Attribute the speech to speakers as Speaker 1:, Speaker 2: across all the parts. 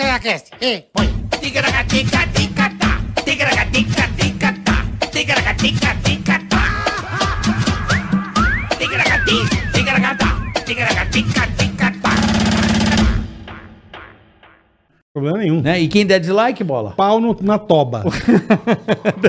Speaker 1: Ticaracast, ei, põe.
Speaker 2: Ticaracatica-ticatá, ticaracatica-ticatá, ticaracatica-ticatá. Ticaracati, ticaracatá, ticaracatica-ticatá.
Speaker 3: Problema nenhum.
Speaker 4: Né? E quem der dislike, bola?
Speaker 3: Pau no- na toba.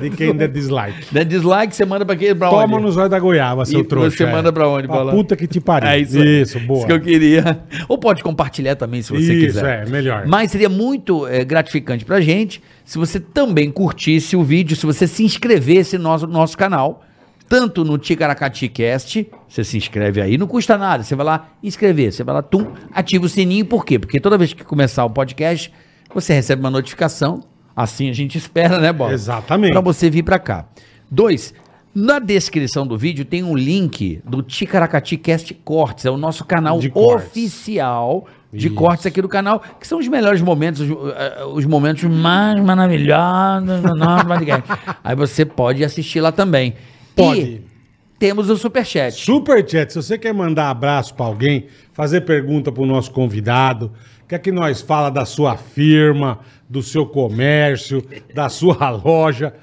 Speaker 3: De quem der dislike.
Speaker 4: Der dislike, você manda pra quem? Pra
Speaker 3: Toma
Speaker 4: onde?
Speaker 3: no zóio da goiaba, seu
Speaker 4: E
Speaker 3: trouxa.
Speaker 4: você manda pra onde, Bola?
Speaker 3: A puta que te pariu.
Speaker 4: É isso, aí.
Speaker 3: isso boa.
Speaker 4: Isso que eu queria. Ou pode compartilhar também, se você
Speaker 3: Isso,
Speaker 4: quiser.
Speaker 3: é, melhor.
Speaker 4: Mas seria muito é, gratificante pra gente se você também curtisse o vídeo, se você se inscrevesse no nosso, nosso canal, tanto no Ticaracati Cast, você se inscreve aí, não custa nada, você vai lá inscrever, você vai lá, tum, ativa o sininho, por quê? Porque toda vez que começar o podcast, você recebe uma notificação, assim a gente espera, né, Bola?
Speaker 3: Exatamente.
Speaker 4: Pra você vir pra cá. Dois, na descrição do vídeo tem um link do Ticaracati Cast Cortes, é o nosso canal
Speaker 3: De cortes.
Speaker 4: oficial de
Speaker 3: Isso.
Speaker 4: cortes aqui do canal, que são os melhores momentos, os, eh, os momentos mais maravilhosos do nosso podcast. Aí você pode assistir lá também.
Speaker 3: Pode.
Speaker 4: E temos o Superchat.
Speaker 3: Superchat, se você quer mandar abraço pra alguém, fazer pergunta pro nosso convidado, quer que nós fala da sua firma, do seu comércio, da sua loja,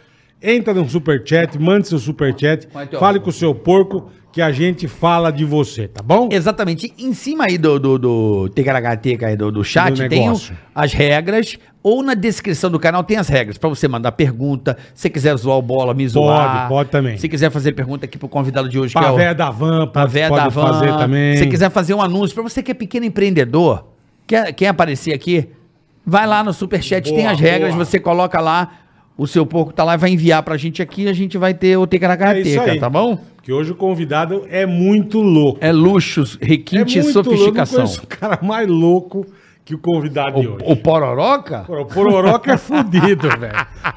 Speaker 3: entra no Superchat, mande seu Superchat,
Speaker 4: Vai ter
Speaker 3: fale
Speaker 4: ó.
Speaker 3: com o seu porco que a gente fala de você, tá bom?
Speaker 4: Exatamente. Em cima aí do, do, do Ticaracateca aí do, do chat,
Speaker 3: Do
Speaker 4: tem o-
Speaker 3: negócio.
Speaker 4: as regras. Ou na descrição do canal tem as regras pra você mandar pergunta. Se quiser zoar o bola, me zoar.
Speaker 3: pode também.
Speaker 4: Se quiser fazer pergunta aqui pro convidado de hoje,
Speaker 3: Pra
Speaker 4: que é
Speaker 3: véia
Speaker 4: o
Speaker 3: da van, pra
Speaker 4: pra véia da van.
Speaker 3: fazer também.
Speaker 4: Se quiser fazer um anúncio, pra você que é pequeno empreendedor, quer, quer aparecer aqui, vai lá no Superchat,
Speaker 3: Boa,
Speaker 4: tem as regras,
Speaker 3: boa.
Speaker 4: você coloca lá. O seu porco tá lá e vai enviar pra gente aqui, a gente vai ter o
Speaker 3: É isso
Speaker 4: Ticaracateca,
Speaker 3: aí.
Speaker 4: tá bom?
Speaker 3: Que hoje o convidado é muito louco.
Speaker 4: É luxos, requinte e
Speaker 3: É Louco, eu
Speaker 4: sofisticação.
Speaker 3: não conheço o cara mais louco que o convidado de hoje.
Speaker 4: O, o Pororoca?
Speaker 3: Pô, O Pororoca é fudido, velho.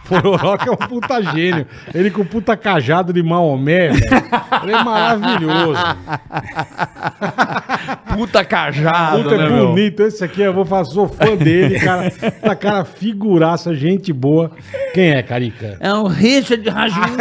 Speaker 3: Pororoca é um puta gênio. Ele com o puta cajado de Maomé, velho. Ele é maravilhoso.
Speaker 4: Ah, Puta cajado,
Speaker 3: Puta
Speaker 4: né,
Speaker 3: é
Speaker 4: meu?
Speaker 3: bonito. Esse aqui, eu vou falar, sou fã dele, cara. Tá cara figuraça, gente boa. Quem é, Carica?
Speaker 4: É um Richard Rasmussen!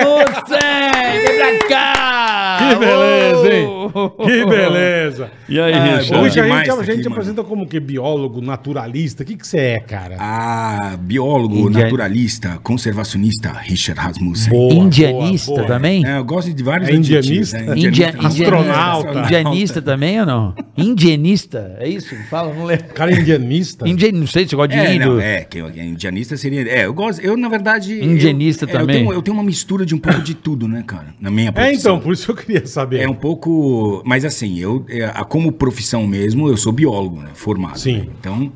Speaker 4: Vem pra cá!
Speaker 3: Que beleza, hein?
Speaker 4: Ô!
Speaker 3: Que beleza.
Speaker 4: E aí,
Speaker 3: Ah,
Speaker 4: Richard?
Speaker 3: Hoje a gente,
Speaker 2: Demais
Speaker 3: a
Speaker 2: tá
Speaker 3: gente
Speaker 2: aqui,
Speaker 3: apresenta como que biólogo, naturalista. O que que você é, cara?
Speaker 2: Ah, biólogo,
Speaker 4: Indiana-
Speaker 2: naturalista, conservacionista Richard Rasmussen.
Speaker 3: Boa, boa,
Speaker 4: Indianista
Speaker 3: boa.
Speaker 4: também?
Speaker 2: É, eu gosto de vários
Speaker 3: É
Speaker 2: adjetivos,
Speaker 3: indianista?
Speaker 2: né?
Speaker 4: India-
Speaker 3: astronauta.
Speaker 4: Indianista também ou não? Indianista? É isso? Fala, não lembro.
Speaker 3: Cara indianista?
Speaker 4: Indian, não sei se você gosta de
Speaker 2: É,
Speaker 4: índio.
Speaker 2: não, é, que eu- é, indianista seria. É, eu gosto. Eu, na verdade.
Speaker 4: Indianista
Speaker 2: eu- é, eu
Speaker 4: também.
Speaker 2: tenho- eu tenho uma mistura de um pouco de tudo, né, cara? Na minha
Speaker 3: É,
Speaker 2: profissão.
Speaker 3: então, por isso eu queria saber.
Speaker 2: É um pouco. Mas assim, eu, é, a- como profissão mesmo, eu sou biólogo, né? Formado.
Speaker 3: Sim.
Speaker 2: né? Então,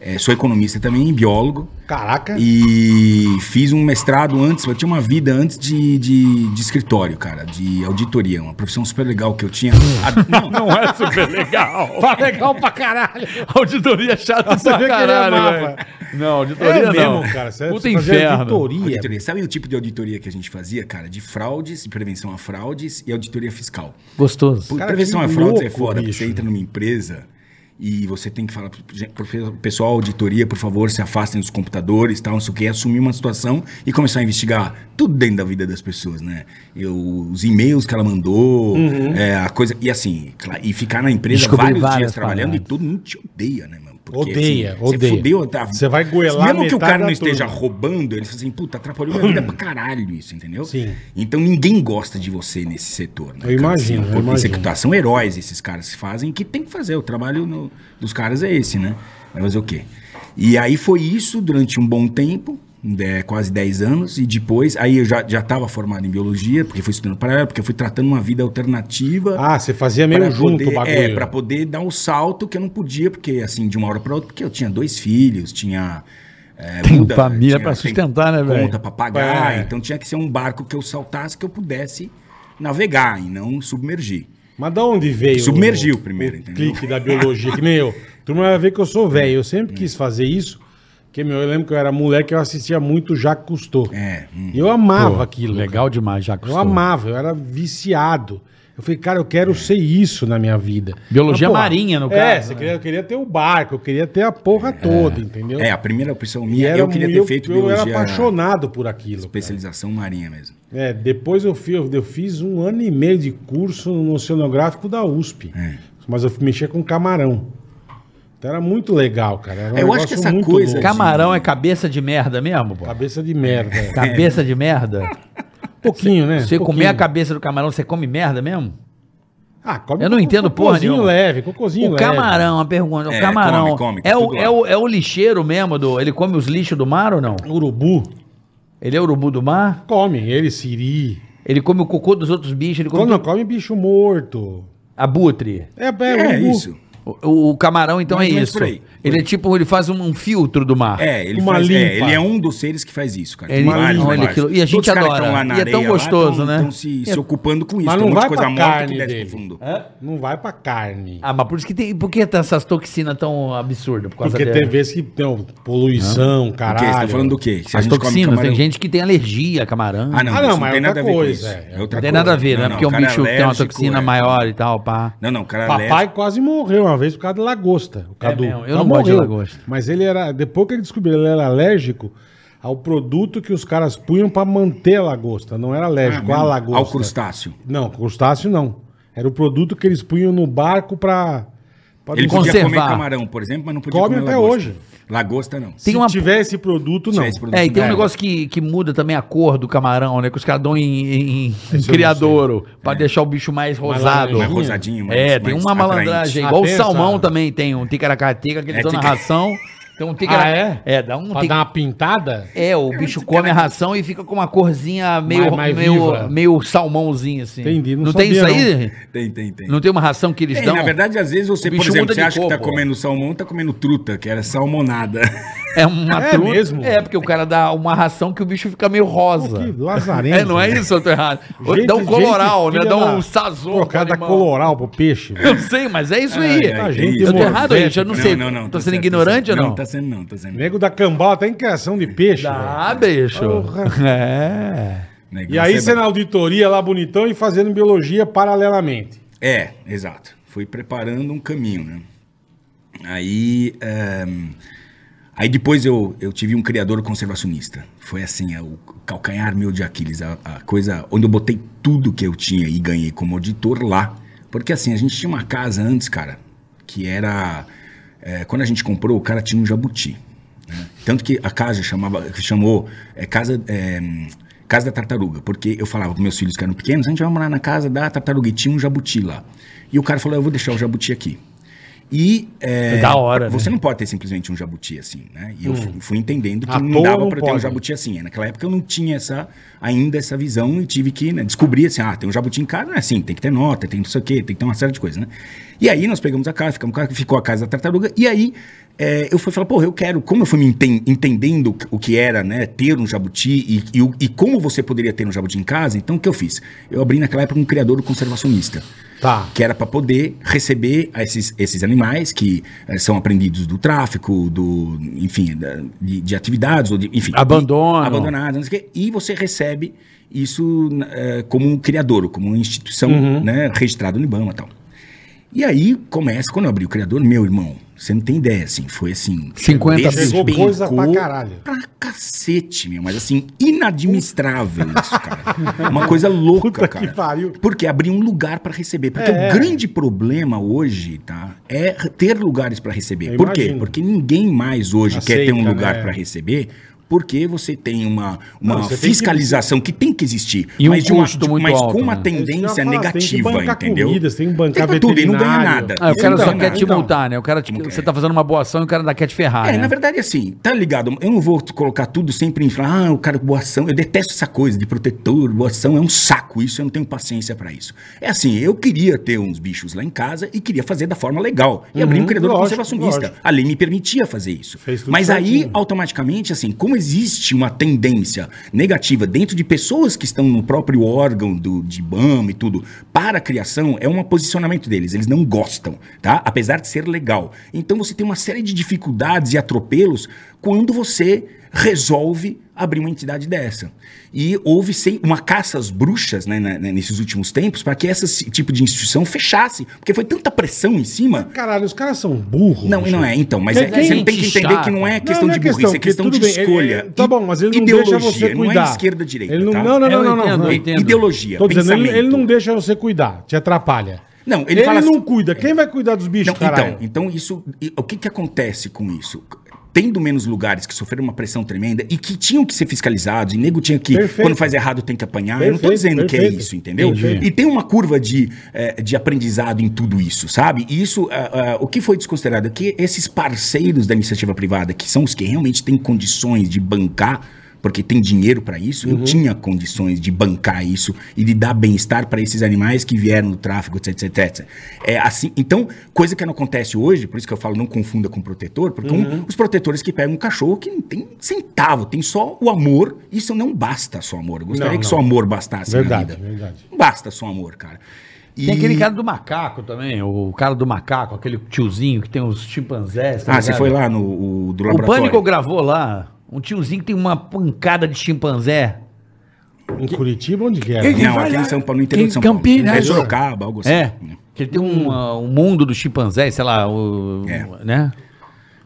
Speaker 2: é, sou economista também, biólogo.
Speaker 3: Caraca.
Speaker 2: E fiz um mestrado antes, eu tinha uma vida antes de, de, de escritório, cara, de auditoria, uma profissão super legal que eu tinha. A- não,
Speaker 4: Não é super legal.
Speaker 3: Tá legal pra caralho.
Speaker 4: auditoria chata
Speaker 3: Ah, Você vê
Speaker 4: pra
Speaker 3: que ele
Speaker 4: caralho,
Speaker 3: amava.
Speaker 4: velho. Não,
Speaker 3: É
Speaker 4: auditoria não.
Speaker 3: mesmo, cara. Você
Speaker 4: Puta
Speaker 3: você fazia
Speaker 4: inferno.
Speaker 3: Auditoria.
Speaker 2: auditoria. Sabe o tipo de auditoria que a gente fazia, cara? De fraudes, de prevenção a fraudes e auditoria fiscal.
Speaker 4: Gostoso.
Speaker 2: Pô,
Speaker 3: Cara,
Speaker 2: prevenção
Speaker 3: que
Speaker 2: a fraudes é
Speaker 3: louco,
Speaker 2: foda, porque
Speaker 3: bicho.
Speaker 2: você entra numa empresa e você tem que falar pro- pro pessoal, auditoria, por favor, se afastem dos computadores, tal, não sei o que, assumir uma situação e começar a investigar tudo dentro da vida das pessoas, né? Eu, os e-mails que ela mandou,
Speaker 3: Uhum.
Speaker 2: é, a coisa. E assim, cla- e ficar na empresa
Speaker 4: Descobrir
Speaker 2: vários
Speaker 4: várias
Speaker 2: dias trabalhando
Speaker 4: paradas.
Speaker 2: e todo mundo te odeia, né, mano?
Speaker 3: Odeia,
Speaker 2: Você
Speaker 3: odeia.
Speaker 2: fudeu, tá?
Speaker 3: Você vai goelar
Speaker 2: Mesmo que o
Speaker 3: metade
Speaker 2: cara
Speaker 3: da
Speaker 2: não esteja
Speaker 3: turma.
Speaker 2: roubando, ele fala assim, puta, atrapalhou minha vida pra caralho isso, entendeu?
Speaker 3: Sim.
Speaker 2: Então ninguém gosta de você nesse setor, né?
Speaker 3: Eu imagino, eu
Speaker 2: porque você
Speaker 3: imagino.
Speaker 2: que tá, são heróis esses caras que fazem, que tem que fazer. O trabalho no- dos caras é esse, né? Vai fazer o quê? E aí foi isso durante um bom tempo, né, quase 10 anos, e depois, aí eu já estava formado em biologia, porque fui estudando paralelo, porque eu fui tratando uma vida alternativa.
Speaker 3: Ah, você fazia meio
Speaker 2: pra
Speaker 3: junto
Speaker 2: poder-
Speaker 3: o bagulho.
Speaker 2: É, pra poder dar um salto que eu não podia, porque assim, de uma hora pra outra, porque eu tinha dois filhos, tinha. é,
Speaker 4: Tem família pra sustentar, né, velho?
Speaker 2: Conta pra pagar,
Speaker 3: É.
Speaker 2: então tinha que ser um barco que eu saltasse, que eu pudesse navegar e não submergir.
Speaker 3: Mas da onde veio?
Speaker 2: Submergiu
Speaker 3: o-
Speaker 2: primeiro,
Speaker 3: o
Speaker 2: entendeu?
Speaker 3: clique da biologia, que nem eu. Turma vai ver que eu sou velho. Eu sempre quis fazer isso. Porque, meu, eu lembro que eu era moleque, eu assistia muito Jacques Cousteau.
Speaker 2: É, hum.
Speaker 3: E eu amava aquilo. cara.
Speaker 4: Legal demais, já
Speaker 3: Eu amava, eu era viciado. Eu falei, cara, eu quero ser isso na minha vida.
Speaker 4: Biologia marinha, no
Speaker 3: É,
Speaker 4: caso,
Speaker 3: você
Speaker 4: né?
Speaker 3: queria- eu queria ter o barco, eu queria ter a porra toda, entendeu?
Speaker 2: É, a primeira opção
Speaker 3: E
Speaker 2: minha,
Speaker 3: era
Speaker 2: eu queria
Speaker 3: um-
Speaker 2: ter feito
Speaker 3: Eu
Speaker 2: biologia,
Speaker 3: era apaixonado por aquilo. cara.
Speaker 2: especialização marinha mesmo.
Speaker 3: É, depois eu fiz, eu fiz um ano e meio
Speaker 2: É.
Speaker 3: de curso no oceanográfico da USP. Mas eu mexia com camarão. Então era muito legal, cara. Era um
Speaker 2: É, Eu acho
Speaker 3: negócio
Speaker 2: que essa
Speaker 3: muito
Speaker 2: coisa-
Speaker 3: louco.
Speaker 4: Camarão é cabeça de merda mesmo, pô?
Speaker 3: Cabeça de merda. é.
Speaker 4: Cabeça de merda?
Speaker 3: Pouquinho,
Speaker 2: Um
Speaker 3: né?
Speaker 4: Você
Speaker 3: Pouquinho.
Speaker 4: comer a cabeça do camarão, você come merda mesmo?
Speaker 3: Ah, come
Speaker 4: Eu não
Speaker 3: com-
Speaker 4: entendo porra
Speaker 3: cocôzinho
Speaker 4: nenhuma.
Speaker 3: leve, cocôzinho
Speaker 4: o
Speaker 3: leve.
Speaker 4: camarão, a pergunta.
Speaker 2: É,
Speaker 4: o camarão.
Speaker 2: come, come,
Speaker 4: é, o,
Speaker 2: tudo lá.
Speaker 4: é, o, é o lixeiro mesmo? Do, ele come os lixos do mar ou não?
Speaker 3: Urubu.
Speaker 4: Ele é urubu do mar?
Speaker 3: Come, ele siri.
Speaker 4: Ele come o cocô dos outros bichos? Ele come
Speaker 3: Quando não come bicho morto.
Speaker 4: abutre?
Speaker 3: É, é,
Speaker 2: É
Speaker 3: urubu.
Speaker 2: isso.
Speaker 4: O, o camarão, então,
Speaker 2: Mais
Speaker 4: é
Speaker 2: ou menos
Speaker 4: isso.
Speaker 2: por aí.
Speaker 4: Ele é tipo, ele faz um, um filtro do mar.
Speaker 2: É, ele
Speaker 3: tá Uma
Speaker 2: faz, é,
Speaker 3: limpa.
Speaker 2: ele é um dos seres que faz isso, cara.
Speaker 4: Ele- olha que louco. E a gente
Speaker 2: Todos os caras que
Speaker 4: adora.
Speaker 2: tão lá na
Speaker 4: E é tão
Speaker 2: areia lá
Speaker 4: gostoso,
Speaker 2: tão-
Speaker 4: né?
Speaker 2: tão se, se ocupando com isso.
Speaker 3: É. Mas não
Speaker 2: Tem um monte
Speaker 3: vai
Speaker 2: de coisa
Speaker 3: pra
Speaker 2: morta que
Speaker 3: carne
Speaker 2: desce
Speaker 3: dele.
Speaker 2: pro fundo.
Speaker 3: Não vai pra carne.
Speaker 4: Ah, mas por isso que tem. Por que tem essas toxinas tão absurdas? Por causa
Speaker 3: Porque
Speaker 4: dela?
Speaker 3: tem vezes que tem ó, poluição,
Speaker 2: Porque
Speaker 3: caralho.
Speaker 2: você tá falando do quê? Se a
Speaker 4: As
Speaker 2: gente come
Speaker 4: toxinas,
Speaker 2: camarão-
Speaker 4: tem gente que tem alergia a camarão.
Speaker 2: Ah, não,
Speaker 3: Ah,
Speaker 2: isso
Speaker 3: não,
Speaker 2: não,
Speaker 3: mas
Speaker 2: tem
Speaker 3: é
Speaker 2: nada
Speaker 3: outra
Speaker 2: a ver com
Speaker 3: coisa,
Speaker 2: isso.
Speaker 3: é.
Speaker 2: É outra
Speaker 4: não tem
Speaker 2: coisa.
Speaker 4: nada a ver, né?
Speaker 2: Não,
Speaker 4: Porque é um
Speaker 2: cara
Speaker 4: bicho que tem uma
Speaker 2: alérgico,
Speaker 4: toxina
Speaker 2: é.
Speaker 4: maior e tal, pá.
Speaker 2: Não, não, o cara
Speaker 3: Papai
Speaker 2: alérgico.
Speaker 3: quase morreu uma vez por causa de lagosta. O Cadu.
Speaker 4: É mesmo, eu
Speaker 3: Mas
Speaker 4: não gosto de
Speaker 3: morreu.
Speaker 4: lagosta.
Speaker 3: Mas ele era. Depois que ele descobriu, ele era alérgico ao produto que os caras punham pra manter a lagosta. Não era alérgico à lagosta.
Speaker 2: Ah, Ao crustáceo.
Speaker 3: Não, crustáceo não. Era o produto que eles punham no barco pra. pra
Speaker 2: Ele
Speaker 3: não-
Speaker 2: podia
Speaker 4: Conservar.
Speaker 2: comer camarão, por exemplo, mas não podia
Speaker 3: Come
Speaker 2: comer
Speaker 3: até
Speaker 2: lagosta.
Speaker 3: hoje.
Speaker 2: Lagosta não.
Speaker 4: Tem
Speaker 3: Se
Speaker 4: uma-
Speaker 3: tiver esse produto, não.
Speaker 2: é esse produto.
Speaker 4: É, e tem um
Speaker 2: É.
Speaker 4: negócio que, que muda também a cor do camarão, né? Que os caras dão em, em- em
Speaker 3: eu não
Speaker 4: criadouro,
Speaker 2: É.
Speaker 4: pra deixar o bicho mais rosado.
Speaker 2: Mais rosadinho, mais-
Speaker 4: é, tem
Speaker 2: mais
Speaker 4: uma
Speaker 2: atraente.
Speaker 4: malandragem.
Speaker 3: Ah,
Speaker 4: Igual o
Speaker 3: pensa-
Speaker 4: salmão também tem um ticaracateca que eles
Speaker 2: É,
Speaker 4: dão na
Speaker 2: tica-
Speaker 4: ração. Tem um ticara...
Speaker 3: Ah, é?
Speaker 4: É, dá um
Speaker 3: Pra
Speaker 4: tic-
Speaker 3: dar uma pintada?
Speaker 4: É, o bicho come a ração e fica com uma corzinha meio,
Speaker 3: mais viva.
Speaker 4: meio, meio salmãozinho, assim.
Speaker 3: Entendi, não
Speaker 4: não tem isso
Speaker 3: sabia,
Speaker 4: aí?
Speaker 2: Tem, tem, tem.
Speaker 4: Não tem uma ração que eles
Speaker 2: Tem,
Speaker 4: dão?
Speaker 2: na verdade, às vezes
Speaker 4: o
Speaker 2: você, por
Speaker 4: bicho muda
Speaker 2: exemplo, você
Speaker 4: de
Speaker 2: acha que tá
Speaker 4: cor, pô.
Speaker 2: comendo salmão, tá comendo truta, que era salmonada.
Speaker 4: É uma
Speaker 3: É
Speaker 4: truta.
Speaker 3: mesmo?
Speaker 4: É, porque o cara dá uma ração que o bicho fica meio rosa.
Speaker 3: Que lazarento.
Speaker 4: É, não é
Speaker 3: né?
Speaker 4: isso, eu tô errado. Ou
Speaker 3: Gente-
Speaker 4: dá um
Speaker 3: gente
Speaker 4: coloral, né?
Speaker 3: filha
Speaker 4: Dá
Speaker 3: da-
Speaker 4: um sazon.
Speaker 3: Pô, O cara
Speaker 4: pro
Speaker 3: dá
Speaker 4: animal.
Speaker 3: coloral pro peixe. velho.
Speaker 4: Eu sei, mas é isso aí.
Speaker 2: Ai, ai,
Speaker 3: gente
Speaker 2: tem
Speaker 4: Eu
Speaker 2: isso.
Speaker 4: tô errado,
Speaker 3: Morfético.
Speaker 4: gente. Eu não, sei. tô
Speaker 2: certo,
Speaker 4: sendo ignorante
Speaker 2: certo.
Speaker 4: ou não?
Speaker 2: Não, tá sendo não, tá sendo.
Speaker 3: Nego da cambal até em criação de peixe. velho.
Speaker 4: Ah, bicho. É.
Speaker 2: Negócio
Speaker 3: E aí
Speaker 2: é
Speaker 3: você
Speaker 2: ba-
Speaker 3: na auditoria lá bonitão e fazendo biologia paralelamente.
Speaker 2: É, exato. Fui preparando um caminho, né? Aí, ehm, aí depois eu, eu tive um criador conservacionista. Foi assim, é o calcanhar meu de Aquiles, a, a coisa onde eu botei tudo que eu tinha e ganhei como auditor lá. Porque assim, a gente tinha uma casa antes, cara, que era... eh, quando a gente comprou, o cara tinha um jabuti. né? Tanto que a casa chamava, chamou eh, casa, ehm, casa da Tartaruga, porque eu falava para meus filhos que eram pequenos, a gente vai morar na casa da Tartaruga e tinha um jabuti lá. E o cara falou, eu vou deixar o jabuti aqui. E eh,
Speaker 4: Da hora, né?
Speaker 2: você não pode ter simplesmente um jabuti assim, né? E eu fu- fui entendendo que
Speaker 3: Hum. À
Speaker 2: não
Speaker 3: toa
Speaker 2: dava
Speaker 3: não
Speaker 2: para ter um
Speaker 3: pode.
Speaker 2: jabuti assim. Naquela época eu não tinha essa, ainda essa visão e tive que né, descobrir assim, ah, tem um jabuti em casa, não é assim, tem que ter nota, tem não sei o quê, tem que ter uma série de coisas, né? E aí nós pegamos a casa, ficamos com a- ficou a casa da tartaruga, e aí eh, eu fui falar, porra, eu quero, como eu fui me enten- entendendo o que era, né, ter um jabuti e, e, o- e como você poderia ter um jabuti em casa, então o que eu fiz? Eu abri naquela época um criador conservacionista
Speaker 3: Tá.
Speaker 2: que era para poder receber esses, esses animais que eh, são apreendidos do tráfico, do, enfim, da- de, de atividades, ou de, enfim.
Speaker 4: Abandono.
Speaker 2: Abandonados, não sei o quê. E você recebe isso na- eh, como um criador, como uma instituição né, registrada no Ibama e tal. E aí começa, quando eu abri o criador, meu irmão, você não tem ideia, assim, foi assim...
Speaker 4: 50
Speaker 3: Chegou
Speaker 2: despencou
Speaker 3: coisa pra caralho.
Speaker 2: Pra cacete, meu, mas assim, inadministrável isso, cara. Uma coisa louca,
Speaker 3: Puta que
Speaker 2: cara.
Speaker 3: pariu.
Speaker 2: Porque abrir um lugar para receber. Porque
Speaker 3: É.
Speaker 2: o grande problema hoje, tá? É ter lugares para receber.
Speaker 3: Eu
Speaker 2: Por quê?
Speaker 3: imagino.
Speaker 2: Porque ninguém mais hoje quer ter um
Speaker 3: Aceita,
Speaker 2: lugar
Speaker 3: né?
Speaker 2: para receber. Porque você tem uma, uma
Speaker 3: Não, você tem que-
Speaker 2: fiscalização que... tem que existir.
Speaker 4: E um
Speaker 2: mas de uma-
Speaker 4: custo
Speaker 2: de-
Speaker 4: muito
Speaker 2: Mas
Speaker 4: alto,
Speaker 2: com uma
Speaker 4: né?
Speaker 3: É Isso que
Speaker 2: tendência
Speaker 3: eu ia falar, tem que
Speaker 2: negativa,
Speaker 3: bancar
Speaker 2: entendeu?
Speaker 3: comida, você tem que bancar
Speaker 2: pra tudo e não ganha
Speaker 3: veterinário.
Speaker 2: nada.
Speaker 4: Ah, o cara
Speaker 2: Então,
Speaker 4: só quer
Speaker 2: né?
Speaker 4: te
Speaker 3: então.
Speaker 4: multar, né? O cara te- você tá fazendo uma boa ação e o cara ainda quer te ferrar.
Speaker 2: É,
Speaker 4: né?
Speaker 2: na verdade, assim, tá ligado? Eu não vou colocar tudo sempre em falar, ah, o cara, boa ação. Eu detesto essa coisa de protetor, boa ação, é um saco isso, eu não tenho paciência pra isso. É assim, eu queria ter uns bichos lá em casa e queria fazer da forma legal. E
Speaker 4: Uhum,
Speaker 2: abrir um criador
Speaker 3: lógico,
Speaker 2: conservacionista.
Speaker 3: lógico.
Speaker 2: A lei me permitia fazer isso.
Speaker 3: Fez tudo
Speaker 2: Mas aí,
Speaker 3: certinho.
Speaker 2: automaticamente, assim, como existe uma tendência negativa dentro de pessoas que estão no próprio órgão do, de BAM e tudo, para a criação, é um posicionamento deles. Eles não gostam, tá? Apesar de ser legal. Então você tem uma série de dificuldades e atropelos quando você resolve abrir uma entidade dessa. E houve sem, uma caça às bruxas né, na- na- nesses últimos tempos para que esse tipo de instituição fechasse. Porque foi tanta pressão em cima
Speaker 3: Caralho, os caras são burros.
Speaker 2: não, e
Speaker 3: bicho.
Speaker 2: não é, então. Mas
Speaker 3: Mas
Speaker 2: é que
Speaker 3: tem
Speaker 2: você tem que
Speaker 4: gente
Speaker 2: entender
Speaker 4: chata.
Speaker 2: que não é
Speaker 3: Não,
Speaker 2: questão
Speaker 3: não
Speaker 2: de burrice, é
Speaker 3: porque
Speaker 2: questão de
Speaker 3: tudo bem, ele-
Speaker 2: escolha.
Speaker 3: ele- tá bom, mas ele não
Speaker 2: ideologia,
Speaker 3: deixa você cuidar.
Speaker 2: Não é esquerda direita,
Speaker 3: Ele não,
Speaker 2: tá?
Speaker 3: não, não,
Speaker 4: Eu
Speaker 3: não, não,
Speaker 4: entendo,
Speaker 3: não.
Speaker 4: eu entendo.
Speaker 2: Ideologia,
Speaker 3: Tô dizendo, ele,
Speaker 2: pensamento.
Speaker 3: ele não deixa você cuidar, te atrapalha.
Speaker 2: Não, ele,
Speaker 3: Ele,
Speaker 2: fala assim-
Speaker 3: não cuida. Quem vai cuidar dos bichos,
Speaker 2: Não,
Speaker 3: caralho?
Speaker 2: então, então isso, e- o que que acontece com isso? Tendo menos lugares que sofreram uma pressão tremenda e que tinham que ser fiscalizados, e nego tinha que,
Speaker 3: Perfeito.
Speaker 2: quando faz errado, tem que apanhar. Eu não tô
Speaker 3: Perfeito,
Speaker 2: dizendo que é
Speaker 3: perfeito.
Speaker 2: isso, entendeu?
Speaker 3: Entendi.
Speaker 2: E tem uma curva de, eh, de aprendizado em tudo isso, sabe? E isso, ah, ah, o que foi desconsiderado é que esses parceiros da iniciativa privada, que são os que realmente têm condições de bancar, porque tem dinheiro para isso,
Speaker 3: Uhum.
Speaker 2: eu tinha condições de bancar isso e de dar bem-estar para esses animais que vieram do tráfico, etc, etc, etc. É assim, então, coisa que não acontece hoje, por isso que eu falo não confunda com protetor, porque um-
Speaker 3: Uhum.
Speaker 2: os protetores que pegam um cachorro que não tem centavo, tem só o amor, isso não basta só amor. Eu gostaria
Speaker 3: Não,
Speaker 2: que
Speaker 3: não.
Speaker 2: só amor bastasse
Speaker 3: Verdade,
Speaker 2: na vida.
Speaker 3: verdade.
Speaker 2: Não basta só amor, cara. E-
Speaker 4: Tem aquele cara do macaco também, o cara do macaco, aquele tiozinho que tem os chimpanzés. tá
Speaker 2: Ah,
Speaker 4: ligado?
Speaker 2: você foi lá no o, do
Speaker 4: O
Speaker 2: laboratório?
Speaker 4: Pânico gravou lá um tiozinho que tem uma pancada de chimpanzé.
Speaker 3: Em Curitiba, onde que é?
Speaker 1: Ele-
Speaker 2: Não,
Speaker 1: Vai
Speaker 2: aqui
Speaker 1: lá.
Speaker 2: em São Paulo, no interior
Speaker 1: Em
Speaker 2: de São Paulo.
Speaker 1: Campinas.
Speaker 2: É Sorocaba, algo assim.
Speaker 4: É. Que ele tem um, ah, um mundo dos chimpanzés, sei lá, o,
Speaker 2: É.
Speaker 4: né?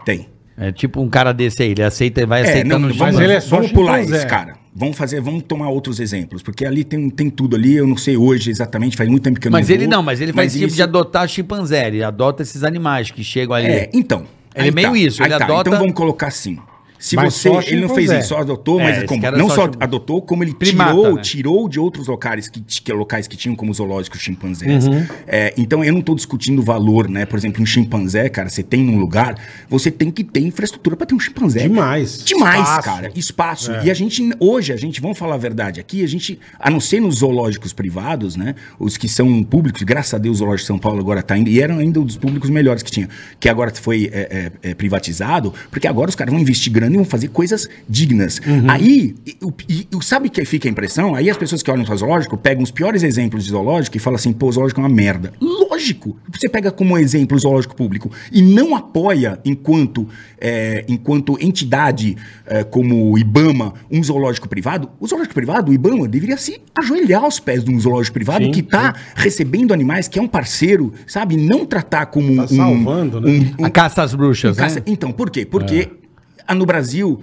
Speaker 2: Tem.
Speaker 4: É tipo um cara desse aí, ele aceita e vai
Speaker 2: É, não,
Speaker 4: aceitando
Speaker 2: não,
Speaker 4: os
Speaker 2: vamos,
Speaker 3: mas ele é só
Speaker 2: vamos pular
Speaker 3: chimpanzé.
Speaker 2: isso, cara. Vamos fazer, vamos tomar outros exemplos, porque ali tem, tem tudo ali, eu não sei hoje exatamente, faz muito tempo que eu
Speaker 4: Mas
Speaker 2: não
Speaker 4: ele
Speaker 2: vou,
Speaker 4: não, mas ele faz esse tipo
Speaker 2: é isso-
Speaker 4: de adotar chimpanzé, ele adota esses animais que chegam ali.
Speaker 2: É, então.
Speaker 4: Ele
Speaker 2: aí
Speaker 4: é meio isso,
Speaker 2: aí
Speaker 4: ele adota-
Speaker 2: Então vamos colocar assim. Se
Speaker 3: Mas
Speaker 2: você,
Speaker 3: só
Speaker 2: ele não fez
Speaker 3: chimpanzé.
Speaker 2: isso, só adotou,
Speaker 4: É,
Speaker 2: mas
Speaker 4: esse
Speaker 2: como-
Speaker 4: cara
Speaker 2: não
Speaker 4: só
Speaker 2: só
Speaker 4: chim-
Speaker 2: adotou, como ele
Speaker 4: Primata,
Speaker 2: tirou,
Speaker 4: né?
Speaker 2: tirou de outros locais que, ti- que locais que tinham como zoológicos chimpanzés.
Speaker 3: Uhum.
Speaker 2: É, então eu não estou discutindo o valor, né? Por exemplo, um chimpanzé, cara, você tem num lugar, você tem que ter infraestrutura para ter um chimpanzé.
Speaker 3: Demais.
Speaker 2: Demais,
Speaker 3: Espaço.
Speaker 2: cara. É. Espaço. E a gente, hoje, a gente, vamos falar a verdade aqui, a gente, a não ser nos zoológicos privados, né? Os que são públicos, graças a Deus o Zoológico de São Paulo agora tá indo, e eram ainda um dos públicos melhores que tinha, que agora foi é, é, é, privatizado, porque agora os caras vão investir grana e vão fazer coisas dignas. Aí, e, o- e- e sabe que fica a impressão? Aí as pessoas que olham para zoológico pegam os piores exemplos de zoológico e falam assim, pô, o zoológico é uma merda. Lógico! Você pega como um exemplo o zoológico público e não apoia enquanto, é, enquanto entidade é, como o IBAMA, um zoológico privado, o zoológico privado, o IBAMA, deveria se ajoelhar aos pés de um zoológico privado
Speaker 3: Sim,
Speaker 2: que está recebendo animais, que é um parceiro, sabe? Não tratar como um...
Speaker 3: Tá salvando, né?
Speaker 2: um- um-
Speaker 4: A caça às bruxas, né?
Speaker 2: Caça- Então, por quê? Porque ah, no Brasil,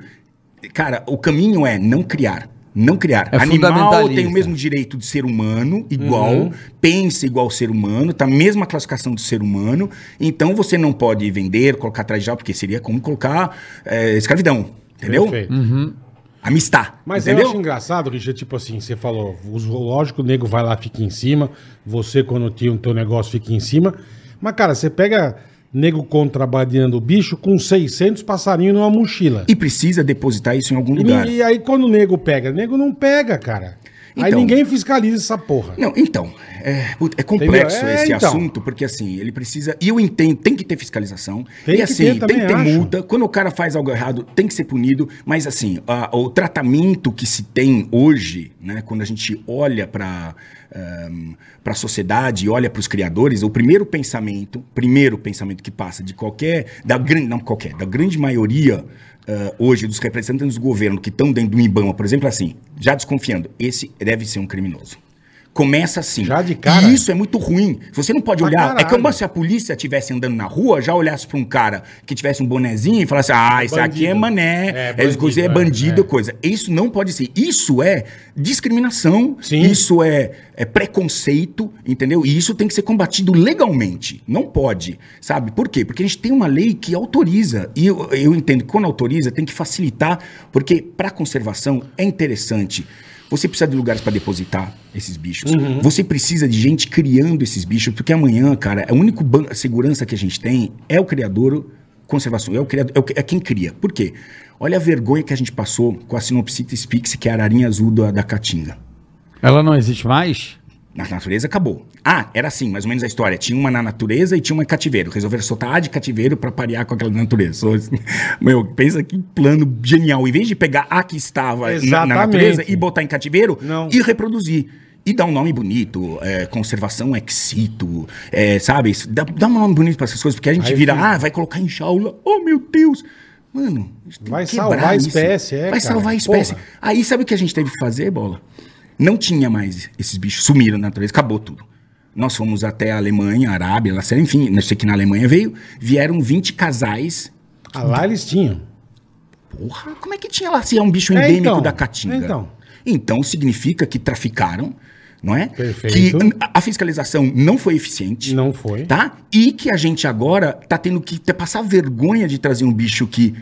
Speaker 2: cara, o caminho é não criar. Não criar.
Speaker 4: É
Speaker 2: Animal
Speaker 4: fundamentalista. Uhum.
Speaker 2: tem o mesmo direito de ser humano, igual, pensa igual ser humano, tá a mesma classificação do ser humano. Então você não pode vender, colocar atrás de jaula, porque seria como colocar eh, escravidão. Entendeu?
Speaker 3: Perfeito.
Speaker 2: Amistar.
Speaker 3: Mas eu
Speaker 2: entendeu?
Speaker 3: acho engraçado, Richard, tipo assim, você falou, o zoológico, o nego vai lá, fica em cima, você quando tinha o teu negócio fica em cima, mas cara, você pega nego contrabandeando o bicho com 600 passarinhos numa mochila.
Speaker 2: E precisa depositar isso em algum
Speaker 3: E,
Speaker 2: lugar.
Speaker 3: e aí quando o nego pega, o nego não pega, cara. aí
Speaker 2: Então.
Speaker 3: ninguém fiscaliza essa porra.
Speaker 2: Não, então, é, puta, é complexo
Speaker 3: Entendeu? É,
Speaker 2: esse
Speaker 3: então.
Speaker 2: assunto, porque assim, ele precisa. E eu entendo, tem que ter fiscalização.
Speaker 3: Tem
Speaker 2: e
Speaker 3: que
Speaker 2: assim,
Speaker 3: ter, também
Speaker 2: tem que ter
Speaker 3: acho.
Speaker 2: multa. Quando o cara faz algo errado, tem que ser punido. Mas assim, a- o tratamento que se tem hoje, né, quando a gente olha para para a sociedade e olha para os criadores, o primeiro pensamento, primeiro pensamento que passa de qualquer, da grande, não qualquer, da grande maioria ah, hoje dos representantes do governo que estão dentro do IBAMA, por exemplo, é assim, já desconfiando, esse deve ser um criminoso. Começa assim.
Speaker 3: Já de cara?
Speaker 2: E isso é muito ruim. Você não pode
Speaker 3: Pra
Speaker 2: olhar. É
Speaker 3: caralho.
Speaker 2: como se a polícia estivesse andando na rua, já olhasse pra um cara que tivesse um bonezinho e falasse: Ah, isso aqui é
Speaker 3: Bandido.
Speaker 2: mané,
Speaker 3: É,
Speaker 2: é
Speaker 3: bandido,
Speaker 2: bandido,
Speaker 3: é,
Speaker 2: é, bandido
Speaker 3: é.
Speaker 2: coisa. Isso não pode ser. Isso é discriminação,
Speaker 3: Sim.
Speaker 2: isso é, é preconceito, entendeu? E isso tem que ser combatido legalmente. Não pode, sabe? Por quê? Porque a gente tem uma lei que autoriza. E eu, eu entendo que quando autoriza tem que facilitar, porque para conservação é interessante. Você precisa de lugares para depositar esses bichos. Você precisa de gente criando esses bichos, porque amanhã, cara, a única ban- segurança que a gente tem é o criador conservação. É, o criado, é, o, é quem cria. Por quê? Olha a vergonha que a gente passou com a Sinopsita Spix, que é a ararinha azul da, da Caatinga.
Speaker 4: Ela não existe mais?
Speaker 2: Na natureza acabou. Ah, era assim, mais ou menos a história. Tinha uma na natureza e tinha uma em cativeiro. Resolveram soltar a de cativeiro pra parear com aquela da natureza. So- Meu, pensa que plano genial. Em vez de pegar a que estava na, na
Speaker 3: Exatamente.
Speaker 2: natureza e botar em cativeiro
Speaker 3: Não.
Speaker 2: e reproduzir. E dá um nome bonito, é, conservação exito, é, sabe? Isso Dá, dá um nome bonito pra essas coisas, porque a gente
Speaker 3: Aí
Speaker 2: vira,
Speaker 3: fica-
Speaker 2: ah, vai colocar em jaula. Oh, meu Deus! Mano, a gente tem
Speaker 3: Vai
Speaker 2: quebrar
Speaker 3: salvar a
Speaker 2: isso.
Speaker 3: espécie, é,
Speaker 2: Vai
Speaker 3: cara.
Speaker 2: salvar a espécie.
Speaker 3: Porra.
Speaker 2: Aí sabe o que a gente teve que fazer, bola? Não tinha mais esses bichos, sumiram na natureza, acabou tudo. Nós fomos até a Alemanha, a Arábia, lá, sei lá, enfim, não sei que na Alemanha veio, vieram 20 casais.
Speaker 3: Ah,
Speaker 2: então.
Speaker 3: lá eles tinham.
Speaker 2: Porra, como é que tinha lá se é um bicho
Speaker 3: É,
Speaker 2: endêmico
Speaker 3: então.
Speaker 2: da Caatinga?
Speaker 3: É, então.
Speaker 2: Então significa que traficaram, não é?
Speaker 3: Perfeito.
Speaker 2: Que a- a fiscalização não foi eficiente.
Speaker 3: Não foi.
Speaker 2: Tá? E que a gente agora tá tendo que ter- passar vergonha de trazer um bicho que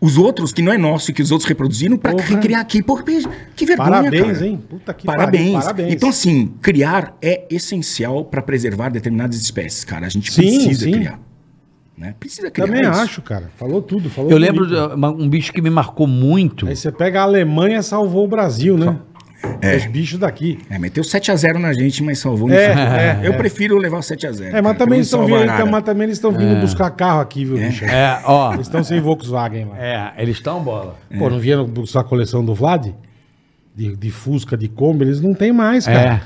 Speaker 2: os outros, que não é nosso e que os outros reproduziram, pra
Speaker 3: Porra.
Speaker 2: recriar aqui. Porra, que vergonha,
Speaker 3: parabéns,
Speaker 2: cara.
Speaker 3: hein? Puta que pariu,
Speaker 2: Parabéns.
Speaker 3: Parabéns.
Speaker 2: Então, assim, criar é essencial pra preservar determinadas espécies, cara. A gente
Speaker 3: Sim,
Speaker 2: precisa
Speaker 3: sim.
Speaker 2: criar. Né? Precisa criar.
Speaker 3: Também
Speaker 2: é isso.
Speaker 3: acho, cara. Falou tudo. Falou
Speaker 4: Eu lembro de
Speaker 3: bonito.
Speaker 4: uma- um bicho que me marcou muito.
Speaker 3: Aí você pega a Alemanha salvou o Brasil, né? Os bichos daqui.
Speaker 2: É, meteu 7x0 na gente, mas salvou no
Speaker 3: É,
Speaker 2: final.
Speaker 3: é,
Speaker 2: Eu prefiro levar 7x0.
Speaker 3: É, mas também, eles estão vindo, então, mas
Speaker 2: matando.
Speaker 3: também eles estão
Speaker 2: É.
Speaker 3: vindo buscar carro aqui, viu, bicho?
Speaker 4: É, ó.
Speaker 3: Eles estão sem Volkswagen lá.
Speaker 4: É, eles estão bola.
Speaker 2: É.
Speaker 3: Pô, não vieram buscar a coleção do Vlad? De, de Fusca, de Kombi, eles não tem mais,
Speaker 4: É.
Speaker 3: cara.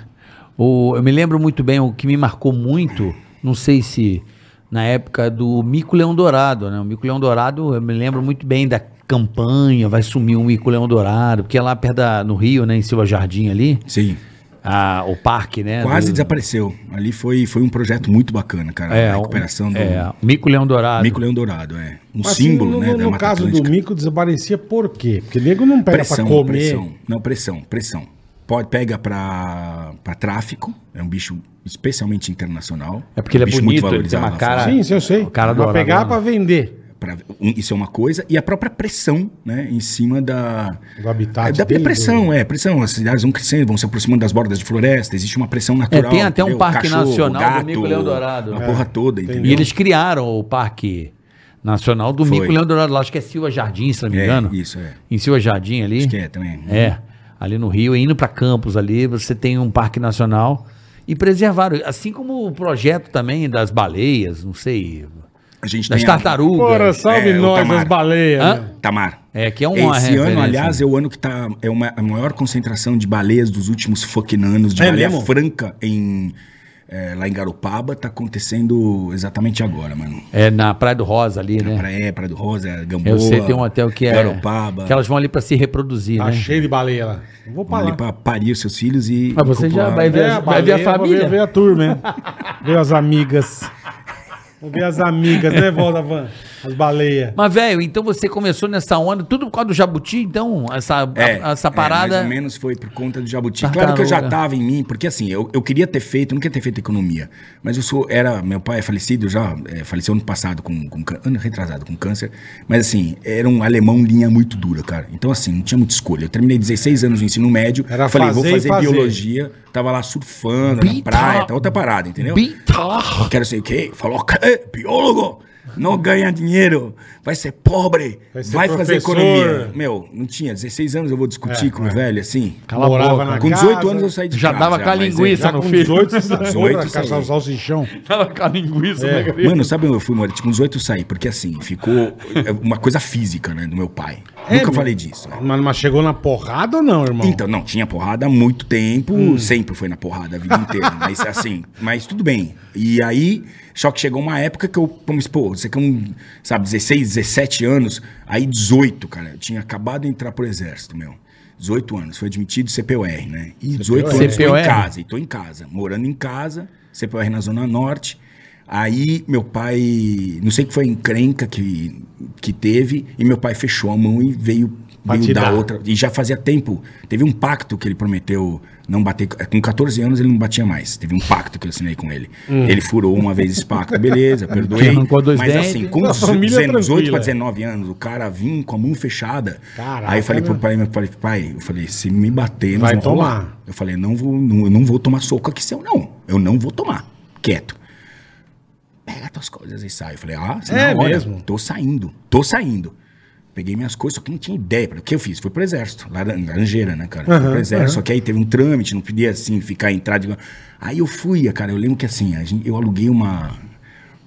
Speaker 4: O, eu me lembro muito bem, o que me marcou muito, não sei se na época do Mico Leão Dourado, né? O Mico Leão Dourado, eu me lembro muito bem da campanha, vai sumir o Mico Leão Dourado, porque é lá perto da, no Rio, né? Em Silva Jardim ali,
Speaker 2: Sim.
Speaker 4: a- o parque, né?
Speaker 2: Quase
Speaker 4: do,
Speaker 2: desapareceu. Ali foi, foi um projeto muito bacana, cara.
Speaker 4: é,
Speaker 2: a
Speaker 4: o-
Speaker 2: recuperação do
Speaker 4: é, o Mico Leão Dourado.
Speaker 2: Mico Leão Dourado, é. Um
Speaker 3: Mas, assim,
Speaker 2: símbolo,
Speaker 3: no,
Speaker 2: né,
Speaker 3: No,
Speaker 2: da
Speaker 3: no
Speaker 2: Mata
Speaker 3: caso
Speaker 2: Atlântica.
Speaker 3: do mico, desaparecia por quê? Porque nego não pega
Speaker 2: pressão,
Speaker 3: pra comer.
Speaker 2: pressão. Não, pressão, pressão. Pode, pega pra, pra tráfico, é um bicho especialmente internacional.
Speaker 4: É porque ele é
Speaker 2: um bicho
Speaker 4: bonito, ele tem uma
Speaker 2: lá
Speaker 4: cara-
Speaker 2: fora.
Speaker 3: É. Sim, isso eu sei.
Speaker 4: O cara
Speaker 3: pra
Speaker 4: adora,
Speaker 3: pegar
Speaker 4: né?
Speaker 3: pra vender.
Speaker 2: Pra- um, isso é uma coisa, e a própria pressão, né, em cima da...
Speaker 3: Do habitat
Speaker 2: é, da
Speaker 3: dele, né?
Speaker 2: pressão,
Speaker 3: do-
Speaker 2: é, pressão. As cidades vão crescendo, vão se aproximando das bordas de floresta, existe uma pressão
Speaker 4: É,
Speaker 2: natural.
Speaker 4: tem até um
Speaker 2: entendeu?
Speaker 4: parque
Speaker 2: Cachorro,
Speaker 4: nacional
Speaker 2: gato,
Speaker 4: do Mico Leão Dourado.
Speaker 2: A
Speaker 4: É.
Speaker 2: porra toda, entendeu?
Speaker 4: E eles criaram o Parque Nacional do
Speaker 2: Foi.
Speaker 4: Mico Leão Dourado, lá, acho que é Silva Jardim, se não me
Speaker 2: É,
Speaker 4: engano.
Speaker 2: isso, é.
Speaker 4: Em Silva Jardim ali.
Speaker 2: Acho que é também.
Speaker 4: É, ali no Rio, indo para Campos ali, você tem um parque nacional e preservaram, assim como o projeto também das baleias, não sei,
Speaker 2: A gente
Speaker 4: das
Speaker 2: tem a-
Speaker 4: tartarugas.
Speaker 3: Porra, salve
Speaker 2: É, o
Speaker 3: nós,
Speaker 2: Tamar.
Speaker 3: as baleias.
Speaker 4: Hã?
Speaker 3: né?
Speaker 2: Tamar.
Speaker 4: É, que é uma
Speaker 2: Esse
Speaker 4: referência,
Speaker 2: ano, aliás,
Speaker 4: né?
Speaker 2: é o ano que tá. É uma, a maior concentração de baleias dos últimos fucking anos, de
Speaker 3: É
Speaker 2: baleia
Speaker 3: mesmo?
Speaker 2: franca em, é, lá em Garopaba, tá acontecendo exatamente agora, mano.
Speaker 4: É, na Praia do Rosa ali, né?
Speaker 2: Praia, Praia do Rosa, Gamboa.
Speaker 4: Eu sei, tem um hotel que é.
Speaker 2: Garopaba.
Speaker 4: Que elas vão ali para se reproduzir,
Speaker 3: Tá
Speaker 4: né?
Speaker 3: cheio de baleia lá. Não vou
Speaker 2: Vão ali
Speaker 3: falar.
Speaker 2: pra parir os seus filhos e.
Speaker 4: Mas Ah, você já
Speaker 2: copular.
Speaker 4: vai ver,
Speaker 3: É,
Speaker 4: as- vai ver a família.
Speaker 3: Veio a turma, né? veio as amigas. Vou ver as amigas, né, Valdavan? As baleias.
Speaker 4: Mas, velho, então você começou nessa onda, tudo por causa do jabuti, então? Essa,
Speaker 2: É,
Speaker 4: a- essa parada.
Speaker 2: É, mais ou menos foi por conta do Jabuti. Claro que eu já
Speaker 4: Tartaruga.
Speaker 2: tava em mim, porque assim, eu, eu queria ter feito, eu não queria ter feito economia. Mas eu sou, era, meu pai é falecido já, é, faleceu ano passado com, com cân- ano retrasado com câncer. Mas assim, era um alemão linha muito dura, cara. Então assim, não tinha muita escolha. Eu terminei 16 anos no ensino médio,
Speaker 3: Era
Speaker 2: falei, vou
Speaker 3: fazer e
Speaker 2: fazer,
Speaker 3: fazer.
Speaker 2: biologia, tava lá surfando, na
Speaker 4: Bita-
Speaker 2: praia, tá outra parada, entendeu?
Speaker 4: Bitar!
Speaker 2: Eu quero sei o quê? Falou, "Quê? biólogo, não ganha dinheiro, vai ser pobre,
Speaker 3: Vai
Speaker 2: vai,
Speaker 3: ser
Speaker 2: fazer
Speaker 3: professor." É,
Speaker 2: economia. Meu, não tinha, 16 anos eu vou discutir com o velho, assim.
Speaker 4: Cala a
Speaker 3: Morava
Speaker 4: boca.
Speaker 3: na
Speaker 2: Com
Speaker 3: casa.
Speaker 2: 18 anos eu saí de
Speaker 4: Já
Speaker 2: casa.
Speaker 4: dava com a
Speaker 2: mas é-
Speaker 4: linguiça
Speaker 3: Já
Speaker 4: no
Speaker 3: com
Speaker 4: filho.
Speaker 3: 18, essa porra,
Speaker 2: 18,
Speaker 3: caçar o
Speaker 2: sim.
Speaker 3: salsichão.
Speaker 4: Tava com a linguiça, né, cara?
Speaker 2: Mano, sabe onde eu fui, Maurício? Com 18 eu saí, porque assim, ficou é uma coisa física, né, do meu pai.
Speaker 3: É,
Speaker 2: Nunca
Speaker 3: meu.
Speaker 2: falei disso, né?
Speaker 3: Mas, mas chegou na porrada ou não, irmão?
Speaker 2: Então, não, tinha porrada há muito tempo, sempre foi na porrada a vida inteira, mas assim, mas tudo bem. E aí, só que chegou uma época que eu, vamos pô, você com, sabe, 16, 17 anos, aí 18, cara, eu tinha acabado de entrar pro exército, meu. 18 anos, foi admitido CPUR, né? E 18 anos tô
Speaker 4: CPUR?
Speaker 2: em casa, e tô em casa, morando em casa, CPUR na Zona Norte. Aí meu pai, não sei que foi a encrenca que, que teve, e meu pai fechou a mão e veio,
Speaker 3: Pra te
Speaker 2: veio dar
Speaker 3: dar.
Speaker 2: outra outra- E já fazia tempo. Teve um pacto que ele prometeu não bater. é, Com 14 anos ele não batia mais. Teve um pacto que eu assinei com ele.
Speaker 3: Hum.
Speaker 2: Ele furou uma vez esse pacto, beleza, perdoei.
Speaker 4: Arrancou dois
Speaker 2: mas
Speaker 4: dentes.
Speaker 2: assim, com
Speaker 3: A família é
Speaker 2: 18
Speaker 3: tranquila.
Speaker 2: para 19 anos, o cara vinha com a mão fechada.
Speaker 3: Caraca,
Speaker 2: Aí eu falei pro
Speaker 3: meu.
Speaker 2: pai, meu pai, pai, eu falei, se me bater, nós
Speaker 3: Vai
Speaker 2: vamos rolar.
Speaker 3: tomar.
Speaker 2: Eu falei, não vou, não, eu não vou tomar soco aqui seu, não. Eu não vou tomar. Quieto. Pega tuas coisas e sai. Eu falei, ah,
Speaker 3: É
Speaker 2: na hora,
Speaker 3: mesmo?
Speaker 2: Tô saindo, tô saindo. Peguei minhas coisas, só que não tinha ideia. pra- O que eu fiz? Fui pro exército. laran- Laranjeira, né, cara? Fui
Speaker 3: Aham,
Speaker 2: pro exército.
Speaker 3: aham.
Speaker 2: Só que aí teve um trâmite, não podia, assim, ficar, entrar. De... Aí eu fui, cara. Eu lembro que, assim, a gente- eu aluguei uma...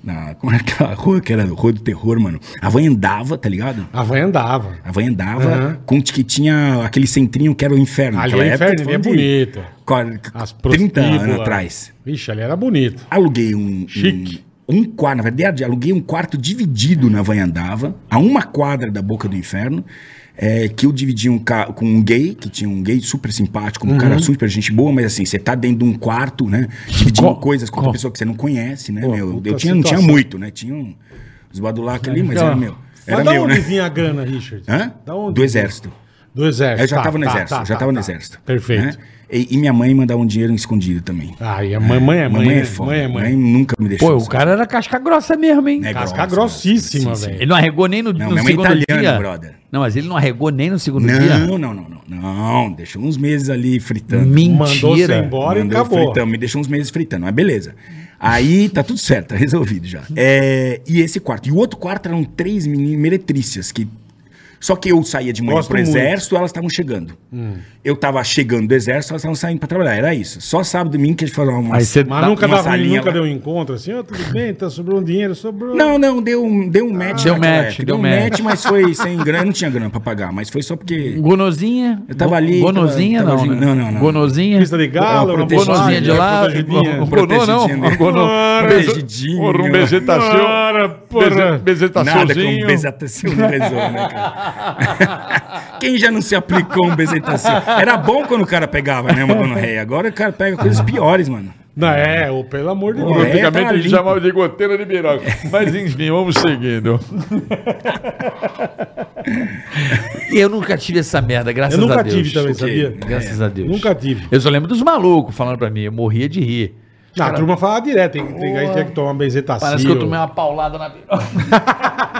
Speaker 2: Na, como era aquela rua que era Rua do Terror, mano? A van andava, tá ligado?
Speaker 3: A van andava.
Speaker 2: A van andava
Speaker 3: Aham.
Speaker 2: com que tinha aquele centrinho que era o inferno.
Speaker 3: Ali
Speaker 2: Naquela
Speaker 3: é
Speaker 2: época,
Speaker 3: inferno,
Speaker 2: tô
Speaker 3: ele é
Speaker 2: falando de
Speaker 3: bonito.
Speaker 2: quar-
Speaker 3: As
Speaker 2: 30 anos
Speaker 3: prostíbulas.
Speaker 2: atrás
Speaker 3: Vixe, ali era bonito.
Speaker 2: aluguei um.
Speaker 3: Chique.
Speaker 2: Um, um quarto, na verdade, aluguei um quarto dividido na Vanhandava, a uma quadra da Boca do Inferno, é, que eu dividi um ca- com um gay, que tinha um gay super simpático, um cara
Speaker 3: Uhum.
Speaker 2: super gente boa, mas assim, você tá dentro de um quarto, né? Dividindo
Speaker 4: Co-
Speaker 2: coisas com
Speaker 4: co-
Speaker 2: outra pessoa que você não conhece, né,
Speaker 3: Pô,
Speaker 2: meu?
Speaker 3: puta
Speaker 2: Eu tinha, não tinha
Speaker 3: situação. é
Speaker 2: muito, né? Tinha um, uns badulac ali, mas era meu. Era
Speaker 3: da
Speaker 2: meu,
Speaker 3: onde
Speaker 2: né?
Speaker 3: vinha a grana, Richard?
Speaker 2: Hã?
Speaker 3: Da onde?
Speaker 2: Do exército.
Speaker 3: Do exército.
Speaker 2: Eu já
Speaker 3: Tá,
Speaker 2: estava no
Speaker 3: tá,
Speaker 2: exército,
Speaker 3: tá,
Speaker 2: já
Speaker 3: tá,
Speaker 2: estava no
Speaker 3: tá.
Speaker 2: exército.
Speaker 3: Perfeito.
Speaker 2: né? E, e minha mãe mandava um dinheiro escondido também.
Speaker 3: Ah, e a mãe, mãe é mãe.
Speaker 2: Mamãe
Speaker 3: né?
Speaker 2: é foda.
Speaker 3: mãe é mãe.
Speaker 2: Mãe nunca me deixou. assim.
Speaker 4: Pô, o
Speaker 2: sabe?
Speaker 4: cara era casca grossa mesmo, hein?
Speaker 2: É
Speaker 3: Casca
Speaker 2: grossa,
Speaker 3: grossíssima,
Speaker 2: grossíssima.
Speaker 3: velho.
Speaker 4: Ele não arregou nem no,
Speaker 2: Não,
Speaker 4: no
Speaker 2: minha mãe é
Speaker 4: segundo
Speaker 2: italiana,
Speaker 4: dia.
Speaker 2: brother.
Speaker 4: Não, mas ele não arregou nem no segundo dia.
Speaker 2: Não, não, não, não. Não, deixou uns meses ali fritando.
Speaker 3: Mandou você
Speaker 4: Mentira.
Speaker 3: embora
Speaker 2: Mandou
Speaker 3: e acabou.
Speaker 2: fritando, me deixou uns meses fritando, mas beleza. Aí tá tudo certo, tá resolvido já.
Speaker 3: Uhum.
Speaker 2: É, e esse quarto. E o outro quarto eram três meninas meretrícias que. Só que eu saía de manhã
Speaker 3: Gosto
Speaker 2: pro
Speaker 3: muito. Hum.
Speaker 2: exército, elas estavam chegando. Eu tava chegando do exército, elas estavam saindo pra trabalhar. Era isso. Só sábado e domingo que a gente falava uma.
Speaker 4: Aí você
Speaker 3: Mas
Speaker 4: dá-
Speaker 3: nunca,
Speaker 2: uma
Speaker 3: dava,
Speaker 2: salinha
Speaker 3: nunca
Speaker 2: lá.
Speaker 3: deu um encontro assim, ó, tudo bem, tá, sobrou um dinheiro, sobrou.
Speaker 2: Não, não, deu um, deu um match.
Speaker 4: Deu
Speaker 2: naquela
Speaker 4: match,
Speaker 2: época.
Speaker 4: deu
Speaker 2: Deu um
Speaker 4: match.
Speaker 2: match, mas foi sem grana. Eu não tinha grana pra pagar, mas foi só porque.
Speaker 4: Gonozinha.
Speaker 2: Eu tava
Speaker 4: Go-
Speaker 2: ali,
Speaker 4: Gonozinha
Speaker 2: tava-
Speaker 4: não,
Speaker 2: tava-
Speaker 4: né?
Speaker 2: não, não, não.
Speaker 4: Gonozinha.
Speaker 3: Pista de galo,
Speaker 2: Uma
Speaker 3: uma
Speaker 2: proteginha
Speaker 4: Gonozinha
Speaker 3: bobagem, né?
Speaker 4: de lá.
Speaker 3: uma
Speaker 2: é,
Speaker 3: protegidinha.
Speaker 4: Gonô não.
Speaker 2: Protegidinha.
Speaker 4: Gonô.
Speaker 2: Um
Speaker 3: Ora,
Speaker 2: Protegidinho.
Speaker 1: Ora, um bezetaceu.
Speaker 3: Ora, porra.
Speaker 1: Beze-
Speaker 2: né?
Speaker 3: tá
Speaker 2: Nada que
Speaker 1: Bezetaceuzinho.
Speaker 2: um bezetacil não resolve, né, cara? Quem já não se aplicou um bezetacil? Era bom quando o cara pegava, né, uma gonorreia. Agora o cara pega coisas piores, mano.
Speaker 3: Não, é, ô, pelo amor de
Speaker 2: Ô,
Speaker 3: Deus.
Speaker 2: é.
Speaker 1: Antigamente
Speaker 2: tá É.
Speaker 1: a gente
Speaker 2: limpo.
Speaker 1: chamava de goteira de piroca. Mas enfim, vamos seguindo.
Speaker 4: Eu nunca tive essa merda, graças
Speaker 3: Eu
Speaker 4: a Deus.
Speaker 3: nunca tive também, sabia?
Speaker 4: Graças
Speaker 2: É.
Speaker 4: a Deus.
Speaker 3: Nunca tive.
Speaker 4: Eu só lembro dos malucos falando pra mim. Eu morria de rir.
Speaker 3: Não, a turma fala direto, tem, tem, aí tinha que tomar bezetacil.
Speaker 4: Parece que eu tomei uma paulada na piroca.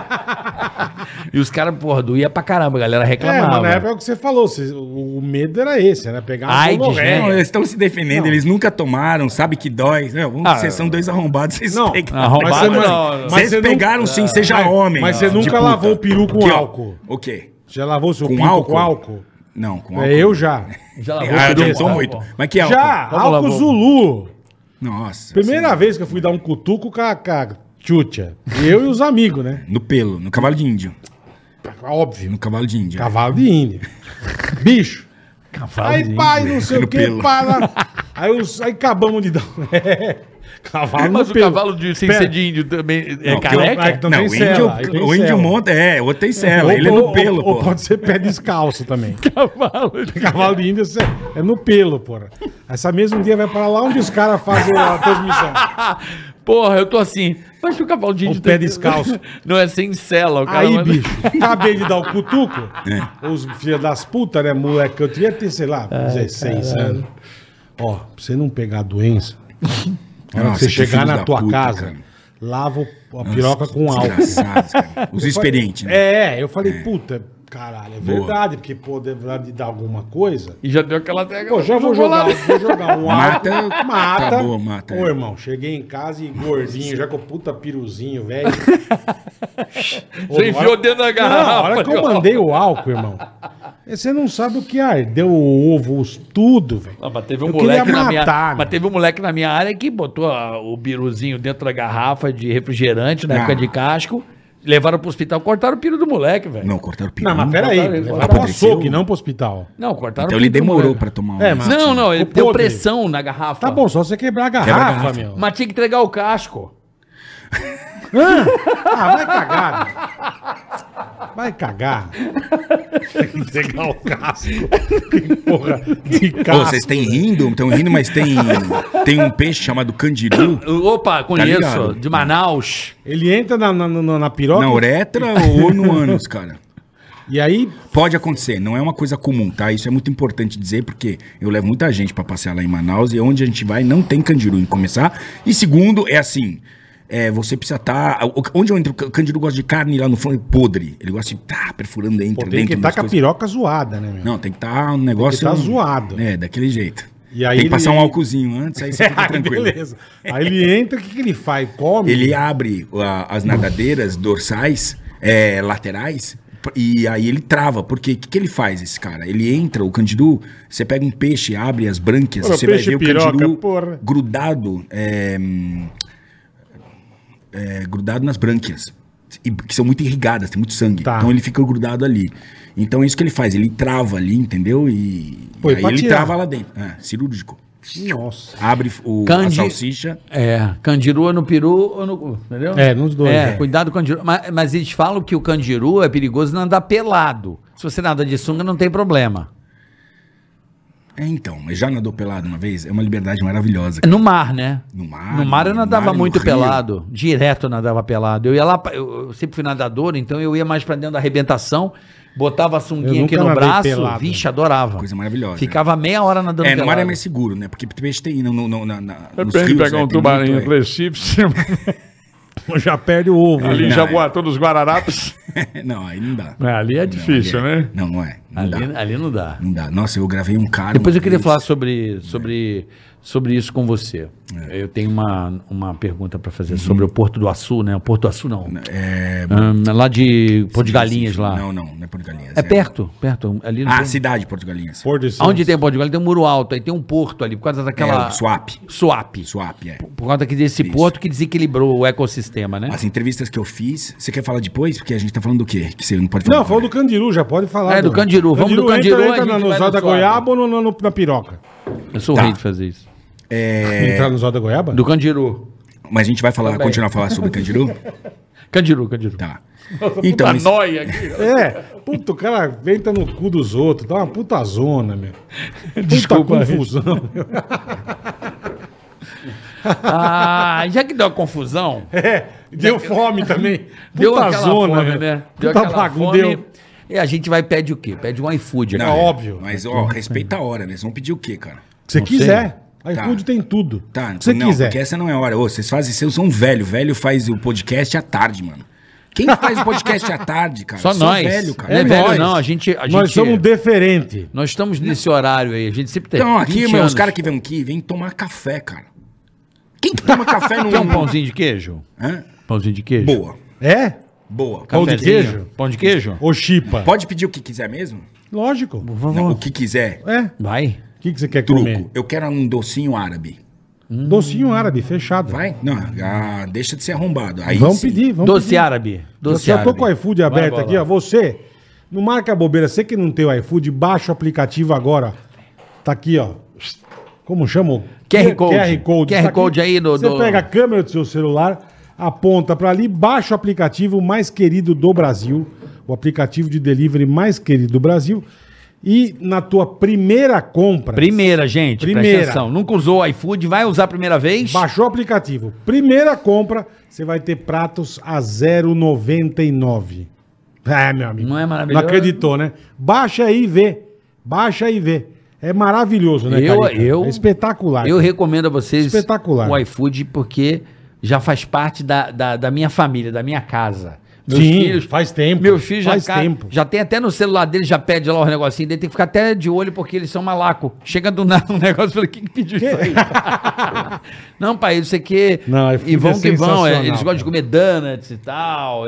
Speaker 4: e os caras, porra, doía pra caramba, a galera
Speaker 3: É, mas
Speaker 4: reclamava.
Speaker 3: na época é o que você falou, vocês- o o medo era esse, era pegar
Speaker 4: AIDS,
Speaker 3: gonorreia.
Speaker 4: né?
Speaker 2: Não, eles estão se defendendo, eles nunca tomaram, sabe que dói. Não, vamos,
Speaker 4: Ah,
Speaker 2: vocês são dois arrombados, vocês
Speaker 3: Não, mas
Speaker 2: pegaram.
Speaker 4: arrombado
Speaker 3: você não-
Speaker 4: não, não.
Speaker 3: mas
Speaker 2: Vocês
Speaker 3: você não-
Speaker 2: pegaram sim, seja
Speaker 3: Mas-
Speaker 2: homem.
Speaker 3: mas você
Speaker 2: de
Speaker 3: nunca
Speaker 2: puta.
Speaker 3: lavou o peru com
Speaker 2: Aqui, ó.
Speaker 3: álcool.
Speaker 2: O quê?
Speaker 3: Já lavou seu
Speaker 2: Com
Speaker 3: pico
Speaker 2: álcool?
Speaker 3: com álcool?
Speaker 2: Não, com álcool.
Speaker 3: É, eu já.
Speaker 4: Já lavou
Speaker 2: Ah,
Speaker 4: o peru,
Speaker 2: adiantou
Speaker 4: tá,
Speaker 2: muito.
Speaker 4: pô.
Speaker 2: Mas que álcool?
Speaker 3: Já,
Speaker 4: Vamos lá,
Speaker 3: álcool
Speaker 4: vamos.
Speaker 3: Zulu.
Speaker 2: Nossa.
Speaker 3: Primeira vez que eu fui dar um cutuco com a, com a tchutcha. E Eu e os amigos, né?
Speaker 2: assim, No pelo, no cavalo de índio.
Speaker 3: Óbvio.
Speaker 2: No cavalo de índio.
Speaker 3: Cavalo de índia. Bicho. Aí, pai, não sei o
Speaker 2: No
Speaker 3: que,
Speaker 2: pelo.
Speaker 3: pai. lá. Aí, os, aí acabamos de dar. É. Cavalo
Speaker 4: Mas
Speaker 3: no
Speaker 4: o
Speaker 3: pelo.
Speaker 4: cavalo de, sem
Speaker 3: Pera.
Speaker 4: ser de índio também é
Speaker 2: Não, porque
Speaker 4: careca?
Speaker 3: Ah, então
Speaker 2: não,
Speaker 3: tem
Speaker 2: o índio,
Speaker 3: cela, aí tem
Speaker 2: o índio
Speaker 3: cela.
Speaker 2: monta, é, o outro tem cela, ele é
Speaker 3: Ou-
Speaker 2: no
Speaker 3: ou-
Speaker 2: pelo,
Speaker 3: ou,
Speaker 2: pô.
Speaker 3: pode ser pé descalço também.
Speaker 4: tá Cavalo de-
Speaker 3: Cavalo de índia cê- é no pelo, porra. Essa mesmo dia vai pra lá onde os caras fazem a transmissão.
Speaker 4: Porra, eu tô assim. Mas que o cavalo de índio
Speaker 3: pé descalço.
Speaker 4: Não é sem cela, o cara.
Speaker 3: Aí,
Speaker 4: manda-
Speaker 3: bicho, acabei de dar o cutuco.
Speaker 2: É.
Speaker 3: Os filhos das putas, né, moleque? Eu devia ter, sei lá, 16 anos. Ó, pra você não pegar a doença, na hora que
Speaker 2: Nossa,
Speaker 3: você
Speaker 2: que
Speaker 3: chegar
Speaker 2: filho
Speaker 3: na
Speaker 2: da
Speaker 3: tua
Speaker 2: puta,
Speaker 3: casa,
Speaker 2: cara.
Speaker 3: lava o- a piroca com álcool.
Speaker 2: Desgraçados, cara. Os experientes, né?
Speaker 3: É, eu falei, puta, caralho, é
Speaker 2: Boa.
Speaker 3: verdade, porque, pô, deve de dar alguma coisa.
Speaker 4: E já deu aquela tega.
Speaker 3: Pô, já vou jogar, vou jogar um
Speaker 2: Mata,
Speaker 3: álcool, mata.
Speaker 2: acabou, mata,
Speaker 3: Ô,
Speaker 2: é.
Speaker 3: irmão, cheguei em casa e gordinho, já com o puta piruzinho, velho. Ô,
Speaker 4: Já enfiou
Speaker 3: hora-
Speaker 4: dentro da garrafa.
Speaker 3: Não, a hora que eu mandei o álcool, irmão. Você não sabe o que ardeu o ovo, os tudo, velho.
Speaker 4: Ah, mas teve um
Speaker 3: Eu queria
Speaker 4: moleque na minha,
Speaker 3: matar,
Speaker 4: mas
Speaker 3: né?
Speaker 4: teve um moleque na minha área que botou ah, o biruzinho dentro da garrafa de refrigerante na
Speaker 2: Ah.
Speaker 4: época de casco, levaram pro hospital, cortaram o piro do moleque, velho. Não,
Speaker 2: Não, cortaram o peru.
Speaker 3: É. Não, mas peraí,
Speaker 4: Botaram-
Speaker 3: levaram
Speaker 4: botaram-
Speaker 3: pro açougue, não pro hospital.
Speaker 4: cortaram
Speaker 2: Então
Speaker 4: o piro
Speaker 2: ele
Speaker 4: do
Speaker 2: demorou
Speaker 4: moleque.
Speaker 2: pra tomar um.
Speaker 3: É, mas-
Speaker 4: Não, não, ele
Speaker 3: Ficou
Speaker 4: deu
Speaker 3: podre.
Speaker 4: pressão na garrafa.
Speaker 3: Tá bom, só você quebrar a garrafa,
Speaker 2: Quebra a garrafa.
Speaker 3: meu.
Speaker 4: Mas tinha que entregar o casco.
Speaker 3: Ah, vai cagar, velho. Vai cagar. Pegar o casco. Que porra de
Speaker 2: Pô,
Speaker 3: casco.
Speaker 2: vocês têm rindo, estão rindo, mas tem, tem um peixe chamado candiru
Speaker 4: Opa,
Speaker 3: Tá
Speaker 4: conheço.
Speaker 2: ligado.
Speaker 4: de Manaus.
Speaker 3: Ele entra na, na, na, na piroca
Speaker 2: na uretra ou no ânus, cara.
Speaker 3: e aí...
Speaker 2: Pode acontecer, não é uma coisa comum, tá? Isso é muito importante dizer, porque eu levo muita gente pra passear lá em Manaus e onde a gente vai não tem candiru em começar. E segundo, é assim. é, você precisa estar. onde eu entro, o candiru gosta de carne lá no fundo, é podre. Ele gosta de estar perfurando
Speaker 3: Pô,
Speaker 2: dentro,
Speaker 3: tem é que tá
Speaker 2: dentro
Speaker 3: estar
Speaker 2: das
Speaker 3: com a
Speaker 2: coisas.
Speaker 3: piroca zoada, né, meu?
Speaker 2: Não, tem que estar um negócio.
Speaker 3: tá zoado.
Speaker 2: É, daquele jeito.
Speaker 3: E aí
Speaker 2: tem que passar
Speaker 3: ele-
Speaker 2: um álcoolzinho antes, aí você fica
Speaker 3: Aí,
Speaker 2: tranquilo.
Speaker 3: beleza. Aí ele entra, o que, que ele faz? Come?
Speaker 2: Ele abre a- as nadadeiras dorsais, é, laterais, p- e aí ele trava. Porque o que, que ele faz, esse cara? Ele entra, o candiru, você pega um peixe, abre as brânquias,
Speaker 3: Porra,
Speaker 2: você vai
Speaker 3: peixe
Speaker 2: ver
Speaker 3: piroca,
Speaker 2: o candiru
Speaker 3: porra.
Speaker 2: grudado, é, hum, é, grudado nas brânquias. e- que são muito irrigadas, tem muito sangue.
Speaker 3: Tá.
Speaker 2: Então ele fica grudado ali. Então é isso que ele faz, ele trava ali, entendeu? E,
Speaker 3: Pô, e
Speaker 2: aí
Speaker 3: pra
Speaker 2: ele
Speaker 3: tirar?
Speaker 2: trava lá dentro. É, cirúrgico.
Speaker 3: Nossa.
Speaker 2: Abre o, a
Speaker 4: Candi-
Speaker 2: salsicha.
Speaker 4: É, candiru é no peru ou no... cu, Entendeu?
Speaker 3: É, nos dois,
Speaker 4: É,
Speaker 3: é.
Speaker 4: cuidado com o candiru. Mas, mas eles falam que o candiru é perigoso não andar pelado. Se você nada de sunga, não tem problema.
Speaker 2: É, então, mas já nadou pelado uma vez? É uma liberdade maravilhosa.
Speaker 4: É No mar, né?
Speaker 2: No mar,
Speaker 4: No mar eu
Speaker 2: no
Speaker 4: nadava
Speaker 2: mar, no
Speaker 4: muito
Speaker 2: rio.
Speaker 4: pelado. Direto eu nadava pelado. Eu ia lá, pra- eu, eu sempre fui nadador, então eu ia mais pra dentro da arrebentação. Botava a sunguinha
Speaker 3: Eu
Speaker 4: aqui
Speaker 3: nunca
Speaker 4: no
Speaker 3: nadei
Speaker 4: braço,
Speaker 3: pelado.
Speaker 4: vixe, adorava.
Speaker 2: Coisa maravilhosa.
Speaker 4: Ficava meia hora nadando
Speaker 2: É, não
Speaker 4: pelado.
Speaker 2: era meio seguro, né? Porque peixe tem no, no, no, na, na, nos
Speaker 1: Depende de pegar
Speaker 2: né?
Speaker 1: um
Speaker 2: Tem
Speaker 1: tubarão em
Speaker 2: muito, é.
Speaker 1: Recife,
Speaker 3: Já perde o ovo. né?
Speaker 1: ali
Speaker 2: não,
Speaker 1: em
Speaker 2: é.
Speaker 1: Jaguatão dos Guararapes.
Speaker 2: não, aí não dá.
Speaker 1: É, ali é difícil,
Speaker 2: ali é-
Speaker 1: né?
Speaker 2: Não, não é. Não dá.
Speaker 4: Ali, ali não dá.
Speaker 2: Não dá. Nossa, eu gravei um cara.
Speaker 4: Depois
Speaker 2: uma
Speaker 4: eu queria
Speaker 2: vez.
Speaker 4: falar sobre,
Speaker 2: É.
Speaker 4: sobre, sobre isso com você. Eu tenho uma, uma pergunta para fazer sobre o Porto do Açu, né? O Porto do Açu não.
Speaker 2: Uhum. É,
Speaker 4: Ah, lá de Porto de Galinhas,
Speaker 2: Recife.
Speaker 4: lá.
Speaker 2: Não, não, não é Porto de Galinhas.
Speaker 4: É perto, perto. Ali não
Speaker 2: Ah,
Speaker 4: tem-
Speaker 2: cidade de Porto de Galinhas.
Speaker 3: Pôr de Santos.
Speaker 4: Onde tem Porto de Galinhas tem um muro alto, aí tem um porto ali, por causa daquela...
Speaker 2: É, o Suape.
Speaker 4: Suape.
Speaker 2: Suape, é.
Speaker 4: Por causa que- desse porto que desequilibrou o ecossistema, né?
Speaker 2: As entrevistas que eu fiz, você quer falar depois? Porque a gente tá falando do quê? Que você não pode falar.
Speaker 3: Não, falou
Speaker 2: né?
Speaker 3: do Candiru, já pode falar.
Speaker 4: É, do Candiru. Vamos do Candiru,
Speaker 3: Entra, entra
Speaker 4: a gente
Speaker 3: no
Speaker 4: vai
Speaker 3: Zó
Speaker 4: no
Speaker 3: da
Speaker 4: Suave.
Speaker 3: Goiaba ou no, no- no- na piroca?
Speaker 4: Eu sou
Speaker 2: Tá.
Speaker 4: rei de fazer isso.
Speaker 2: É,
Speaker 3: Entrar no Zó da Goiaba?
Speaker 4: Do Candiru.
Speaker 2: Mas a gente vai falar,
Speaker 4: Também.
Speaker 2: continuar a falar sobre Candiru?
Speaker 4: Candiru, Candiru.
Speaker 2: Tá. Então,
Speaker 1: A
Speaker 2: mas-
Speaker 1: nóia aqui.
Speaker 3: É. Puta, o cara entra no cu dos outros. Dá uma puta zona, meu. Puta
Speaker 4: Desculpa aí.
Speaker 3: confusão. meu.
Speaker 4: Ah, já que deu a confusão...
Speaker 3: É. Deu fome também. Puta
Speaker 4: Deu aquela
Speaker 3: zona,
Speaker 4: fome,
Speaker 3: meu.
Speaker 4: né? Deu
Speaker 3: Puta
Speaker 4: aquela
Speaker 3: bagun-
Speaker 4: fome.
Speaker 3: deu.
Speaker 4: E a gente vai e pede o quê? Pede um iFood aqui.
Speaker 3: Não, óbvio. É
Speaker 2: Mas, ó, respeita a hora, né? Vocês vão pedir o quê, cara?
Speaker 3: O que você
Speaker 4: Não
Speaker 3: quiser. Aí
Speaker 2: Tá.
Speaker 3: iFood tem tudo.
Speaker 2: Tá,
Speaker 3: O que você
Speaker 2: não,
Speaker 3: quiser.
Speaker 2: porque essa não é a hora. Ô, vocês fazem, vocês são velho. Velho faz o podcast à tarde, mano. Quem faz o podcast à tarde, cara?
Speaker 4: Só nós.
Speaker 2: velho, cara.
Speaker 4: Não é
Speaker 2: É,
Speaker 4: velho,
Speaker 3: nós.
Speaker 4: não. A gente, a
Speaker 3: Nós
Speaker 4: gente, é.
Speaker 3: somos deferente.
Speaker 4: nós estamos nesse horário aí. A gente sempre tem.
Speaker 2: Então, aqui,
Speaker 4: 20
Speaker 2: mano, os
Speaker 4: é anos.
Speaker 2: caras que vêm aqui vêm tomar café, cara. Quem que toma café no
Speaker 4: Quer um pãozinho de queijo?
Speaker 2: Hã?
Speaker 4: Pãozinho de queijo?
Speaker 2: Boa.
Speaker 3: É?
Speaker 2: Boa.
Speaker 3: Pão de
Speaker 4: Cafezinho?
Speaker 3: queijo?
Speaker 4: Pão de queijo?
Speaker 3: Ou chipa?
Speaker 2: Pode pedir o que quiser mesmo?
Speaker 3: Lógico.
Speaker 4: Por favor.
Speaker 2: Não, o que quiser.
Speaker 3: É.
Speaker 4: Vai.
Speaker 3: O que, que você quer
Speaker 2: Truco.
Speaker 3: comer?
Speaker 2: Eu quero um docinho árabe.
Speaker 3: Docinho árabe, fechado.
Speaker 2: Vai? Não, ah, deixa de ser arrombado. Aí
Speaker 3: Vamos
Speaker 2: sim.
Speaker 3: pedir, vamos
Speaker 4: Doce
Speaker 3: pedir.
Speaker 4: árabe. Doce
Speaker 3: eu já um
Speaker 4: árabe.
Speaker 3: tô com o é iFood
Speaker 4: Vai,
Speaker 3: aberto
Speaker 4: bola.
Speaker 3: aqui, ó. Você, não marca bobeira. Você que não tem o iFood, baixa o aplicativo agora. Tá aqui, ó. Como chama? o-
Speaker 4: QR Code.
Speaker 3: QR Code.
Speaker 4: QR
Speaker 3: Tá aqui.
Speaker 4: Code aí no-
Speaker 3: Você
Speaker 4: do-
Speaker 3: pega a câmera do seu celular, aponta pra ali, baixa o aplicativo mais querido do Brasil. O aplicativo de delivery mais querido do Brasil. E na tua primeira compra...
Speaker 4: Primeira, gente.
Speaker 3: Primeira.
Speaker 4: Presta atenção. Nunca usou o iFood. Vai usar a primeira vez?
Speaker 3: Baixou o aplicativo. Primeira compra, você vai ter pratos a 0,99. É, meu amigo.
Speaker 4: Não é maravilhoso?
Speaker 3: Não acreditou, né? Baixa aí e vê. Baixa aí e vê. É maravilhoso, né,
Speaker 4: Eu-
Speaker 3: Carica?
Speaker 4: eu-
Speaker 3: É espetacular.
Speaker 4: Eu
Speaker 3: cara.
Speaker 4: recomendo a vocês
Speaker 3: Espetacular.
Speaker 4: o iFood porque já faz parte da, da, da minha família, da minha casa.
Speaker 3: Sim, faz tempo,
Speaker 4: Meus filhos
Speaker 3: faz
Speaker 4: já, ca-
Speaker 3: tempo.
Speaker 4: já tem até no celular dele, já pede lá o negocinho dele, tem que ficar até de olho porque eles são malaco. Chega do nada um negócio e fala, quem que pediu isso aí? Não, pai, isso aqui...
Speaker 3: Não, iFood
Speaker 4: e vão
Speaker 3: é
Speaker 4: que vão, é,
Speaker 3: sensacional,
Speaker 4: eles gostam
Speaker 3: cara.
Speaker 4: de comer donuts e tal.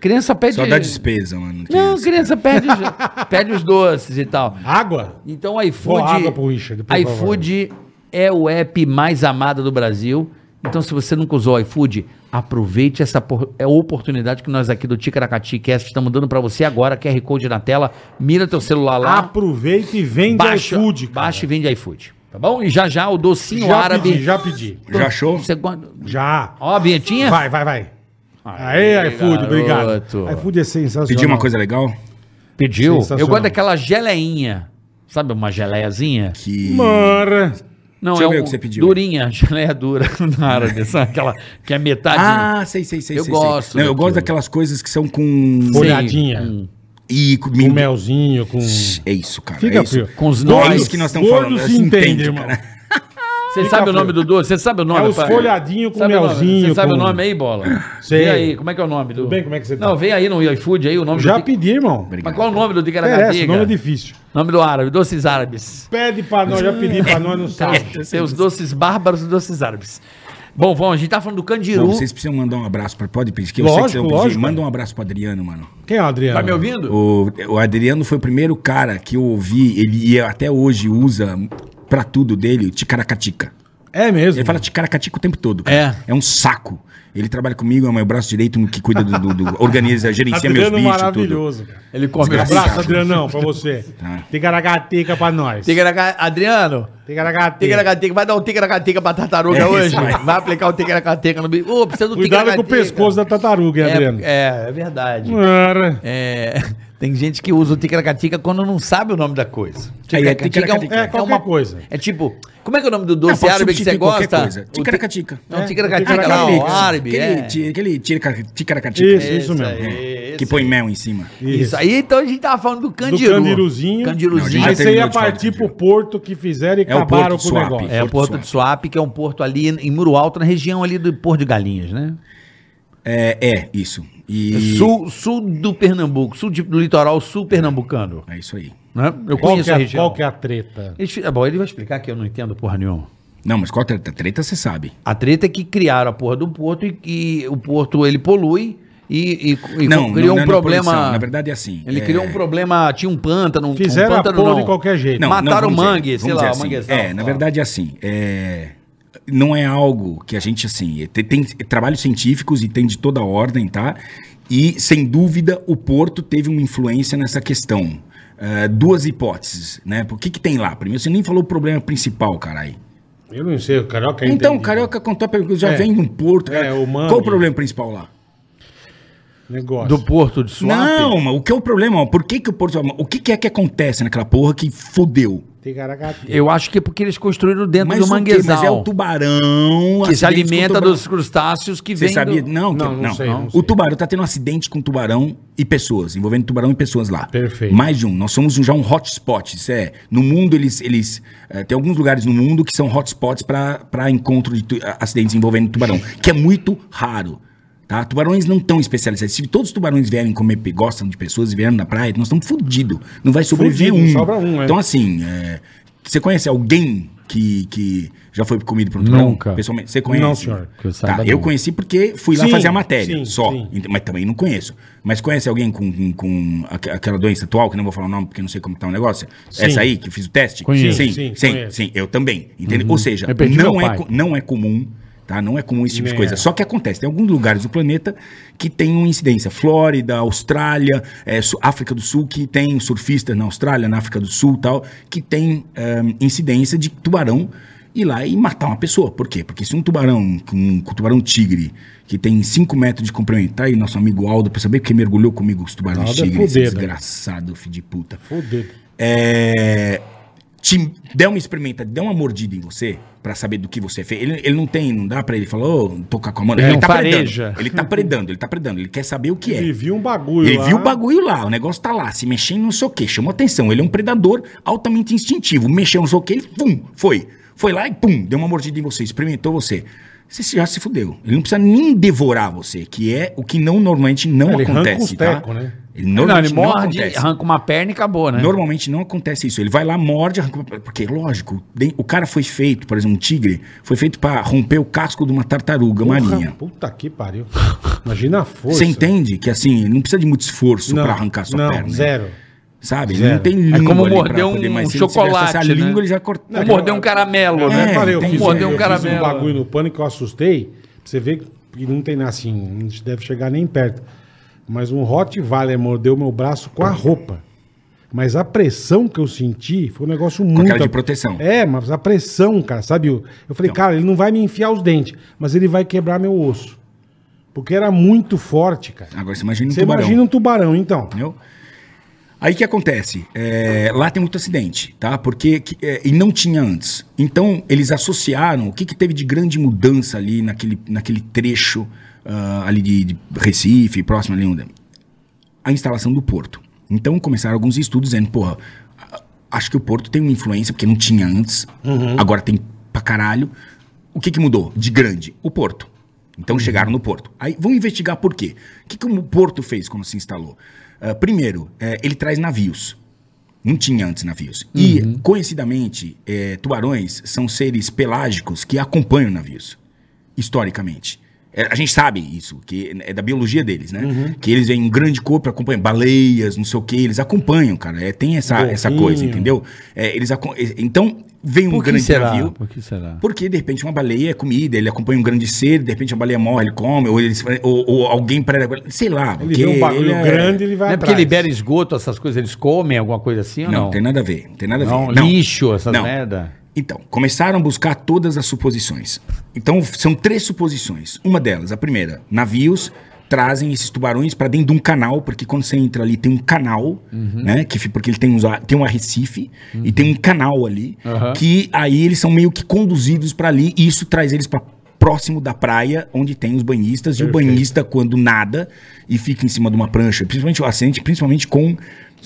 Speaker 4: Criança pede...
Speaker 2: Só dá despesa, mano. que
Speaker 4: Não,
Speaker 2: isso.
Speaker 4: criança pede, os- pede os doces e tal.
Speaker 3: Água?
Speaker 4: Então
Speaker 3: Boa água
Speaker 4: iFood,
Speaker 3: pro Richard, por favor.
Speaker 4: iFood é o app mais amado do Brasil. Então, se você nunca usou o iFood, aproveite essa por- é a oportunidade que nós aqui do Ticaracati Cast estamos dando para você agora. QR Code na tela, mira teu celular lá,
Speaker 3: Aproveita e vende
Speaker 4: baixa,
Speaker 3: iFood, cara.
Speaker 4: baixa e vende iFood. Tá bom? E já já o docinho
Speaker 3: já
Speaker 4: árabe.
Speaker 3: Pedi, já pedi.
Speaker 2: Já achou?
Speaker 4: Você guarda-
Speaker 3: Já.
Speaker 4: Ó a vinhetinha.
Speaker 3: Vai, vai, vai. Aê, iFood, obrigado.
Speaker 4: garoto.
Speaker 3: iFood é sensacional.
Speaker 2: Pedir uma coisa legal?
Speaker 4: Pediu. Eu
Speaker 3: Sensacional.
Speaker 4: gosto daquela geleinha. Sabe uma geleiazinha?
Speaker 2: Que.
Speaker 3: Mora.
Speaker 4: Não,
Speaker 2: Deixa
Speaker 4: é
Speaker 2: eu ver
Speaker 4: um-
Speaker 2: o que você pediu.
Speaker 4: Durinha, geleia dura na árabe, sabe? Aquela que é metade.
Speaker 2: Ah, sei, sei, sei.
Speaker 4: Eu
Speaker 2: sei,
Speaker 4: gosto
Speaker 2: Sei. Não, eu
Speaker 4: daquilo.
Speaker 2: gosto daquelas coisas que são com.
Speaker 4: Sim,
Speaker 3: Folhadinha.
Speaker 4: hum.
Speaker 2: E com
Speaker 3: Com
Speaker 2: mel.
Speaker 3: melzinho, com...
Speaker 2: É isso, cara.
Speaker 3: Fica
Speaker 2: é isso.
Speaker 3: frio.
Speaker 4: Com os
Speaker 2: Não é
Speaker 4: nomes.
Speaker 2: isso que nós estamos
Speaker 3: Gordo
Speaker 2: falando.
Speaker 3: se
Speaker 2: assim,
Speaker 3: entende, irmão.
Speaker 2: cara.
Speaker 4: Você sabe o nome do doce? Você sabe o nome?
Speaker 3: É os
Speaker 4: pai?
Speaker 3: folhadinho com
Speaker 4: Sabe o nome?
Speaker 3: melzinho,
Speaker 4: Você sabe
Speaker 3: com-
Speaker 4: o nome aí, Bola?
Speaker 3: Sei.
Speaker 4: Vê aí, como é que é o nome? Do...
Speaker 3: Tudo bem, como é que você tá?
Speaker 4: Não, vem aí no iFood aí o nome
Speaker 3: Já
Speaker 4: do... Tic-
Speaker 3: pedi, irmão.
Speaker 4: Mas qual é o nome do
Speaker 3: Merece,
Speaker 4: Ticaracatiga?
Speaker 3: nome é difícil.
Speaker 4: Nome do árabe, doces árabes.
Speaker 3: Pede pra nós, já pedi pra nós no site.
Speaker 4: É, tem os doces bárbaros e doces árabes. Bom, bom, a gente tá falando do
Speaker 2: Não,
Speaker 4: Candiru.
Speaker 2: vocês precisam mandar um abraço para. Pode pedir. que Eu
Speaker 3: Lógico,
Speaker 2: sei que vocês vão pedir.
Speaker 3: lógico.
Speaker 2: Manda um abraço pro Adriano, mano.
Speaker 3: Quem é o Adriano?
Speaker 4: Tá me ouvindo?
Speaker 2: O, o Adriano foi o primeiro cara que eu ouvi, ele e é, até hoje usa pra tudo dele, o ticaracatica.
Speaker 3: É mesmo.
Speaker 2: Ele fala ticaracatica o tempo todo.
Speaker 4: É.
Speaker 2: É um saco. Ele trabalha comigo, é o meu braço direito que cuida do, do- do- organiza, gerencia é meus
Speaker 3: Tá Adriano
Speaker 2: bichos, tudo.
Speaker 3: maravilhoso. cara.
Speaker 4: Ele come
Speaker 3: Um
Speaker 2: Desgraçado.
Speaker 4: braço.
Speaker 3: abraço, Adrianão, pra você. Ticaragatica pra nós.
Speaker 4: Ticaracá- Adriano,
Speaker 3: Ticaragatica.
Speaker 4: Ticaracatiga, vai dar um ticaracateca pra tartaruga
Speaker 2: É isso,
Speaker 4: hoje?
Speaker 2: vai.
Speaker 4: Vai aplicar o ticaracateca no bicho. Ô, precisa do
Speaker 3: Cuidado com o
Speaker 4: ticaracateca.
Speaker 3: pescoço da tartaruga, hein, Adriano.
Speaker 4: É, é, é verdade.
Speaker 3: Cara.
Speaker 4: É, tem gente que usa o ticaracatica quando não sabe o nome da coisa.
Speaker 2: Aí é
Speaker 4: Ticaracatica um-
Speaker 2: ticaracatica.
Speaker 3: É, qualquer coisa.
Speaker 4: É tipo, como é que é o nome do
Speaker 2: Não,
Speaker 4: doce
Speaker 2: pode
Speaker 4: árabe que você
Speaker 2: substituir qualquer
Speaker 4: gosta?
Speaker 2: coisa.
Speaker 4: O ti-
Speaker 2: Ticaracatica.
Speaker 4: Não,
Speaker 3: É,
Speaker 4: ticaracatica
Speaker 3: ticaracatica.
Speaker 4: não,
Speaker 2: Aquele-
Speaker 4: árabe.
Speaker 2: Aquele,
Speaker 4: é.
Speaker 2: ti- aquele ticaracatica. É,
Speaker 3: Isso, isso mesmo.
Speaker 4: aí. esse.
Speaker 2: Que põe mel em cima.
Speaker 4: Isso.
Speaker 3: Isso.
Speaker 4: aí, então a gente tava falando do Candiru.
Speaker 3: Candiruzinho.
Speaker 4: Candiruzinho.
Speaker 2: Não,
Speaker 3: Aí
Speaker 2: Já
Speaker 3: você
Speaker 2: terminou
Speaker 3: ia
Speaker 2: de falar do
Speaker 3: partir pro
Speaker 2: Candiru.
Speaker 3: porto que fizeram e
Speaker 2: É o
Speaker 3: acabaram
Speaker 2: Porto
Speaker 3: com o
Speaker 2: Suape.
Speaker 3: negócio.
Speaker 4: É o Porto de Suape, que é um porto ali em Muro Alto, na região ali do Porto de Galinhas, né?
Speaker 2: É, é, isso. E.
Speaker 4: Sul, sul do Pernambuco, sul de- do litoral sul pernambucano.
Speaker 2: É isso aí.
Speaker 4: Né? Eu
Speaker 3: Qual que,
Speaker 4: conheço a
Speaker 3: é,
Speaker 4: região.
Speaker 3: qual que é a treta?
Speaker 4: Eles fi- é bom, ele vai explicar que eu não entendo porra nenhuma.
Speaker 2: Não, mas qual a treta? Treta você sabe.
Speaker 4: A treta é que criaram a porra do porto e, e o porto ele polui e, e- e criou
Speaker 2: é
Speaker 4: um
Speaker 2: na
Speaker 4: problema.
Speaker 2: poluição, Na verdade é assim.
Speaker 4: Ele
Speaker 2: é-
Speaker 4: criou um problema, tinha um pântano. um-
Speaker 3: Fizeram
Speaker 4: um
Speaker 3: a
Speaker 4: pântano,
Speaker 3: porra
Speaker 4: não.
Speaker 3: de qualquer jeito.
Speaker 2: Não, não,
Speaker 4: Mataram o
Speaker 2: vamos dizer-
Speaker 4: mangue, sei
Speaker 2: vamos
Speaker 4: lá,
Speaker 2: dizer
Speaker 4: o
Speaker 2: assim,
Speaker 4: manguezal.
Speaker 2: É, na verdade é assim. é, não é algo que a gente, assim, é, tem, tem trabalhos científicos e tem de toda ordem, tá? E, sem dúvida, o Porto teve uma influência nessa questão. É, duas hipóteses, né? O que que tem lá? Primeiro, você nem falou o problema principal, caralho.
Speaker 3: Eu não sei, o é Carioca
Speaker 2: Então, o
Speaker 3: entende.
Speaker 2: Carioca contou a pergunta, já
Speaker 3: É.
Speaker 2: vem de um Porto.
Speaker 3: É,
Speaker 2: cara.
Speaker 3: o mangue.
Speaker 2: Qual o problema principal lá?
Speaker 3: Negócio.
Speaker 4: Do porto de Suape.
Speaker 2: Não, mas o que é o problema? Por que, que o Porto... O que, que é que acontece naquela porra que fodeu?
Speaker 3: Ticaracati.
Speaker 4: Eu acho que é porque eles construíram dentro
Speaker 2: Mas
Speaker 4: do
Speaker 2: o quê?
Speaker 4: manguezal.
Speaker 2: Mas é o tubarão...
Speaker 4: que se
Speaker 2: acidente com
Speaker 4: alimenta
Speaker 2: tubarão.
Speaker 4: dos crustáceos que
Speaker 2: Você
Speaker 4: vem
Speaker 2: sabia?
Speaker 4: do...
Speaker 2: Não, que-
Speaker 3: Não,
Speaker 2: não,
Speaker 3: não sei, não sei.
Speaker 2: O tubarão tá tendo um acidente com tubarão e pessoas, envolvendo tubarão e pessoas lá.
Speaker 3: Perfeito.
Speaker 2: Mais de um. Nós somos um- já um hotspot. Isso é. No mundo, eles. eles eh, tem alguns lugares no mundo que são hotspots para encontro de tu- acidentes envolvendo tubarão, que é muito raro. Tá? Tubarões não tão especializados. Se todos os tubarões vierem comer, pe- gostam de pessoas e vierem na praia, nós estamos fodidos. Não vai sobreviver
Speaker 3: Fudido,
Speaker 2: um.
Speaker 3: sobra um, é.
Speaker 2: Então, assim, eh, você conhece alguém que, que já foi comido por um tubarão?
Speaker 4: Nunca.
Speaker 2: Pessoalmente, você conhece?
Speaker 3: Não, senhor.
Speaker 4: Que eu saiba,
Speaker 2: Tá, eu
Speaker 4: não.
Speaker 2: conheci porque fui lá
Speaker 3: Sim,
Speaker 2: fazer a matéria,
Speaker 3: sim,
Speaker 2: só.
Speaker 3: sim.
Speaker 2: Ent- Mas também não conheço. Mas conhece alguém com, com, com aque- aquela doença atual, que não vou falar o nome porque não sei como tá o negócio?
Speaker 3: Sim.
Speaker 2: Essa aí, que eu fiz o teste?
Speaker 4: Conheço. Uhum.
Speaker 2: Sim,
Speaker 3: Sim,
Speaker 2: sim, sim,
Speaker 3: conheço.
Speaker 2: eu também. Entendeu? Ou seja,
Speaker 4: Eu perdi meu
Speaker 2: não é,
Speaker 4: pai.
Speaker 2: co- não é comum, tá? Não é comum esse tipo
Speaker 3: É.
Speaker 2: de coisa. Só que acontece, tem alguns lugares do planeta que tem uma incidência. Flórida, Austrália, eh, Su- África do Sul, que tem surfistas na Austrália, na África do Sul e tal, que tem eh, incidência de tubarão ir lá e matar uma pessoa. Por quê? Porque se um tubarão, com- um, tubarão tigre, que tem 5 metros de comprimento, tá aí nosso amigo Aldo, pra saber porque mergulhou comigo os tubarões
Speaker 3: Aldo é
Speaker 2: tigres, esse
Speaker 3: fudido.
Speaker 2: desgraçado, filho de puta.
Speaker 3: Fudeu.
Speaker 2: É, te der uma experimenta, der um uma mordida em você pra saber do que você fez. Ele, ele não tem, não dá pra ele falar, ô, tocar com a mão.
Speaker 4: É,
Speaker 2: ele
Speaker 4: um
Speaker 2: tá
Speaker 4: fareja.
Speaker 2: predando. Ele tá predando, ele tá predando. Ele quer saber o que é.
Speaker 3: Ele viu um bagulho
Speaker 2: Ele
Speaker 3: lá.
Speaker 2: viu o bagulho lá, o negócio tá lá, se mexendo não sei o que, chamou atenção. Ele é um predador altamente instintivo. Mexeu não sei o que, ele pum, foi. Foi lá e pum, deu um uma mordida em você, experimentou você. Você se- já se fudeu. Ele não precisa nem devorar você, que é o que não normalmente não
Speaker 3: Ele arranca
Speaker 2: acontece,
Speaker 3: os
Speaker 2: tá?
Speaker 3: tecos, né?
Speaker 2: Ele
Speaker 4: Não, ele
Speaker 2: normalmente não,
Speaker 4: morde,
Speaker 2: acontece.
Speaker 4: arranca uma perna e acabou,
Speaker 3: É.
Speaker 4: né?
Speaker 2: Normalmente não acontece isso. Ele vai lá, morde, arranca- porque lógico, de- o cara foi feito, por exemplo, um tigre, foi feito pra romper o casco de uma tartaruga
Speaker 3: Porra,
Speaker 2: marinha.
Speaker 3: Puta que pariu. Imagina a força.
Speaker 2: Você entende que assim, não precisa de muito esforço
Speaker 3: Não,
Speaker 2: pra arrancar sua
Speaker 3: não,
Speaker 2: perna. né?
Speaker 3: zero.
Speaker 2: Sabe?
Speaker 3: Zero.
Speaker 2: Ele não tem
Speaker 4: É
Speaker 2: língua
Speaker 4: como
Speaker 2: ali pra
Speaker 4: morder um
Speaker 2: poder mais- se ele tivesse
Speaker 4: chocolate,
Speaker 2: essa
Speaker 4: né?
Speaker 2: língua, ele já cortou.
Speaker 4: Como morder um caramelo,
Speaker 3: Eu
Speaker 4: né?
Speaker 2: É,
Speaker 3: falei, eu
Speaker 2: tem
Speaker 3: fiz,
Speaker 4: morder um
Speaker 3: eu fiz um
Speaker 4: caramelo.
Speaker 3: bagulho no pânico que eu assustei. pra Você vê que não tem assim, não deve chegar nem perto. Mas um Rottweiler mordeu meu braço com a roupa. Mas a pressão que eu senti foi um negócio muito.
Speaker 2: aquela de proteção. Então.
Speaker 3: É, mas a pressão, cara, sabe? Eu eu falei, cara, ele não vai me enfiar os dentes, mas ele vai quebrar meu osso. Porque era muito forte, cara.
Speaker 2: Agora você imagina um
Speaker 3: Você
Speaker 2: tubarão.
Speaker 3: imagina um tubarão, então.
Speaker 2: entendeu? Aí o que acontece? É, lá tem muito acidente, tá? Porque que- é, e não tinha antes. Então eles associaram o que, que teve de grande mudança ali naquele, naquele trecho ah, ali de, de Recife, próximo ali onde é. a instalação do porto. Então começaram alguns estudos dizendo, porra, a- acho que o porto tem uma influência porque não tinha antes, agora tem pra caralho. O que, que mudou de grande? O porto. Então chegaram no porto. Aí vamos investigar por quê. O que, que o porto fez quando se instalou? Ah, primeiro, eh, ele traz navios. Não tinha antes navios. E, conhecidamente, eh, tubarões são seres pelágicos que acompanham navios, historicamente. É, a gente sabe isso, que é da biologia deles, né? Que eles vêm um grande corpo, acompanham baleias, não sei o quê, eles acompanham, cara. É, tem essa, essa
Speaker 3: Golfinho.
Speaker 2: coisa, entendeu? É, eles aco- e- então, vem um
Speaker 4: Por que
Speaker 2: grande
Speaker 4: será?
Speaker 2: navio.
Speaker 4: Por que será?
Speaker 2: Porque, de repente, uma baleia é comida, ele acompanha um grande ser, de repente a baleia morre, ele come, ou, eles, ou, ou alguém prega. Sei lá.
Speaker 3: Ele vê um bagulho
Speaker 2: é-
Speaker 3: grande, ele vai
Speaker 4: Não é porque
Speaker 3: atrás.
Speaker 4: libera esgoto, essas coisas, eles comem alguma coisa assim ou
Speaker 2: Não,
Speaker 4: não?
Speaker 2: tem nada a ver. Não tem nada a ver.
Speaker 4: Não, lixo, essas merda.
Speaker 2: Então, começaram a buscar todas as suposições. Então, são três suposições. Uma delas, a primeira, navios trazem esses tubarões para dentro de um canal, porque quando você entra ali tem um canal, né? Que, fi- porque ele tem, uns, a- tem um arrecife e tem um canal ali,
Speaker 4: Aham.
Speaker 2: que aí eles são meio que conduzidos para ali e isso traz eles para próximo da praia onde tem os banhistas. E o banhista, quando nada e fica em cima de uma prancha, principalmente o acidente, principalmente com.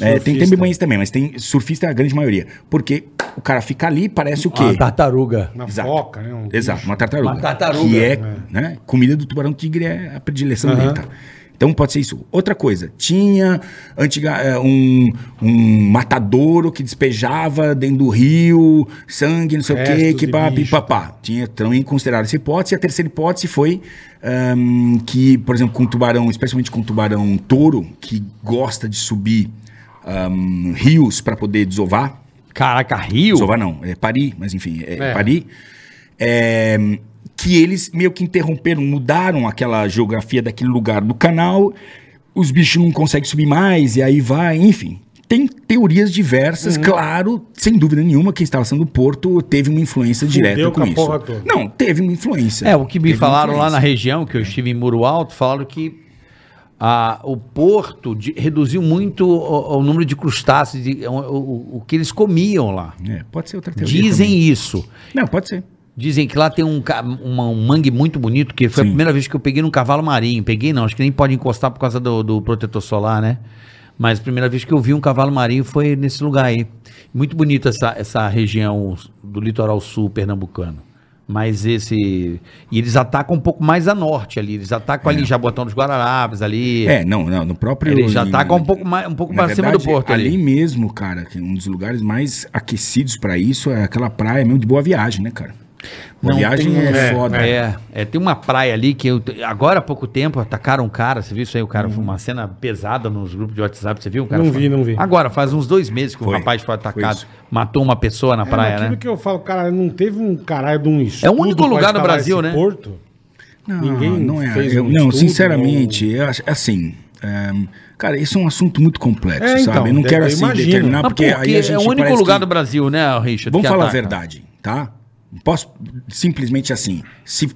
Speaker 2: é, tem, tem
Speaker 3: Surfista.
Speaker 2: banhista também, mas tem surfista é a grande maioria. Porque o cara fica ali, parece o quê?
Speaker 4: Uma Ah, tartaruga.
Speaker 3: Uma
Speaker 2: Exato.
Speaker 3: foca, né? Um
Speaker 2: Exato, uma tartaruga.
Speaker 4: Uma tartaruga.
Speaker 2: Que é, né? Comida do tubarão tigre é a predileção
Speaker 3: Aham.
Speaker 2: dele, tá? Então pode ser isso. Outra coisa, tinha antiga, é, um, um matadouro que despejava dentro do rio sangue, não sei o quê,
Speaker 3: Restos
Speaker 2: que
Speaker 3: de
Speaker 2: pá,
Speaker 3: bicho.
Speaker 2: pipapá. Tinha também considerado essa hipótese. E a terceira hipótese foi ahm, que, por exemplo, com tubarão, especialmente com tubarão touro, que gosta de subir ahm, rios para poder desovar,
Speaker 4: Caraca, Rio?
Speaker 2: Sovar não, é Paris, mas enfim, é,
Speaker 3: É.
Speaker 2: Paris. É, que eles meio que interromperam, mudaram aquela geografia daquele lugar do canal, os bichos não conseguem subir mais, e aí vai, enfim. Tem teorias
Speaker 3: Uhum.
Speaker 2: diversas, claro, sem dúvida nenhuma que a instalação do porto teve uma influência
Speaker 3: Fudeu
Speaker 2: direta
Speaker 3: com
Speaker 2: com,
Speaker 3: a
Speaker 2: isso.
Speaker 3: porra toda.
Speaker 2: Não, teve uma influência.
Speaker 4: É, o que me
Speaker 2: Teve um uma
Speaker 4: falaram lá
Speaker 2: influência.
Speaker 4: na região, que eu estive em Muro Alto, falaram que ah, o porto de- reduziu muito o, o número de crustáceos, de- o, o- o que eles comiam lá.
Speaker 2: É, pode ser outra teoria.
Speaker 4: Dizem
Speaker 2: também.
Speaker 4: isso.
Speaker 2: Não, pode ser.
Speaker 4: Dizem que lá tem um, ca- uma- um mangue muito bonito, que foi a
Speaker 2: Sim.
Speaker 4: primeira vez que eu peguei num cavalo marinho. Peguei não, acho que nem pode encostar por causa do, do protetor solar, né? Mas a primeira vez que eu vi um cavalo marinho foi nesse lugar aí. Muito bonita essa, essa região do litoral sul pernambucano. Mas esse. E eles atacam um pouco mais a norte ali. Eles atacam ali Jabotão dos Guararapes, ali.
Speaker 2: É, não, não, no próprio.
Speaker 4: Eles já
Speaker 2: em-
Speaker 4: atacam um pouco mais- um pouco
Speaker 2: na
Speaker 4: pra cima do porto ali.
Speaker 2: ali. mesmo, cara, que um dos lugares mais aquecidos pra isso é aquela praia mesmo de boa viagem, né, cara? Boa
Speaker 4: Não,
Speaker 2: viagem
Speaker 4: tem-
Speaker 2: é,
Speaker 3: é,
Speaker 2: foda.
Speaker 4: É, é, tem uma praia ali que eu- agora há pouco tempo atacaram um cara, você viu isso aí? O
Speaker 2: Hum.
Speaker 4: cara foi uma cena pesada nos grupos de WhatsApp, você viu? O cara
Speaker 3: Não
Speaker 4: foi-
Speaker 3: vi, não vi.
Speaker 4: Agora, faz uns dois meses que o
Speaker 2: Foi,
Speaker 4: rapaz foi atacado,
Speaker 2: isso.
Speaker 4: matou uma pessoa na
Speaker 3: É, mas
Speaker 4: praia,
Speaker 3: aquilo
Speaker 4: né? É
Speaker 3: que eu falo, cara, não teve um caralho de um estudo.
Speaker 4: único
Speaker 3: pra
Speaker 4: lugar no
Speaker 3: instalar
Speaker 4: Brasil,
Speaker 3: esse
Speaker 4: né?
Speaker 3: Porto.
Speaker 2: Não,
Speaker 3: Ninguém
Speaker 2: não é.
Speaker 3: fez
Speaker 2: eu-
Speaker 3: um
Speaker 2: não,
Speaker 3: estudo,
Speaker 2: sinceramente, eu acho- assim. é, cara, isso é um assunto muito complexo,
Speaker 3: É, então,
Speaker 2: sabe? Eu não
Speaker 3: deve-
Speaker 2: quero
Speaker 3: eu
Speaker 2: assim
Speaker 3: imagino.
Speaker 2: determinar,
Speaker 4: Mas
Speaker 2: porque, aí a gente
Speaker 4: é o único
Speaker 2: parece
Speaker 4: lugar do
Speaker 2: que-
Speaker 4: Brasil, né, Richard?
Speaker 2: Vamos
Speaker 4: que
Speaker 2: falar a
Speaker 4: ataca?
Speaker 2: verdade, tá? Posso simplesmente assim, se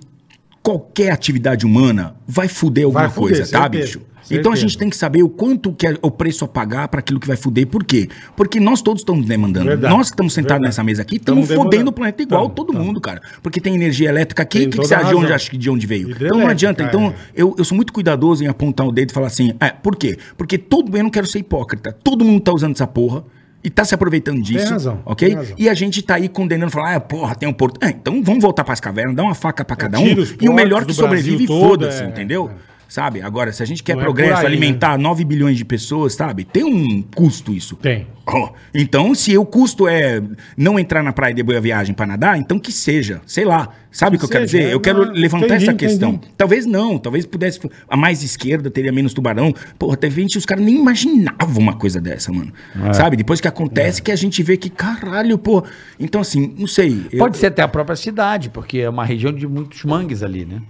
Speaker 2: qualquer atividade humana vai fuder alguma
Speaker 3: Vai fuder,
Speaker 2: coisa, tá,
Speaker 3: certeza,
Speaker 2: bicho?
Speaker 3: certeza.
Speaker 2: Então a gente tem que saber o quanto que é o preço a pagar para aquilo que vai fuder. Por quê? Porque nós todos estamos demandando.
Speaker 3: Verdade.
Speaker 2: Nós que estamos sentados
Speaker 3: Verdade.
Speaker 2: nessa mesa aqui,
Speaker 3: Estamos
Speaker 2: estamos fodendo
Speaker 3: demandando.
Speaker 2: o planeta igual
Speaker 3: Estamos,
Speaker 2: todo mundo, cara. Porque tem energia elétrica aqui,
Speaker 3: Tem
Speaker 2: o que,
Speaker 3: toda
Speaker 2: que você
Speaker 3: a
Speaker 2: acha de onde,
Speaker 3: razão.
Speaker 2: acha que de onde veio?
Speaker 3: Hidrelétrica,
Speaker 2: Então não adianta. Então
Speaker 3: é.
Speaker 2: eu, eu sou muito cuidadoso em apontar o dedo e falar assim, é, por quê? Porque todo eu não quero ser hipócrita. Todo mundo tá usando essa porra e tá se aproveitando disso.
Speaker 3: razão,
Speaker 2: Ok?
Speaker 3: tem razão.
Speaker 2: E a gente tá aí condenando, falar, ah, porra, tem um porto. É, então vamos voltar pras cavernas, dá uma faca pra cada um.
Speaker 3: É, tira os
Speaker 2: E o melhor que
Speaker 3: portos do
Speaker 2: sobrevive,
Speaker 3: Brasil todo,
Speaker 2: foda-se,
Speaker 3: é,
Speaker 2: entendeu? Sabe? Agora, se a gente quer
Speaker 3: Não é por
Speaker 2: progresso,
Speaker 3: aí, né?
Speaker 2: alimentar 9 bilhões de pessoas, sabe? Tem um custo isso.
Speaker 3: Tem.
Speaker 2: Ó, Então, se o custo é não entrar na praia e depois a viagem para nadar, então que seja. Sei lá. Sabe o que eu quero
Speaker 3: seja,
Speaker 2: dizer? Eu
Speaker 3: é,
Speaker 2: quero
Speaker 3: não,
Speaker 2: levantar
Speaker 3: entendi,
Speaker 2: essa
Speaker 3: entendi.
Speaker 2: questão. Talvez não. Talvez pudesse. A mais esquerda teria menos tubarão. Porra, de repente os caras nem imaginavam uma coisa dessa, mano.
Speaker 4: É.
Speaker 2: Sabe? Depois que acontece que a gente vê que caralho, pô. Então, assim, não sei. Eu-
Speaker 4: Pode ser até a própria cidade, porque é uma região de muitos mangues ali, né?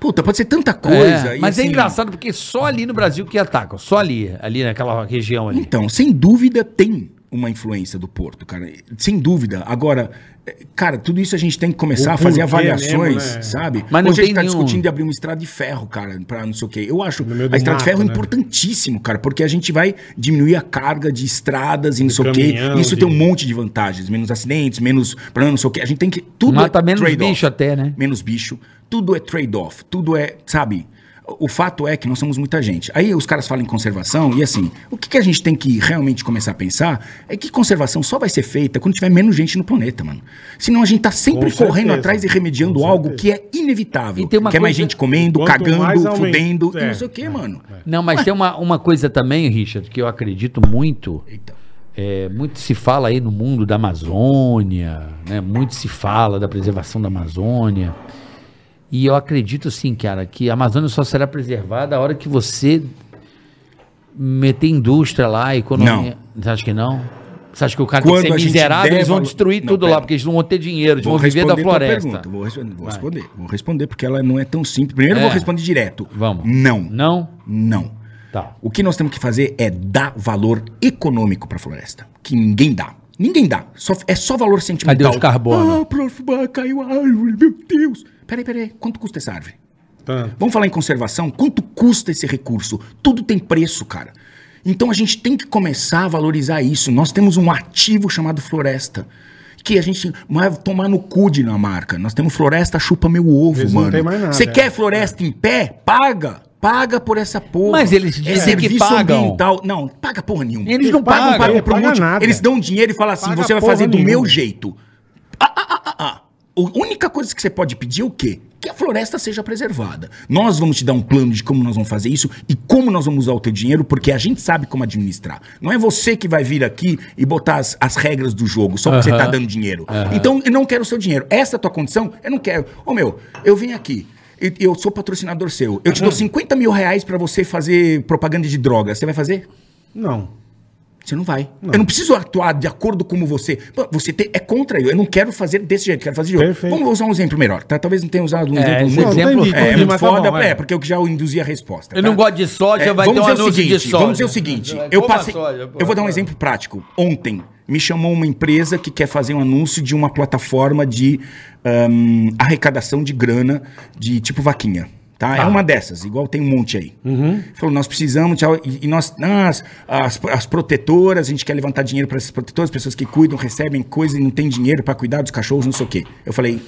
Speaker 2: Puta, pode ser tanta coisa.
Speaker 4: É,
Speaker 2: e,
Speaker 4: mas é
Speaker 2: assim,
Speaker 4: engraçado porque só ali no Brasil que atacam, só ali, ali naquela região ali.
Speaker 2: Então, sem dúvida tem uma influência do Porto, cara. Sem dúvida. Agora, eh, cara, tudo isso a gente tem que começar
Speaker 3: O
Speaker 2: a fazer
Speaker 3: porquê
Speaker 2: avaliações,
Speaker 3: mesmo, né?
Speaker 2: sabe?
Speaker 4: Mas não
Speaker 2: Hoje a
Speaker 4: tem
Speaker 2: gente tá
Speaker 4: nenhum-
Speaker 2: discutindo de abrir uma estrada de ferro, cara, pra não sei o quê. Eu acho
Speaker 3: No meio do
Speaker 2: a estrada de
Speaker 3: mato,
Speaker 2: ferro é
Speaker 3: né?
Speaker 2: importantíssimo, cara, porque a gente vai diminuir a carga de estradas e não sei o quê.
Speaker 3: caminhão,
Speaker 2: Isso
Speaker 3: de-
Speaker 2: tem um monte de vantagens, menos acidentes, menos pra não sei o quê. A gente tem que tudo é
Speaker 4: Mata tá menos
Speaker 2: trade-off
Speaker 4: bicho até, né?
Speaker 2: menos bicho. Tudo é trade-off, tudo é, sabe? O fato é que nós somos muita gente. Aí os caras falam em conservação e assim, o que, que a gente tem que realmente começar a pensar é que conservação só vai ser feita quando tiver menos gente no planeta, mano. Senão a gente tá sempre
Speaker 3: Com
Speaker 2: correndo
Speaker 3: certeza.
Speaker 2: atrás e remediando
Speaker 3: Com
Speaker 2: algo que
Speaker 3: certeza.
Speaker 2: é inevitável.
Speaker 4: E tem uma
Speaker 2: que é mais
Speaker 4: coisa-
Speaker 2: gente comendo,
Speaker 3: Quanto mais
Speaker 2: cagando,
Speaker 3: aumenta-
Speaker 2: fudendo e
Speaker 3: é,
Speaker 2: não sei o que, mano.
Speaker 4: Não, mas tem uma, uma coisa também, Richard, que eu acredito muito.
Speaker 2: Eita.
Speaker 4: É, muito se fala aí no mundo da Amazônia, né? muito se fala da preservação da Amazônia. E eu acredito sim, cara, que a Amazônia só será preservada a hora que você meter indústria lá, economia. Você acha que não? Você acha que o cara
Speaker 2: Quando
Speaker 4: tem
Speaker 2: a
Speaker 4: que ser
Speaker 2: gente
Speaker 4: miserável,
Speaker 2: der
Speaker 4: eles vão
Speaker 2: valor-
Speaker 4: destruir
Speaker 2: Não,
Speaker 4: tudo
Speaker 2: pera.
Speaker 4: lá, porque eles não vão ter dinheiro, eles vão
Speaker 2: Vou
Speaker 4: viver
Speaker 2: responder
Speaker 4: da
Speaker 2: tua
Speaker 4: floresta.
Speaker 2: pergunta, Vou, responder, vou responder, vou responder, porque ela não é tão simples. Primeiro eu
Speaker 4: É.
Speaker 2: vou responder direto.
Speaker 4: Vamos.
Speaker 2: Não,
Speaker 4: Não?
Speaker 2: não.
Speaker 4: Tá.
Speaker 2: O que nós temos que fazer é dar valor econômico para a floresta, que ninguém dá. Ninguém dá. Só- é só valor sentimental.
Speaker 4: Cadê os carbono?
Speaker 2: Ah, prof, bah, caiu a árvore, meu Deus. Peraí, peraí. Quanto custa essa árvore?
Speaker 3: Tá.
Speaker 2: Vamos falar em conservação? Quanto custa esse recurso? Tudo tem preço, cara. Então a gente tem que começar a valorizar isso. Nós temos um ativo chamado floresta. que a gente vai tomar no cu de Dinamarca. Nós temos floresta, chupa meu ovo,
Speaker 3: Eles não
Speaker 2: mano.
Speaker 3: têm mais nada,
Speaker 2: Você
Speaker 3: é.
Speaker 2: quer floresta em pé? Paga! Paga por essa porra. É
Speaker 4: Mas eles dizem que
Speaker 2: serviço
Speaker 4: pagam.
Speaker 2: ambiental. Não, paga porra nenhuma.
Speaker 4: Eles não pagam,
Speaker 2: pagam
Speaker 3: ele
Speaker 2: pro
Speaker 3: paga
Speaker 2: monte-
Speaker 3: nada.
Speaker 2: Eles dão dinheiro e falam assim:
Speaker 3: Paga
Speaker 2: você vai
Speaker 3: porra
Speaker 2: fazer do meu
Speaker 3: nenhuma.
Speaker 2: jeito. Ah, ah, ah, ah, ah. A única coisa que você pode pedir é o quê? Que a floresta seja preservada. Nós vamos te dar um plano de como nós vamos fazer isso e como nós vamos usar o teu dinheiro, porque a gente sabe como administrar. Não é você que vai vir aqui e botar as, as regras do jogo só porque você tá dando dinheiro. Então, eu não quero o seu dinheiro. Essa é a tua condição, eu não quero. Ô, meu, eu vim aqui. e- Eu sou patrocinador seu. Eu te dou 50 mil reais pra você fazer propaganda de droga. Você vai fazer?
Speaker 3: Não.
Speaker 2: Você não vai. Eu não preciso atuar de acordo como você. Pô, Você te- é contra eu. Eu não quero fazer desse jeito, quero fazer de outro.
Speaker 3: Perfeito.
Speaker 2: Vamos usar um exemplo melhor. tá? Talvez não tenha usado um
Speaker 4: É,
Speaker 2: exemplo
Speaker 4: esse
Speaker 2: muito.
Speaker 4: exemplo-
Speaker 3: tem
Speaker 2: É,
Speaker 3: bico,
Speaker 2: muito
Speaker 3: mas tá
Speaker 2: foda,
Speaker 3: bom,
Speaker 2: é,
Speaker 3: é.
Speaker 2: porque eu já induzi a resposta.
Speaker 4: Eu não gosto de soja,
Speaker 2: É,
Speaker 4: vai ter um
Speaker 2: vamos dizer o
Speaker 4: anúncio
Speaker 2: seguinte,
Speaker 4: de soja.
Speaker 2: Vamos dizer o seguinte, eu
Speaker 4: Coma
Speaker 2: passei,
Speaker 4: soja, pô.
Speaker 2: eu vou dar um exemplo prático. Ontem me chamou uma empresa que quer fazer um anúncio de uma plataforma de ahm, arrecadação de grana de tipo vaquinha. Tá?
Speaker 4: Ah.
Speaker 2: É uma dessas, igual tem um monte aí.
Speaker 4: Uhum.
Speaker 2: Falou, nós precisamos, tchau, e, e nós, nós as, as protetoras, a gente quer levantar dinheiro para essas protetoras, pessoas que cuidam, recebem coisa e não tem dinheiro para cuidar dos cachorros, não sei o quê. Eu falei,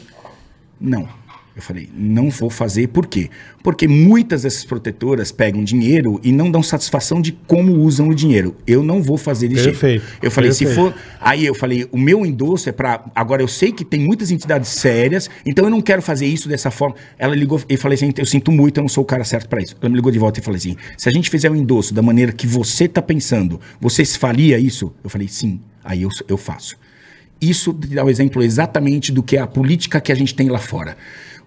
Speaker 2: não. Eu falei, não vou fazer, por quê? Porque muitas dessas protetoras pegam dinheiro e não dão satisfação de como usam o dinheiro. Eu não vou fazer isso.
Speaker 3: Perfeito,
Speaker 2: Eu falei, se
Speaker 3: perfeito.
Speaker 2: for. Aí eu falei, o meu endosso é pra. Agora eu sei que tem muitas entidades sérias, então eu não quero fazer isso dessa forma. Ela ligou e falei assim: eu sinto muito, eu não sou o cara certo pra isso. Ela me ligou de volta e falou assim: se a gente fizer o endosso da maneira que você tá pensando, você se falia isso? Eu falei, sim. Aí eu, eu faço. Isso te dá um exemplo exatamente do que é a política que a gente tem lá fora.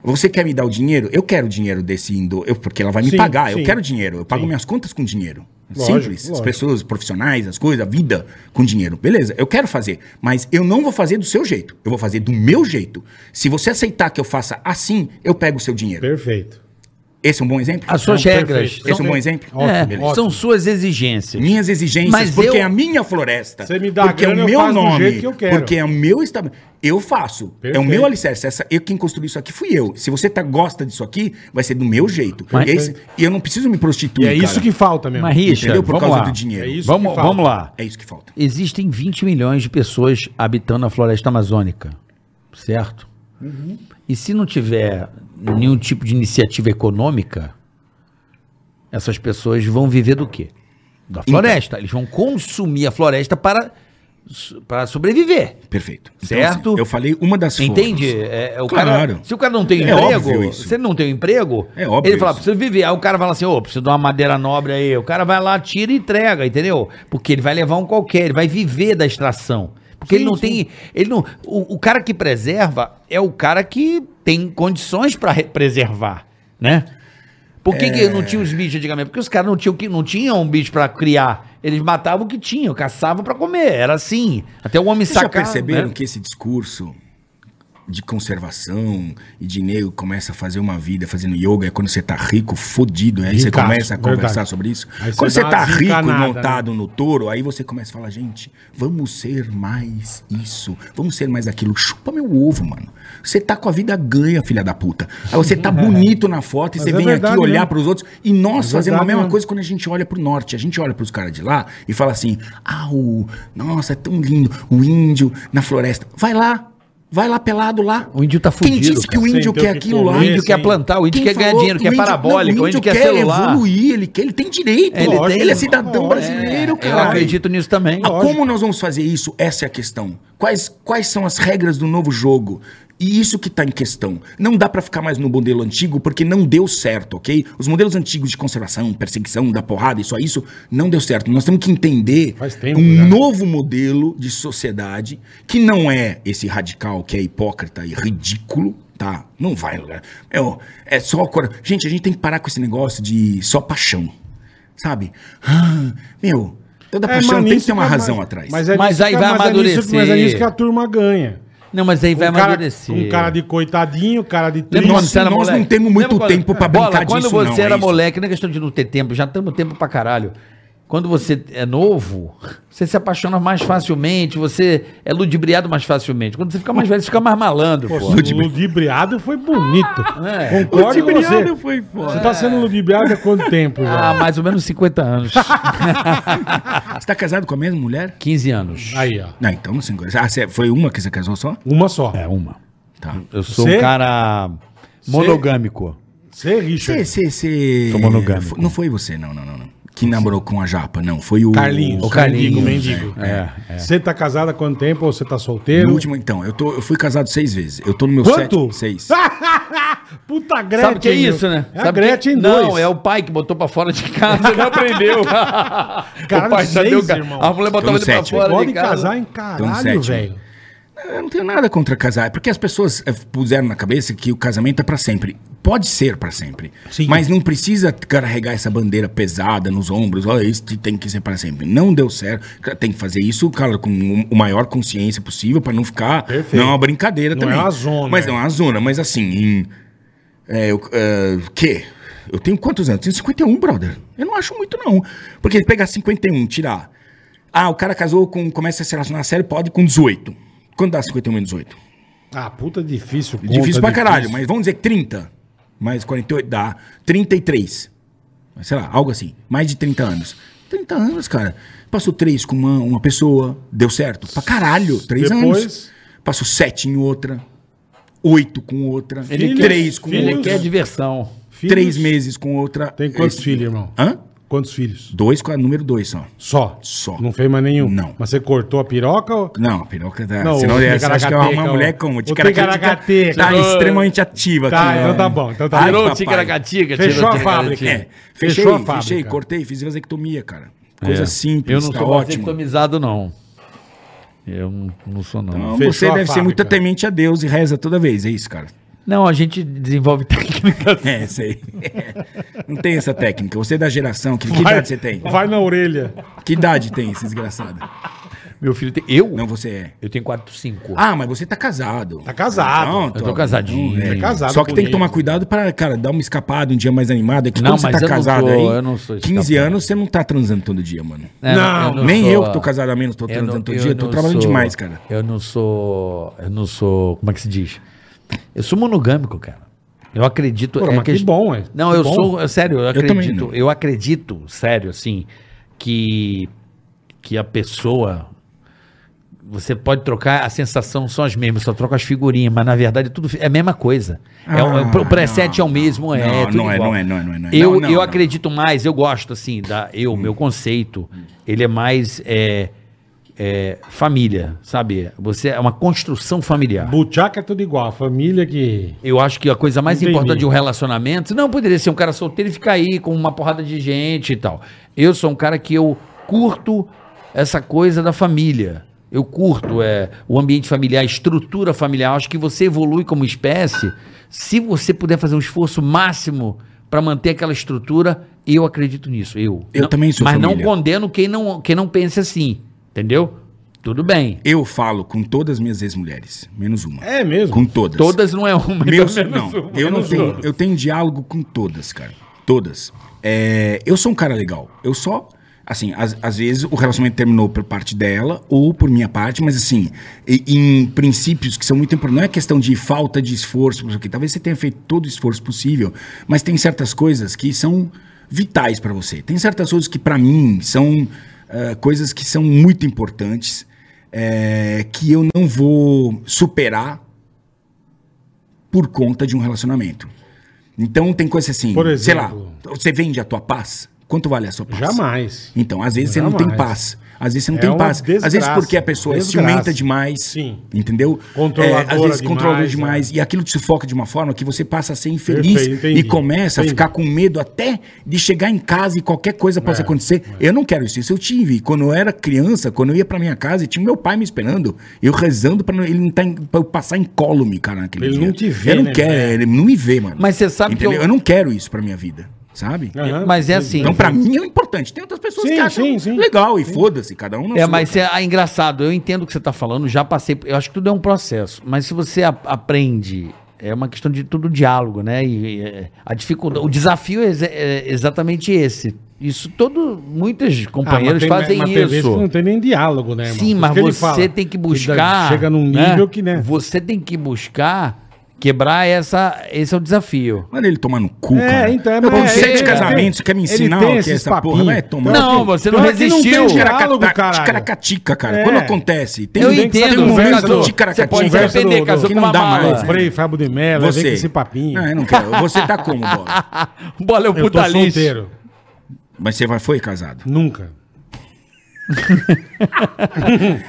Speaker 2: Você quer me dar o dinheiro? Eu quero o dinheiro desse indo, eu, porque ela vai me
Speaker 3: Sim,
Speaker 2: pagar.
Speaker 3: sim.
Speaker 2: Eu quero dinheiro. Eu pago minhas contas com dinheiro.
Speaker 3: Lógico,
Speaker 2: Simples. As
Speaker 3: lógico.
Speaker 2: pessoas, os profissionais, as coisas, a vida com dinheiro. Beleza, eu quero fazer, mas eu não vou fazer do seu jeito. Eu vou fazer do meu jeito. Se você aceitar que eu faça assim, eu pego o seu dinheiro.
Speaker 3: Perfeito.
Speaker 2: Esse é um bom exemplo?
Speaker 4: As suas
Speaker 3: Não,
Speaker 4: regras.
Speaker 3: perfeito.
Speaker 2: Esse é um
Speaker 4: são-
Speaker 2: bom exemplo?
Speaker 4: É,
Speaker 3: Ótimo, ótimo.
Speaker 4: são suas exigências.
Speaker 2: Minhas exigências,
Speaker 4: Mas
Speaker 2: porque
Speaker 4: eu-
Speaker 2: é a minha floresta.
Speaker 3: Você me dá a
Speaker 2: porque
Speaker 3: grana, eu
Speaker 2: é o meu
Speaker 3: faço do
Speaker 2: nome.
Speaker 3: jeito que eu quero.
Speaker 2: Porque é o meu estabelecimento. Eu faço. É
Speaker 3: Perfeito.
Speaker 2: o meu alicerce. Essa, eu, quem construiu isso aqui fui eu. Se você tá, gosta disso aqui, vai ser do meu jeito.
Speaker 4: Mas-
Speaker 2: E, é isso- e eu não preciso me
Speaker 3: E
Speaker 2: prostituir.
Speaker 3: é isso
Speaker 2: cara.
Speaker 3: que falta mesmo.
Speaker 4: Mas, Richard,
Speaker 2: Entendeu? Por
Speaker 4: vamos
Speaker 2: causa
Speaker 4: lá.
Speaker 2: do dinheiro.
Speaker 3: É isso
Speaker 4: Vamos,
Speaker 3: que falta.
Speaker 4: vamos lá.
Speaker 2: É isso que falta.
Speaker 4: Existem 20 milhões de pessoas habitando a floresta amazônica, certo? E se não tiver nenhum tipo de iniciativa econômica, essas pessoas vão viver do quê? Da floresta. Eles vão consumir a floresta para, para sobreviver.
Speaker 2: Perfeito. Então,
Speaker 4: Certo?
Speaker 2: assim, eu falei uma das formas.
Speaker 4: Entende? É, é o
Speaker 2: Claro.
Speaker 4: cara, se o cara não tem
Speaker 2: É
Speaker 4: emprego,
Speaker 2: óbvio isso.
Speaker 4: se ele não tem emprego,
Speaker 2: É óbvio
Speaker 4: ele fala,
Speaker 2: isso.
Speaker 4: preciso viver. Aí o cara fala assim, ô, preciso de uma madeira nobre aí. O cara vai lá, tira e entrega, entendeu? Porque ele vai levar um qualquer, ele vai viver da extração. Porque ele não tem. Ele não, o, o cara que preserva é o cara que tem condições para preservar, né? Por que,
Speaker 2: É.
Speaker 4: que não tinha os bichos antigamente? Porque os caras não tinham, que- não tinham um bicho para criar. Eles matavam o que tinham, caçavam para comer. Era assim. Até o homem
Speaker 2: Vocês já
Speaker 4: sacava,
Speaker 2: perceberam
Speaker 4: né?
Speaker 2: que esse discurso de conservação e de nego começa a fazer uma vida fazendo yoga, é quando você tá rico, fodido, aí você
Speaker 3: Ricaço,
Speaker 2: começa a conversar
Speaker 3: verdade.
Speaker 2: sobre isso.
Speaker 3: Aí você
Speaker 2: quando você
Speaker 3: dá
Speaker 2: tá
Speaker 3: uma
Speaker 2: rico,
Speaker 3: desencanada, né?
Speaker 2: montado no touro, aí você começa a falar, gente, vamos ser mais isso, vamos ser mais aquilo. Chupa meu ovo, mano. Você tá com a vida ganha, filha da puta. Aí você tá bonito na foto e
Speaker 3: Mas
Speaker 2: você
Speaker 3: é
Speaker 2: vem
Speaker 3: verdade
Speaker 2: aqui olhar
Speaker 3: mesmo.
Speaker 2: pros outros e nós
Speaker 3: É
Speaker 2: fazemos a
Speaker 3: verdade
Speaker 2: mesma
Speaker 3: mesmo.
Speaker 2: coisa coisa quando a gente olha pro norte, a gente olha pros caras de lá e fala assim: "Ah, o- nossa, é tão lindo, o índio na floresta. Vai lá, vai lá pelado lá.
Speaker 4: O índio tá
Speaker 2: Quem
Speaker 4: fudido,
Speaker 2: disse que
Speaker 4: cara.
Speaker 2: o
Speaker 3: Sem
Speaker 2: índio
Speaker 3: ter o
Speaker 2: quer
Speaker 3: que
Speaker 2: aquilo
Speaker 3: comer,
Speaker 2: lá?
Speaker 4: O índio
Speaker 3: Sim.
Speaker 4: quer plantar, o índio
Speaker 2: Quem
Speaker 4: quer ganhar
Speaker 2: falou
Speaker 4: dinheiro, quer
Speaker 2: o índio-
Speaker 4: parabólico,
Speaker 2: não,
Speaker 4: o índio quer celular.
Speaker 2: evoluir, ele, quer, ele tem direito.
Speaker 4: Ele
Speaker 2: Ele,
Speaker 4: tem.
Speaker 2: é cidadão
Speaker 3: Lógico.
Speaker 4: É,
Speaker 2: brasileiro,
Speaker 4: Eu
Speaker 2: cara.
Speaker 4: acredito nisso também.
Speaker 2: Ah, como nós vamos fazer isso? Essa é a questão. Quais, quais são as regras do novo jogo? E isso que está em questão. Não dá para ficar mais no modelo antigo porque não deu certo, ok? Os modelos antigos de conservação, perseguição, da porrada e só isso, não deu certo. Nós temos que entender
Speaker 3: Faz tempo né?
Speaker 2: um
Speaker 3: já.
Speaker 2: novo modelo de sociedade que não é esse radical que é hipócrita e ridículo, tá? Não vai, lugar. É, ó, é só. cora- Gente, a gente tem que parar com esse negócio de só paixão, sabe? Ah, meu, toda
Speaker 4: um
Speaker 3: É,
Speaker 2: paixão
Speaker 3: mas
Speaker 2: tem que
Speaker 3: nisso
Speaker 2: ter uma
Speaker 3: que a-
Speaker 2: razão atrás.
Speaker 3: Mas, é
Speaker 4: Mas
Speaker 3: nisso
Speaker 4: aí
Speaker 3: que-
Speaker 4: vai
Speaker 3: mas é nisso-
Speaker 4: amadurecer.
Speaker 3: mas é nisso que a turma ganha.
Speaker 4: Não, mas aí vai
Speaker 3: um cara,
Speaker 4: amadurecer.
Speaker 3: um cara de coitadinho, um cara de
Speaker 4: Lembra
Speaker 2: Nós-
Speaker 4: quando você era
Speaker 2: nós não
Speaker 4: moleque?
Speaker 2: temos muito
Speaker 4: Lembra quando-
Speaker 2: tempo pra brincar
Speaker 4: Bola, quando
Speaker 2: disso,
Speaker 4: você
Speaker 2: não,
Speaker 4: era
Speaker 2: é isso.
Speaker 4: moleque, não é questão de não ter tempo, já estamos tempo pra caralho. Quando você é novo, você se apaixona mais facilmente, você é ludibriado mais facilmente. Quando você fica mais velho, você fica mais malandro,
Speaker 3: Pô,
Speaker 4: pô.
Speaker 2: Ludibri-
Speaker 3: ludibriado foi bonito.
Speaker 4: É.
Speaker 3: Concordo com você.
Speaker 2: foi foda.
Speaker 3: Você tá sendo ludibriado há quanto tempo já?
Speaker 4: Ah, mais ou menos 50 anos.
Speaker 2: Você tá casado com a mesma mulher?
Speaker 4: 15 anos.
Speaker 3: Aí, ó.
Speaker 2: Não, então não se engana. Ah, você- foi uma que você casou só?
Speaker 3: Uma só.
Speaker 4: É uma.
Speaker 2: Tá.
Speaker 4: Eu sou
Speaker 3: Você-
Speaker 4: um cara monogâmico.
Speaker 3: Você, é
Speaker 2: Você,
Speaker 3: Richard.
Speaker 2: você, você...
Speaker 4: Sou monogâmico.
Speaker 2: Fo- Não foi você, não, não, não. não. Que namorou com a japa, não. Foi o...
Speaker 3: Carlinhos.
Speaker 2: O
Speaker 4: Carlinhos,
Speaker 3: é Mendigo, mendigo.
Speaker 4: É,
Speaker 3: Você tá casado há quanto tempo? Ou você tá
Speaker 2: No
Speaker 3: solteiro?
Speaker 2: último, então. Eu, tô, eu fui casado seis vezes. Eu tô no meu
Speaker 3: Quanto?
Speaker 2: sétimo- Seis.
Speaker 3: Puta Gretchen.
Speaker 4: Sabe o que é isso, né?
Speaker 3: É
Speaker 4: Sabe
Speaker 3: a
Speaker 4: que-
Speaker 3: Gretchen
Speaker 4: Não,
Speaker 3: dois.
Speaker 4: é o pai que botou pra fora de casa e não aprendeu.
Speaker 3: Caralho,
Speaker 4: o pai
Speaker 3: seis,
Speaker 4: deu ca-
Speaker 3: irmão.
Speaker 4: A mulher botava ele pra
Speaker 2: sétimo.
Speaker 4: fora
Speaker 3: Pode
Speaker 4: de casa.
Speaker 3: casar em
Speaker 2: Tô no
Speaker 3: caralho,
Speaker 2: sétimo.
Speaker 3: velho.
Speaker 2: Eu não tenho nada contra casar, é porque as pessoas eh, puseram na cabeça que o casamento é pra sempre. Pode ser pra sempre,
Speaker 3: Sim.
Speaker 2: mas não precisa carregar essa bandeira pesada nos ombros. Olha, isso tem que ser pra sempre. Não deu certo. Tem que fazer isso, cara, com o- o maior consciência possível pra não ficar.
Speaker 3: Perfeito.
Speaker 2: Não é uma brincadeira
Speaker 3: Não
Speaker 2: também.
Speaker 3: é uma zona,
Speaker 2: Mas
Speaker 3: é.
Speaker 2: não é uma zona, mas assim, em, é, eu, é, que? Eu tenho quantos anos? Tenho 51, brother. Eu não acho muito, não. Porque pegar 51, tirar. Ah, o cara casou com. Começa a se relacionar sério, pode com 18. Quando dá 51 menos 18?
Speaker 3: Ah, puta difícil. conta,
Speaker 2: É difícil pra caralho, mas vamos dizer que 30. Mais 48 dá 33. Mas Sei lá, algo assim. Mais de 30 anos. 30 anos, cara. Passou 3 com uma, uma pessoa, deu certo. Pra caralho, 3
Speaker 3: Depois-
Speaker 2: anos. Passou 7 em outra. 8 com outra.
Speaker 3: Ele quer-
Speaker 2: 3 com
Speaker 3: filhos-
Speaker 4: Ele
Speaker 2: outra.
Speaker 4: quer é diversão.
Speaker 3: Filhos?
Speaker 2: Três meses com outra.
Speaker 3: Tem quantos
Speaker 2: Esse-
Speaker 3: filhos, irmão?
Speaker 2: Hã?
Speaker 3: Quantos filhos?
Speaker 2: Dois com a número dois só.
Speaker 3: Só.
Speaker 2: Só.
Speaker 3: Não fez mais nenhum?
Speaker 2: Não.
Speaker 3: Mas você cortou a piroca? ou-
Speaker 2: Não, a piroca tá.
Speaker 3: Não,
Speaker 2: Não, senão
Speaker 3: o
Speaker 2: é, você acha que é uma
Speaker 3: ticaracateca,
Speaker 2: mulher
Speaker 3: o-
Speaker 2: como?
Speaker 3: o
Speaker 2: Ticaracateca. Tá
Speaker 3: ticaracateca.
Speaker 2: extremamente ativa.
Speaker 3: Tá,
Speaker 2: aqui,
Speaker 3: então
Speaker 2: né?
Speaker 3: tá bom, então tá bom.
Speaker 2: Ai,
Speaker 4: Tirou o
Speaker 2: papai.
Speaker 4: ticaracatica.
Speaker 3: Fechou
Speaker 4: tirou o
Speaker 3: a fábrica.
Speaker 4: ticaracatica.
Speaker 2: É, fechei,
Speaker 3: Fechou a fábrica.
Speaker 2: fechei, cortei, fiz vasectomia, cara. Coisa
Speaker 4: É.
Speaker 2: simples,
Speaker 4: Eu não
Speaker 2: tá
Speaker 4: sou
Speaker 2: ótimo.
Speaker 4: vasectomizado, não. Eu não, não sou, não.
Speaker 2: Então,
Speaker 3: Fechou
Speaker 2: você
Speaker 3: a
Speaker 2: deve ser
Speaker 3: fábrica.
Speaker 2: muito temente a Deus e reza toda vez, é isso, cara.
Speaker 4: Não, a gente desenvolve técnicas.
Speaker 2: É, sei. Não tem essa técnica. Você é da geração, que, que
Speaker 3: Vai-
Speaker 2: idade você tem?
Speaker 3: Vai na orelha.
Speaker 2: Que idade tem esse desgraçado?
Speaker 4: Meu filho tem. Eu?
Speaker 2: Não, você é.
Speaker 4: Eu tenho 4, 5.
Speaker 2: Ah, mas você tá casado.
Speaker 3: Tá casado.
Speaker 2: Pronto,
Speaker 4: Eu tô
Speaker 2: ó.
Speaker 4: casadinho.
Speaker 2: Então, é.
Speaker 4: Tá
Speaker 3: casado
Speaker 2: Só que tem
Speaker 3: bonito.
Speaker 2: que tomar cuidado pra, cara, dar uma escapada um dia mais animado. É que
Speaker 4: Não,
Speaker 2: quando você
Speaker 4: mas
Speaker 2: tá
Speaker 4: eu não
Speaker 2: casado
Speaker 4: tô-
Speaker 2: aí,
Speaker 4: eu não sou
Speaker 2: 15
Speaker 4: escapado.
Speaker 2: anos, você não tá transando todo dia, mano.
Speaker 4: É,
Speaker 3: Não,
Speaker 2: Nem eu que tô casado há menos, tô
Speaker 4: Eu
Speaker 2: transando
Speaker 4: não-
Speaker 2: todo
Speaker 4: eu
Speaker 2: dia. Eu tô
Speaker 4: não
Speaker 2: trabalhando
Speaker 4: sou-
Speaker 2: demais, cara.
Speaker 4: Eu não sou. Eu não sou. Como é que se diz? Eu sou monogâmico, cara. Eu acredito.
Speaker 3: Pô,
Speaker 4: é
Speaker 3: mas que bom, é.
Speaker 4: é. Não,
Speaker 3: Que
Speaker 4: eu
Speaker 3: bom.
Speaker 4: sou. eu- sério, eu
Speaker 2: também
Speaker 4: acredito.
Speaker 2: não.
Speaker 4: Eu, acredito, sério, assim, que. Que a pessoa. Você pode trocar, a sensação são as mesmas, só troca as figurinhas, mas na verdade tudo fi- é a mesma coisa. é, o-
Speaker 2: Ah,
Speaker 4: o preset é o mesmo, é.
Speaker 2: Não,
Speaker 4: tudo
Speaker 2: não é,
Speaker 4: igual.
Speaker 2: não é, não é, não é, não é.
Speaker 4: Eu,
Speaker 2: Não, não,
Speaker 4: eu
Speaker 2: não.
Speaker 4: acredito mais, eu gosto, assim, da, eu, meu conceito, ele é mais é, é, família, sabe? Você é uma construção familiar.
Speaker 3: Buchaca é tudo igual. A família que.
Speaker 4: Eu acho que a coisa mais
Speaker 3: Entendi.
Speaker 4: importante de um relacionamento, não poderia ser um cara solteiro e ficar aí com uma porrada de gente e tal. Eu sou um cara que eu curto essa coisa da família. Eu curto é, o ambiente familiar, a estrutura familiar. Eu Acho que você evolui como espécie se você puder fazer um esforço máximo para manter aquela estrutura. Eu acredito nisso. Eu.
Speaker 2: Eu
Speaker 4: Não-
Speaker 2: também sou
Speaker 4: Mas não
Speaker 2: família.
Speaker 4: condeno quem não, quem não pense assim. Entendeu? Tudo bem.
Speaker 2: Eu falo com todas as minhas ex-mulheres, menos uma.
Speaker 3: É mesmo?
Speaker 2: Com todas.
Speaker 4: Todas não é uma.
Speaker 2: Meus,
Speaker 4: então menos
Speaker 2: não,
Speaker 4: uma.
Speaker 2: eu não tenho, eu tenho diálogo com todas, cara. Todas. É, eu sou um cara legal. Eu só, assim, às, às vezes o relacionamento terminou por parte dela ou por minha parte, mas assim, e- em princípios que são muito importantes. Não é questão de falta de esforço, porque talvez você tenha feito todo o esforço possível, mas tem certas coisas que são vitais pra você. Tem certas coisas que pra mim são ah, coisas que são muito importantes, é, que eu não vou superar por conta de um relacionamento. Então tem coisa assim,
Speaker 3: Por
Speaker 2: sei lá,
Speaker 3: exemplo.
Speaker 2: você vende a tua paz? Quanto vale a sua paz?
Speaker 3: Jamais.
Speaker 2: Então, às vezes você não
Speaker 3: Jamais.
Speaker 2: tem paz. Às vezes você não
Speaker 3: É
Speaker 2: tem
Speaker 3: uma
Speaker 2: paz. às vezes
Speaker 3: desgraça,
Speaker 2: porque a pessoa
Speaker 3: desgraça.
Speaker 2: é ciumenta demais.
Speaker 3: Sim.
Speaker 2: Entendeu? É,
Speaker 3: Controladora
Speaker 2: às
Speaker 3: demais,
Speaker 2: vezes controla
Speaker 3: é.
Speaker 2: demais. E aquilo te sufoca de uma forma que você passa a ser infeliz
Speaker 3: Perfeito, entendi.
Speaker 2: e começa
Speaker 3: Entendi.
Speaker 2: a ficar com medo até de chegar em casa e qualquer coisa
Speaker 3: É,
Speaker 2: possa acontecer. Eu não quero isso. Isso eu tive. Quando eu era criança, quando eu ia pra minha casa, tinha meu pai me esperando. Eu rezando pra não- ele não tá em- pra eu passar incólume, cara, naquele
Speaker 3: Ele
Speaker 2: dia.
Speaker 3: não te vê,
Speaker 2: Eu não
Speaker 3: né,
Speaker 2: quero.
Speaker 3: velho?
Speaker 2: Ele não me vê, mano.
Speaker 4: Mas você sabe que
Speaker 2: Entendeu?
Speaker 4: eu-
Speaker 2: eu... não quero isso pra minha vida. Sabe?
Speaker 3: Aham.
Speaker 4: Mas é assim.
Speaker 2: Então, pra mim, é importante. Tem outras pessoas
Speaker 3: Sim,
Speaker 2: que acham
Speaker 3: sim, sim.
Speaker 2: legal e foda-se, cada um na
Speaker 4: É,
Speaker 2: sua.
Speaker 4: mas é ah, tá engraçado, eu entendo o que você está falando, já passei. por- Eu acho que tudo é um processo. Mas se você a- aprende É uma questão de tudo diálogo, né? E, e, é, a dificuldade, o desafio é, exa- é exatamente esse. Isso todo, muitos
Speaker 3: Ah, mas
Speaker 4: companheiros
Speaker 3: tem-
Speaker 4: fazem
Speaker 3: mas tem vezes que
Speaker 4: isso.
Speaker 3: não tem nem diálogo, né, irmão?
Speaker 4: Sim,
Speaker 3: Por
Speaker 4: mas
Speaker 3: isso que ele
Speaker 4: você
Speaker 3: fala
Speaker 4: tem que
Speaker 3: dá-
Speaker 4: buscar.
Speaker 3: Chega num nível que, né?
Speaker 4: Você tem que buscar quebrar essa. Esse é o desafio.
Speaker 2: Manda ele tomar no cu,
Speaker 3: É,
Speaker 2: cara.
Speaker 3: então, é,
Speaker 2: eu
Speaker 3: mas
Speaker 2: tenho
Speaker 3: é,
Speaker 2: sete
Speaker 4: ele-
Speaker 2: casamentos, você quer me
Speaker 3: ele
Speaker 2: ensinar
Speaker 3: tem
Speaker 2: o que é
Speaker 3: esses
Speaker 2: essa
Speaker 3: papinhos.
Speaker 2: porra? Vai tomar
Speaker 3: Não,
Speaker 2: no cu.
Speaker 4: Não, você não
Speaker 3: Pior é que não tem
Speaker 4: resistiu.
Speaker 3: diálogo,
Speaker 2: Ticaracatica,
Speaker 3: caralho.
Speaker 2: Ticaracatica, cara.
Speaker 3: É.
Speaker 2: Quando acontece, tem,
Speaker 4: Eu
Speaker 2: tem-
Speaker 4: entendo,
Speaker 2: tem um momento
Speaker 4: casou.
Speaker 2: de Ticaracatica.
Speaker 4: Você pode se
Speaker 3: Conversa
Speaker 4: arrepender,
Speaker 3: do-
Speaker 4: casou
Speaker 2: que
Speaker 4: com
Speaker 2: não
Speaker 4: uma
Speaker 2: dá
Speaker 4: mala.
Speaker 2: mais, né?
Speaker 3: Frei Fábio de Mello, vem com esse papinho.
Speaker 2: Não, eu não quero. Você tá como, Bola?
Speaker 4: Bola é um
Speaker 3: eu tô
Speaker 4: puta lixo.
Speaker 3: solteiro.
Speaker 2: Mas você vai, foi casado?
Speaker 3: Nunca.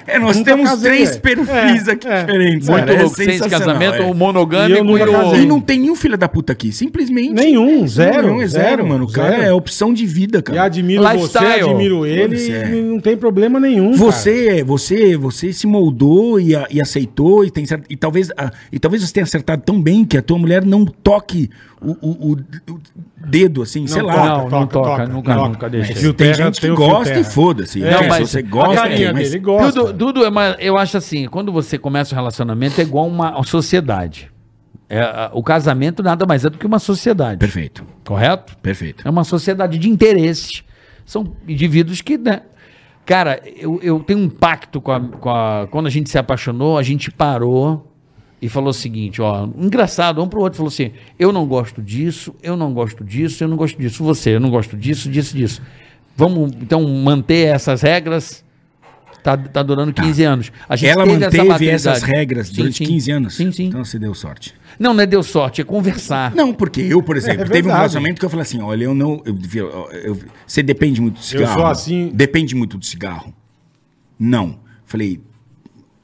Speaker 2: É, nós
Speaker 3: Nunca
Speaker 2: temos
Speaker 3: casei,
Speaker 2: três
Speaker 3: é.
Speaker 2: perfis
Speaker 3: É,
Speaker 2: aqui
Speaker 3: é.
Speaker 2: diferentes.
Speaker 4: Muito
Speaker 2: cara. É
Speaker 4: louco, sem esse
Speaker 2: sensacional,
Speaker 4: casamento,
Speaker 2: é.
Speaker 4: o monogâmico
Speaker 3: E eu nunca
Speaker 4: e o-
Speaker 3: casei.
Speaker 2: E não tem nenhum filho da puta aqui, simplesmente.
Speaker 3: um- Nenhum, zero,
Speaker 2: Nenhum, é zero,
Speaker 3: zero,
Speaker 2: mano. O cara
Speaker 3: zero.
Speaker 2: é opção de vida,
Speaker 3: E
Speaker 2: cara.
Speaker 3: admiro
Speaker 4: Lifestyle.
Speaker 3: você, admiro ele,
Speaker 2: Pois é.
Speaker 3: e não tem problema nenhum. Um, cara.
Speaker 2: Você, é você, você se moldou e, a- e aceitou e tem cer- e talvez a- e talvez você tenha acertado tão bem que a tua mulher não toque o, o- o- o dedo assim, sei
Speaker 3: Não,
Speaker 2: lá.
Speaker 4: Não, não toca, nunca, nunca deixei.
Speaker 3: Fio
Speaker 2: Tem
Speaker 3: terra,
Speaker 2: gente que
Speaker 3: o fio
Speaker 2: gosta
Speaker 3: terra.
Speaker 2: e foda-se.
Speaker 3: É,
Speaker 2: Né?
Speaker 4: mas
Speaker 2: Se você
Speaker 4: a
Speaker 2: gosta,
Speaker 3: carinha
Speaker 2: é, mas
Speaker 3: dele gosta.
Speaker 4: Dudu, Dudu, é uma- eu acho assim, quando você começa um relacionamento, é igual uma sociedade. É, a- o casamento nada mais é do que uma sociedade,
Speaker 2: perfeito,
Speaker 4: correto?
Speaker 2: perfeito.
Speaker 4: É uma sociedade de interesses. São indivíduos que, né? Cara, eu, eu tenho um pacto com a, com a- Quando a gente se apaixonou, a gente parou e falou o seguinte, ó, engraçado, um pro outro falou assim: eu não gosto disso, eu não gosto disso, eu não gosto disso, você, eu não gosto disso, disso, disso. Vamos, então, manter essas regras. Tá, tá durando 15 anos. A gente
Speaker 2: Ela
Speaker 4: teve essa
Speaker 2: manteve
Speaker 4: maturidade.
Speaker 2: essas regras
Speaker 4: Sim,
Speaker 2: durante
Speaker 4: sim.
Speaker 2: 15 anos.
Speaker 4: Sim, sim.
Speaker 2: Então você deu sorte.
Speaker 4: Não, não é deu sorte, é conversar.
Speaker 2: Não, porque eu, por exemplo, teve um
Speaker 3: É verdade.
Speaker 2: relacionamento que eu falei assim: olha, eu não. eu- eu- eu- você depende muito do cigarro.
Speaker 3: sou assim-
Speaker 2: Depende muito do cigarro. Não. Falei,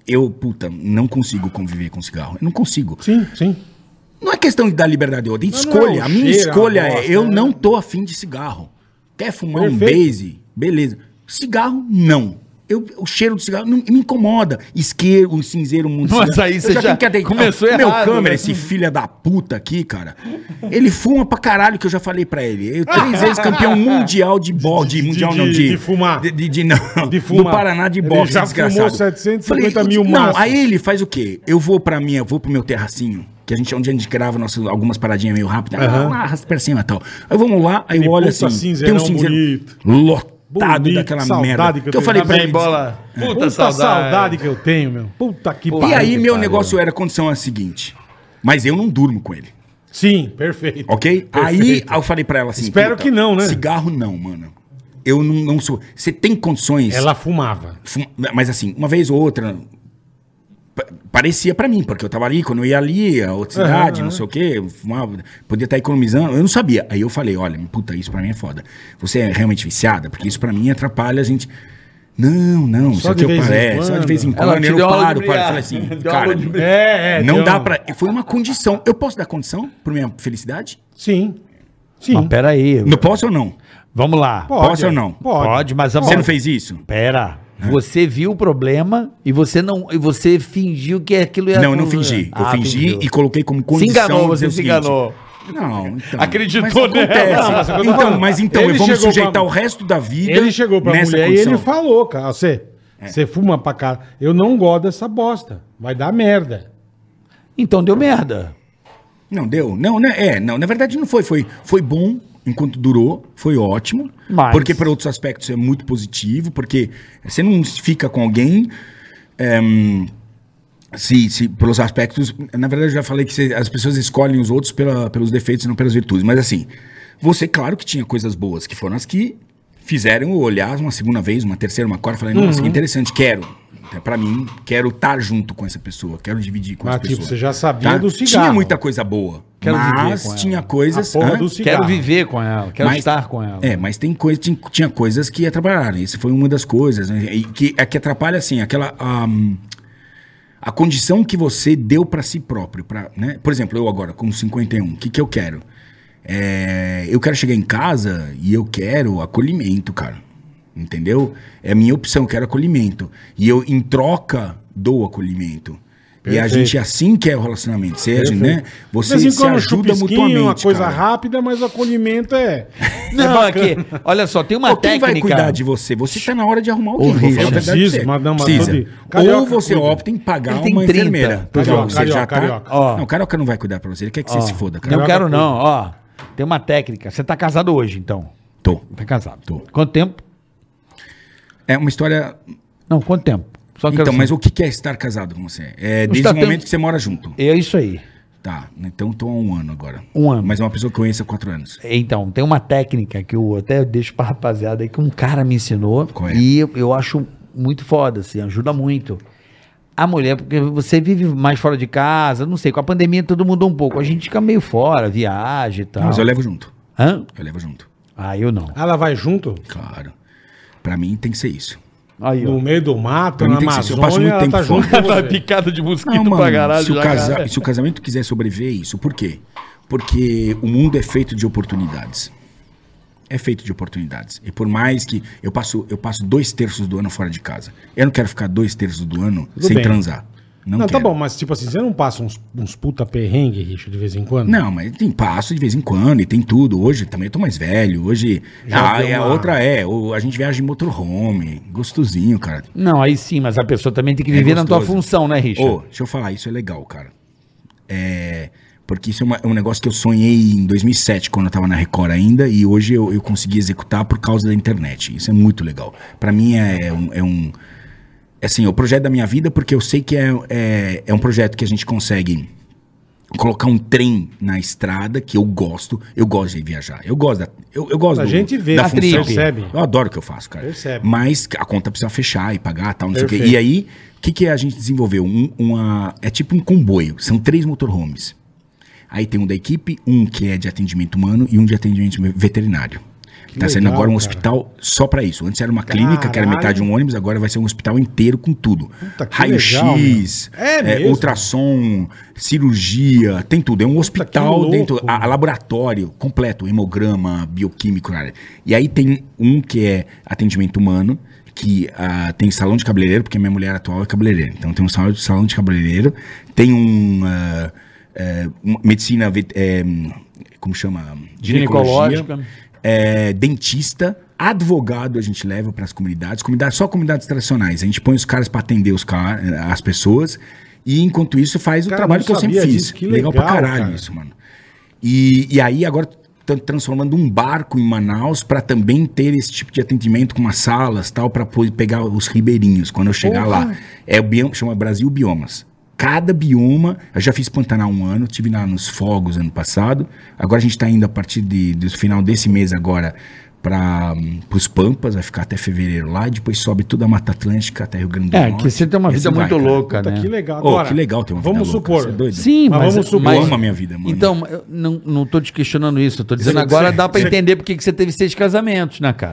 Speaker 2: eu, puta, não consigo conviver com cigarro. Eu não consigo.
Speaker 3: Sim, sim.
Speaker 2: Não é questão de dar liberdade a outra.
Speaker 3: Mas não é
Speaker 2: escolha.
Speaker 3: o
Speaker 2: a minha
Speaker 3: cheiro, a
Speaker 2: escolha
Speaker 3: bosta,
Speaker 2: é: eu
Speaker 3: né?
Speaker 2: não tô afim de cigarro. Quer fumar
Speaker 3: Perfeito.
Speaker 2: um base? Beleza. Cigarro, não. Eu, o cheiro do cigarro não, me incomoda. Isqueiro, o cinzeiro, o mundo
Speaker 4: Mas
Speaker 2: cigarro.
Speaker 4: aí
Speaker 2: Eu
Speaker 4: você já
Speaker 2: tenho que ade-
Speaker 4: começou
Speaker 2: Meu
Speaker 4: errado,
Speaker 2: câmera,
Speaker 4: né?
Speaker 2: esse filho da puta aqui, cara. Ele fuma pra caralho, que eu já falei pra ele. Eu, três vezes campeão mundial de boxe. De,
Speaker 3: de-
Speaker 2: mundial
Speaker 3: de-
Speaker 2: não, de...
Speaker 3: de fumar.
Speaker 2: De, de- de- não.
Speaker 3: De fumar.
Speaker 2: Do Paraná de
Speaker 3: Ele
Speaker 2: boxe,
Speaker 3: já fumou
Speaker 2: desgraçado.
Speaker 3: 750 mil
Speaker 2: Não,
Speaker 3: maços.
Speaker 2: aí ele faz o quê? Eu vou pra minha, vou pro meu terracinho, que a gente é onde a gente grava nossas, algumas paradinhas meio rápidas. Ah, lá, raspa pra cima e tal. Aí vamos lá, aí
Speaker 3: E
Speaker 2: eu olho
Speaker 3: puta
Speaker 2: assim, tem
Speaker 3: cinzeirão
Speaker 2: um cinzeiro
Speaker 3: bonito.
Speaker 2: lotado
Speaker 3: Bonito,
Speaker 2: daquela
Speaker 3: saudade
Speaker 2: merda.
Speaker 3: que eu
Speaker 2: Que eu
Speaker 3: tenho.
Speaker 2: falei pra
Speaker 3: Também,
Speaker 2: ele.
Speaker 4: bola.
Speaker 2: É.
Speaker 3: Puta,
Speaker 4: Puta
Speaker 3: saudade.
Speaker 4: saudade
Speaker 3: que eu tenho, meu. Puta que
Speaker 2: E
Speaker 3: pariu.
Speaker 2: aí meu
Speaker 4: pariu.
Speaker 2: negócio era a condição é a seguinte, mas eu não durmo com ele.
Speaker 3: Sim, perfeito.
Speaker 2: Ok? Aí eu falei pra ela assim.
Speaker 3: Espero
Speaker 2: puta,
Speaker 3: que não, né?
Speaker 2: Cigarro não, mano. Eu não, não sou. Você tem condições.
Speaker 3: Ela fumava.
Speaker 2: Fum- Mas assim, uma vez ou outra. pa- Parecia pra mim, porque eu tava ali, quando eu ia ali, a outra
Speaker 3: Aham,
Speaker 2: cidade,
Speaker 3: aham.
Speaker 2: não sei o quê, eu fumava, podia estar economizando, eu não sabia. Aí eu falei, olha, puta, isso pra mim é foda. Você é realmente viciada? Porque isso pra mim atrapalha a gente. Não, não,
Speaker 3: Só
Speaker 2: só
Speaker 3: de
Speaker 2: que
Speaker 3: vez
Speaker 2: eu
Speaker 3: em
Speaker 2: paro, é, só de vez em
Speaker 4: quando.
Speaker 2: quando,
Speaker 4: Ela te
Speaker 2: eu
Speaker 4: deu
Speaker 2: não
Speaker 4: aula de
Speaker 2: paro, paro,
Speaker 4: briar.
Speaker 2: eu falei assim,
Speaker 4: Deu aula
Speaker 2: cara,
Speaker 4: de briar.
Speaker 3: É, é.
Speaker 2: não
Speaker 3: deu-
Speaker 2: dá pra, foi uma condição, eu posso dar condição pra minha felicidade?
Speaker 3: Sim. Sim.
Speaker 4: Mas peraí.
Speaker 2: Não posso ou não?
Speaker 4: Vamos lá.
Speaker 3: Pode, é.
Speaker 2: posso ou não?
Speaker 3: Pode.
Speaker 4: mas a
Speaker 2: Você não fez isso?
Speaker 4: Pera, você viu o problema e você não e você fingiu que aquilo era
Speaker 2: Não, eu não
Speaker 4: coisa-
Speaker 2: fingi. Eu
Speaker 4: Ah,
Speaker 2: fingi
Speaker 4: fingiu.
Speaker 2: e coloquei como condição.
Speaker 4: Se enganou,
Speaker 2: dizer
Speaker 4: você
Speaker 2: o
Speaker 4: se
Speaker 2: seguinte,
Speaker 4: enganou.
Speaker 2: Não, então.
Speaker 4: Acreditou
Speaker 2: mas acontece.
Speaker 4: nela.
Speaker 3: né? Não, mas agora-
Speaker 2: então, mas então,
Speaker 3: Ele
Speaker 2: eu vou me
Speaker 3: chegou
Speaker 2: sujeitar
Speaker 3: pra-
Speaker 2: o resto da vida.
Speaker 3: Ele chegou pra mulher
Speaker 2: condição. É.
Speaker 3: e ele falou, cara, você, você fuma pra caralho. Eu não gosto dessa bosta. Vai dar merda.
Speaker 4: Então deu merda.
Speaker 2: Não, deu. Não, né? É, não, na verdade não foi. Foi, foi bom enquanto durou, foi ótimo.
Speaker 4: Mas-
Speaker 2: Porque para outros aspectos é muito positivo, porque você não fica com alguém. é, hum, se, se pelos aspectos. Na verdade, eu já falei que você- as pessoas escolhem os outros pela, pelos defeitos e não pelas virtudes. Mas assim, você, claro que tinha coisas boas, que foram as que fizeram eu olhar uma segunda vez, uma terceira, uma quarta, falei,
Speaker 3: Uhum.
Speaker 2: nossa, que interessante, quero. Até pra mim, quero estar junto com essa pessoa, quero dividir com
Speaker 3: Ah,
Speaker 2: essa
Speaker 3: tipo,
Speaker 2: pessoa. Tá?
Speaker 3: você já sabia do cigarro.
Speaker 2: Tinha muita coisa boa.
Speaker 4: Quero viver
Speaker 2: mas
Speaker 4: com ela.
Speaker 2: tinha coisas.
Speaker 3: A porra
Speaker 2: hã?
Speaker 3: do cigarro.
Speaker 4: Quero viver com ela, quero
Speaker 2: Ah. Mas-
Speaker 4: estar com ela.
Speaker 2: É, mas tem coisa, tinha, tinha coisas que atrapalharam. Isso foi uma das coisas. né? E que, é que atrapalha, assim, aquela. ahm, a condição que você deu pra si próprio. Pra, né? Por exemplo, eu agora, com 51, o que, que eu quero? É, eu quero chegar em casa e eu quero acolhimento, cara. Entendeu? É a minha opção, eu quero acolhimento. E eu, em troca, dou acolhimento. E a
Speaker 3: Perfeito.
Speaker 2: gente assim que é o relacionamento. Você, né? Você
Speaker 3: De vez em
Speaker 2: se
Speaker 3: quando, um
Speaker 2: ajuda
Speaker 3: chupisquinho,
Speaker 2: mutuamente.
Speaker 3: Uma coisa
Speaker 2: cara.
Speaker 3: rápida, mas o acolhimento é.
Speaker 4: Não, aqui, olha só, tem uma
Speaker 2: Pô, quem
Speaker 4: técnica.
Speaker 2: vai cuidar de você? Você está na hora de arrumar alguém.
Speaker 4: Ô,
Speaker 2: vou falar a
Speaker 4: Richard.
Speaker 2: verdade pra
Speaker 3: Preciso,
Speaker 2: você.
Speaker 3: mas não, mas
Speaker 2: Precisa.
Speaker 3: tô de- Carioca
Speaker 2: Ou você
Speaker 3: cuida.
Speaker 2: opta em pagar
Speaker 4: Ele tem
Speaker 2: uma
Speaker 4: 30.
Speaker 2: enfermeira.
Speaker 3: Carioca,
Speaker 2: você já
Speaker 3: carioca, carioca.
Speaker 2: tá...
Speaker 4: Ó.
Speaker 2: Não, o carioca não vai cuidar pra você. Ele quer que
Speaker 4: Ó,
Speaker 2: você se foda,
Speaker 4: Não
Speaker 2: cara.
Speaker 4: quero não, ó. Tem uma técnica. Você tá casado hoje, então?
Speaker 2: Tô.
Speaker 4: Tá casado.
Speaker 2: Tô.
Speaker 4: Quanto tempo?
Speaker 2: É uma história...
Speaker 4: Não, quanto tempo? Só quero
Speaker 2: Então,
Speaker 4: saber.
Speaker 2: mas o que que é estar casado com você? É desde
Speaker 4: está
Speaker 2: o momento
Speaker 4: tá tendo-
Speaker 2: que você mora junto.
Speaker 4: É isso aí.
Speaker 2: Tá, então tô há um ano agora.
Speaker 4: Um ano.
Speaker 2: Mas é uma pessoa que eu conheço há quatro anos.
Speaker 4: Então, tem uma técnica que eu até deixo pra rapaziada aí, que um cara me ensinou.
Speaker 2: Qual é?
Speaker 4: E eu, eu acho muito foda, assim, ajuda muito. A mulher, porque você vive mais fora de casa, não sei, com a pandemia tudo mudou um pouco. A gente fica meio fora, viaja e tal.
Speaker 2: Mas eu levo junto.
Speaker 4: Hã?
Speaker 2: Eu levo junto.
Speaker 4: Ah, eu não.
Speaker 3: Ela vai junto?
Speaker 2: Claro. Pra mim tem que ser isso.
Speaker 4: Aí,
Speaker 3: No
Speaker 4: ó.
Speaker 3: meio do mato,
Speaker 2: Pra
Speaker 3: na
Speaker 2: mim tem que ser, eu
Speaker 3: Amazônia,
Speaker 2: passo muito
Speaker 3: ela
Speaker 2: tempo
Speaker 3: tá junto
Speaker 2: fora.
Speaker 3: com você.
Speaker 4: picada de mosquito
Speaker 2: Não, Ah, mano, se, o
Speaker 4: já,
Speaker 2: casa-
Speaker 4: cara.
Speaker 2: se o casamento quiser sobreviver, é isso. Por quê? Porque o mundo é feito de oportunidades. É feito de oportunidades. E por mais que eu passo, eu passo dois terços do ano fora de casa. Eu não quero ficar dois terços do ano
Speaker 3: Tudo
Speaker 2: sem
Speaker 3: bem.
Speaker 2: transar. Não,
Speaker 3: Não, tá
Speaker 2: quero.
Speaker 3: bom, mas tipo assim, você não passa uns, uns puta perrengue, Richard, de vez em quando?
Speaker 2: Não, mas tem passo de vez em quando e tem tudo. Hoje também eu tô mais velho. Hoje.
Speaker 3: Já
Speaker 2: ah,
Speaker 3: deu
Speaker 2: e a
Speaker 3: uma-
Speaker 2: outra é. o- A gente viaja em motorhome. Gostosinho, cara.
Speaker 4: Não, aí sim, mas a pessoa também tem que
Speaker 2: É
Speaker 4: viver na tua
Speaker 2: gostoso.
Speaker 4: função, né, Richard?
Speaker 2: Ô, deixa eu falar, isso é legal, cara. É. Porque isso é, uma- é um negócio que eu sonhei em 2007, quando eu tava na Record ainda, e hoje eu, eu consegui executar por causa da internet. Isso é muito legal. Pra mim é um. É um é assim, é o projeto da minha vida, porque eu sei que é, é, é um projeto que a gente consegue colocar um trem na estrada, que eu gosto. Eu gosto de viajar. Eu gosto da. Eu, eu gosto
Speaker 3: A gente vê,
Speaker 4: a
Speaker 2: da função.
Speaker 4: trip.
Speaker 3: percebe.
Speaker 2: Eu adoro o que eu faço, cara.
Speaker 3: Percebe.
Speaker 2: Mas a conta precisa fechar e pagar, tal, não sei o quê.
Speaker 3: Perfeito.
Speaker 2: E aí, o que, que a gente desenvolveu? Um- uma, é tipo um comboio. São três motorhomes. Aí tem um da equipe, um que é de atendimento humano e um de atendimento veterinário. tá sendo
Speaker 3: legal,
Speaker 2: agora um
Speaker 3: cara.
Speaker 2: hospital só pra isso. Antes era uma clínica, que era
Speaker 3: Caralho.
Speaker 2: metade de um ônibus, agora vai ser um hospital inteiro com tudo.
Speaker 3: Puta, que legal,
Speaker 2: Raio-X,
Speaker 3: meu. É
Speaker 2: é,
Speaker 3: mesmo?
Speaker 2: ultrassom, cirurgia, tem tudo. É um hospital hospital
Speaker 3: que
Speaker 2: dentro,
Speaker 3: louco,
Speaker 2: a, a
Speaker 3: mano.
Speaker 2: laboratório completo, hemograma, bioquímico, cara. E aí tem um que é atendimento humano, que ah, tem salão de cabeleireiro, porque minha mulher atual é cabeleireira. Então tem um salão de, salão de cabeleireiro, tem um ah, eh, uma medicina, vet- eh, como chama?
Speaker 4: Ginecológica.
Speaker 2: eh, dentista, advogado a gente leva para as comunidades, comunidades, só comunidades tradicionais. A gente põe os caras para atender os car as pessoas e enquanto isso faz o
Speaker 3: Cara,
Speaker 2: trabalho
Speaker 3: não
Speaker 2: que eu sempre
Speaker 3: sabia
Speaker 2: fiz.
Speaker 3: disso, que
Speaker 2: legal, pra
Speaker 3: legal,
Speaker 2: caralho
Speaker 3: cara.
Speaker 2: isso, mano. E, e aí agora estão transformando um barco em Manaus para também ter esse tipo de atendimento com umas salas tal para pegar os ribeirinhos quando eu chegar lá. É o bioma, chama Brasil Biomas. Cada bioma, eu já fiz Pantanal um ano, tive lá nos fogos ano passado. Agora a gente está indo a partir de, do final desse mês agora para os Pampas, vai ficar até fevereiro lá e depois sobe toda a Mata Atlântica até Rio Grande do
Speaker 4: É,
Speaker 2: Norte.
Speaker 4: que você tem uma
Speaker 2: E
Speaker 4: vida
Speaker 2: assim vai,
Speaker 4: muito
Speaker 2: cara.
Speaker 4: louca,
Speaker 3: Puta,
Speaker 4: né?
Speaker 3: que legal.
Speaker 2: Ô, que legal ter uma vida
Speaker 3: Vamos
Speaker 2: louca,
Speaker 3: supor.
Speaker 2: você é doido?
Speaker 4: Sim,
Speaker 3: Mas
Speaker 4: mas,
Speaker 3: vamos supor-
Speaker 4: mas-
Speaker 2: Eu amo a minha vida, mano.
Speaker 4: Então, eu não, não tô te questionando isso. eu Tô dizendo
Speaker 3: Você-
Speaker 4: agora
Speaker 3: você-
Speaker 4: dá pra
Speaker 3: você-
Speaker 4: entender porque que você teve seis casamentos, né, cara?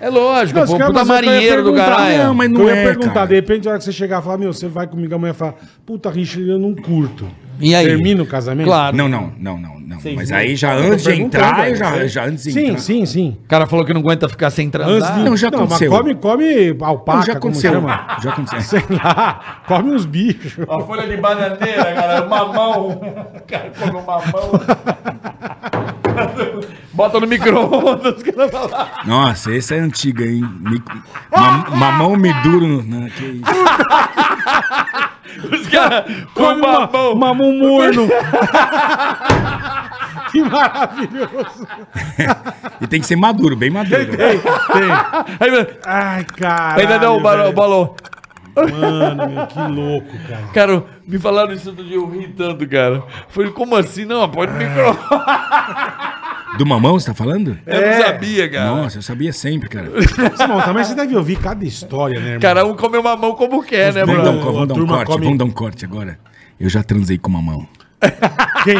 Speaker 4: é lógico,
Speaker 3: Não,
Speaker 4: pô,
Speaker 3: cara,
Speaker 4: puta
Speaker 3: mas eu ia
Speaker 4: marinheiro do
Speaker 3: assim, perguntar,
Speaker 4: caralho.
Speaker 2: não, mas
Speaker 3: eu ia
Speaker 2: é,
Speaker 3: perguntar,
Speaker 2: cara.
Speaker 3: de repente, a hora que você chegar e falar, meu, você vai comigo amanhã e falar, puta, Richard, eu não curto.
Speaker 4: E aí?
Speaker 3: Termina o casamento?
Speaker 4: Claro.
Speaker 2: Não, não, não, não, não. Mas aí já
Speaker 3: Eu tô
Speaker 2: antes de
Speaker 3: perguntando,
Speaker 2: entrar,
Speaker 3: velho,
Speaker 2: já,
Speaker 3: sério.
Speaker 2: já antes de
Speaker 3: sim,
Speaker 2: entrar.
Speaker 3: Sim, sim,
Speaker 4: O cara falou que não aguenta ficar sem
Speaker 3: Antes
Speaker 4: transar.
Speaker 3: de...
Speaker 2: Não, já
Speaker 3: mas
Speaker 2: aconteceu.
Speaker 3: come, come alpaca,
Speaker 2: Não, já aconteceu.
Speaker 3: como chama?
Speaker 2: Já aconteceu.
Speaker 3: Sei lá, come uns bichos.
Speaker 4: A folha de bananeira, cara, é mamão. O cara come um mamão. Bota no micro-ondas, cara vai lá.
Speaker 2: Nossa, esse é antiga, hein? Me- ma- mamão me duro. Não, que isso.
Speaker 4: Os caras com
Speaker 3: Come uma-
Speaker 4: mamão.
Speaker 3: mamão
Speaker 2: um
Speaker 3: morno. que maravilhoso.
Speaker 2: E tem que ser maduro, bem maduro.
Speaker 4: Aí,
Speaker 3: Ai, cara.
Speaker 4: ainda dá um o balão- balão.
Speaker 3: Mano, meu, que louco, cara.
Speaker 4: Cara, me falaram isso outro dia, eu ri tanto, cara. Falei, como assim? Não, pode micro.
Speaker 2: Do mamão, você tá falando?
Speaker 4: Eu não
Speaker 3: É.
Speaker 4: sabia, É, cara.
Speaker 2: Nossa, eu sabia sempre, cara.
Speaker 3: Simão, também você deve ouvir cada história, né, irmão?
Speaker 4: Cara, um comeu mamão como quer, né,
Speaker 2: Vamos dar um,
Speaker 4: Bruno?
Speaker 2: co- vamos dar um
Speaker 3: Turma
Speaker 2: corte,
Speaker 3: come-
Speaker 2: vamos dar um corte agora. Eu já transei com mamão.
Speaker 3: Quem?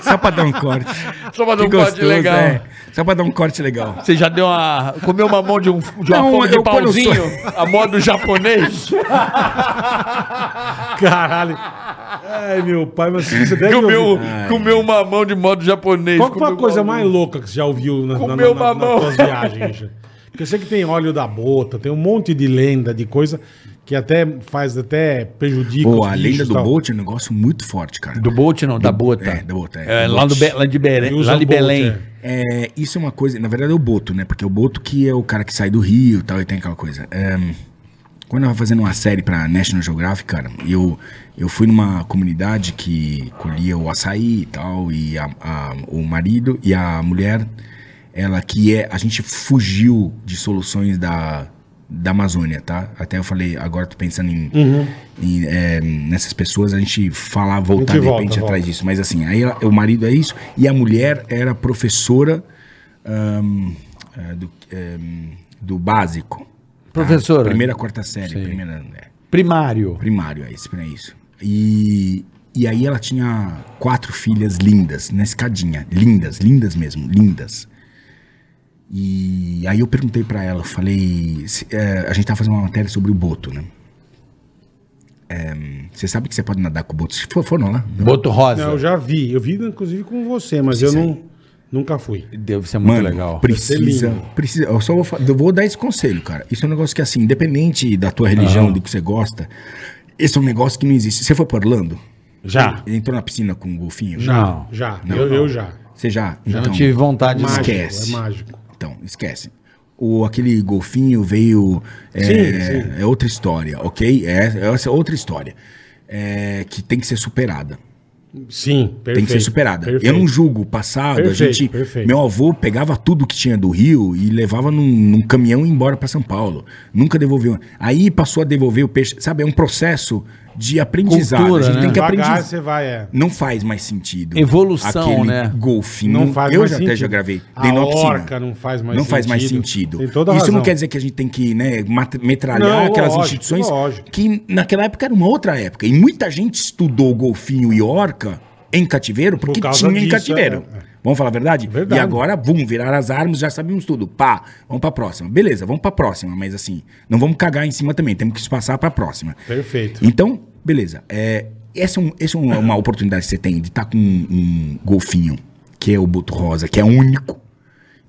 Speaker 2: Só pra dar um corte.
Speaker 4: Só pra dar
Speaker 2: Que
Speaker 4: um corte
Speaker 2: gostoso,
Speaker 4: legal.
Speaker 2: é. Só pra dar um corte legal.
Speaker 4: Você já deu uma. Comeu mamão de, um, de uma
Speaker 2: Não,
Speaker 4: forma de
Speaker 2: eu- quando eu sou-
Speaker 4: pauzinho? A moda japonês?
Speaker 3: Caralho. Ai, meu pai, mas você deve
Speaker 4: Comeu,
Speaker 3: ouvir.
Speaker 4: comeu mamão de modo japonês.
Speaker 3: Qual que foi a
Speaker 4: comeu
Speaker 3: coisa
Speaker 4: mamão.
Speaker 3: mais louca que você já ouviu na, na, na,
Speaker 4: Comeu
Speaker 3: na- nas
Speaker 4: mamão.
Speaker 3: tuas viagens, Richard? Porque eu sei que tem óleo da bota, tem um monte de lenda, de coisa que até faz, até prejudica.
Speaker 2: Pô,
Speaker 3: os
Speaker 2: a
Speaker 3: bichos
Speaker 2: lenda
Speaker 3: e
Speaker 2: do
Speaker 3: tal.
Speaker 2: Bolt é um negócio muito forte, cara.
Speaker 4: Do Bolt não, da Bota.
Speaker 2: é, da Bota, é.
Speaker 4: É,
Speaker 2: Do
Speaker 4: lá, no
Speaker 2: Bolt.
Speaker 4: Be- lá de, Beren-
Speaker 3: Ele usa
Speaker 4: lá de
Speaker 3: o Bolt,
Speaker 4: Belém.
Speaker 3: é.
Speaker 2: É, isso é uma coisa. Na verdade é o Boto, né? Porque o Boto que é o cara que sai do Rio e tal, e tem aquela coisa. É, quando eu tava fazendo uma série pra National Geographic, cara, eu, eu fui numa comunidade que colhia o açaí e tal, e a- a- o marido e a mulher, ela que é. A gente fugiu de soluções da, da Amazônia, tá? Até eu falei, agora tô pensando em, em, é, nessas pessoas, a gente falar, voltar de
Speaker 3: Tá volta,
Speaker 2: repente
Speaker 3: volta.
Speaker 2: atrás disso. Mas assim, aí ela- o marido é isso, e a mulher era professora ahn, é, do, ehm, do básico.
Speaker 4: Professora.
Speaker 2: Primeira, quarta série, primeira, é,
Speaker 4: Primário.
Speaker 2: primário, é isso, é isso. E, e aí ela tinha quatro filhas lindas, na escadinha, lindas, lindas mesmo, lindas. E aí eu perguntei pra ela, eu falei, se- é, a gente tá fazendo uma matéria sobre o Boto, né? Ehm, Você sabe que você pode nadar com o Boto? For- né? Foram lá?
Speaker 4: Boto Rosa.
Speaker 3: Não, eu já vi. Eu vi, inclusive, com você, mas eu não, nunca fui.
Speaker 4: Deve ser muito
Speaker 2: Mano,
Speaker 4: legal.
Speaker 2: Precisa,
Speaker 3: lindo.
Speaker 2: precisa. Eu só vou, fa- eu vou dar esse conselho, cara. Isso é um negócio que, assim, independente da tua religião, do que você gosta, esse é um negócio que não existe. Você foi pra Orlando?
Speaker 3: Já.
Speaker 2: Ele entrou na piscina com um golfinho?
Speaker 4: Ah. Não.
Speaker 3: Já. eu, eu já.
Speaker 2: Você já?
Speaker 4: Já
Speaker 2: Então,
Speaker 4: não tive vontade de
Speaker 3: Mágico,
Speaker 2: esquece.
Speaker 3: É mágico.
Speaker 2: Então, esquece. O, aquele golfinho veio. É,
Speaker 3: Sim, sim.
Speaker 2: é outra história, ok? É, essa é outra história. É, que tem que ser superada.
Speaker 3: Sim, perfeito.
Speaker 2: tem que ser superada.
Speaker 3: perfeito.
Speaker 2: Eu não julgo o passado. a
Speaker 3: Perfeito,
Speaker 2: gente,
Speaker 3: perfeito.
Speaker 2: Meu avô pegava tudo que tinha do Rio e levava num, num caminhão e ia embora para São Paulo. Nunca devolveu. Aí passou a devolver o peixe. Sabe, é um processo de aprendizado.
Speaker 4: Cultura,
Speaker 2: a gente
Speaker 4: né?
Speaker 2: tem que
Speaker 3: Devagar
Speaker 2: aprender.
Speaker 3: você vai, é.
Speaker 2: Não faz mais sentido.
Speaker 4: Evolução, né?
Speaker 2: golfinho.
Speaker 3: Não faz
Speaker 2: eu
Speaker 3: mais
Speaker 2: já até
Speaker 3: sentido.
Speaker 2: já gravei.
Speaker 3: A
Speaker 2: Dei numa piscina.
Speaker 3: orca não faz mais
Speaker 2: Não faz mais
Speaker 3: sentido.
Speaker 2: sentido.
Speaker 3: Tem toda a
Speaker 2: Isso
Speaker 3: razão.
Speaker 2: não quer dizer que a gente tem que né, mat- metralhar
Speaker 3: Não,
Speaker 2: aquelas
Speaker 3: lógico,
Speaker 2: instituições
Speaker 3: lógico.
Speaker 2: que naquela época era uma outra época. E muita gente estudou golfinho e orca em cativeiro porque
Speaker 3: Por causa
Speaker 2: tinha em
Speaker 3: disso,
Speaker 2: cativeiro.
Speaker 3: é, é.
Speaker 2: Vamos falar a verdade?
Speaker 3: Verdade.
Speaker 2: E agora, vum, virar as armas, já sabemos tudo. Pá, vamos pra próxima. Beleza, vamos pra próxima, mas assim, não vamos cagar em cima também, temos que se passar pra próxima.
Speaker 3: Perfeito.
Speaker 2: Então, beleza. É, essa é, um- essa é um- uma oportunidade que você tem de estar com um, um golfinho, que é o Boto Rosa, que é único,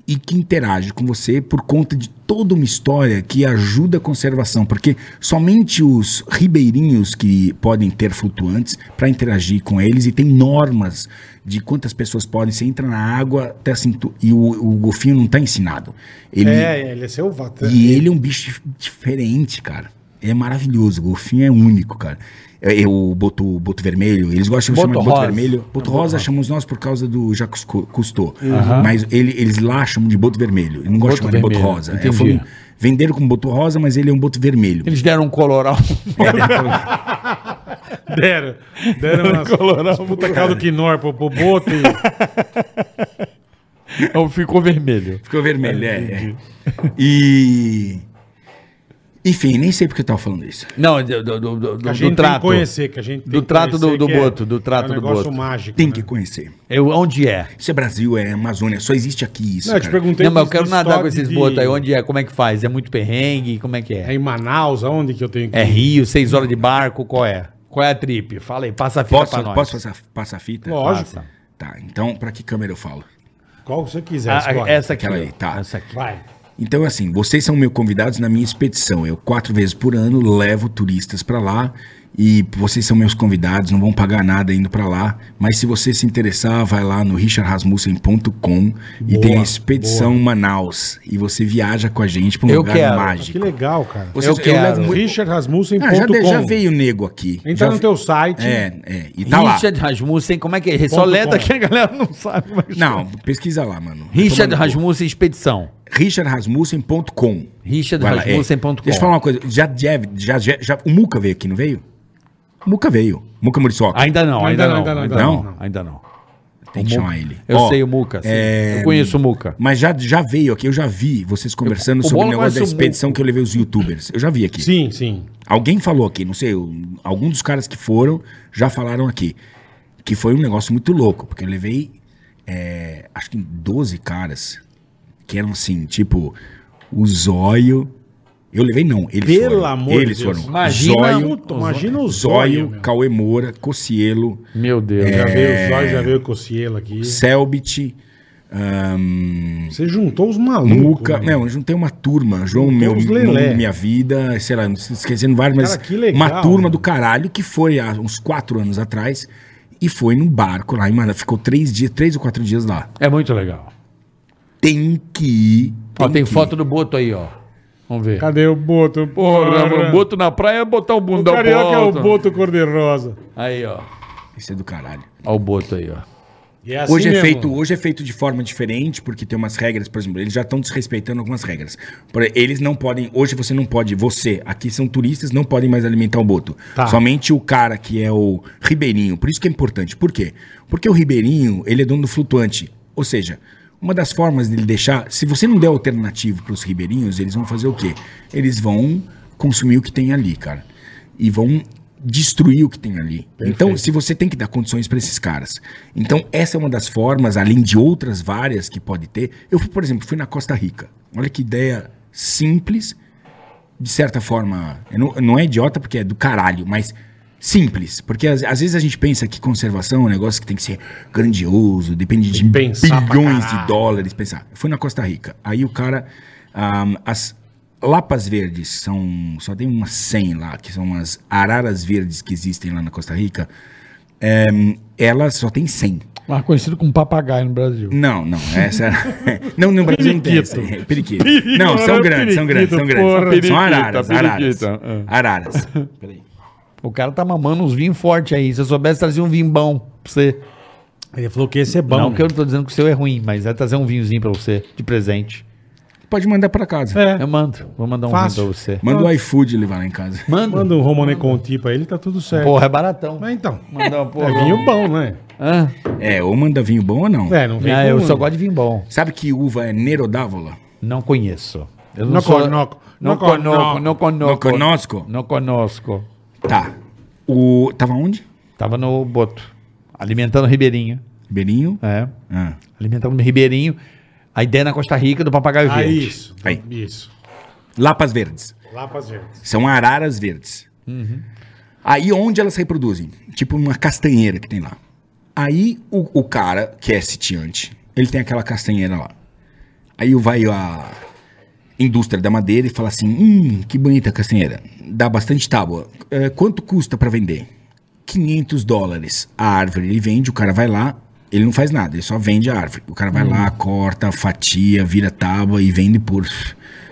Speaker 2: e que interage com você por conta de toda uma história que ajuda a conservação, porque somente os ribeirinhos que podem ter flutuantes para interagir com eles e tem normas de quantas pessoas podem. Você entra na água até a cintu- e o, o golfinho não está ensinado. Ele,
Speaker 3: É, ele é selvado.
Speaker 2: e ele é um bicho dif- diferente, cara. Ele é maravilhoso. O golfinho é único, cara. É, é o boto, boto vermelho, eles gostam de
Speaker 4: Boto
Speaker 2: chamar de boto
Speaker 4: rosa.
Speaker 2: vermelho. Boto rosa chamamos nós por causa do Jacques Cou- Cousteau. Mas ele- eles lá chamam de boto vermelho. Eles não gostam de chamar
Speaker 4: Boto
Speaker 2: de boto
Speaker 4: vermelho,
Speaker 2: rosa.
Speaker 4: entendi.
Speaker 2: É, foi um- venderam como boto rosa, mas ele é um boto vermelho.
Speaker 4: Eles deram um coloral.
Speaker 3: Deram. Deram umas, umas puta cara do Quinor pro, pro Boto e...
Speaker 4: Ou ficou vermelho.
Speaker 2: Ficou vermelho, é. é. E. Enfim, nem sei porque eu tava falando isso.
Speaker 4: Não, do, do, do, do-
Speaker 3: Que a
Speaker 4: do
Speaker 3: gente tem
Speaker 4: trato.
Speaker 3: que conhecer, que a gente tem
Speaker 4: Do
Speaker 3: que
Speaker 4: trato do-
Speaker 3: conhecer,
Speaker 4: do
Speaker 3: que é-
Speaker 4: Boto, do trato
Speaker 3: é
Speaker 4: do
Speaker 3: um negócio
Speaker 4: Boto.
Speaker 3: mágico.
Speaker 2: Tem
Speaker 3: né?
Speaker 2: que conhecer.
Speaker 4: Eu, onde é?
Speaker 2: Isso é Brasil, é Amazônia, só existe aqui isso.
Speaker 3: Não, eu te
Speaker 2: cara.
Speaker 3: perguntei
Speaker 4: não, mas eu
Speaker 3: de-
Speaker 4: quero
Speaker 3: de
Speaker 4: nadar com
Speaker 3: história
Speaker 4: esses
Speaker 3: de-
Speaker 4: botos aí. Onde é? Como é que faz? É muito perrengue? Como é que
Speaker 3: É
Speaker 4: é?
Speaker 3: em Manaus, aonde que eu tenho que
Speaker 4: É rio, seis horas de barco? Qual é? Qual é a trip? Fala aí, passa a fita pra
Speaker 2: Posso,
Speaker 4: nós.
Speaker 2: posso passar, passar a fita?
Speaker 3: Lógico.
Speaker 4: Passa.
Speaker 2: Tá, então pra que câmera eu falo?
Speaker 3: Qual você quiser,
Speaker 4: Ah,
Speaker 3: escolhe.
Speaker 4: essa aqui.
Speaker 2: Aquela
Speaker 4: ó.
Speaker 2: aí, tá.
Speaker 4: Essa aqui.
Speaker 3: Vai.
Speaker 2: Então, assim, vocês são meus convidados na minha expedição. Eu, quatro vezes por ano, levo turistas pra lá e vocês são meus convidados, não vão pagar nada indo pra lá. Mas se você se interessar, vai lá no richardrasmussen.com e
Speaker 3: Boa,
Speaker 2: tem a expedição Manaus. E você viaja com a gente pra um
Speaker 4: Eu
Speaker 2: lugar
Speaker 4: quero.
Speaker 3: Ah, Que
Speaker 2: mágico.
Speaker 3: legal, cara.
Speaker 4: Eu
Speaker 2: Vocês-
Speaker 4: quero.
Speaker 2: levo muito- Ah, já, de- já
Speaker 3: richardrasmussen.com.
Speaker 2: veio o nego aqui.
Speaker 3: Entra
Speaker 2: Já
Speaker 3: no
Speaker 2: vi-
Speaker 3: teu site.
Speaker 2: É, é. E tá lá.
Speaker 4: Richard Rasmussen, como é que é? Só
Speaker 3: Ponto
Speaker 4: letra
Speaker 3: com.
Speaker 4: que a galera não sabe. Mas...
Speaker 2: Não, pesquisa lá, mano.
Speaker 4: Richard
Speaker 2: Vai tomar no cu.
Speaker 4: Rasmussen Expedição.
Speaker 2: richardrasmussen.com.
Speaker 4: Richard
Speaker 2: Vai lá, é.
Speaker 4: Rasmussen.com.
Speaker 2: Deixa eu falar uma coisa. Já, deve- já, já, já- o Muca veio aqui, não veio? O Muca veio. Muca Muriçoca.
Speaker 4: Ainda não, ainda, não, ainda não, ainda não.
Speaker 2: não.
Speaker 4: Ainda não.
Speaker 2: Tem que chamar ele.
Speaker 4: Eu
Speaker 2: Ó,
Speaker 4: sei o Muca. sim.
Speaker 2: é,
Speaker 4: Eu conheço o Muca.
Speaker 2: Mas já, já veio aqui, eu já vi vocês conversando
Speaker 4: Eu- o
Speaker 2: sobre o
Speaker 4: Bola
Speaker 2: negócio da
Speaker 4: conhece o
Speaker 2: expedição que eu levei os youtubers. Eu já vi aqui.
Speaker 3: Sim, sim.
Speaker 2: Alguém falou aqui, não sei, um- algum dos caras que foram já falaram aqui. Que foi um negócio muito louco, porque eu levei, é, acho que 12 caras que eram assim, tipo, o zóio. Eu levei, não, eles
Speaker 3: Pelo
Speaker 2: foram.
Speaker 3: amor de
Speaker 2: eles
Speaker 3: Deus.
Speaker 2: foram.
Speaker 4: Imagina
Speaker 2: zóio,
Speaker 4: o-
Speaker 3: Puta, imagina o Zóio.
Speaker 2: Zóio,
Speaker 3: meu.
Speaker 2: Cauê Moura, Cocielo,
Speaker 4: Meu Deus.
Speaker 2: é,
Speaker 3: Já veio o Zóio, já veio o Cocielo aqui.
Speaker 2: Selbit, ahn,
Speaker 3: Você juntou os malucos.
Speaker 2: Muca.
Speaker 3: né?
Speaker 2: Não, eu juntei uma turma. João, meu,
Speaker 3: os
Speaker 2: meu
Speaker 3: lelé.
Speaker 2: mundo, minha vida, sei lá, não sei, esquecendo vários, mas
Speaker 3: Cara, que legal,
Speaker 2: uma turma
Speaker 3: mano.
Speaker 2: do caralho que foi há uns quatro anos atrás e foi num barco lá em Manaus. Ficou três dias, três ou quatro dias lá.
Speaker 4: É muito legal.
Speaker 2: Tem que ir.
Speaker 4: Ó, tem
Speaker 2: que ir.
Speaker 4: foto do Boto aí, ó. Vamos ver.
Speaker 3: Cadê o Boto?
Speaker 4: Porra, o Boto na praia é botar o
Speaker 3: O
Speaker 4: bundão pro
Speaker 3: carioca é o
Speaker 4: alto.
Speaker 3: Boto cor-de-rosa.
Speaker 4: Aí, ó.
Speaker 2: Isso é do caralho.
Speaker 4: Ó o Boto aí, ó.
Speaker 3: E assim
Speaker 2: Hoje, é
Speaker 3: mesmo.
Speaker 2: feito, hoje é feito de forma diferente, porque tem umas regras, por exemplo, eles já estão desrespeitando algumas regras. Por- Eles não podem, hoje você não pode, você, aqui são turistas, não podem mais alimentar o boto.
Speaker 3: Tá.
Speaker 2: Somente o cara que é o ribeirinho. Por isso que é importante. Por quê? Porque o ribeirinho, ele é dono do flutuante. Ou seja, uma das formas dele deixar, se você não der alternativa para os ribeirinhos, eles vão fazer o quê? Eles vão consumir o que tem ali, cara. E vão destruir o que tem ali. Então, se você tem que dar condições para esses caras. Então, essa é uma das formas, além de outras várias que pode ter. Eu, fui, por exemplo, fui na Costa Rica. Olha que ideia simples, de certa forma, eu não, não é idiota porque é do caralho, mas simples. Porque às, às vezes a gente pensa que conservação é um negócio que tem que ser grandioso, depende de
Speaker 3: pensar pra
Speaker 2: bilhões de
Speaker 3: caralho.
Speaker 2: dólares. Pensar. Eu fui na Costa Rica, aí o cara. ahm, as lapas verdes são. Só tem umas 100 lá, que são as araras verdes que existem lá na Costa Rica. Ehm, elas só tem 100.
Speaker 5: Mas conhecido como papagaio no Brasil.
Speaker 2: Não, não, essa Não, no Brasil não tem essa. É, Periquito. Não, são
Speaker 3: Era
Speaker 2: grandes, são grandes, são
Speaker 3: periquito,
Speaker 2: grandes. São,
Speaker 3: porra. tá então,
Speaker 2: araras, araras.
Speaker 1: periquita, é.
Speaker 2: Araras.
Speaker 4: O cara tá mamando uns vinhos fortes aí. Se eu soubesse, trazia um vinho bom pra você.
Speaker 3: Ele falou que esse é bom.
Speaker 4: não que eu não tô dizendo que o seu é ruim, mas é trazer um vinhozinho pra você, de presente.
Speaker 2: Pode mandar pra casa.
Speaker 3: É.
Speaker 4: Eu mando. Vou mandar um
Speaker 3: Fácil.
Speaker 4: vinho pra você.
Speaker 2: Manda o iFood levar lá em casa.
Speaker 4: Manda.
Speaker 3: Manda um Romane Conti pra ele, tá tudo certo.
Speaker 4: Porra, é baratão.
Speaker 3: Mas então,
Speaker 4: Mandar uma porra.
Speaker 3: é vinho bom, né?
Speaker 4: Hã?
Speaker 2: É, ou manda vinho bom ou não.
Speaker 3: É, não vem
Speaker 4: Ah,
Speaker 3: com-
Speaker 4: eu só gosto de vinho bom.
Speaker 2: Sabe que uva é Nerodávola?
Speaker 4: Não conheço. Eu não
Speaker 3: Não
Speaker 4: sou-
Speaker 3: conoco.
Speaker 4: Não
Speaker 3: Não conoco.
Speaker 4: conosco. Não
Speaker 2: Não
Speaker 4: conosco.
Speaker 2: conosco?
Speaker 4: Não conosco.
Speaker 2: Tá. O... Tava onde?
Speaker 4: Tava no Boto. Alimentando o Ribeirinho.
Speaker 2: Beirinho?
Speaker 4: É.
Speaker 2: Ah.
Speaker 4: Alimentando o Ribeirinho. A ideia é na Costa Rica do papagaio
Speaker 3: Ah,
Speaker 4: verde.
Speaker 3: isso.
Speaker 2: Aí.
Speaker 3: Isso.
Speaker 2: Lapas verdes.
Speaker 3: Lapas verdes.
Speaker 2: São araras verdes. Aí onde elas reproduzem? Tipo uma castanheira que tem lá. Aí o, o cara, que é sitiante, ele tem aquela castanheira lá. Aí vai a indústria da madeira e fala assim: hum, que bonita a castanheira. Dá bastante tábua. É, quanto custa pra vender? 500 dólares. A árvore ele vende, o cara vai lá, ele não faz nada, ele só vende a árvore. O cara vai lá,
Speaker 3: Hum.
Speaker 2: corta, fatia, vira tábua e vende por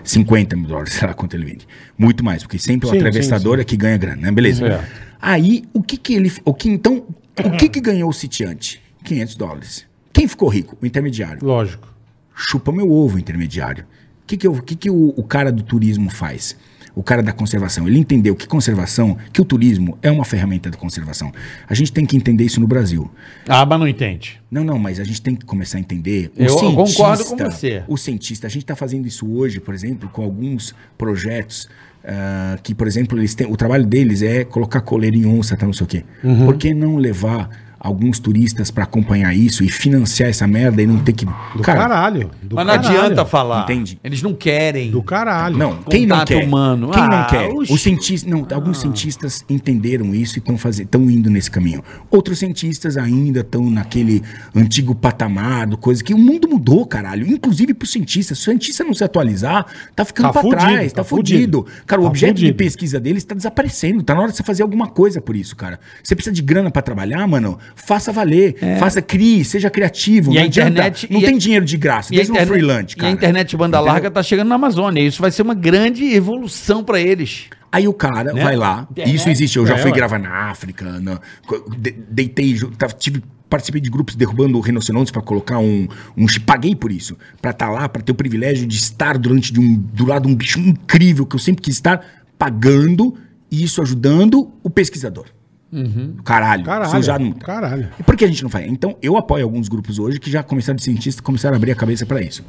Speaker 2: 50 mil dólares, sei lá quanto ele vende. Muito mais, porque sempre o
Speaker 3: Sim, sim,
Speaker 2: atravessador é que ganha grana, né? Beleza.
Speaker 3: Certo.
Speaker 2: Aí, o que que ele. O que, então, o que que ganhou o sitiante? 500 dólares. Quem ficou rico? O intermediário
Speaker 3: Lógico.
Speaker 2: chupa meu ovo intermediário. O que, que, eu- que que o, o cara do turismo faz? O cara da conservação, ele entendeu que conservação, que o turismo é uma ferramenta de conservação. A gente tem que entender isso no Brasil.
Speaker 4: Ah, mas não entende.
Speaker 2: Não, não, mas a gente tem que começar a entender.
Speaker 4: Eu concordo com você.
Speaker 2: O cientista, a gente está fazendo isso hoje, por exemplo, com alguns projetos ah, que, por exemplo, eles têm, o trabalho deles é colocar coleira em onça, tá, não sei o quê.
Speaker 4: Uhum.
Speaker 2: Por que não levar alguns turistas para acompanhar isso e financiar essa merda e não ter que.
Speaker 3: Do
Speaker 2: Cara,
Speaker 3: caralho. Do
Speaker 4: mas não
Speaker 3: caralho.
Speaker 4: adianta falar.
Speaker 2: Entende?
Speaker 4: Eles não querem.
Speaker 3: Do caralho.
Speaker 2: Não, quem não
Speaker 4: Contato
Speaker 2: quer?
Speaker 4: humano.
Speaker 2: Quem
Speaker 4: Ah,
Speaker 2: não quer?
Speaker 4: oxi.
Speaker 2: Os cientistas, não, alguns cientistas entenderam isso e estão indo nesse caminho. Outros cientistas ainda estão naquele antigo patamar, do coisa que o mundo mudou, caralho. Inclusive para os cientistas. Se o cientista não se atualizar, tá ficando
Speaker 3: Tá
Speaker 2: pra
Speaker 3: fudido,
Speaker 2: trás,
Speaker 3: tá
Speaker 2: tá, fudido. Cara, o
Speaker 3: Tá
Speaker 2: objeto de
Speaker 3: fudido.
Speaker 2: pesquisa deles está desaparecendo. Tá na hora de você fazer alguma coisa por isso, cara. Você precisa de grana para trabalhar, mano? Faça valer, faça, crie, seja criativo.
Speaker 4: É. E
Speaker 2: não
Speaker 4: a
Speaker 2: adianta-
Speaker 4: internet-
Speaker 2: não
Speaker 4: e a-
Speaker 2: tem dinheiro de
Speaker 4: E
Speaker 2: graça.
Speaker 4: a,
Speaker 2: Deixa no
Speaker 4: internet,
Speaker 2: freelance,
Speaker 4: e
Speaker 2: cara.
Speaker 4: a internet de banda larga tá chegando na Amazônia. Isso vai ser uma grande evolução pra eles.
Speaker 2: Aí o cara vai lá,
Speaker 4: Internet.
Speaker 2: isso existe, eu já
Speaker 3: Né? É,
Speaker 2: fui
Speaker 3: ué.
Speaker 2: gravar na África, na- co- de- deitei, ju- tava- tive, participei de grupos derrubando rinocerontes pra colocar um, um chi- paguei por isso, pra estar lá, pra ter o privilégio de estar durante de um, do lado de um bicho incrível que eu sempre quis estar pagando e isso ajudando o pesquisador. Caralho, isso já não-
Speaker 3: Uhum.
Speaker 2: tá.
Speaker 3: Caralho. Caralho.
Speaker 2: e Por que a gente não faz? Então, eu apoio alguns grupos hoje que já começaram de cientistas, começaram a abrir a cabeça pra isso.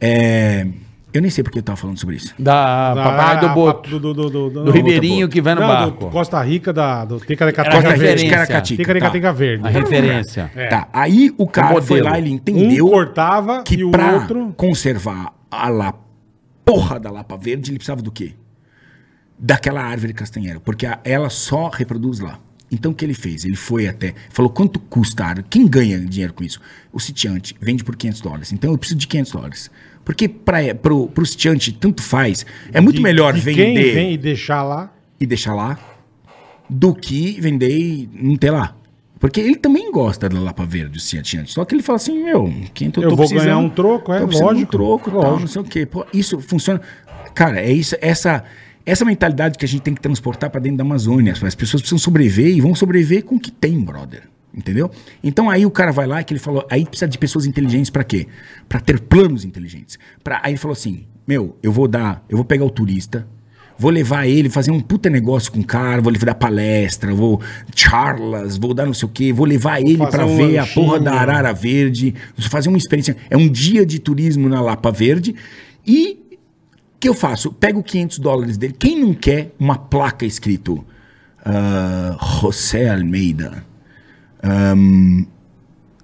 Speaker 2: É, Eu nem sei porque eu tava falando sobre isso.
Speaker 4: Da papagaio do
Speaker 3: Ah,
Speaker 4: Boto.
Speaker 3: Do, do, do, do,
Speaker 4: Do Ribeirinho
Speaker 2: Boto.
Speaker 4: que vai no
Speaker 3: Não, do
Speaker 4: barco.
Speaker 3: Costa Rica, da, do Ticaracateca
Speaker 4: Era
Speaker 2: Costa Rica
Speaker 4: referência.
Speaker 2: de Caracatica.
Speaker 3: Ticaracateca
Speaker 2: tá.
Speaker 3: Verde.
Speaker 4: A referência.
Speaker 3: É.
Speaker 2: Tá, aí o cara
Speaker 4: modelo.
Speaker 2: foi lá, ele
Speaker 3: Um
Speaker 2: entendeu
Speaker 3: cortava
Speaker 2: que
Speaker 3: e o
Speaker 2: pra
Speaker 3: outro...
Speaker 2: conservar a la... porra da lapa verde, ele precisava do quê? Daquela árvore castanheira, porque a- ela só reproduz lá. Então o que ele fez? Ele foi até, falou quanto custa, a área? quem ganha dinheiro com isso? O sitiante vende por 500 dólares, então eu preciso de 500 dólares. Porque para pro, pro sitiante tanto faz, é muito
Speaker 3: De-
Speaker 2: melhor
Speaker 3: de
Speaker 2: vender
Speaker 3: Quem vem e deixar lá.
Speaker 2: e deixar lá do que vender e não ter lá. Porque ele também gosta da Lapa Verde, o Ciantiante. Só que ele fala assim, meu, quem tô,
Speaker 3: Eu
Speaker 2: tô
Speaker 3: vou
Speaker 2: precisando-
Speaker 3: ganhar um troco, é,
Speaker 2: tô precisando de
Speaker 3: lógico,
Speaker 2: Um troco, tal,
Speaker 3: lógico.
Speaker 2: não sei o quê. Pô, isso funciona... Cara, é isso, essa, essa mentalidade que a gente tem que transportar para dentro da Amazônia. As pessoas precisam sobreviver e vão sobreviver com o que tem, brother. Entendeu? Então aí o cara vai lá que ele falou, aí precisa de pessoas inteligentes para quê? Para ter planos inteligentes. Pra, aí ele falou assim, meu, eu vou dar, eu vou pegar o turista, Vou levar ele, fazer um puta negócio com o cara, vou lhe dar palestra, vou charlas, vou dar não sei o quê, vou levar ele
Speaker 3: fazer
Speaker 2: pra
Speaker 3: um
Speaker 2: ver a
Speaker 3: lanchinho.
Speaker 2: porra da Arara Verde, fazer uma experiência. É um dia de turismo na Lapa Verde. E o que eu faço? Pego 500 dólares dele. Quem não quer uma placa escrito ah, José Almeida? Ahn,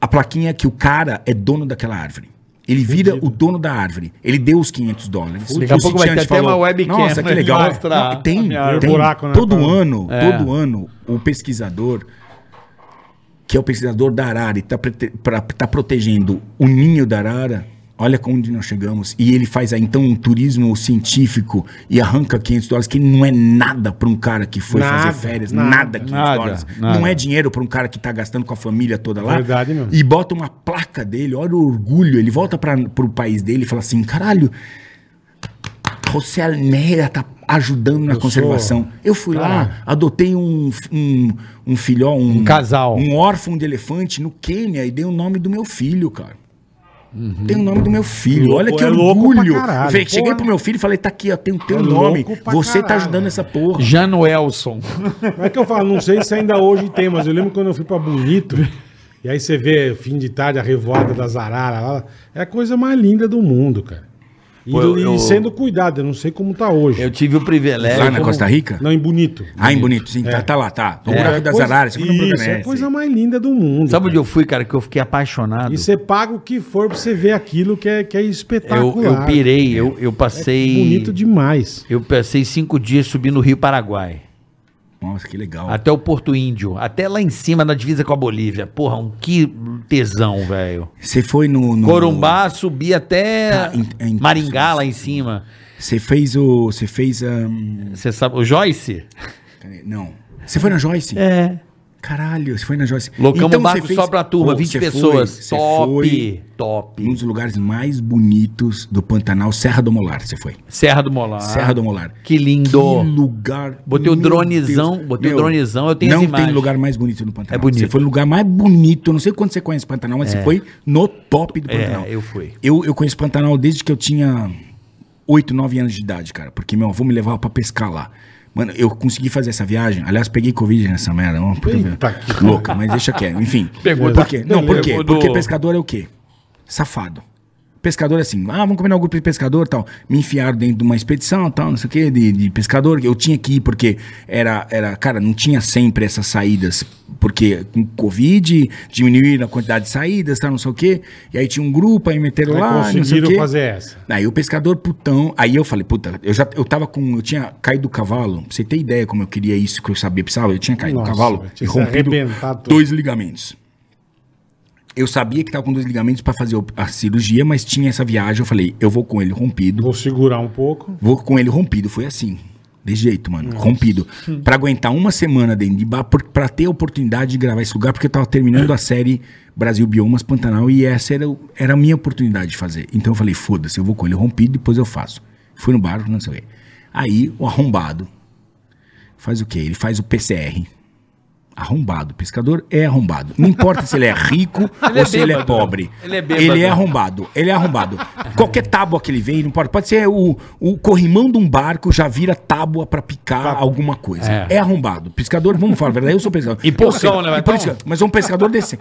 Speaker 2: a plaquinha é que o cara é dono daquela árvore. Ele vira o dono da árvore. Ele deu os 500 dólares.
Speaker 4: Daqui a
Speaker 2: O
Speaker 4: pouco vai ter
Speaker 2: sitiante
Speaker 4: até uma webcam
Speaker 2: Nossa, que
Speaker 4: que
Speaker 2: legal.
Speaker 4: mostra
Speaker 2: Não, e tem,
Speaker 4: a minha Tá. árvore.
Speaker 2: tem.
Speaker 3: O buraco, né,
Speaker 2: todo
Speaker 3: cara?
Speaker 2: ano, todo
Speaker 4: É.
Speaker 2: ano, o pesquisador, que é o pesquisador da arara e tá está protegendo o ninho da arara, olha com onde nós chegamos. E ele faz aí, então um turismo científico e arranca 500 dólares, que não é nada para um cara que foi
Speaker 3: Nada,
Speaker 2: fazer férias,
Speaker 3: nada,
Speaker 2: nada, 500
Speaker 4: nada,
Speaker 2: dólares.
Speaker 4: nada.
Speaker 2: Não é dinheiro para um cara que tá gastando com a família toda lá.
Speaker 3: Verdade mesmo.
Speaker 2: E bota uma placa dele, olha o orgulho. Ele volta para o país dele e fala assim: caralho, José Almeida tá ajudando na
Speaker 3: Eu
Speaker 2: conservação. Eu fui lá,
Speaker 3: Ah.
Speaker 2: adotei um, um, um filhó, um,
Speaker 4: Um casal.
Speaker 2: um órfão de elefante no Quênia e dei o nome do meu filho, cara. Tem o nome do meu filho.
Speaker 3: Uhum. Louco,
Speaker 2: Olha que
Speaker 3: é louco
Speaker 2: orgulho.
Speaker 3: pra caralho,
Speaker 2: Fe-
Speaker 3: porra.
Speaker 2: Cheguei pro meu filho e falei: tá aqui, ó, tem o teu
Speaker 3: É
Speaker 2: nome.
Speaker 3: louco pra
Speaker 2: Você tá
Speaker 3: caralho.
Speaker 2: ajudando essa porra.
Speaker 4: Januelson.
Speaker 3: Não é que eu falo, não sei se ainda hoje tem, mas eu lembro quando eu fui pra Bonito, e aí você vê fim de tarde a revoada das araras lá, é a coisa mais linda do mundo, cara. E,
Speaker 4: Pô, eu-
Speaker 3: e
Speaker 4: eu-
Speaker 3: sendo cuidado, eu não sei como tá hoje.
Speaker 4: Eu tive o privilégio.
Speaker 2: Lá na
Speaker 4: como-
Speaker 2: Costa Rica?
Speaker 3: Não, em Bonito.
Speaker 2: Ah, em Bonito, sim. Tá, tá lá, tá. O buraco das um
Speaker 3: coisa-
Speaker 2: araras. você foi no
Speaker 3: É. Isso,
Speaker 2: Bruno
Speaker 3: é a
Speaker 2: Ness,
Speaker 3: coisa
Speaker 2: aí.
Speaker 3: mais linda do mundo.
Speaker 4: Sabe onde
Speaker 3: cara.
Speaker 4: eu fui, cara, que eu fiquei apaixonado?
Speaker 3: E você paga o que for pra você ver aquilo que é, que é espetacular. É.
Speaker 4: eu, eu pirei, eu, eu passei.
Speaker 3: Bonito demais.
Speaker 4: Eu passei cinco dias subindo o Rio Paraguai.
Speaker 2: Nossa, que legal.
Speaker 4: Até o Porto Índio. Até lá em cima na divisa com a Bolívia. Porra, um que tesão, velho.
Speaker 2: Você foi no. no-
Speaker 4: Corumbá, subi até
Speaker 2: Hum. Tá, in- é interessante.
Speaker 4: Maringá lá em cima.
Speaker 2: Você fez o. Você fez. ahn,
Speaker 4: Você sabe, o Joyce?
Speaker 2: cadê? Não. Você foi na Joyce?
Speaker 4: É.
Speaker 2: Caralho, você foi na Joyce. Então
Speaker 4: Locamos um
Speaker 2: você
Speaker 4: barco
Speaker 2: fez-
Speaker 4: só pra turma,
Speaker 2: Pô,
Speaker 4: 20
Speaker 2: você foi-
Speaker 4: pessoas.
Speaker 2: você
Speaker 4: top,
Speaker 2: foi
Speaker 4: top.
Speaker 2: Um dos lugares mais bonitos do Pantanal, Serra do Molar, você foi.
Speaker 4: Serra do Molar.
Speaker 2: Serra do Molar.
Speaker 4: Que lindo.
Speaker 2: Que lugar.
Speaker 4: Botei o
Speaker 2: meu
Speaker 4: dronezão,
Speaker 2: Deus.
Speaker 4: botei o dronezão, eu tenho as
Speaker 2: Não
Speaker 4: imagens.
Speaker 2: tem lugar mais bonito no
Speaker 4: É
Speaker 2: Pantanal.
Speaker 4: bonito.
Speaker 2: Você foi no lugar mais bonito, eu não sei quando você conhece Pantanal, mas você foi no top do Pantanal.
Speaker 4: É, eu fui.
Speaker 2: Eu, eu conheço Pantanal desde que eu tinha 8, 9 anos de idade, cara. Porque meu avô me levava pra pescar lá. Mano, eu consegui fazer essa viagem. Aliás, peguei Covid nessa merda. Uma puta
Speaker 3: Eita
Speaker 2: viagem. louca, mas deixa quieto. Enfim.
Speaker 4: Pegou
Speaker 2: por
Speaker 4: da-
Speaker 2: quê? Não, por quê?
Speaker 4: pegou
Speaker 2: Porque
Speaker 4: do-
Speaker 2: pescador é o quê? Safado. Pescador é assim, ah, vamos combinar o grupo de pescador e tal. Me enfiaram dentro de uma expedição tal, não sei o quê, de, de pescador. Eu tinha que ir porque era, era, cara, não tinha sempre essas saídas. Porque com Covid, diminuíram a quantidade de saídas, tal, não sei o quê. E aí tinha um grupo, aí meteram
Speaker 3: Aí
Speaker 2: lá, não sei o
Speaker 3: é conseguiram
Speaker 2: quê.
Speaker 3: fazer essa.
Speaker 2: Aí o pescador putão, aí eu falei, puta, eu já eu tava com, eu tinha caído do cavalo, pra você ter ideia como eu queria isso, que eu sabia que precisava, eu tinha caído
Speaker 3: Nossa,
Speaker 2: do cavalo
Speaker 3: velho,
Speaker 2: e
Speaker 3: tinha se
Speaker 2: rompido
Speaker 3: arrebentado todo.
Speaker 2: dois ligamentos. Eu sabia que tava com dois ligamentos pra fazer o- a cirurgia, mas tinha essa viagem, eu falei, eu vou com ele rompido,
Speaker 3: Vou segurar um pouco.
Speaker 2: vou com ele rompido, foi assim. De jeito, mano, rompido. Pra aguentar uma semana dentro de bar, por- pra ter a oportunidade de gravar esse lugar, porque eu tava terminando a série Brasil Biomas Pantanal e essa era, o- era a minha oportunidade de fazer. Então eu falei, foda-se, eu vou com ele rompido, depois eu faço. Fui no barco, não sei o quê. Aí o arrombado faz o quê? Ele faz o PCR. Arrombado. O pescador é arrombado. Não importa se ele é rico ou
Speaker 4: é
Speaker 2: se ele é
Speaker 4: bêbado.
Speaker 2: pobre.
Speaker 4: Ele é bêbado.
Speaker 2: ele é arrombado. Ele é arrombado. Qualquer tábua que ele vem, não pode. Pode ser o, o corrimão de um barco já vira tábua pra picar alguma coisa.
Speaker 4: É.
Speaker 2: É. arrombado. Pescador, vamos falar a verdade, eu sou pescador.
Speaker 4: E porcão,
Speaker 2: Eu sei,
Speaker 4: né, vai
Speaker 2: e
Speaker 4: tomar?
Speaker 2: por isso que- Mas um pescador desse.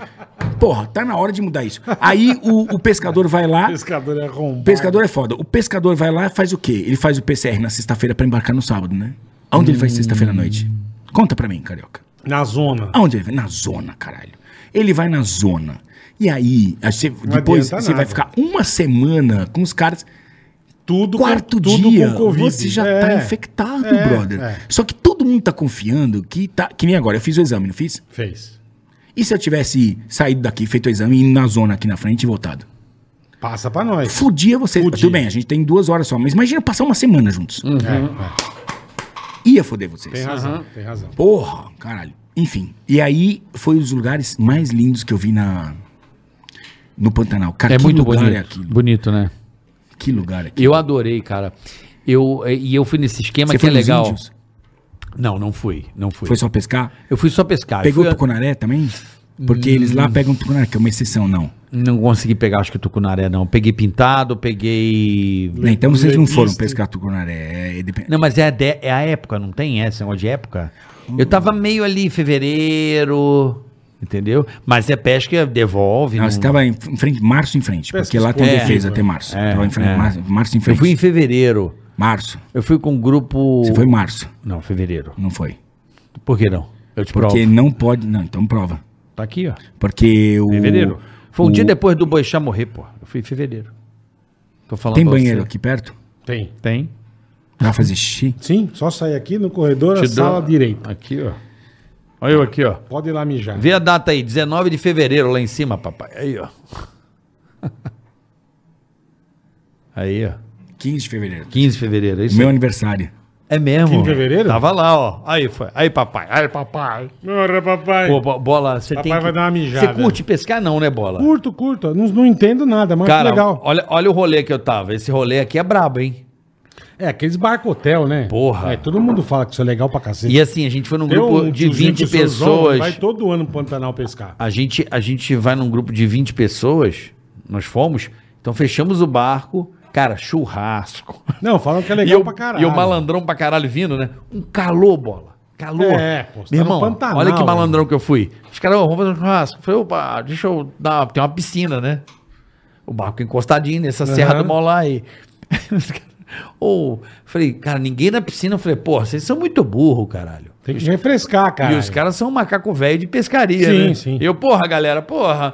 Speaker 2: Porra, tá na hora de mudar isso. Aí o, o pescador vai lá.
Speaker 3: Pescador é arrombado.
Speaker 2: O pescador é foda. O pescador vai lá e faz o quê? Ele faz o PCR na sexta-feira pra embarcar no sábado, né? Aonde ele vai sexta-feira à noite? Conta pra mim, carioca.
Speaker 3: Na zona.
Speaker 2: Aonde ele vai? Na zona, caralho. Ele vai na zona. E aí, aí você- depois
Speaker 3: adianta
Speaker 2: você vai
Speaker 3: nada.
Speaker 2: ficar uma semana com os caras.
Speaker 3: Tudo
Speaker 2: Quarto
Speaker 3: com, tudo
Speaker 2: dia,
Speaker 3: com Covid.
Speaker 2: você já
Speaker 3: É.
Speaker 2: tá infectado,
Speaker 3: É,
Speaker 2: brother.
Speaker 3: é.
Speaker 2: Só que todo todo mundo tá confiando que tá. Que nem agora, eu fiz o exame, não fiz?
Speaker 3: Fez.
Speaker 2: E se eu tivesse saído daqui, feito o exame, indo na zona aqui na frente e voltado?
Speaker 3: Passa pra nós.
Speaker 2: Fudia vocês.
Speaker 3: Fudia.
Speaker 2: Tudo bem, a gente tem duas horas só, mas imagina passar uma semana juntos.
Speaker 3: É,
Speaker 4: Uhum.
Speaker 3: é.
Speaker 2: Ia foder vocês.
Speaker 3: Tem razão, tem razão.
Speaker 2: Porra, caralho. Enfim. E aí foi um dos lugares mais lindos que eu vi na no Pantanal. Cara,
Speaker 4: É
Speaker 2: que
Speaker 4: muito
Speaker 2: lugar é
Speaker 4: bonito.
Speaker 2: aquilo?
Speaker 4: bonito, né?
Speaker 2: Que lugar é aquilo?
Speaker 4: Eu adorei, cara. Eu, e eu fui nesse esquema que é
Speaker 2: nos
Speaker 4: legal.
Speaker 2: índios?
Speaker 4: Não, não fui. Não fui.
Speaker 2: Foi só pescar?
Speaker 4: Eu fui só pescar. Eu
Speaker 2: Pegou
Speaker 4: fui- Hum.
Speaker 2: tucunaré também? Porque eles lá pegam tucunaré, que é uma exceção, não.
Speaker 4: Não consegui pegar, acho que tucunaré, não. Peguei pintado, peguei.
Speaker 2: Né, então vocês não foram
Speaker 3: Leguista.
Speaker 2: pescar tucunaré. É, depende-
Speaker 4: Não, mas é a, de- é a época, não tem essa negócio de época? Eu tava meio ali em fevereiro, entendeu? Mas é pesca, devolve.
Speaker 2: Não,
Speaker 4: não-
Speaker 2: você tá estava em em frente, março em frente,
Speaker 3: Pesca
Speaker 2: porque lá tem
Speaker 4: esportiva.
Speaker 2: defesa até março.
Speaker 4: É,
Speaker 2: Tava em frente,
Speaker 4: é.
Speaker 2: março, março em
Speaker 4: Eu
Speaker 2: frente.
Speaker 4: fui em fevereiro.
Speaker 2: Março.
Speaker 4: Eu fui com um grupo.
Speaker 2: Você foi em março,
Speaker 4: Não, fevereiro.
Speaker 2: não foi.
Speaker 4: Por que não? Eu te
Speaker 2: Porque
Speaker 4: provo.
Speaker 2: não pode. Não, então prova.
Speaker 4: Tá aqui, ó.
Speaker 2: Porque o.
Speaker 4: Fevereiro. Foi um
Speaker 2: o-
Speaker 4: dia depois do Boixá morrer, pô. Eu fui em fevereiro. Tô falando
Speaker 2: Tem
Speaker 4: pra
Speaker 2: banheiro
Speaker 4: você.
Speaker 2: aqui perto?
Speaker 3: Tem.
Speaker 4: Tem.
Speaker 2: Dá pra fazer xixi?
Speaker 3: Sim, só sair aqui no corredor, a
Speaker 4: Te dou-
Speaker 3: sala direita.
Speaker 4: Aqui, ó. Olha eu aqui, ó.
Speaker 3: Pode ir lá mijar.
Speaker 4: Vê a data aí, 19 de fevereiro, lá em cima, papai. Aí, ó. Aí, ó.
Speaker 2: 15 de fevereiro.
Speaker 4: 15 de fevereiro, é isso?
Speaker 2: Meu aniversário.
Speaker 4: É mesmo.
Speaker 3: 15 de fevereiro?
Speaker 4: Tava lá, ó. Aí foi. Aí, papai. Aí, papai.
Speaker 3: Ora, papai.
Speaker 4: Pô, bo- bola, você
Speaker 3: Papai
Speaker 4: tem. que-
Speaker 3: vai dar uma
Speaker 4: Você
Speaker 3: mijada.
Speaker 4: curte pescar, não, né, bola?
Speaker 3: Curto, curto. Não, não entendo nada, mas
Speaker 4: Cara,
Speaker 3: que legal.
Speaker 4: Olha, olha o rolê que eu tava. Esse rolê aqui é brabo, hein?
Speaker 3: É, aqueles barco-hotel, né?
Speaker 4: Porra.
Speaker 3: É, todo mundo fala que isso é legal pra cacete.
Speaker 4: E assim, a gente foi num
Speaker 3: Tem
Speaker 4: grupo
Speaker 3: um
Speaker 4: de
Speaker 3: tiozinho
Speaker 4: 20
Speaker 3: que se usou,
Speaker 4: pessoas.
Speaker 3: Vai todo ano pro Pantanal pescar.
Speaker 4: A gente, a gente vai num grupo de 20 pessoas. Nós fomos. Então fechamos o barco. Cara, churrasco.
Speaker 3: Não, falam que é
Speaker 4: E
Speaker 3: legal
Speaker 4: eu,
Speaker 3: pra caralho.
Speaker 4: e o malandrão pra caralho vindo, né? Um calor, bola. Calor.
Speaker 3: É, pô, você tá
Speaker 4: Meu
Speaker 3: no
Speaker 4: irmão,
Speaker 3: Pantanal,
Speaker 4: olha que malandrão
Speaker 3: irmão.
Speaker 4: que eu fui. Os caras, "Ô, vamos fazer um churrasco. Eu Falei, opa, deixa eu dar. Tem uma piscina, né? O barco encostadinho nessa serra do Molá aí. Os caras, Ô, falei, cara, ninguém na piscina. Eu falei, porra, vocês são muito burro, caralho.
Speaker 3: Tem que refrescar, cara.
Speaker 4: E os caras são um macaco velho de pescaria,
Speaker 3: Sim,
Speaker 4: né?
Speaker 3: sim.
Speaker 4: Eu, porra, galera, porra.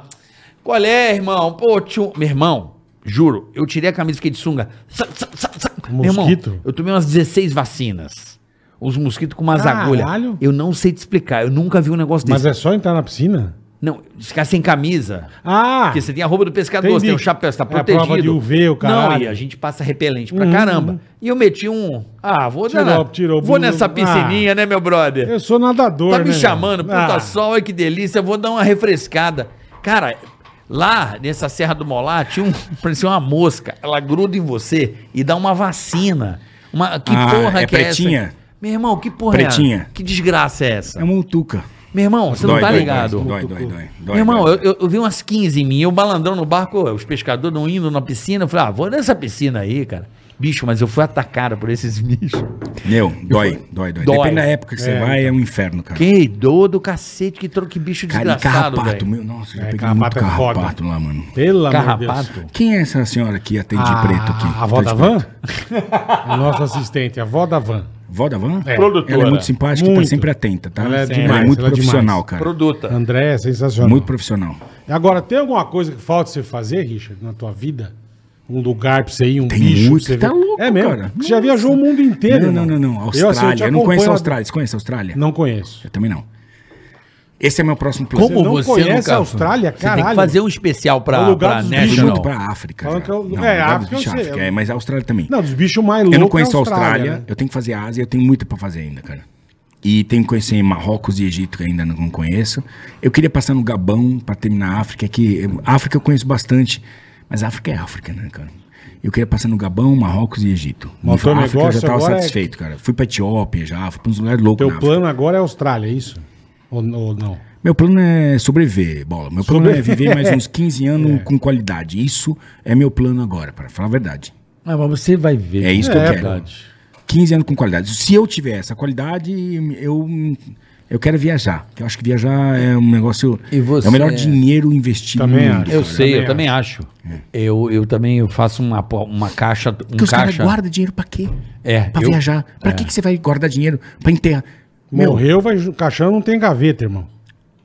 Speaker 4: Qual é, irmão? Pô, tio... Meu irmão, juro, eu tirei a camisa e fiquei de sunga. Sa, sa, sa, sa. Meu irmão,
Speaker 3: Mosquito?
Speaker 4: eu tomei umas 16 vacinas. Os mosquitos com umas
Speaker 3: Caralho.
Speaker 4: agulhas. Eu não sei te explicar, eu nunca vi um negócio
Speaker 3: Mas
Speaker 4: desse.
Speaker 3: é só entrar na piscina?
Speaker 4: Não, ficar sem camisa.
Speaker 3: Ah!
Speaker 4: Porque você tem a roupa do pescador,
Speaker 3: Entendi.
Speaker 4: você tem o chapéu, você tá
Speaker 3: É a
Speaker 4: protegido.
Speaker 3: prova de UV, o caralho. Uhum.
Speaker 4: Não, e a gente passa repelente pra caramba. E eu meti um. Ah, vou
Speaker 3: Tirou,
Speaker 4: dar.
Speaker 3: tirou,
Speaker 4: vou
Speaker 3: bu-
Speaker 4: nessa piscininha, né, meu brother?
Speaker 3: Eu sou nadador,
Speaker 4: Tá
Speaker 3: né?
Speaker 4: me
Speaker 3: velho?
Speaker 4: chamando, puta
Speaker 3: Ah,
Speaker 4: sol, olha que delícia, eu vou dar uma refrescada. Cara, lá nessa Serra do Molá, tinha um, parecia uma mosca, ela gruda em você e dá uma vacina. Uma, que
Speaker 2: Ah,
Speaker 4: porra
Speaker 2: é
Speaker 4: que
Speaker 2: pretinha?
Speaker 4: é essa? Meu irmão, que porra é
Speaker 2: Pretinha.
Speaker 4: essa? Que desgraça é essa?
Speaker 2: É uma utuca.
Speaker 4: Meu irmão, você não tá ligado.
Speaker 2: Dói, dói, dói. dói
Speaker 4: Meu irmão,
Speaker 2: dói.
Speaker 4: eu, eu- eu vi umas 15 em mim, eu balandrão no barco, os pescadores não indo na piscina, eu falei, ah, vou nessa piscina aí, cara. Bicho, mas eu fui atacado por esses bichos.
Speaker 2: Meu, dói, dói, dói.
Speaker 4: Dói.
Speaker 2: Depende da época que você vai,
Speaker 3: então.
Speaker 2: é um inferno, cara.
Speaker 4: Que dor do cacete, que troco, que bicho
Speaker 2: Cara, e
Speaker 4: desgraçado,
Speaker 2: carrapato,
Speaker 4: velho.
Speaker 2: meu. Nossa, eu
Speaker 3: É,
Speaker 2: já peguei muito
Speaker 3: carrapato é foda.
Speaker 2: carrapato lá, mano.
Speaker 3: Pelo amor de Deus. Ah,
Speaker 4: Carrapato.
Speaker 2: Quem é essa senhora que atende de preto aqui? Tá
Speaker 3: A avó
Speaker 2: Atende
Speaker 3: da
Speaker 2: preto.
Speaker 3: van? a nossa assistente, a avó da van.
Speaker 2: Vó da van?
Speaker 3: É.
Speaker 2: Produtora. Ela é muito simpática e tá
Speaker 3: Muito.
Speaker 2: sempre atenta, tá?
Speaker 3: Ela é
Speaker 2: Ela é,
Speaker 3: demais,
Speaker 2: muito
Speaker 3: ela é
Speaker 2: profissional,
Speaker 3: demais.
Speaker 2: cara.
Speaker 4: Produta.
Speaker 3: André é sensacional.
Speaker 2: Muito profissional.
Speaker 3: Agora, tem alguma coisa que falta você fazer, Richard, na tua vida? Um lugar pra você ir, um
Speaker 2: Tem
Speaker 3: bicho
Speaker 2: muito,
Speaker 3: pra você
Speaker 2: tá
Speaker 3: ver?
Speaker 2: louco,
Speaker 3: é mesmo,
Speaker 2: cara.
Speaker 3: Você já viajou o mundo inteiro.
Speaker 2: Não, não, não, não.
Speaker 3: assim, eu te
Speaker 2: Austrália. Eu, não
Speaker 3: acompanho
Speaker 2: conheço a
Speaker 3: há-
Speaker 2: Austrália. Você conhece a Austrália?
Speaker 3: Não conheço.
Speaker 2: Eu também não. Esse é meu próximo plano.
Speaker 4: Como
Speaker 3: Você não
Speaker 4: você,
Speaker 3: conhece
Speaker 4: nunca-
Speaker 3: a Austrália?
Speaker 4: Você tem que
Speaker 3: Caralho.
Speaker 4: fazer um especial
Speaker 3: É
Speaker 4: pra,
Speaker 3: o lugar
Speaker 4: pra
Speaker 3: dos
Speaker 2: Eu fui
Speaker 4: National.
Speaker 2: muito pra África.
Speaker 3: Falam
Speaker 2: já.
Speaker 3: que eu-
Speaker 2: Não,
Speaker 3: é,
Speaker 2: eu gosto
Speaker 3: África
Speaker 2: de
Speaker 3: eu sei,
Speaker 2: África,
Speaker 3: eu-
Speaker 2: é, mas a Austrália também.
Speaker 3: Não, dos bichos mais loucos
Speaker 2: eu não
Speaker 3: é
Speaker 2: conheço a Austrália.
Speaker 3: né?
Speaker 2: Eu tenho que fazer a Ásia. Eu tenho muito pra fazer ainda, cara. E tenho que conhecer Marrocos e Egito, que ainda não conheço. Eu queria passar no Gabão pra terminar a África, que África eu conheço bastante. Mas África é África, né, cara? Eu queria passar no Gabão, Marrocos e Egito.
Speaker 3: Mas o teu
Speaker 2: África eu já
Speaker 3: negócio
Speaker 2: tava
Speaker 3: agora é-
Speaker 2: satisfeito, cara. Fui pra Etiópia já, fui pra uns lugares loucos. na
Speaker 3: Teu
Speaker 2: África.
Speaker 3: plano agora é Austrália, é isso? Ou, ou não?
Speaker 2: Meu plano é sobreviver, bola. Meu plano
Speaker 3: Sobre- É.
Speaker 2: é viver mais uns 15 anos com qualidade. Isso é meu plano agora, para falar a verdade.
Speaker 4: Ah, mas você vai ver.
Speaker 2: É isso que eu quero.
Speaker 4: verdade.
Speaker 2: 15 anos com qualidade. Se eu tiver essa qualidade, eu eu quero viajar. Eu acho que viajar é um negócio
Speaker 4: E você-
Speaker 2: é o melhor dinheiro investido
Speaker 3: Também
Speaker 2: no mundo.
Speaker 3: acho.
Speaker 4: Eu
Speaker 2: cara.
Speaker 4: sei, eu
Speaker 3: também
Speaker 4: também acho.
Speaker 3: É.
Speaker 4: Eu, eu também eu faço uma, po- uma caixa. Um
Speaker 2: Porque os caras
Speaker 4: caixa.
Speaker 2: guardam dinheiro para quê?
Speaker 4: É,
Speaker 2: Para
Speaker 4: eu-
Speaker 2: viajar. Para que que você vai guardar dinheiro para enterrar? Meu,
Speaker 3: Morreu, vai, o caixão não tem gaveta, irmão.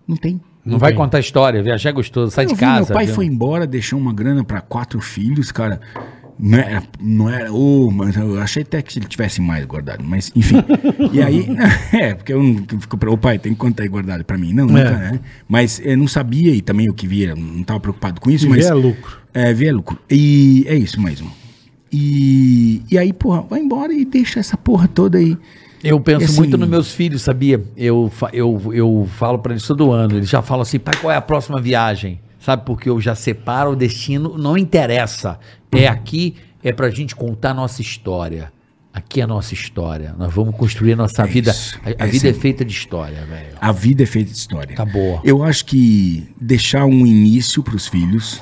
Speaker 2: não tem.
Speaker 4: Não, vai
Speaker 3: tem.
Speaker 4: contar história, viajar é gostoso, sai
Speaker 2: Eu
Speaker 4: de
Speaker 2: vi,
Speaker 4: casa.
Speaker 2: meu pai
Speaker 4: viu?
Speaker 2: foi embora, deixou uma grana para quatro filhos, cara. Não era, não era, ô, mas eu achei até que ele tivesse mais guardado, mas enfim. e aí, é, porque eu não eu fico pra, ô pai, tem quanto aí guardado pra mim? Não, nunca,
Speaker 4: É.
Speaker 2: né? Mas eu não sabia e também o que via, não tava preocupado com isso,
Speaker 3: Que
Speaker 2: mas.
Speaker 3: via é lucro.
Speaker 2: É, via é lucro. E é isso mesmo. E, e aí, porra, vai embora e deixa essa porra toda aí.
Speaker 4: Eu penso
Speaker 2: E assim-
Speaker 4: muito nos meus filhos, sabia? Eu, fa- eu, eu falo pra eles todo ano. Eles já falam assim, pai, qual é a próxima viagem? Sabe, porque eu já separo o destino, não interessa. É aqui, é pra gente contar a nossa história. Aqui é a nossa história. Nós vamos construir a nossa vida.
Speaker 2: isso.
Speaker 4: A, a
Speaker 2: É
Speaker 4: vida é
Speaker 2: assim.
Speaker 4: feita de história, velho.
Speaker 2: A vida é feita de história.
Speaker 3: Tá
Speaker 4: Acabou.
Speaker 2: Eu acho que deixar um início para os filhos,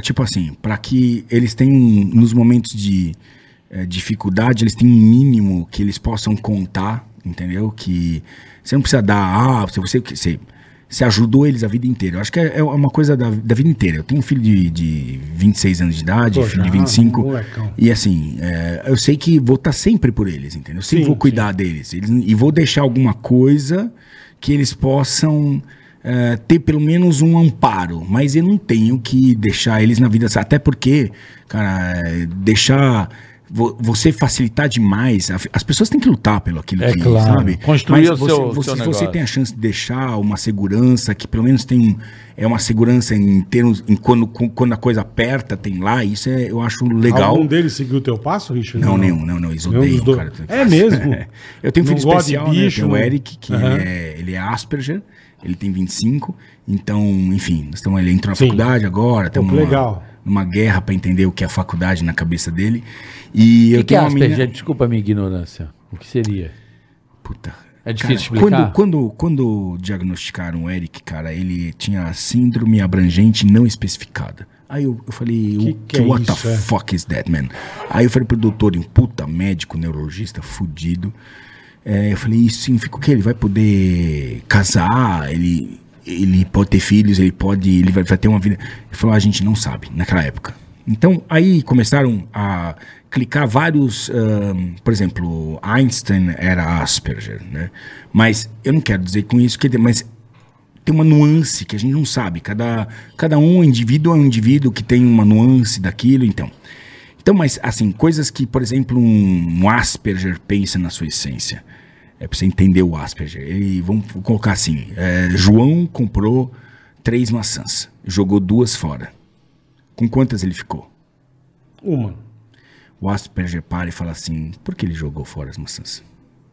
Speaker 2: tipo assim, para que eles tenham, um, nos momentos de eh, dificuldade, eles tenham um mínimo que eles possam contar, entendeu? Que você não precisa dar, ah, se você, que você, você ajudou eles a vida inteira. Eu acho que é, é uma coisa da, da vida inteira. Eu tenho um filho de, de 26 anos de idade,
Speaker 3: Pô,
Speaker 2: filho de
Speaker 3: já,
Speaker 2: 25.
Speaker 3: molecão.
Speaker 2: E assim, é, eu sei que vou estar sempre por eles, entendeu? Eu sempre
Speaker 3: Sim,
Speaker 2: vou cuidar deles. Eles- e vou deixar alguma coisa que eles possam é, ter pelo menos um amparo. Mas eu não tenho que deixar eles na vida. Até porque, cara, é, deixar. vo- Você facilitar demais. a- As pessoas têm que lutar pelo aquilo
Speaker 5: É
Speaker 2: que
Speaker 5: claro.
Speaker 2: sabe.
Speaker 1: Construir o
Speaker 2: você,
Speaker 1: seu-
Speaker 2: você,
Speaker 1: seu
Speaker 2: se você
Speaker 1: negócio.
Speaker 2: tem a chance de deixar uma segurança que pelo menos tem um, é uma segurança em termos em quando, quando a coisa aperta tem lá. Isso é, eu acho legal.
Speaker 3: Algum deles seguiu o teu passo, Richard?
Speaker 2: Não, nenhum, não, não. Eles
Speaker 3: Nenhum
Speaker 2: odeiam,
Speaker 3: dos dois.
Speaker 2: cara.
Speaker 3: É mesmo?
Speaker 2: Eu tenho um
Speaker 3: Não
Speaker 2: filho
Speaker 3: gosta de
Speaker 2: especial, né?
Speaker 3: bicho,
Speaker 2: Tem o
Speaker 3: não-
Speaker 2: Eric, que
Speaker 3: Aham.
Speaker 2: ele, é, ele é Asperger, ele tem 25. Então, enfim, nós estamos, ele entrou na
Speaker 3: Sim.
Speaker 2: faculdade agora, estamos
Speaker 3: que
Speaker 2: numa,
Speaker 3: legal.
Speaker 2: numa guerra para entender o que é a faculdade na cabeça dele. E
Speaker 4: O
Speaker 2: eu
Speaker 4: que, que é
Speaker 2: tenho uma
Speaker 4: Asperger?
Speaker 2: menina-
Speaker 4: Desculpa a minha ignorância. O que seria?
Speaker 2: Puta.
Speaker 4: É difícil
Speaker 2: Cara,
Speaker 4: explicar?
Speaker 2: Quando, quando, quando diagnosticaram o Eric, cara, ele tinha síndrome abrangente não especificada. Aí eu, eu falei, o
Speaker 3: que é
Speaker 2: what
Speaker 3: isso,
Speaker 2: the
Speaker 3: é?
Speaker 2: fuck is that, man? Aí eu falei pro doutor, um puta médico, neurologista, fudido. É, eu falei, isso significa o quê? Ele vai poder casar, ele, ele pode ter filhos, ele pode, ele vai, vai ter uma vida. Ele falou, a gente não sabe, naquela época. Então, aí começaram a clicar vários, ahn, por exemplo, Einstein era Asperger, né? Mas eu não quero dizer com isso que, ele- mas tem uma nuance que a gente não sabe. Cada, cada um indivíduo é um indivíduo que tem uma nuance daquilo, então. Então, mas assim, coisas que, por exemplo, um, um Asperger pensa na sua essência. É pra você entender o Asperger. Ele, vamos colocar assim: é, João comprou três maçãs, jogou duas fora. Com quantas ele ficou?
Speaker 3: Uma.
Speaker 2: O Asperger para e fala assim: por que ele jogou fora as maçãs?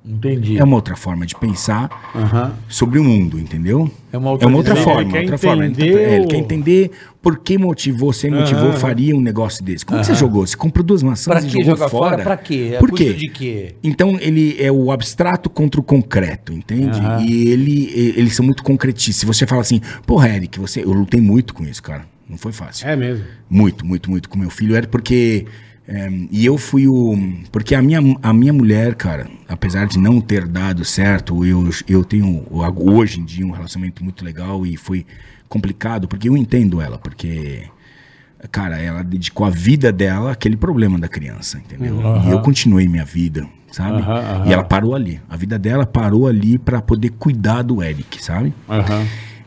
Speaker 4: Entendi.
Speaker 2: É uma outra forma de pensar
Speaker 3: Aham.
Speaker 2: sobre o mundo, entendeu?
Speaker 4: É uma outra
Speaker 2: é uma outra
Speaker 4: visão.
Speaker 2: forma,
Speaker 3: Ele quer
Speaker 2: outra forma. Ele,
Speaker 3: entender
Speaker 2: tá- é, ele
Speaker 3: o-
Speaker 2: quer entender por que motivou, você motivou,
Speaker 3: Aham.
Speaker 2: faria um negócio desse. Como que você jogou? Você comprou duas maçãs
Speaker 4: Pra que
Speaker 2: e jogou
Speaker 4: jogar fora?
Speaker 2: fora?
Speaker 4: Pra quê? A
Speaker 2: Por
Speaker 4: custo
Speaker 2: quê?
Speaker 4: de quê?
Speaker 2: Então ele é o abstrato contra o concreto, entende? E ele, e- eles são muito concretistas. Se você fala assim, porra, Eric, você, eu lutei muito com isso, cara. Não foi fácil.
Speaker 3: É mesmo.
Speaker 2: Muito, muito, muito com meu filho. Era porque. eh, e eu fui o. Porque a minha, a minha mulher, cara, apesar de não ter dado certo, eu, eu tenho o- hoje em dia um relacionamento muito legal e foi complicado, porque eu entendo ela, porque. Cara, ela dedicou a vida dela àquele problema da criança, entendeu? E eu continuei minha vida, sabe? E ela parou ali. A vida dela parou ali pra poder cuidar do Eric, sabe?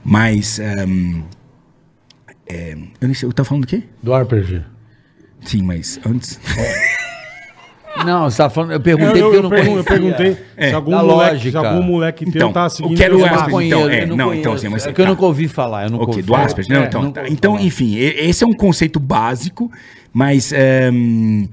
Speaker 2: Mas. ehm, eh, eu nem sei, eu tava falando do quê?
Speaker 3: Do Arperger.
Speaker 2: Sim, mas antes. um-
Speaker 4: Não, você tá falando. Eu
Speaker 3: Eu,
Speaker 4: perguntei
Speaker 3: eu,
Speaker 4: porque eu, não
Speaker 3: pergun- eu
Speaker 4: conhecia.
Speaker 3: perguntei se, algum
Speaker 4: Da
Speaker 3: moleque, se
Speaker 4: lógica.
Speaker 3: algum moleque teu
Speaker 2: É. Então,
Speaker 3: tava seguindo...
Speaker 2: o que era o
Speaker 3: esse
Speaker 4: Eu não
Speaker 2: Asperger,
Speaker 3: caminho.
Speaker 4: conheço,
Speaker 2: então, é,
Speaker 4: eu
Speaker 2: não, então,
Speaker 4: conheço.
Speaker 2: assim, mas-
Speaker 4: É que eu
Speaker 2: tá.
Speaker 4: nunca ouvi falar. Eu nunca
Speaker 2: Ok,
Speaker 4: ouvi
Speaker 2: do
Speaker 4: falar.
Speaker 2: Asperger. Não,
Speaker 4: É,
Speaker 2: então,
Speaker 4: nunca
Speaker 2: tá.
Speaker 4: ouvi
Speaker 2: então
Speaker 4: falar.
Speaker 2: enfim, e- esse é um conceito básico, mas. ehm,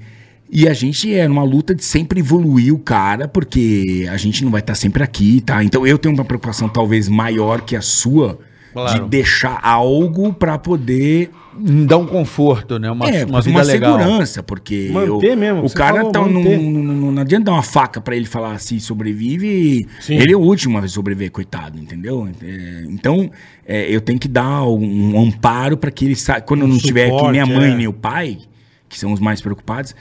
Speaker 2: e a gente é numa luta de sempre evoluir o cara, porque a gente não vai estar sempre aqui, tá? Então eu tenho uma preocupação talvez maior que a sua
Speaker 4: Claro.
Speaker 2: de deixar algo pra poder
Speaker 4: dá um conforto, né? Uma,
Speaker 2: é,
Speaker 4: uma
Speaker 2: uma,
Speaker 4: vida legal.
Speaker 2: segurança, porque
Speaker 3: Manter
Speaker 2: eu-
Speaker 3: mesmo,
Speaker 2: o
Speaker 3: você
Speaker 2: cara
Speaker 3: falou,
Speaker 2: tá num-
Speaker 3: manter.
Speaker 2: num- num- não adianta dar uma faca pra ele falar assim, sobrevive,
Speaker 3: Sim.
Speaker 2: ele é o último a sobreviver, coitado, entendeu? É, então, é, eu tenho que dar um, um amparo pra que ele saiba, quando eu não estiver aqui,
Speaker 3: suporte,
Speaker 2: minha mãe
Speaker 3: é.
Speaker 2: nem o pai, que são os mais preocupados,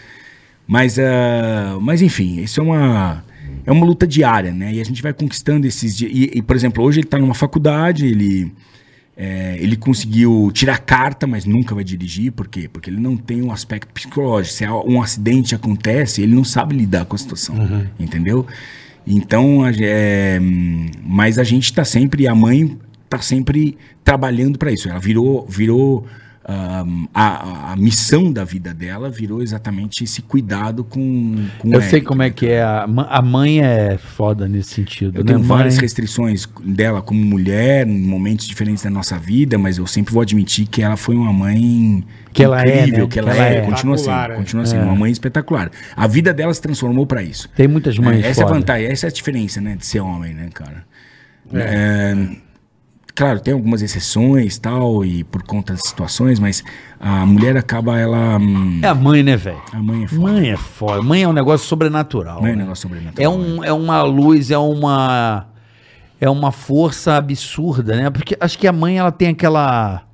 Speaker 2: mas, ah, mas enfim, isso é uma, é uma luta diária, né? E a gente vai conquistando esses dias. E, e, por exemplo, hoje ele está numa faculdade, ele, é, ele conseguiu tirar carta, mas nunca vai dirigir. Por quê? Porque ele não tem um aspecto psicológico. Se há- um acidente acontece, ele não sabe lidar com a situação,
Speaker 3: Uhum.
Speaker 2: entendeu? Então, a ge- é, hum, mas tá a gente está sempre, e a mãe está sempre trabalhando para isso. Ela virou, virou ah, a, a missão da vida dela virou exatamente esse cuidado com, com
Speaker 4: Eu
Speaker 2: o
Speaker 4: sei
Speaker 2: Eric,
Speaker 4: como é
Speaker 2: né,
Speaker 4: que é. A, ma- a mãe é foda nesse sentido.
Speaker 2: Eu
Speaker 4: né?
Speaker 2: tenho várias
Speaker 4: Mãe-
Speaker 2: restrições dela como mulher, em momentos diferentes da nossa vida, mas eu sempre vou admitir que ela foi uma mãe
Speaker 4: Que ela é, né?
Speaker 2: que ela, é, continua
Speaker 3: Espetacular,
Speaker 2: sendo,
Speaker 3: é.
Speaker 2: continua sendo uma mãe espetacular. A vida dela se transformou pra isso.
Speaker 4: Tem muitas mães
Speaker 2: É, essa é a
Speaker 4: foda.
Speaker 2: vantagem, essa é a diferença, né, de ser homem, né, cara? É, claro, tem algumas exceções, tal, e por conta das situações, mas a mulher acaba ela hum,
Speaker 4: É a mãe, né, velho?
Speaker 2: a mãe é foda,
Speaker 4: Mãe é foda. Mãe é um negócio sobrenatural.
Speaker 2: a mãe é um
Speaker 4: né?
Speaker 2: negócio sobrenatural.
Speaker 4: É,
Speaker 3: Então,
Speaker 4: um, é uma luz, é uma. É uma força absurda, né? Porque acho que a mãe, ela tem aquela.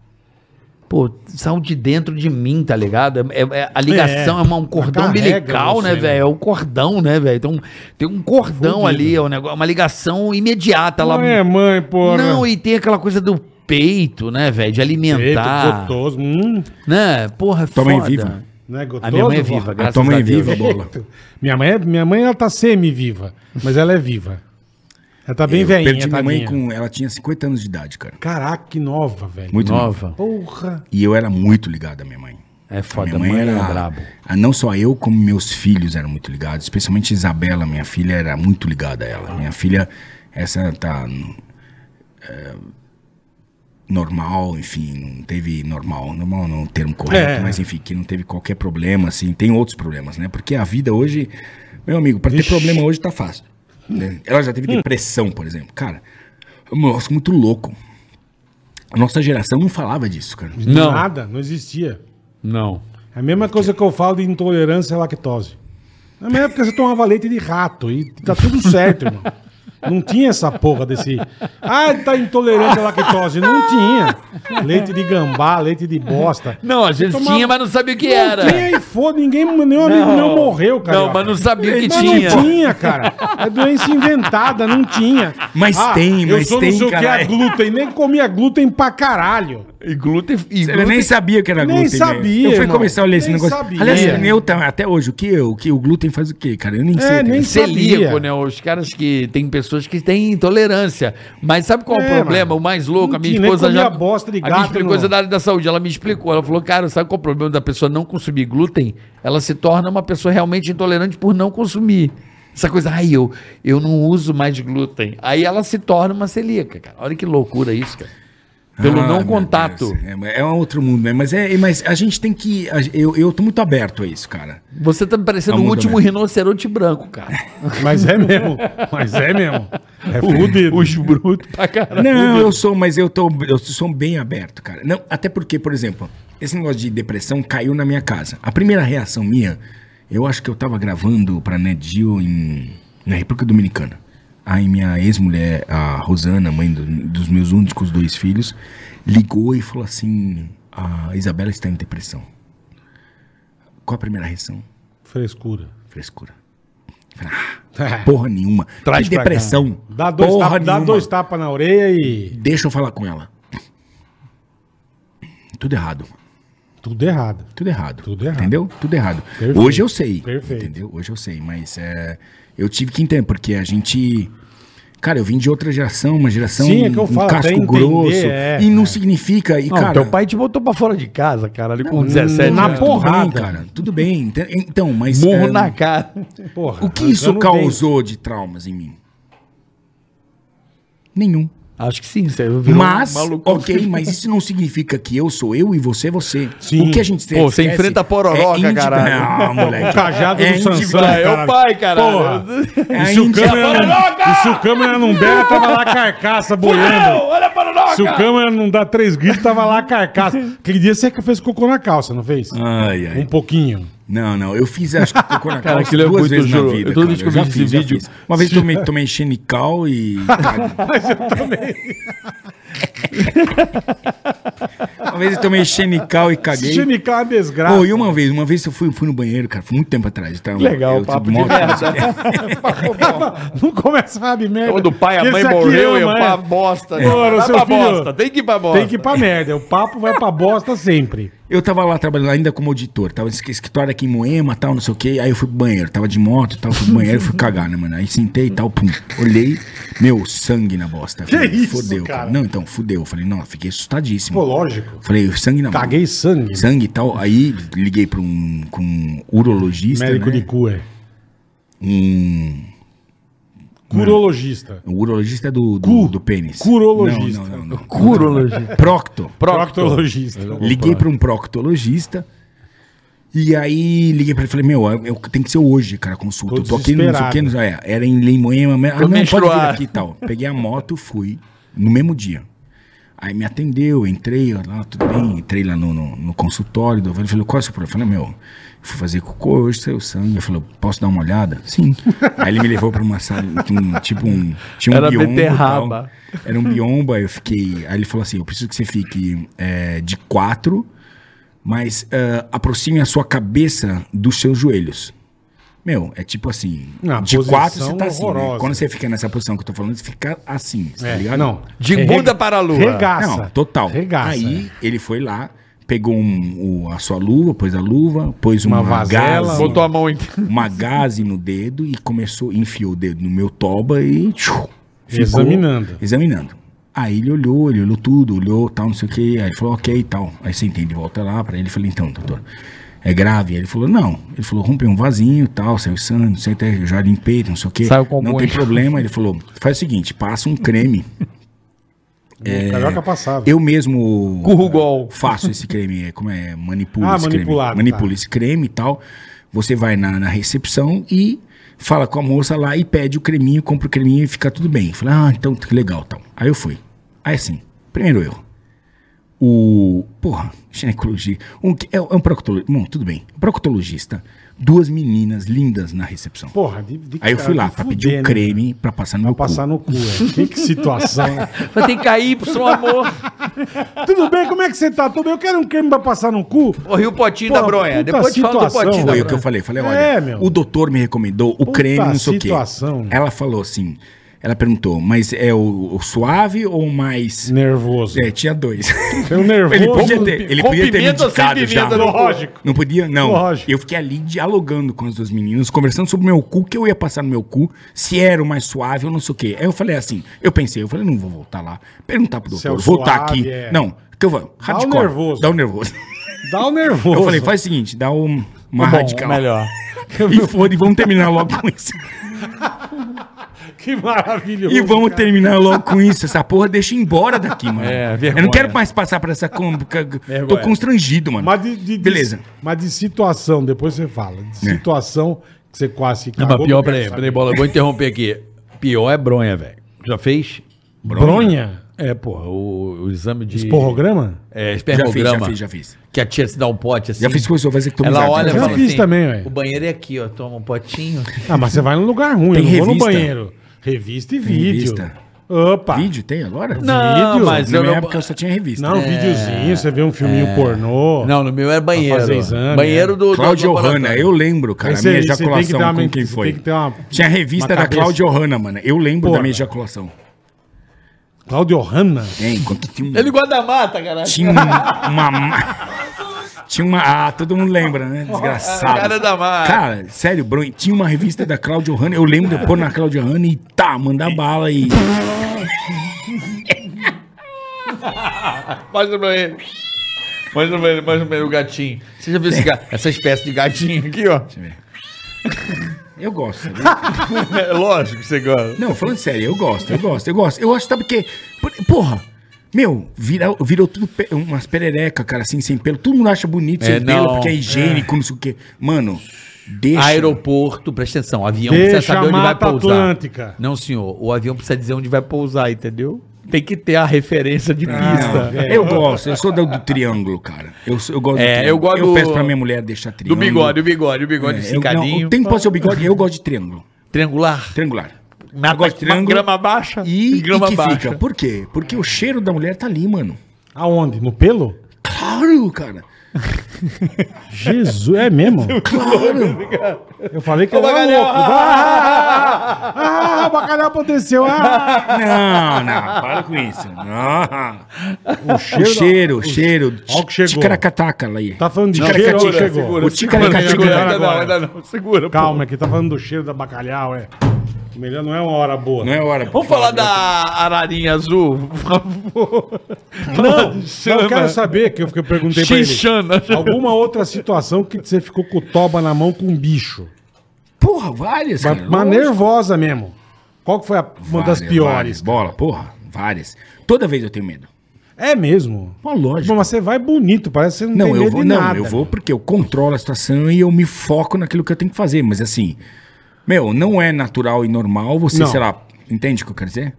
Speaker 4: Pô, saiu de dentro de mim, tá ligado? É, é- a ligação é,
Speaker 3: É,
Speaker 4: uma- um cordão
Speaker 3: carrega
Speaker 4: umbilical,
Speaker 3: você,
Speaker 4: né,
Speaker 3: né?
Speaker 4: velho? É um cordão, né, velho? Então, tem um cordão ali, é um negócio, uma ligação imediata. Ela,
Speaker 3: Não é mãe, né? porra.
Speaker 4: Não, e tem aquela coisa do peito, né, velho? De
Speaker 3: Preto,
Speaker 4: alimentar.
Speaker 3: gotoso. Hum,
Speaker 4: Né? Porra, é
Speaker 2: Tua mãe é
Speaker 4: foda.
Speaker 2: viva?
Speaker 3: não é gotoso?
Speaker 4: A minha mãe é
Speaker 3: vó?
Speaker 4: viva,
Speaker 2: a
Speaker 4: graças
Speaker 2: tua mãe
Speaker 4: a
Speaker 2: é
Speaker 4: Deus.
Speaker 2: viva, bola.
Speaker 3: Minha mãe, é- minha mãe, ela tá semi-viva, mas ela é viva. Ela tá bem
Speaker 2: eu
Speaker 3: velhinha,
Speaker 2: perdi minha mãe
Speaker 3: tadinha.
Speaker 2: com, ela tinha 50 anos de idade, cara.
Speaker 3: Caraca, que nova, velho.
Speaker 2: Muito nova.
Speaker 4: Nova.
Speaker 3: Porra.
Speaker 2: E eu era muito ligado à minha mãe.
Speaker 4: É foda,
Speaker 2: minha mãe, era
Speaker 4: brabo.
Speaker 2: Ah, Não só eu, como meus filhos eram muito ligados. Especialmente Isabela, minha filha, era muito ligada a ela. Minha filha, essa tá. hum, é, normal, enfim, não teve normal. Normal não é um termo correto,
Speaker 3: É.
Speaker 2: mas enfim, que não teve qualquer problema, assim. Tem outros problemas, né? Porque a vida hoje. Meu amigo, pra ter problema hoje tá fácil. né? Ela já
Speaker 3: Hum.
Speaker 2: teve depressão, por exemplo. Cara, eu acho muito louco. A nossa geração não falava disso, cara.
Speaker 3: De
Speaker 4: Não.
Speaker 3: Nada, não existia.
Speaker 4: Não.
Speaker 3: É a mesma coisa que eu falo de intolerância à lactose. Na mesma época você tomava leite de rato e tá tudo certo, irmão. Não tinha essa porra desse. Ah, tá intolerante à lactose. Não tinha. Leite de gambá, leite de bosta.
Speaker 4: Não, a gente
Speaker 3: Eu tomava-
Speaker 4: tinha, mas não sabia o que
Speaker 3: Não
Speaker 4: era.
Speaker 3: tinha e foda, ninguém, nenhum amigo meu morreu, cara.
Speaker 4: Não, mas não sabia o que
Speaker 3: Mas
Speaker 4: tinha.
Speaker 3: não tinha, cara. É doença inventada, não tinha. Ah,
Speaker 2: Mas tem, mas
Speaker 3: eu sou
Speaker 2: tem,
Speaker 3: não sei o que é
Speaker 2: caralho.
Speaker 3: glúten, nem comia glúten pra caralho.
Speaker 4: E glúten. E
Speaker 2: Eu nem sabia que era
Speaker 3: Nem
Speaker 2: glúten. né?
Speaker 3: sabia,
Speaker 2: Eu fui
Speaker 3: irmão.
Speaker 2: começar a ler esse
Speaker 3: Nem
Speaker 2: negócio.
Speaker 3: sabia.
Speaker 2: Aliás, eu tam- até hoje, o que, o que o glúten faz o quê, cara? Eu nem sei. tá
Speaker 3: nem
Speaker 2: ligado?
Speaker 4: celíaco,
Speaker 3: sabia.
Speaker 4: né? Os caras que. Tem pessoas que têm intolerância. Mas sabe qual é,
Speaker 3: É,
Speaker 4: o problema?
Speaker 3: mano.
Speaker 4: O mais louco, a
Speaker 3: Não
Speaker 4: minha
Speaker 3: tinha, nem
Speaker 4: esposa
Speaker 3: comia
Speaker 4: já.
Speaker 3: bosta de
Speaker 4: a minha
Speaker 3: gato,
Speaker 4: esposa
Speaker 3: irmão.
Speaker 4: da área da saúde, ela me explicou. Ela falou, cara, sabe qual é o problema da pessoa não consumir glúten? Ela se torna uma pessoa realmente intolerante por não consumir. Essa coisa, ai, eu, eu não uso mais glúten. Aí ela se torna uma celíaca, cara. Olha que loucura isso, cara. Pelo
Speaker 2: Ah,
Speaker 4: não
Speaker 2: meu
Speaker 4: contato.
Speaker 2: Deus. É, mas é um outro mundo, né? Mas, é, mas a gente tem que. a- eu, eu tô muito aberto a isso, cara.
Speaker 4: Você tá me parecendo
Speaker 2: Tá
Speaker 4: o
Speaker 2: muito
Speaker 4: último
Speaker 2: bem.
Speaker 4: rinoceronte branco, cara.
Speaker 3: Mas é mesmo. Mas é mesmo. É fudido.
Speaker 4: Os brutos pra caralho.
Speaker 2: Não, eu sou, mas eu, tô, eu sou bem aberto, cara. Não, até porque, por exemplo, esse negócio de depressão caiu na minha casa. A primeira reação minha, eu acho que eu tava gravando pra Ned Geo em, na República Dominicana. Aí minha ex-mulher, a Rosana, mãe do- dos meus únicos dois filhos, ligou e falou assim: a Isabela está em depressão. Qual a primeira reação?
Speaker 3: Frescura.
Speaker 2: Frescura. Eu falei, ah, porra nenhuma.
Speaker 4: Traz
Speaker 2: que
Speaker 4: pra cá.
Speaker 2: depressão.
Speaker 3: Dá dois,
Speaker 2: porra
Speaker 3: tapa, dá
Speaker 2: nenhuma.
Speaker 3: dois tapas na orelha e.
Speaker 2: Deixa eu falar com ela. Tudo errado.
Speaker 3: Tudo errado.
Speaker 2: Tudo errado.
Speaker 3: Tudo errado.
Speaker 2: Entendeu? Tudo errado.
Speaker 3: Perfeito.
Speaker 2: Hoje eu sei.
Speaker 3: Perfeito.
Speaker 2: Entendeu? Hoje eu sei. Mas é, eu tive que entender, porque a gente. Cara, eu vim de outra geração, uma geração
Speaker 3: Sim, é que eu
Speaker 2: um
Speaker 3: falo, até
Speaker 2: casco
Speaker 3: entender,
Speaker 2: grosso.
Speaker 3: é,
Speaker 2: e não
Speaker 3: é.
Speaker 2: significa. E,
Speaker 4: Não,
Speaker 2: cara,
Speaker 4: teu pai te botou pra fora de casa, cara, ali com 17
Speaker 3: é na
Speaker 4: anos.
Speaker 2: tudo bem,
Speaker 3: porrada.
Speaker 2: cara. Tudo bem. Ente- Então, mas.
Speaker 4: Murro
Speaker 2: é,
Speaker 4: na cara.
Speaker 3: Porra.
Speaker 2: O que isso
Speaker 3: arrancando o dente.
Speaker 2: causou de traumas em mim? Nenhum.
Speaker 4: Acho que sim, você virou
Speaker 2: Mas,
Speaker 4: um maluco.
Speaker 2: ok, mas isso não significa que eu sou eu e você é você.
Speaker 3: Sim.
Speaker 2: O que a gente tem
Speaker 4: Pô, você enfrenta a pororoca, caralho.
Speaker 2: Ah, moleque.
Speaker 3: O cajado do Sansão.
Speaker 2: individual-
Speaker 4: é o pai, caralho.
Speaker 3: Porra.
Speaker 2: É
Speaker 3: E se, o
Speaker 2: individual.
Speaker 3: câmera não, e se o câmera não der, tava lá a carcaça boiando.
Speaker 4: Olha para nós!
Speaker 3: Se o câmera não dá três gritos, tava lá a carcaça. Aquele dia você que fez cocô na calça, não fez?
Speaker 2: Ai,
Speaker 3: Um
Speaker 2: ai.
Speaker 3: pouquinho.
Speaker 2: Não, não, eu fiz, acho que cocô na
Speaker 4: Cara,
Speaker 2: calça
Speaker 4: aquilo é
Speaker 2: duas
Speaker 4: muito
Speaker 2: vezes na
Speaker 4: juro.
Speaker 2: vida.
Speaker 4: Eu toda
Speaker 2: cara.
Speaker 4: vez que eu
Speaker 2: já
Speaker 4: vejo esse
Speaker 2: fiz, já
Speaker 4: vídeo-
Speaker 2: fiz. Uma vez eu tomei, tomei xenical e... Uma vez eu tomei xenical e
Speaker 3: Esse
Speaker 2: caguei.
Speaker 3: genical é uma desgraça.
Speaker 2: Pô, e uma vez, uma vez eu fui, fui no banheiro, cara, foi muito tempo atrás. Tá,
Speaker 4: Legal,
Speaker 2: eu,
Speaker 4: papo de
Speaker 2: mó-
Speaker 4: merda.
Speaker 3: Não começa a de merda.
Speaker 4: Quando o pai e a
Speaker 3: Porque
Speaker 4: mãe
Speaker 3: esse aqui
Speaker 4: morreu, eu
Speaker 3: ama,
Speaker 4: pra
Speaker 3: é.
Speaker 4: bosta.
Speaker 3: Porra,
Speaker 4: Vai
Speaker 3: seu
Speaker 4: pra
Speaker 3: filho-
Speaker 4: bosta, tem que ir pra bosta.
Speaker 3: Tem que ir pra merda. O papo vai pra bosta sempre.
Speaker 2: Eu tava lá trabalhando ainda como auditor, tava nesse escritório aqui em Moema, tal, não sei o quê. Aí eu fui pro banheiro, tava de moto, tal, fui pro banheiro, fui cagar, né, mano? Aí sentei e tal, pum, olhei, meu, sangue na bosta.
Speaker 3: Que isso,
Speaker 2: fudeu,
Speaker 3: cara?
Speaker 2: Não, então, fudeu. Eu Falei, não, fiquei assustadíssimo.
Speaker 3: Pô, lógico.
Speaker 2: Falei, sangue na bosta.
Speaker 3: Caguei sangue.
Speaker 2: Sangue e tal. Aí liguei pra um, com um urologista,
Speaker 3: Médico
Speaker 2: né?
Speaker 3: de cu, é.
Speaker 2: Um,
Speaker 3: Curologista.
Speaker 2: um urologista do, do,
Speaker 3: Cu.
Speaker 2: do pênis.
Speaker 3: Curologista.
Speaker 2: Não, não, não. não.
Speaker 5: Curologia.
Speaker 2: Procto.
Speaker 3: Proctologista.
Speaker 2: Liguei para um proctologista. E aí liguei pra ele e falei, meu, eu- eu- tem que ser hoje, cara, a consulta.
Speaker 3: Tô
Speaker 2: Eu tô aqui, não sei o que, não sei, é, era em Limoema, mas- ah, não, pode vir
Speaker 4: menstruar.
Speaker 2: aqui e tal. Peguei a moto, fui, no mesmo dia. Aí me atendeu, entrei ó, lá, tudo bem, entrei lá no, no, no consultório do Ele falou, qual é o seu problema? Eu falei, meu, eu fui fazer cocô hoje, seu sangue. Ele falou, posso dar uma olhada? Sim. aí ele me levou pra uma sala, um- tipo um... Tinha um
Speaker 4: Era
Speaker 2: biombo e tal.
Speaker 4: beterraba.
Speaker 2: Era um biombo, aí eu fiquei. Aí ele falou assim: eu preciso que você fique é, de quatro, mas ah, aproxime a sua cabeça dos seus joelhos. Meu, é tipo assim.
Speaker 3: Uma
Speaker 2: de
Speaker 3: posição
Speaker 2: quatro você tá assim. né?
Speaker 3: horrorosa.
Speaker 2: Quando você fica nessa posição que eu tô falando, você fica assim, tá
Speaker 3: É,
Speaker 2: ligado?
Speaker 3: Não.
Speaker 4: De
Speaker 3: É
Speaker 4: bunda
Speaker 3: rega-
Speaker 4: para a lua.
Speaker 3: Regaça.
Speaker 2: Não, total.
Speaker 3: Regaça. é.
Speaker 2: Aí ele foi lá, pegou um- o- a sua luva, pôs a luva, pôs
Speaker 3: Uma
Speaker 2: uma,
Speaker 3: vasela,
Speaker 2: gaze,
Speaker 4: Botou a mão em.
Speaker 2: uma gaze no dedo e começou, enfiou o dedo no meu toba e. tchum, ficou
Speaker 3: Examinando.
Speaker 2: examinando. Aí ele olhou, ele olhou tudo, olhou, tal, não sei o que. Aí ele falou, ok, tal. Aí você entende, volta lá pra ele. Eu falei, então, doutor, é grave? Aí ele falou, não. Ele falou, rompeu um vasinho, tal, saiu sangue, não sei até, eu já limpei, não sei o que.
Speaker 4: Saiu com
Speaker 3: um
Speaker 2: Não
Speaker 4: algum-
Speaker 2: tem problema. Ele falou, faz o seguinte, passa um creme.
Speaker 3: Carioca passava.
Speaker 2: É. Eu mesmo
Speaker 4: Currugol.
Speaker 2: faço esse creme, é, como é, manipulo
Speaker 3: Ah,
Speaker 2: esse
Speaker 3: manipulado,
Speaker 2: creme. Manipulo
Speaker 3: tá.
Speaker 2: esse creme e tal. Você vai na, na recepção e fala com a moça lá e pede o creminho, compra o creminho e fica tudo bem. Fala, ah, então que legal tal. Aí eu fui. Aí assim, primeiro erro. O. Porra, ginecologia. Um, que- é, é um proctologista. Bom, tudo bem. Um Proctologista. Duas meninas lindas na recepção.
Speaker 3: Porra, de, de
Speaker 2: Aí eu fui lá
Speaker 3: de
Speaker 2: pra
Speaker 3: fuder,
Speaker 2: pedir
Speaker 3: né?
Speaker 2: o creme pra passar no
Speaker 3: Pra
Speaker 2: meu
Speaker 3: passar
Speaker 2: cu.
Speaker 3: no cu, é. Que, que situação.
Speaker 4: Mas tem KY, amor.
Speaker 3: Tudo bem, como é que você tá? Tudo bem, eu quero um creme pra passar no cu.
Speaker 4: Ô, E o potinho
Speaker 3: Porra,
Speaker 4: da bronha.
Speaker 3: puta
Speaker 4: Depois te falo do
Speaker 3: situação,
Speaker 4: potinho da
Speaker 2: Foi
Speaker 4: bronha.
Speaker 2: o que eu falei. Falei,
Speaker 3: É,
Speaker 2: olha,
Speaker 3: meu.
Speaker 2: o doutor me recomendou o
Speaker 3: Puta
Speaker 2: creme, não sei o quê.
Speaker 3: situação.
Speaker 2: Ela falou assim, ela perguntou, mas é o, o suave ou o mais...
Speaker 3: Nervoso.
Speaker 2: É, tinha dois.
Speaker 3: Eu nervoso.
Speaker 2: Ele podia ter, ele
Speaker 4: com
Speaker 2: podia ter me
Speaker 4: pimenta ou sem
Speaker 2: indicado já.
Speaker 4: pimenta,
Speaker 3: lógico.
Speaker 2: Não podia, não.
Speaker 3: Lógico.
Speaker 2: Eu fiquei ali dialogando com as duas meninas, conversando sobre o meu cu, que eu ia passar no meu cu, se era o mais suave ou não sei o quê. Aí eu falei assim, eu pensei, eu falei, não vou voltar lá, perguntar pro
Speaker 3: Se é o
Speaker 2: doutor, voltar
Speaker 3: suave,
Speaker 2: aqui.
Speaker 3: é.
Speaker 2: Não, que eu vou, hardcore.
Speaker 3: nervoso.
Speaker 2: Dá o nervoso.
Speaker 3: Dá o nervoso. Tá
Speaker 2: Eu falei, faz o seguinte, dá um, uma
Speaker 4: Bom,
Speaker 2: radical.
Speaker 4: melhor.
Speaker 2: E foda, e vamos terminar logo com isso.
Speaker 3: Que maravilhoso.
Speaker 2: E vamos terminar logo com isso. Essa porra deixa eu ir embora daqui, mano.
Speaker 4: É,
Speaker 2: eu
Speaker 4: vergonha.
Speaker 2: não quero mais passar por essa. Com... ca- Tô
Speaker 4: Vergonha.
Speaker 2: constrangido, mano.
Speaker 3: Mas de, de- de-
Speaker 2: Beleza. É.
Speaker 3: mas de situação, depois você fala. De situação que você quase
Speaker 4: Não, mas
Speaker 3: eu
Speaker 4: pior,
Speaker 3: quero
Speaker 4: peraí,
Speaker 3: saber.
Speaker 4: peraí, bola, eu vou interromper aqui. Pior é bronha, velho. Já fez?
Speaker 3: Bronha?
Speaker 4: É, porra, o, o exame de.
Speaker 3: Esporrograma?
Speaker 4: É,
Speaker 2: Já fiz,
Speaker 4: espermograma.
Speaker 2: já fiz, já fiz.
Speaker 4: Que a tia se dá um pote assim.
Speaker 2: Já fiz coisa, vai ser que tô
Speaker 4: Ela olha e
Speaker 3: já
Speaker 4: fala
Speaker 3: fiz
Speaker 4: assim,
Speaker 3: também, velho.
Speaker 4: O banheiro é aqui, ó. Toma um potinho.
Speaker 3: Ah, mas você vai num lugar ruim,
Speaker 2: Tem
Speaker 3: eu não vou no
Speaker 2: revista.
Speaker 3: banheiro. Revista e vídeo.
Speaker 2: revista.
Speaker 3: Opa.
Speaker 2: Vídeo tem agora?
Speaker 4: Não,
Speaker 3: Vídeo?
Speaker 4: mas
Speaker 2: Na
Speaker 4: eu
Speaker 2: minha
Speaker 4: não...
Speaker 2: época eu só tinha revista.
Speaker 4: É.
Speaker 3: Não, videozinho, você vê um filminho
Speaker 2: É.
Speaker 3: pornô.
Speaker 4: Não, no meu era banheiro.
Speaker 3: fazer exame,
Speaker 4: banheiro
Speaker 3: é.
Speaker 4: do. do
Speaker 2: Cláudio
Speaker 4: laboratório.
Speaker 2: Hanna, eu lembro, cara,
Speaker 3: Aí cê-
Speaker 2: a minha
Speaker 3: cê tem que
Speaker 2: é ejaculação
Speaker 3: dar uma-
Speaker 2: com quem
Speaker 3: cê
Speaker 2: foi.
Speaker 3: tem que ter uma-
Speaker 2: Tinha a
Speaker 3: uma
Speaker 2: revista da
Speaker 3: cabeça.
Speaker 2: Cláudio Hanna, mano. Eu lembro
Speaker 3: Porra.
Speaker 2: da minha ejaculação.
Speaker 3: Claudio Hanna.
Speaker 2: Tem, quando tinha um...
Speaker 4: Ele gosta da mata, caralho.
Speaker 2: Tinha um- uma... ma- Tinha uma... Ah, todo mundo lembra, né? Desgraçado.
Speaker 4: Cara da mata.
Speaker 2: Cara, sério, Bruno, tinha uma revista da Claudio Hanna, eu lembro de eu pôr na Claudio Hanna e tá, mandar bala e.
Speaker 4: Mostra pra ele. Mostra pra ele, mostra pra ele o gatinho. Você já viu esse ga- essa espécie de gatinho aqui, ó?
Speaker 2: Eu gosto. né?
Speaker 4: É lógico que você gosta.
Speaker 2: Não, falando sério, eu gosto, eu gosto, eu gosto. Eu acho, sabe porque. Porra! Meu, virou, virou tudo pe- umas perereca, cara, assim, sem pelo. Todo mundo acha bonito
Speaker 4: É,
Speaker 2: sem pelo,
Speaker 4: não.
Speaker 2: porque é higiênico, não sei o quê. Mano, deixa.
Speaker 4: Aeroporto, presta atenção, avião
Speaker 3: Deixa
Speaker 4: precisa saber
Speaker 3: a
Speaker 4: onde vai
Speaker 3: Mata
Speaker 4: pousar.
Speaker 3: Atlântica.
Speaker 4: Não, senhor, o avião precisa dizer onde vai pousar, entendeu? Tem que ter a referência de pista.
Speaker 2: Não, eu gosto, eu sou do, do triângulo, cara. Eu, sou- eu
Speaker 4: É,
Speaker 2: gosto do triângulo.
Speaker 4: eu gosto
Speaker 2: Eu
Speaker 4: do-
Speaker 2: peço pra minha mulher deixar
Speaker 4: do
Speaker 2: triângulo.
Speaker 4: bigode, o bigode, o bigode
Speaker 2: É, eu, não,
Speaker 4: esticadinho.
Speaker 2: tem que pode ser o bigode, eu gosto de triângulo.
Speaker 4: Triangular.
Speaker 2: Triangular.
Speaker 4: Mata-
Speaker 2: eu gosto de triângulo.
Speaker 4: grama baixa
Speaker 2: E, e
Speaker 4: grama
Speaker 2: que
Speaker 4: baixa.
Speaker 2: fica. Por quê? Porque o cheiro da mulher tá ali, mano.
Speaker 3: Aonde? No pelo?
Speaker 2: Claro, cara.
Speaker 3: Jesus, é mesmo? Eu falei que
Speaker 4: Ô,
Speaker 3: ele era
Speaker 4: bacalhau.
Speaker 3: louco. Ah, ah, ah, o bacalhau apodreceu. Ah,
Speaker 2: Não, não, para com isso. Não. O cheiro, o cheiro. O cheiro.
Speaker 3: Ó o que chegou.
Speaker 2: Ticaracataca lá aí.
Speaker 3: Tá falando de
Speaker 2: Ticaracatica.
Speaker 3: cheiro,
Speaker 2: Segura,
Speaker 3: chegou.
Speaker 2: segura, O ticaracatica
Speaker 4: segura,
Speaker 2: tá
Speaker 4: ainda não,
Speaker 3: agora.
Speaker 4: ainda não, segura. pô.
Speaker 3: Calma, é que tá falando do cheiro da bacalhau, é. Melhor não é uma hora boa.
Speaker 2: Não é hora.
Speaker 4: Vamos falar da ararinha azul, por favor.
Speaker 3: Não, não, eu quero saber, que eu fiquei- perguntei pra ele.
Speaker 4: Xixana.
Speaker 3: Alguma outra situação que você ficou com o toba na mão com um bicho.
Speaker 2: Porra, várias,
Speaker 3: Mas,
Speaker 2: cara.
Speaker 3: mas nervosa mesmo. Qual que foi a- uma
Speaker 2: Várias,
Speaker 3: das piores?
Speaker 2: várias. Bola, porra. Várias. Toda vez eu tenho medo.
Speaker 3: É mesmo.
Speaker 2: Mas lógico.
Speaker 3: Mas você vai bonito, parece que você não,
Speaker 2: Não,
Speaker 3: tem
Speaker 2: eu
Speaker 3: medo
Speaker 2: vou,
Speaker 3: de
Speaker 2: não,
Speaker 3: nada.
Speaker 2: eu vou porque eu controlo a situação e eu me foco naquilo que eu tenho que fazer. Mas assim, meu, não é natural e normal você,
Speaker 3: Não. É.
Speaker 2: sei lá, entende o que eu quero dizer?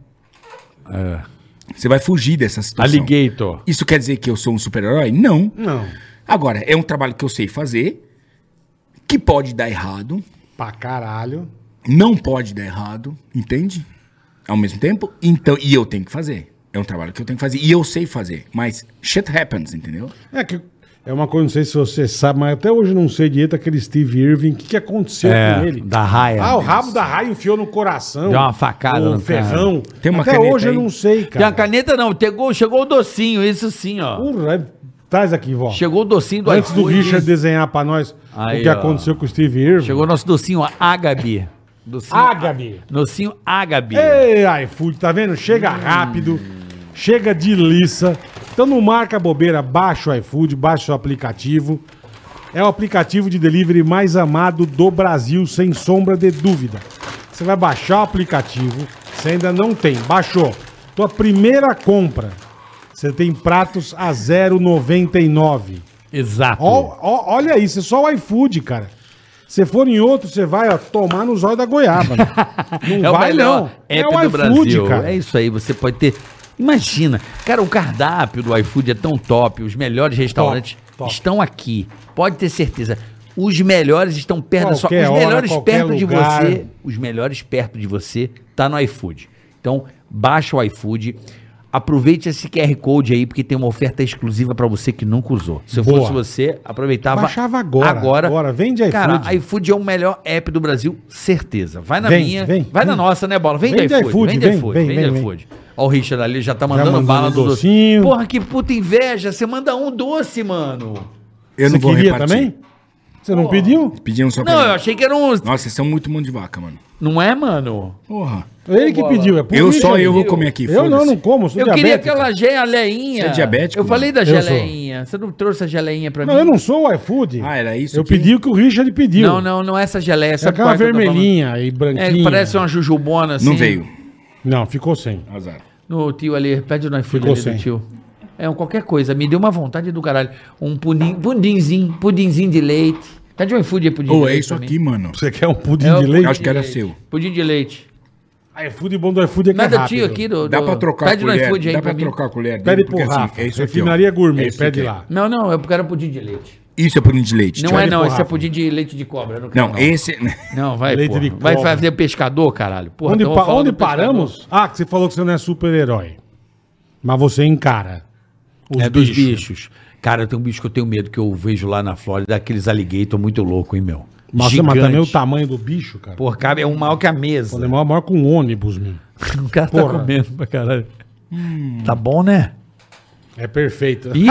Speaker 2: Você vai fugir dessa situação.
Speaker 4: Alligator.
Speaker 2: Isso quer dizer que eu sou um super-herói? Não.
Speaker 3: Não,
Speaker 2: Agora, é um trabalho que eu sei fazer, que pode dar errado,
Speaker 3: pra caralho.
Speaker 2: não pode dar errado, entende? Ao mesmo tempo, então, e eu tenho que fazer. É um trabalho que eu tenho que fazer e eu sei fazer, mas shit happens, entendeu?
Speaker 3: É que é uma coisa, não sei se você sabe, mas até hoje eu não sei direito aquele Steve Irving, o que, que aconteceu
Speaker 4: É,
Speaker 3: com ele?
Speaker 4: da raia.
Speaker 3: Ah, o rabo da raia enfiou no coração.
Speaker 4: Deu uma facada
Speaker 3: O
Speaker 4: no cara.
Speaker 3: ferrão.
Speaker 2: Tem uma
Speaker 3: até
Speaker 2: caneta
Speaker 3: hoje
Speaker 2: aí?
Speaker 3: eu não sei,
Speaker 4: Tem
Speaker 3: cara.
Speaker 4: a caneta não, chegou, chegou o docinho, isso sim, ó.
Speaker 3: Porra, é- traz aqui, vó.
Speaker 4: Chegou o docinho do
Speaker 3: Antes do
Speaker 4: iFood.
Speaker 3: Richard desenhar pra nós
Speaker 4: Aí,
Speaker 3: o que
Speaker 4: ó.
Speaker 3: aconteceu com o Steve Ah, Irving.
Speaker 4: Chegou o nosso docinho, ó, Ágabi. Docinho,
Speaker 3: Ágabe.
Speaker 4: docinho Ágabi.
Speaker 3: Ei, iFood, tá vendo? Chega rápido, chega de liça. Então não marca bobeira, baixa o iFood, baixa o aplicativo. É o aplicativo de delivery mais amado do Brasil, sem sombra de dúvida. Você vai baixar o aplicativo, você ainda não tem, baixou. Tua primeira compra, você tem pratos a 0,99.
Speaker 4: Exato.
Speaker 3: Ó, ó, olha isso, é só o iFood, cara. Se for em outro, você vai ó, tomar nos olhos da goiaba. né? Não
Speaker 4: é o
Speaker 3: vai,
Speaker 4: melhor
Speaker 3: não.
Speaker 4: app do Brasil. É isso aí, você pode ter. Imagina, cara, o cardápio do iFood é tão top, os melhores restaurantes
Speaker 3: top.
Speaker 4: estão aqui. Pode ter certeza. Os melhores estão perto da sua,
Speaker 3: Qualquer
Speaker 4: os
Speaker 3: hora,
Speaker 4: melhores
Speaker 3: qualquer
Speaker 4: perto de
Speaker 3: lugar.
Speaker 4: você, os melhores perto de você tá no iFood. Então, baixa o iFood. Aproveite esse QR Code aí, porque tem uma oferta exclusiva pra você que nunca usou. Se eu
Speaker 3: Boa.
Speaker 4: fosse você, aproveitava.
Speaker 3: Baixava agora,
Speaker 4: Agora,
Speaker 3: agora. Vende iFood.
Speaker 4: Cara, iFood é o melhor app do Brasil, certeza. Vai na
Speaker 3: Vem,
Speaker 4: minha,
Speaker 3: vem,
Speaker 4: vai na
Speaker 3: vem.
Speaker 4: nossa, né, Bola? Vem
Speaker 3: Vem
Speaker 4: vende
Speaker 3: de iFood,
Speaker 4: iFood,
Speaker 3: vem,
Speaker 4: vende iFood,
Speaker 3: vem,
Speaker 4: vende
Speaker 3: vem,
Speaker 4: iFood. Ó, o Richard ali já tá mandando
Speaker 3: mandando
Speaker 4: bala do docinho.
Speaker 3: docinho.
Speaker 4: Porra, que puta inveja. Você manda um doce, mano.
Speaker 2: Eu
Speaker 3: Você queria também? Você não pediu?
Speaker 2: Pediam só pra
Speaker 4: Não,
Speaker 2: mim.
Speaker 4: eu achei que era um.
Speaker 2: Nossa, vocês são muito mão de vaca, mano.
Speaker 4: Não é, mano?
Speaker 2: Porra.
Speaker 3: Ele que pediu, é por
Speaker 2: Eu
Speaker 3: isso,
Speaker 2: só
Speaker 3: gente.
Speaker 2: eu vou comer aqui,
Speaker 3: Eu não,
Speaker 2: foda-se.
Speaker 3: não como, sou
Speaker 4: Eu queria
Speaker 3: é diabético.
Speaker 4: aquela geleinha.
Speaker 2: Você é diabético,
Speaker 4: Eu falei da
Speaker 3: mano? Eu
Speaker 4: geleinha. Você não trouxe a geleinha pra
Speaker 3: Não,
Speaker 4: mim?
Speaker 3: eu não sou o iFood.
Speaker 2: Ah, era isso
Speaker 3: Eu
Speaker 2: aqui?
Speaker 3: pedi o que o Richard pediu.
Speaker 4: não, não, não é essa geleia.
Speaker 3: É
Speaker 4: Sabe
Speaker 3: aquela
Speaker 4: qual que eu tô
Speaker 3: vermelhinha e
Speaker 4: falando?
Speaker 3: branquinha.
Speaker 4: É, parece uma jujubona assim.
Speaker 2: Não veio.
Speaker 3: Não, ficou sem.
Speaker 2: Azar.
Speaker 4: No tio ali, pede no iFood
Speaker 3: Ficou
Speaker 4: ali
Speaker 3: sem.
Speaker 4: do tio. É, um qualquer coisa. Me deu uma vontade do caralho. Um pudim, pudinzinho, pudinzinho de leite. Pede um iFood aí, pudim
Speaker 2: Ou
Speaker 4: de
Speaker 2: é
Speaker 4: leite
Speaker 2: isso
Speaker 4: pra mim.
Speaker 2: aqui, mano.
Speaker 3: Você quer um pudim
Speaker 4: É, o
Speaker 3: de
Speaker 4: pudim
Speaker 3: leite?
Speaker 2: Acho que era
Speaker 4: leite.
Speaker 2: seu.
Speaker 4: Pudim de leite.
Speaker 3: iFood bom do iFood é que é
Speaker 4: Nada
Speaker 3: rápido.
Speaker 4: tio aqui do,
Speaker 2: Dá
Speaker 4: do-
Speaker 2: pra trocar
Speaker 4: Pede
Speaker 2: a
Speaker 4: no
Speaker 2: colher.
Speaker 4: iFood aí
Speaker 2: Dá
Speaker 4: pra
Speaker 2: pra
Speaker 4: mim.
Speaker 2: trocar a colher dele,
Speaker 3: Pede pro
Speaker 2: porque, assim,
Speaker 3: Rafa.
Speaker 2: é isso aqui, ó.
Speaker 3: Refinaria Gourmet,
Speaker 2: É isso
Speaker 3: pede
Speaker 2: aqui.
Speaker 3: lá.
Speaker 4: Não, não, eu quero pudim de leite.
Speaker 2: Isso é pudim de leite.
Speaker 4: Não
Speaker 2: tio.
Speaker 4: é não,
Speaker 3: pro
Speaker 4: esse é
Speaker 3: Rafa.
Speaker 4: pudim de leite de cobra. eu não, quero,
Speaker 2: Não, esse... né?
Speaker 4: Não, vai,
Speaker 3: Leite
Speaker 4: porra.
Speaker 3: de
Speaker 4: Vai
Speaker 3: cobra.
Speaker 4: fazer pescador, caralho. Porra,
Speaker 3: onde
Speaker 4: então
Speaker 3: pa-
Speaker 4: vamos falar
Speaker 3: onde
Speaker 4: do pescador.
Speaker 3: paramos? Ah, que você falou que você não é super-herói. Mas você encara. Os
Speaker 4: é dos bichos. Cara, tem um bicho que eu tenho medo que eu vejo lá na Flórida, aqueles alligator muito louco, hein, meu?
Speaker 3: Nossa, mas
Speaker 4: Gigante.
Speaker 3: também o tamanho do bicho, cara.
Speaker 4: Porra, cabe- é um maior que a
Speaker 3: O
Speaker 4: mesa.
Speaker 3: alemão é maior que um ônibus, meu.
Speaker 4: O cara tá
Speaker 3: Porra.
Speaker 4: comendo pra caralho. Tá bom, né?
Speaker 3: É perfeito.
Speaker 4: Ih,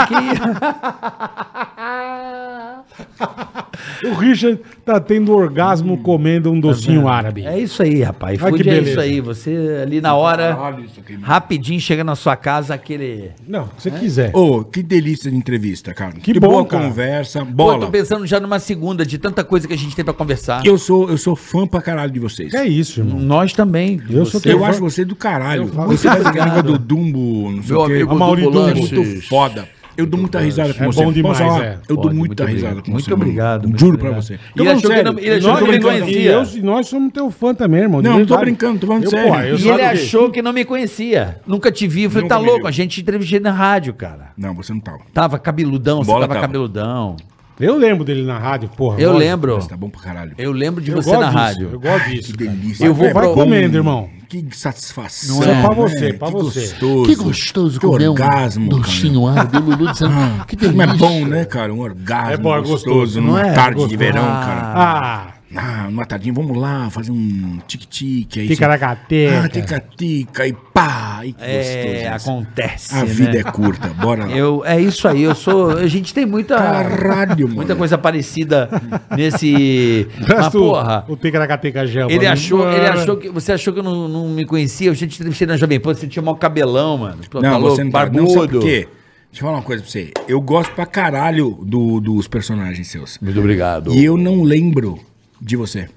Speaker 3: o Richard tá tendo orgasmo comendo um docinho árabe.
Speaker 4: Hum, É isso aí, rapaz.
Speaker 3: Ai, que
Speaker 4: Food é
Speaker 3: beleza.
Speaker 4: isso aí. Você ali na hora,
Speaker 2: Olha isso aqui, mano.
Speaker 4: rapidinho chega na sua casa aquele.
Speaker 3: Não, o que você
Speaker 4: É?
Speaker 3: quiser.
Speaker 2: Ô, que delícia de entrevista, cara.
Speaker 3: Que bom,
Speaker 2: boa
Speaker 3: cara.
Speaker 2: conversa.
Speaker 4: Pô, eu tô
Speaker 2: Bola.
Speaker 4: pensando já numa segunda de tanta coisa que a gente tem pra conversar.
Speaker 2: eu, sou, eu sou fã pra caralho de vocês.
Speaker 3: É isso, irmão.
Speaker 4: Nós também. de
Speaker 3: Eu sou
Speaker 4: você.
Speaker 2: Eu
Speaker 3: fã-
Speaker 2: acho você do caralho.
Speaker 3: falo-
Speaker 2: Você faz a
Speaker 4: Obrigado.
Speaker 2: língua do Dumbo, não sei
Speaker 4: Meu
Speaker 2: o quê.
Speaker 4: amigo
Speaker 3: A Mauri
Speaker 4: Dumbo
Speaker 3: Dumbo.
Speaker 2: É muito
Speaker 4: Lanches.
Speaker 2: foda. Eu dou muita risada com
Speaker 3: É
Speaker 2: você.
Speaker 3: bom demais,
Speaker 2: Posso falar?
Speaker 3: é.
Speaker 2: Eu dou
Speaker 4: Pode,
Speaker 2: muita
Speaker 4: muito
Speaker 2: risada
Speaker 4: obrigado.
Speaker 2: com
Speaker 4: Muito
Speaker 2: você. mano.
Speaker 4: obrigado, muito
Speaker 2: Juro pra
Speaker 4: obrigado.
Speaker 2: você.
Speaker 4: E ele achou que não- ele achou
Speaker 2: Não,
Speaker 4: que
Speaker 2: tô
Speaker 4: ele não
Speaker 2: brincando.
Speaker 4: conhecia.
Speaker 3: E, eu, e nós somos teu fã também, irmão. de
Speaker 2: Não, não tô
Speaker 3: verdade.
Speaker 2: brincando, tô falando
Speaker 3: eu,
Speaker 2: sério.
Speaker 3: pô, eu
Speaker 2: E
Speaker 4: E
Speaker 3: sabe
Speaker 4: ele
Speaker 3: que-
Speaker 4: achou que não me conhecia. Nunca te vi. Eu falei,
Speaker 2: Nunca
Speaker 4: tá
Speaker 2: me
Speaker 4: louco?
Speaker 2: viu.
Speaker 4: A gente te entrevistei na rádio, cara.
Speaker 2: Não, tá. você não tava.
Speaker 4: Tava cabeludão, você
Speaker 2: Bola
Speaker 4: tava,
Speaker 2: tava.
Speaker 4: cabeludão.
Speaker 3: Eu lembro dele na rádio, porra.
Speaker 4: Eu
Speaker 3: lógico.
Speaker 4: lembro.
Speaker 2: Mas tá bom pra caralho.
Speaker 4: Eu lembro de
Speaker 3: Eu
Speaker 4: você
Speaker 3: gosto
Speaker 4: na
Speaker 3: disso,
Speaker 4: rádio.
Speaker 3: Eu gosto disso.
Speaker 2: Que
Speaker 3: cara.
Speaker 2: delícia.
Speaker 4: Eu vou
Speaker 2: Vai, vai
Speaker 4: pro-
Speaker 3: comendo, irmão.
Speaker 2: Que satisfação. né?
Speaker 4: Não é?
Speaker 3: Pra você, pra
Speaker 2: que
Speaker 3: você.
Speaker 2: Gostoso.
Speaker 6: Que gostoso
Speaker 2: que
Speaker 6: comer
Speaker 2: orgasmo,
Speaker 6: um
Speaker 2: cara.
Speaker 6: docinho árabe, o Lulu dizendo que
Speaker 2: Como
Speaker 6: delícia.
Speaker 2: é bom, né, cara? Um orgasmo
Speaker 3: É bom, é
Speaker 2: gostoso,
Speaker 3: gostoso,
Speaker 2: numa
Speaker 3: não é?
Speaker 2: tarde
Speaker 3: Gostoso.
Speaker 2: de verão,
Speaker 4: Ah.
Speaker 2: cara.
Speaker 3: Ah,
Speaker 2: Ah, numa tardinha, vamos lá, fazer um tic-tic. aí
Speaker 3: fica
Speaker 2: você-
Speaker 3: na gateca.
Speaker 2: Ah, tica-tica e pá. E que
Speaker 4: É,
Speaker 2: gostoso. né?
Speaker 4: acontece.
Speaker 2: A vida
Speaker 4: né?
Speaker 2: é curta, bora lá.
Speaker 4: Eu, é isso aí, eu sou. A gente tem muita.
Speaker 2: Caralho, mano.
Speaker 4: Muita coisa parecida nesse. Mas,
Speaker 3: Presta o-
Speaker 4: porra.
Speaker 3: O Ticaracateca Gel. é,
Speaker 4: Ele achou, ele achou que. Você achou que eu não, não me conhecia? Eu já te entrevistei na Jovem Pan, você tinha mau cabelão, mano. Pô,
Speaker 2: Não,
Speaker 4: tá louco,
Speaker 2: você não tá. Não sabe por quê? Deixa eu falar uma coisa pra você. Eu gosto pra caralho do- dos personagens seus.
Speaker 4: Muito obrigado.
Speaker 2: E eu não lembro de você.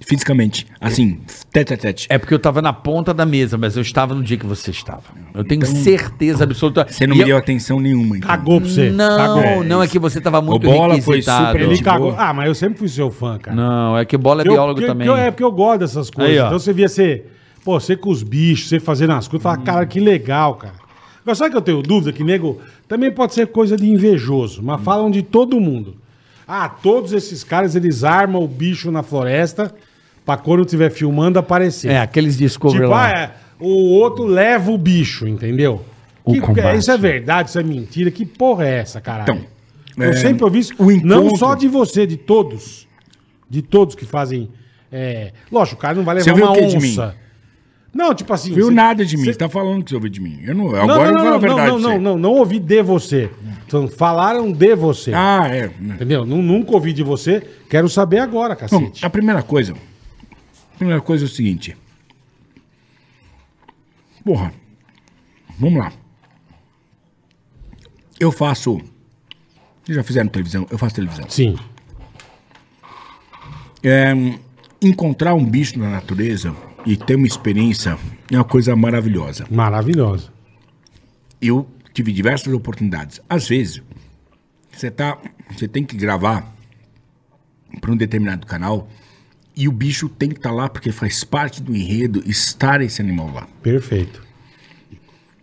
Speaker 2: Fisicamente. Assim, tete a tete.
Speaker 4: É porque eu tava na ponta da mesa, mas eu estava no dia que você estava. Eu tenho certeza absoluta.
Speaker 2: Então, Você não
Speaker 4: E
Speaker 2: me
Speaker 4: eu-
Speaker 2: deu atenção nenhuma. então.
Speaker 3: Cagou pra você.
Speaker 4: Não,
Speaker 3: Cagou.
Speaker 4: não é que você tava muito
Speaker 2: Bola foi
Speaker 4: requisitado.
Speaker 2: super
Speaker 3: Ele
Speaker 2: Gente
Speaker 3: cagou.
Speaker 2: boa.
Speaker 3: Ah, mas eu sempre fui seu fã, cara.
Speaker 4: Não, é que bola é
Speaker 3: Eu-
Speaker 4: biólogo
Speaker 3: que-
Speaker 4: também.
Speaker 3: que eu- é porque eu gosto dessas coisas.
Speaker 4: Aí, ó.
Speaker 3: então você via ser. Pô, você com os bichos, você fazendo as coisas. Fala, cara, que legal, cara. Agora, sabe que eu tenho dúvida? Que nego. Também pode ser coisa de invejoso, mas
Speaker 4: Hum.
Speaker 3: falam de todo mundo. Ah, todos esses caras, eles armam o bicho na floresta pra quando estiver filmando aparecer.
Speaker 4: É, aqueles Discovery
Speaker 3: Tipo,
Speaker 4: lá.
Speaker 3: ah, é, o outro leva o bicho, entendeu?
Speaker 4: O
Speaker 3: Que-
Speaker 4: combate.
Speaker 3: isso é verdade, isso é mentira. Que porra é essa, caralho?
Speaker 2: Então,
Speaker 3: eu
Speaker 2: é,
Speaker 3: sempre ouvi isso,
Speaker 2: o
Speaker 3: não
Speaker 2: encontro-
Speaker 3: só de você, de todos. De todos que fazem. É... Lógico, o cara não vai levar
Speaker 2: Você ouviu
Speaker 3: uma
Speaker 2: o quê de
Speaker 3: onça. Não, tipo assim.
Speaker 2: Viu
Speaker 3: você-
Speaker 2: nada de mim.
Speaker 3: você-
Speaker 2: Você tá falando que você ouviu de mim. Eu não,
Speaker 3: Não,
Speaker 2: agora
Speaker 3: não,
Speaker 2: eu
Speaker 3: não,
Speaker 2: falo a
Speaker 3: não,
Speaker 2: verdade.
Speaker 3: não,
Speaker 2: pra
Speaker 3: não,
Speaker 2: você.
Speaker 3: não, não ouvi de você. Então, falaram de você.
Speaker 2: Ah, é. né.
Speaker 3: Entendeu? Nu- Nunca ouvi de você. Quero saber agora,
Speaker 2: Bom,
Speaker 3: cacete.
Speaker 2: a primeira coisa. A primeira coisa é o seguinte. Porra. Vamos lá. Eu faço. Vocês já fizeram televisão? Eu faço televisão.
Speaker 3: Sim.
Speaker 2: É, encontrar um bicho na natureza e ter uma experiência é uma coisa maravilhosa.
Speaker 3: Maravilhosa.
Speaker 2: Eu tive diversas oportunidades. Às vezes, você tá, você tem que gravar para um determinado canal e o bicho tem que estar lá porque faz parte do enredo estar esse animal lá.
Speaker 3: Perfeito.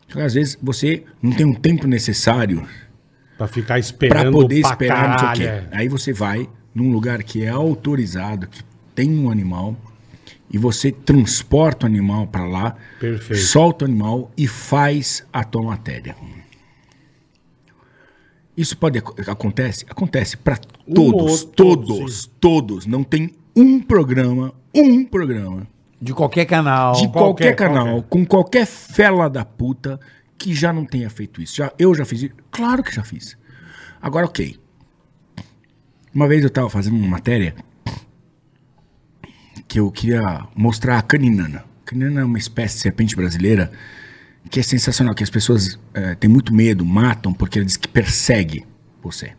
Speaker 2: Só que Às vezes você não tem o tempo necessário
Speaker 3: Pra ficar
Speaker 2: para
Speaker 3: esperando
Speaker 2: poder
Speaker 3: pra
Speaker 2: esperar não sei o
Speaker 3: caralho,
Speaker 2: quê. Aí você vai num lugar que é autorizado, que tem um animal, e você transporta o animal para lá,
Speaker 3: Perfeito.
Speaker 2: solta o animal e faz a tua matéria. Isso pode ac- acontece, acontece para
Speaker 3: ou
Speaker 2: todos,
Speaker 3: outro,
Speaker 2: todos, todos. Não tem um programa, um programa
Speaker 4: De qualquer canal.
Speaker 2: de
Speaker 3: qualquer,
Speaker 2: qualquer, canal,
Speaker 3: qualquer.
Speaker 2: com qualquer fela da puta que já não tenha feito isso. Já, eu já fiz isso? Claro que já fiz. Agora, ok. Uma vez eu tava fazendo uma matéria que eu queria mostrar a caninana. Caninana é uma espécie de serpente brasileira que é sensacional, que as pessoas eh, têm muito medo, matam, porque ela diz que persegue você.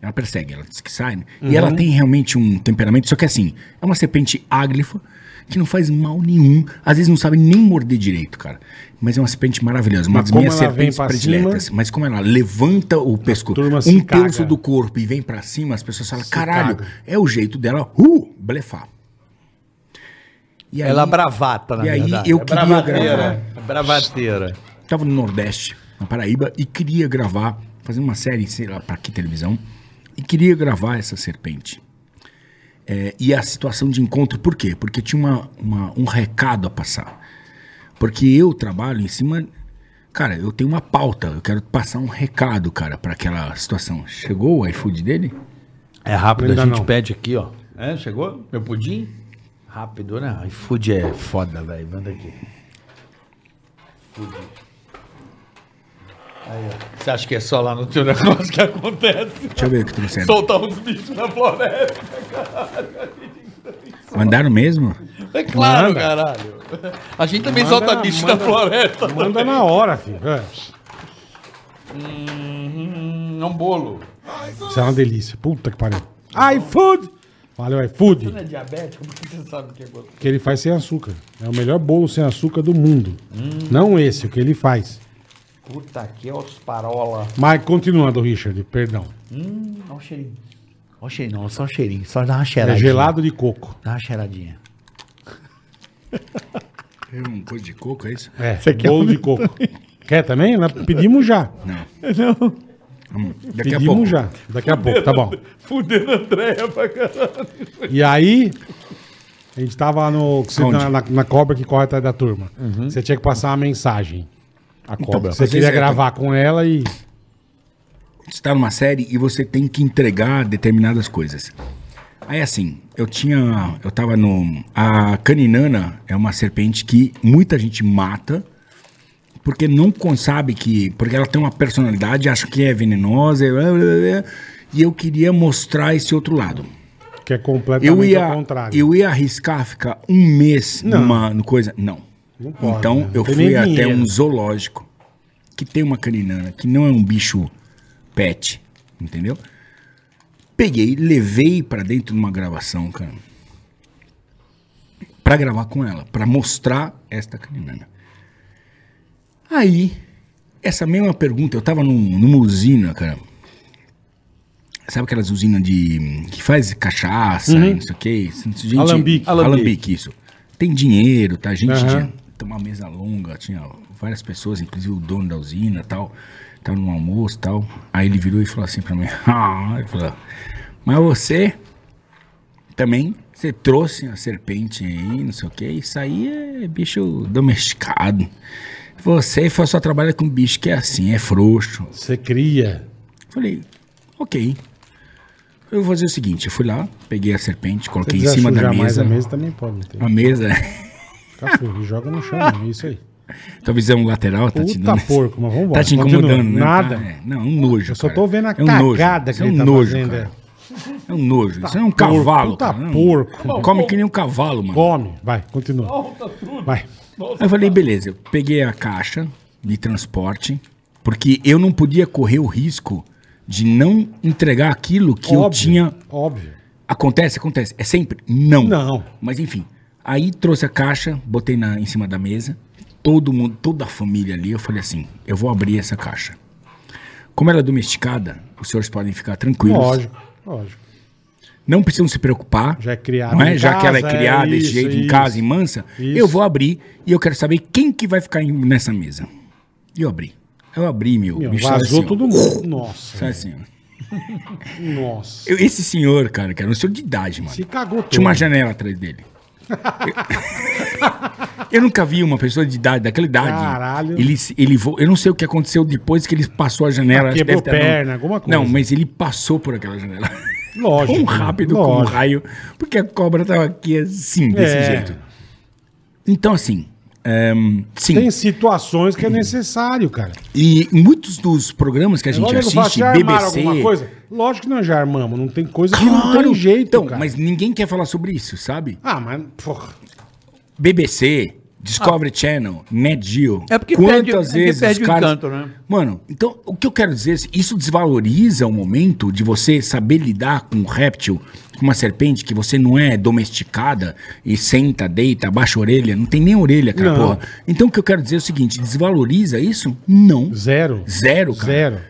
Speaker 2: Ela persegue, ela diz que sai. né? E
Speaker 3: Uhum.
Speaker 2: ela tem realmente um temperamento, só que assim, é uma serpente áglifa que não faz mal nenhum. Às vezes não sabe nem morder direito, cara. Mas é uma serpente maravilhosa, uma
Speaker 3: Mas
Speaker 2: das
Speaker 3: como
Speaker 2: minhas
Speaker 3: ela vem
Speaker 2: serpentes
Speaker 3: pra
Speaker 2: prediletas. Mas como ela levanta o pescoço,
Speaker 3: turma se
Speaker 2: um terço
Speaker 3: caga.
Speaker 2: do corpo e vem pra cima, as pessoas falam, caralho,
Speaker 3: caga.
Speaker 2: é o jeito dela, uh, blefar. E aí,
Speaker 4: Ela é bravata, na
Speaker 2: e aí
Speaker 4: verdade.
Speaker 2: eu
Speaker 4: É
Speaker 2: queria
Speaker 4: bravateira.
Speaker 2: gravar.
Speaker 4: É Bravateira.
Speaker 2: Tava no Nordeste, na Paraíba, e queria gravar, fazendo uma série, sei lá, pra que televisão, e queria gravar essa serpente. É, e a situação de encontro, por quê? Porque tinha uma, uma- um recado a passar. Porque eu trabalho em cima. Cara, eu tenho uma pauta, eu quero passar um recado, cara, pra aquela situação. Chegou o iFood dele?
Speaker 4: É rápido,
Speaker 3: Ainda
Speaker 4: a gente
Speaker 3: não.
Speaker 4: pede aqui, ó. É, chegou? Meu pudim? Rápido, né? iFood é foda, velho. Manda aqui. Food. Aí, ó. Você acha que é só lá no teu negócio que acontece?
Speaker 2: Deixa eu ver o que trouxeram.
Speaker 4: Soltar uns bichos na floresta.
Speaker 2: Mandaram mesmo?
Speaker 4: É claro,
Speaker 3: Manda.
Speaker 4: caralho. A gente também
Speaker 3: Manda,
Speaker 4: solta bicho na
Speaker 3: manda.
Speaker 4: floresta.
Speaker 3: Manda na hora, filho. É.
Speaker 4: Hum, é um bolo.
Speaker 3: Isso é uma delícia. Puta que pariu. iFood! Valeu, iFood.
Speaker 4: é diabético? Por que você sabe que é gostoso?
Speaker 3: Que ele faz sem açúcar. É o melhor bolo sem açúcar do mundo.
Speaker 2: Hum.
Speaker 3: Não esse, o que ele faz.
Speaker 4: Puta que é os parola.
Speaker 3: Mas continuando, Richard, perdão.
Speaker 4: Hum, olha o cheirinho. Olha o cheirinho, não, só o cheirinho. Só dá uma
Speaker 3: É
Speaker 4: cheiradinha.
Speaker 3: gelado de coco.
Speaker 4: Dá uma cheiradinha.
Speaker 2: É um coisa de coco, é isso?
Speaker 3: É, bolo de coco. Quer também? Nós pedimos já. Não.
Speaker 2: Daqui a pouco.
Speaker 3: Pedimos já. Daqui a pouco, tá bom.
Speaker 1: Fudendo a Andréia pra caralho.
Speaker 3: E aí, a gente tava no, que você- tá
Speaker 2: Onde?
Speaker 3: na, na, na cobra que corre atrás da turma.
Speaker 2: Uhum.
Speaker 3: Você tinha que passar uma mensagem.
Speaker 1: A cobra.
Speaker 3: Você
Speaker 2: Às
Speaker 3: queria
Speaker 2: vezes é-
Speaker 3: gravar com ela e.
Speaker 2: Você tá numa série e você tem que entregar determinadas coisas. Aí assim, eu tinha. Eu tava no. A caninana é uma serpente que muita gente mata porque não con- sabe que. Porque ela tem uma personalidade, acha que é venenosa. e blá, blá, blá, blá. E eu queria mostrar esse outro lado.
Speaker 3: Que é completamente
Speaker 2: Eu ia,
Speaker 3: ao contrário.
Speaker 2: eu ia arriscar ficar um mês
Speaker 3: Não.
Speaker 2: numa no coisa. Não.
Speaker 3: Não pode,
Speaker 2: então
Speaker 3: né? Não
Speaker 2: eu
Speaker 3: tem
Speaker 2: fui
Speaker 3: nem
Speaker 2: até
Speaker 3: dinheiro.
Speaker 2: um zoológico que tem uma caninana, que não é um bicho pet, entendeu? Peguei, levei pra dentro de uma gravação, cara. Pra gravar com ela, pra mostrar esta caninana. Aí, essa mesma pergunta, eu tava num- numa usina, cara. Sabe aquelas usinas de. que faz cachaça, e não sei o quê? Gente,
Speaker 3: Alambique.
Speaker 2: alambique. é isso. Tem dinheiro, tá? Gente
Speaker 3: Aham.
Speaker 2: tinha uma mesa longa, tinha várias pessoas, inclusive o dono da usina tal. Tava num almoço tal. Aí ele virou e falou assim pra mim: Ah, ele falou, mas você também, você trouxe a serpente aí, não sei o que, isso aí é bicho domesticado. Você fa- só trabalha com bicho que é assim, é frouxo.
Speaker 3: Você cria.
Speaker 2: Falei, ok. Eu vou fazer o seguinte, eu fui lá, peguei a serpente,
Speaker 3: Se
Speaker 2: coloquei em
Speaker 3: quiser
Speaker 2: cima da
Speaker 3: sujar mais
Speaker 2: mesa.
Speaker 3: a mesa também pode meter.
Speaker 2: A mesa,
Speaker 3: Cachorro, joga no chão, é isso aí.
Speaker 2: tua visão lateral tá te
Speaker 3: Puta
Speaker 2: dando...
Speaker 3: porco, mas vamos
Speaker 2: Tá te incomodando, né?
Speaker 3: Nada.
Speaker 2: Tá, é. Não, é um nojo,
Speaker 3: Eu só
Speaker 2: cara.
Speaker 3: tô vendo a
Speaker 2: é um nojo.
Speaker 3: cagada
Speaker 2: Isso
Speaker 3: que
Speaker 2: é um
Speaker 3: ele tá
Speaker 2: nojo,
Speaker 3: fazendo,
Speaker 2: cara.
Speaker 3: é.
Speaker 2: É um nojo, isso é um cavalo,
Speaker 3: puta
Speaker 2: cara. É um-
Speaker 3: porco.
Speaker 2: Come que nem um cavalo, mano.
Speaker 3: Come, vai, continua. Vai.
Speaker 2: Aí eu falei, beleza, eu peguei a caixa de transporte, porque eu não podia correr o risco de não entregar aquilo que eu
Speaker 3: óbvio,
Speaker 2: tinha.
Speaker 3: Óbvio.
Speaker 2: Acontece, acontece. É sempre? Não.
Speaker 3: Não.
Speaker 2: Mas enfim. Aí trouxe a caixa, botei na, em cima da mesa. Todo mundo, toda a família ali, eu falei assim: eu vou abrir essa caixa. Como ela é domesticada, os senhores podem ficar tranquilos.
Speaker 3: Lógico, lógico.
Speaker 2: Não precisam se preocupar.
Speaker 3: Já é criada
Speaker 2: Não é?
Speaker 3: em
Speaker 2: Já que ela é
Speaker 3: casa, é
Speaker 2: criada desse
Speaker 3: isso,
Speaker 2: jeito em
Speaker 3: isso.
Speaker 2: casa, em mansa,
Speaker 3: Isso.
Speaker 2: eu vou abrir e eu quero saber quem que vai ficar em- nessa mesa. E eu abri. Eu abri, meu.
Speaker 3: Meu,
Speaker 2: bicho,
Speaker 3: vazou
Speaker 2: assim, ó.
Speaker 3: todo mundo. Nossa,
Speaker 2: Sabe assim, ó.
Speaker 3: nossa.
Speaker 2: Eu- esse senhor, cara, que era um senhor de idade, mano.
Speaker 3: Se cagou todo.
Speaker 2: Tinha uma janela atrás dele. Eu, eu nunca vi uma pessoa de idade, daquela idade.
Speaker 3: Caralho.
Speaker 2: Ele, se- ele vo... Eu não sei o que aconteceu depois que ele passou a janela.
Speaker 3: Ah,
Speaker 2: acho que
Speaker 3: quebrou
Speaker 2: deve ter dado- um
Speaker 3: perna, alguma coisa.
Speaker 2: Não, mas ele passou por aquela janela.
Speaker 3: Lógico. né?
Speaker 2: Tão rápido como um
Speaker 3: lógico.
Speaker 2: raio, porque a cobra tava aqui assim, desse
Speaker 3: É.
Speaker 2: jeito. Então, assim, ehm, sim.
Speaker 3: Tem situações que é necessário, cara.
Speaker 2: E muitos dos programas que a gente
Speaker 3: Lógico, eu falo,
Speaker 2: assiste,
Speaker 3: já armaram
Speaker 2: BBC...
Speaker 3: alguma coisa? Lógico que nós já armamos. Não tem coisa que não
Speaker 2: Claro,
Speaker 3: tem jeito,
Speaker 2: então,
Speaker 3: cara.
Speaker 2: mas ninguém quer falar sobre isso, sabe?
Speaker 3: Ah, mas... Porra.
Speaker 2: BBC, Discovery Channel, Net Geo.
Speaker 4: Ah. É porque perde- é
Speaker 2: quantas
Speaker 4: porque
Speaker 2: vezes
Speaker 4: perde
Speaker 2: os
Speaker 4: o
Speaker 2: caras...
Speaker 4: encanto, né?
Speaker 2: Mano, então o que eu quero dizer, é isso desvaloriza o momento de você saber lidar com um réptil, com uma serpente que você não é domesticada e senta, deita, abaixa a orelha, não tem nem orelha, cara,
Speaker 3: Não.
Speaker 2: porra. Então o que eu quero dizer é o seguinte, desvaloriza isso? Não.
Speaker 3: Zero.
Speaker 2: Zero, cara.
Speaker 3: Zero.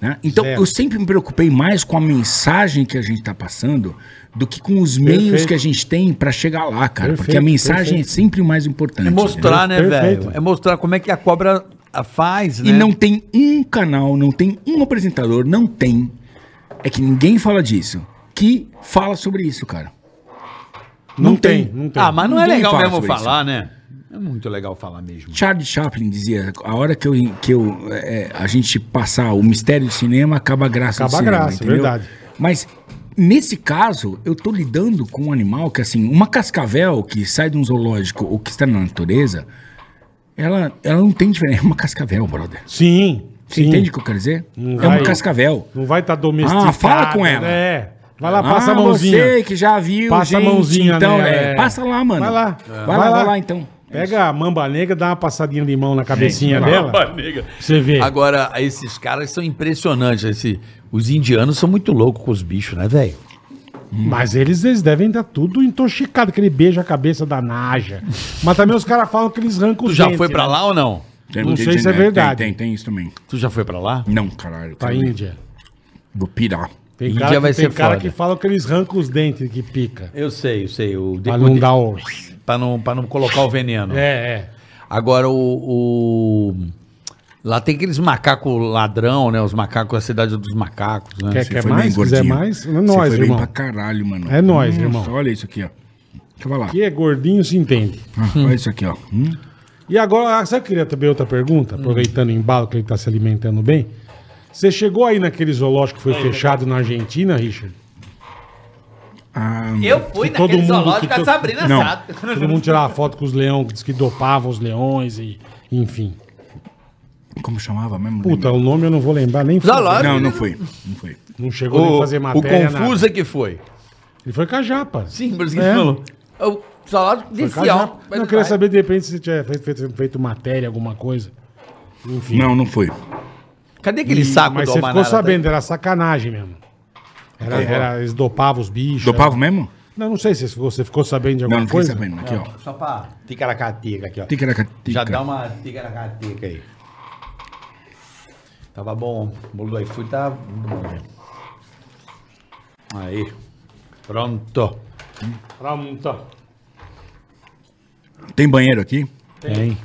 Speaker 2: né? Então,
Speaker 3: Zero.
Speaker 2: eu sempre me preocupei mais com a mensagem que a gente está passando do que com os meios
Speaker 3: Perfeito.
Speaker 2: que a gente tem para chegar lá, cara. porque a
Speaker 3: Perfeito,
Speaker 2: mensagem
Speaker 3: perfeito.
Speaker 2: é sempre o mais importante.
Speaker 4: É mostrar, né,
Speaker 3: entendeu?
Speaker 4: velho?
Speaker 3: Perfeito.
Speaker 4: É mostrar como é que a cobra a faz, né?
Speaker 2: entendeu? E não tem um canal, não tem um apresentador, não tem. É que ninguém fala disso. Que fala sobre isso, cara.
Speaker 3: Não,
Speaker 2: Não
Speaker 3: tem.
Speaker 2: tem.
Speaker 3: Não tem.
Speaker 4: Ah, mas não é
Speaker 2: Ninguém
Speaker 4: legal
Speaker 2: fala
Speaker 4: mesmo
Speaker 2: sobre isso.
Speaker 4: falar, né? É muito legal falar mesmo.
Speaker 2: Charlie Chaplin dizia: a hora que, eu, que eu, é, a gente passar o mistério do cinema, acaba a graça
Speaker 3: Acaba a
Speaker 2: do cinema.
Speaker 3: graça, verdade.
Speaker 2: Mas nesse caso, eu tô lidando com um animal que, assim, uma cascavel que sai de um zoológico ou que está na natureza, ela, ela não tem diferença. É uma cascavel, brother.
Speaker 3: Sim.
Speaker 2: Você
Speaker 3: sim.
Speaker 2: entende o que eu quero dizer?
Speaker 3: Não
Speaker 2: é uma
Speaker 3: vai-
Speaker 2: cascavel.
Speaker 3: Não vai estar domesticado.
Speaker 2: Ah, fala com ela.
Speaker 3: É. Vai lá, passa a mãozinha.
Speaker 2: Ah, Você que já viu,
Speaker 3: Passa a mãozinha
Speaker 2: então,
Speaker 3: nela,
Speaker 2: é,
Speaker 3: é.
Speaker 2: passa lá, mano.
Speaker 3: Vai lá.
Speaker 2: Vai, lá, vai lá então.
Speaker 3: Pega a mamba negra, dá uma passadinha de mão na cabecinha
Speaker 2: Gente,
Speaker 3: dela. Pra você vê.
Speaker 4: Agora, esses caras são impressionantes. Esse, os indianos são muito loucos com os bichos, né, velho?
Speaker 3: Mas eles, eles devem estar tudo intoxicado, que ele beija a cabeça da Naja. Mas também os caras falam que eles arrancam
Speaker 4: Tu
Speaker 3: os
Speaker 4: já
Speaker 3: dentes,
Speaker 4: foi pra
Speaker 3: né?
Speaker 4: lá ou não?
Speaker 2: Tem-
Speaker 3: Não
Speaker 2: tem-
Speaker 3: sei se é
Speaker 2: tem-
Speaker 3: verdade. Tá
Speaker 2: Tem, tem, tem isso também.
Speaker 4: Tu já foi pra lá?
Speaker 2: Não, caralho.
Speaker 3: Pra
Speaker 2: cara.
Speaker 3: Índia.
Speaker 2: Vou pirar.
Speaker 3: Tem
Speaker 4: Índia
Speaker 3: cara, que,
Speaker 4: vai
Speaker 3: tem
Speaker 4: ser
Speaker 3: cara
Speaker 4: foda.
Speaker 3: que falam que eles arrancam os dentes que pica.
Speaker 4: Eu sei, eu sei. O de-
Speaker 3: Pra
Speaker 4: o
Speaker 3: não
Speaker 4: de-
Speaker 3: dar um É, o...
Speaker 4: pra não, pra não colocar o veneno.
Speaker 3: É, é.
Speaker 4: Agora, o, o- Lá tem aqueles macacos ladrão, né? Os macacos, a cidade dos macacos, né?
Speaker 3: Quer,
Speaker 2: Você
Speaker 3: quer
Speaker 2: foi
Speaker 3: mais?
Speaker 2: bem
Speaker 3: Quiser
Speaker 2: gordinho.
Speaker 3: mais? É
Speaker 2: Você
Speaker 3: nóis,
Speaker 2: foi bem
Speaker 3: irmão.
Speaker 2: pra caralho, mano. Hum,
Speaker 3: É nóis, irmão.
Speaker 2: Olha isso aqui, ó. Deixa eu lá.
Speaker 3: Que é gordinho se entende.
Speaker 2: Ah, olha isso aqui, ó. Hum.
Speaker 3: E agora, ah, sabe que eu queria também outra pergunta? Aproveitando o embalo que ele tá se alimentando bem. Você chegou aí naquele zoológico que foi fechado na Argentina, Richard?
Speaker 2: Ah,
Speaker 4: Eu fui
Speaker 3: Que todo
Speaker 4: naquele
Speaker 3: mundo
Speaker 4: zoológico
Speaker 3: que
Speaker 4: com a
Speaker 3: to-
Speaker 4: Sabrina
Speaker 2: Não.
Speaker 4: Sato.
Speaker 3: Todo mundo tirava foto com os leões, diz que dopava os leões e... Enfim.
Speaker 2: como chamava mesmo?
Speaker 3: Puta, o nome eu não vou lembrar nem.
Speaker 4: Zoológico.
Speaker 2: Não, não foi. Não foi.
Speaker 3: Não chegou nem
Speaker 4: O,
Speaker 3: a fazer
Speaker 4: o
Speaker 3: matéria,
Speaker 4: confuso
Speaker 3: nada.
Speaker 4: é que foi.
Speaker 3: Ele foi com a japa.
Speaker 4: Sim, por isso que
Speaker 3: É.
Speaker 4: ele falou. O zoológico
Speaker 3: Foi com a
Speaker 4: desceu.
Speaker 3: japa.
Speaker 4: mas
Speaker 3: Não, eu queria saber de repente se tinha feito, feito- feito matéria, alguma coisa. Enfim.
Speaker 2: Não, não foi.
Speaker 4: Cadê aquele
Speaker 3: E-
Speaker 4: saco
Speaker 3: Mas
Speaker 4: do
Speaker 3: você
Speaker 4: Almanara?
Speaker 3: ficou sabendo, era sacanagem mesmo. Era, era, eles dopavam os bichos.
Speaker 2: Dopava
Speaker 3: era-
Speaker 2: mesmo?
Speaker 3: Não, não sei se você ficou, você ficou sabendo de
Speaker 2: Não,
Speaker 3: alguma
Speaker 2: não fiquei
Speaker 3: coisa.
Speaker 2: sabendo. Aqui, ó.
Speaker 4: Só pra ticaracateca aqui, ó.
Speaker 2: Ticaracatica.
Speaker 4: Já dá uma ticaracateca aí. Tava bom. O bolo do iFood tá bom. né? Aí. Pronto.
Speaker 3: Pronto.
Speaker 2: Tem banheiro aqui?
Speaker 4: Tem.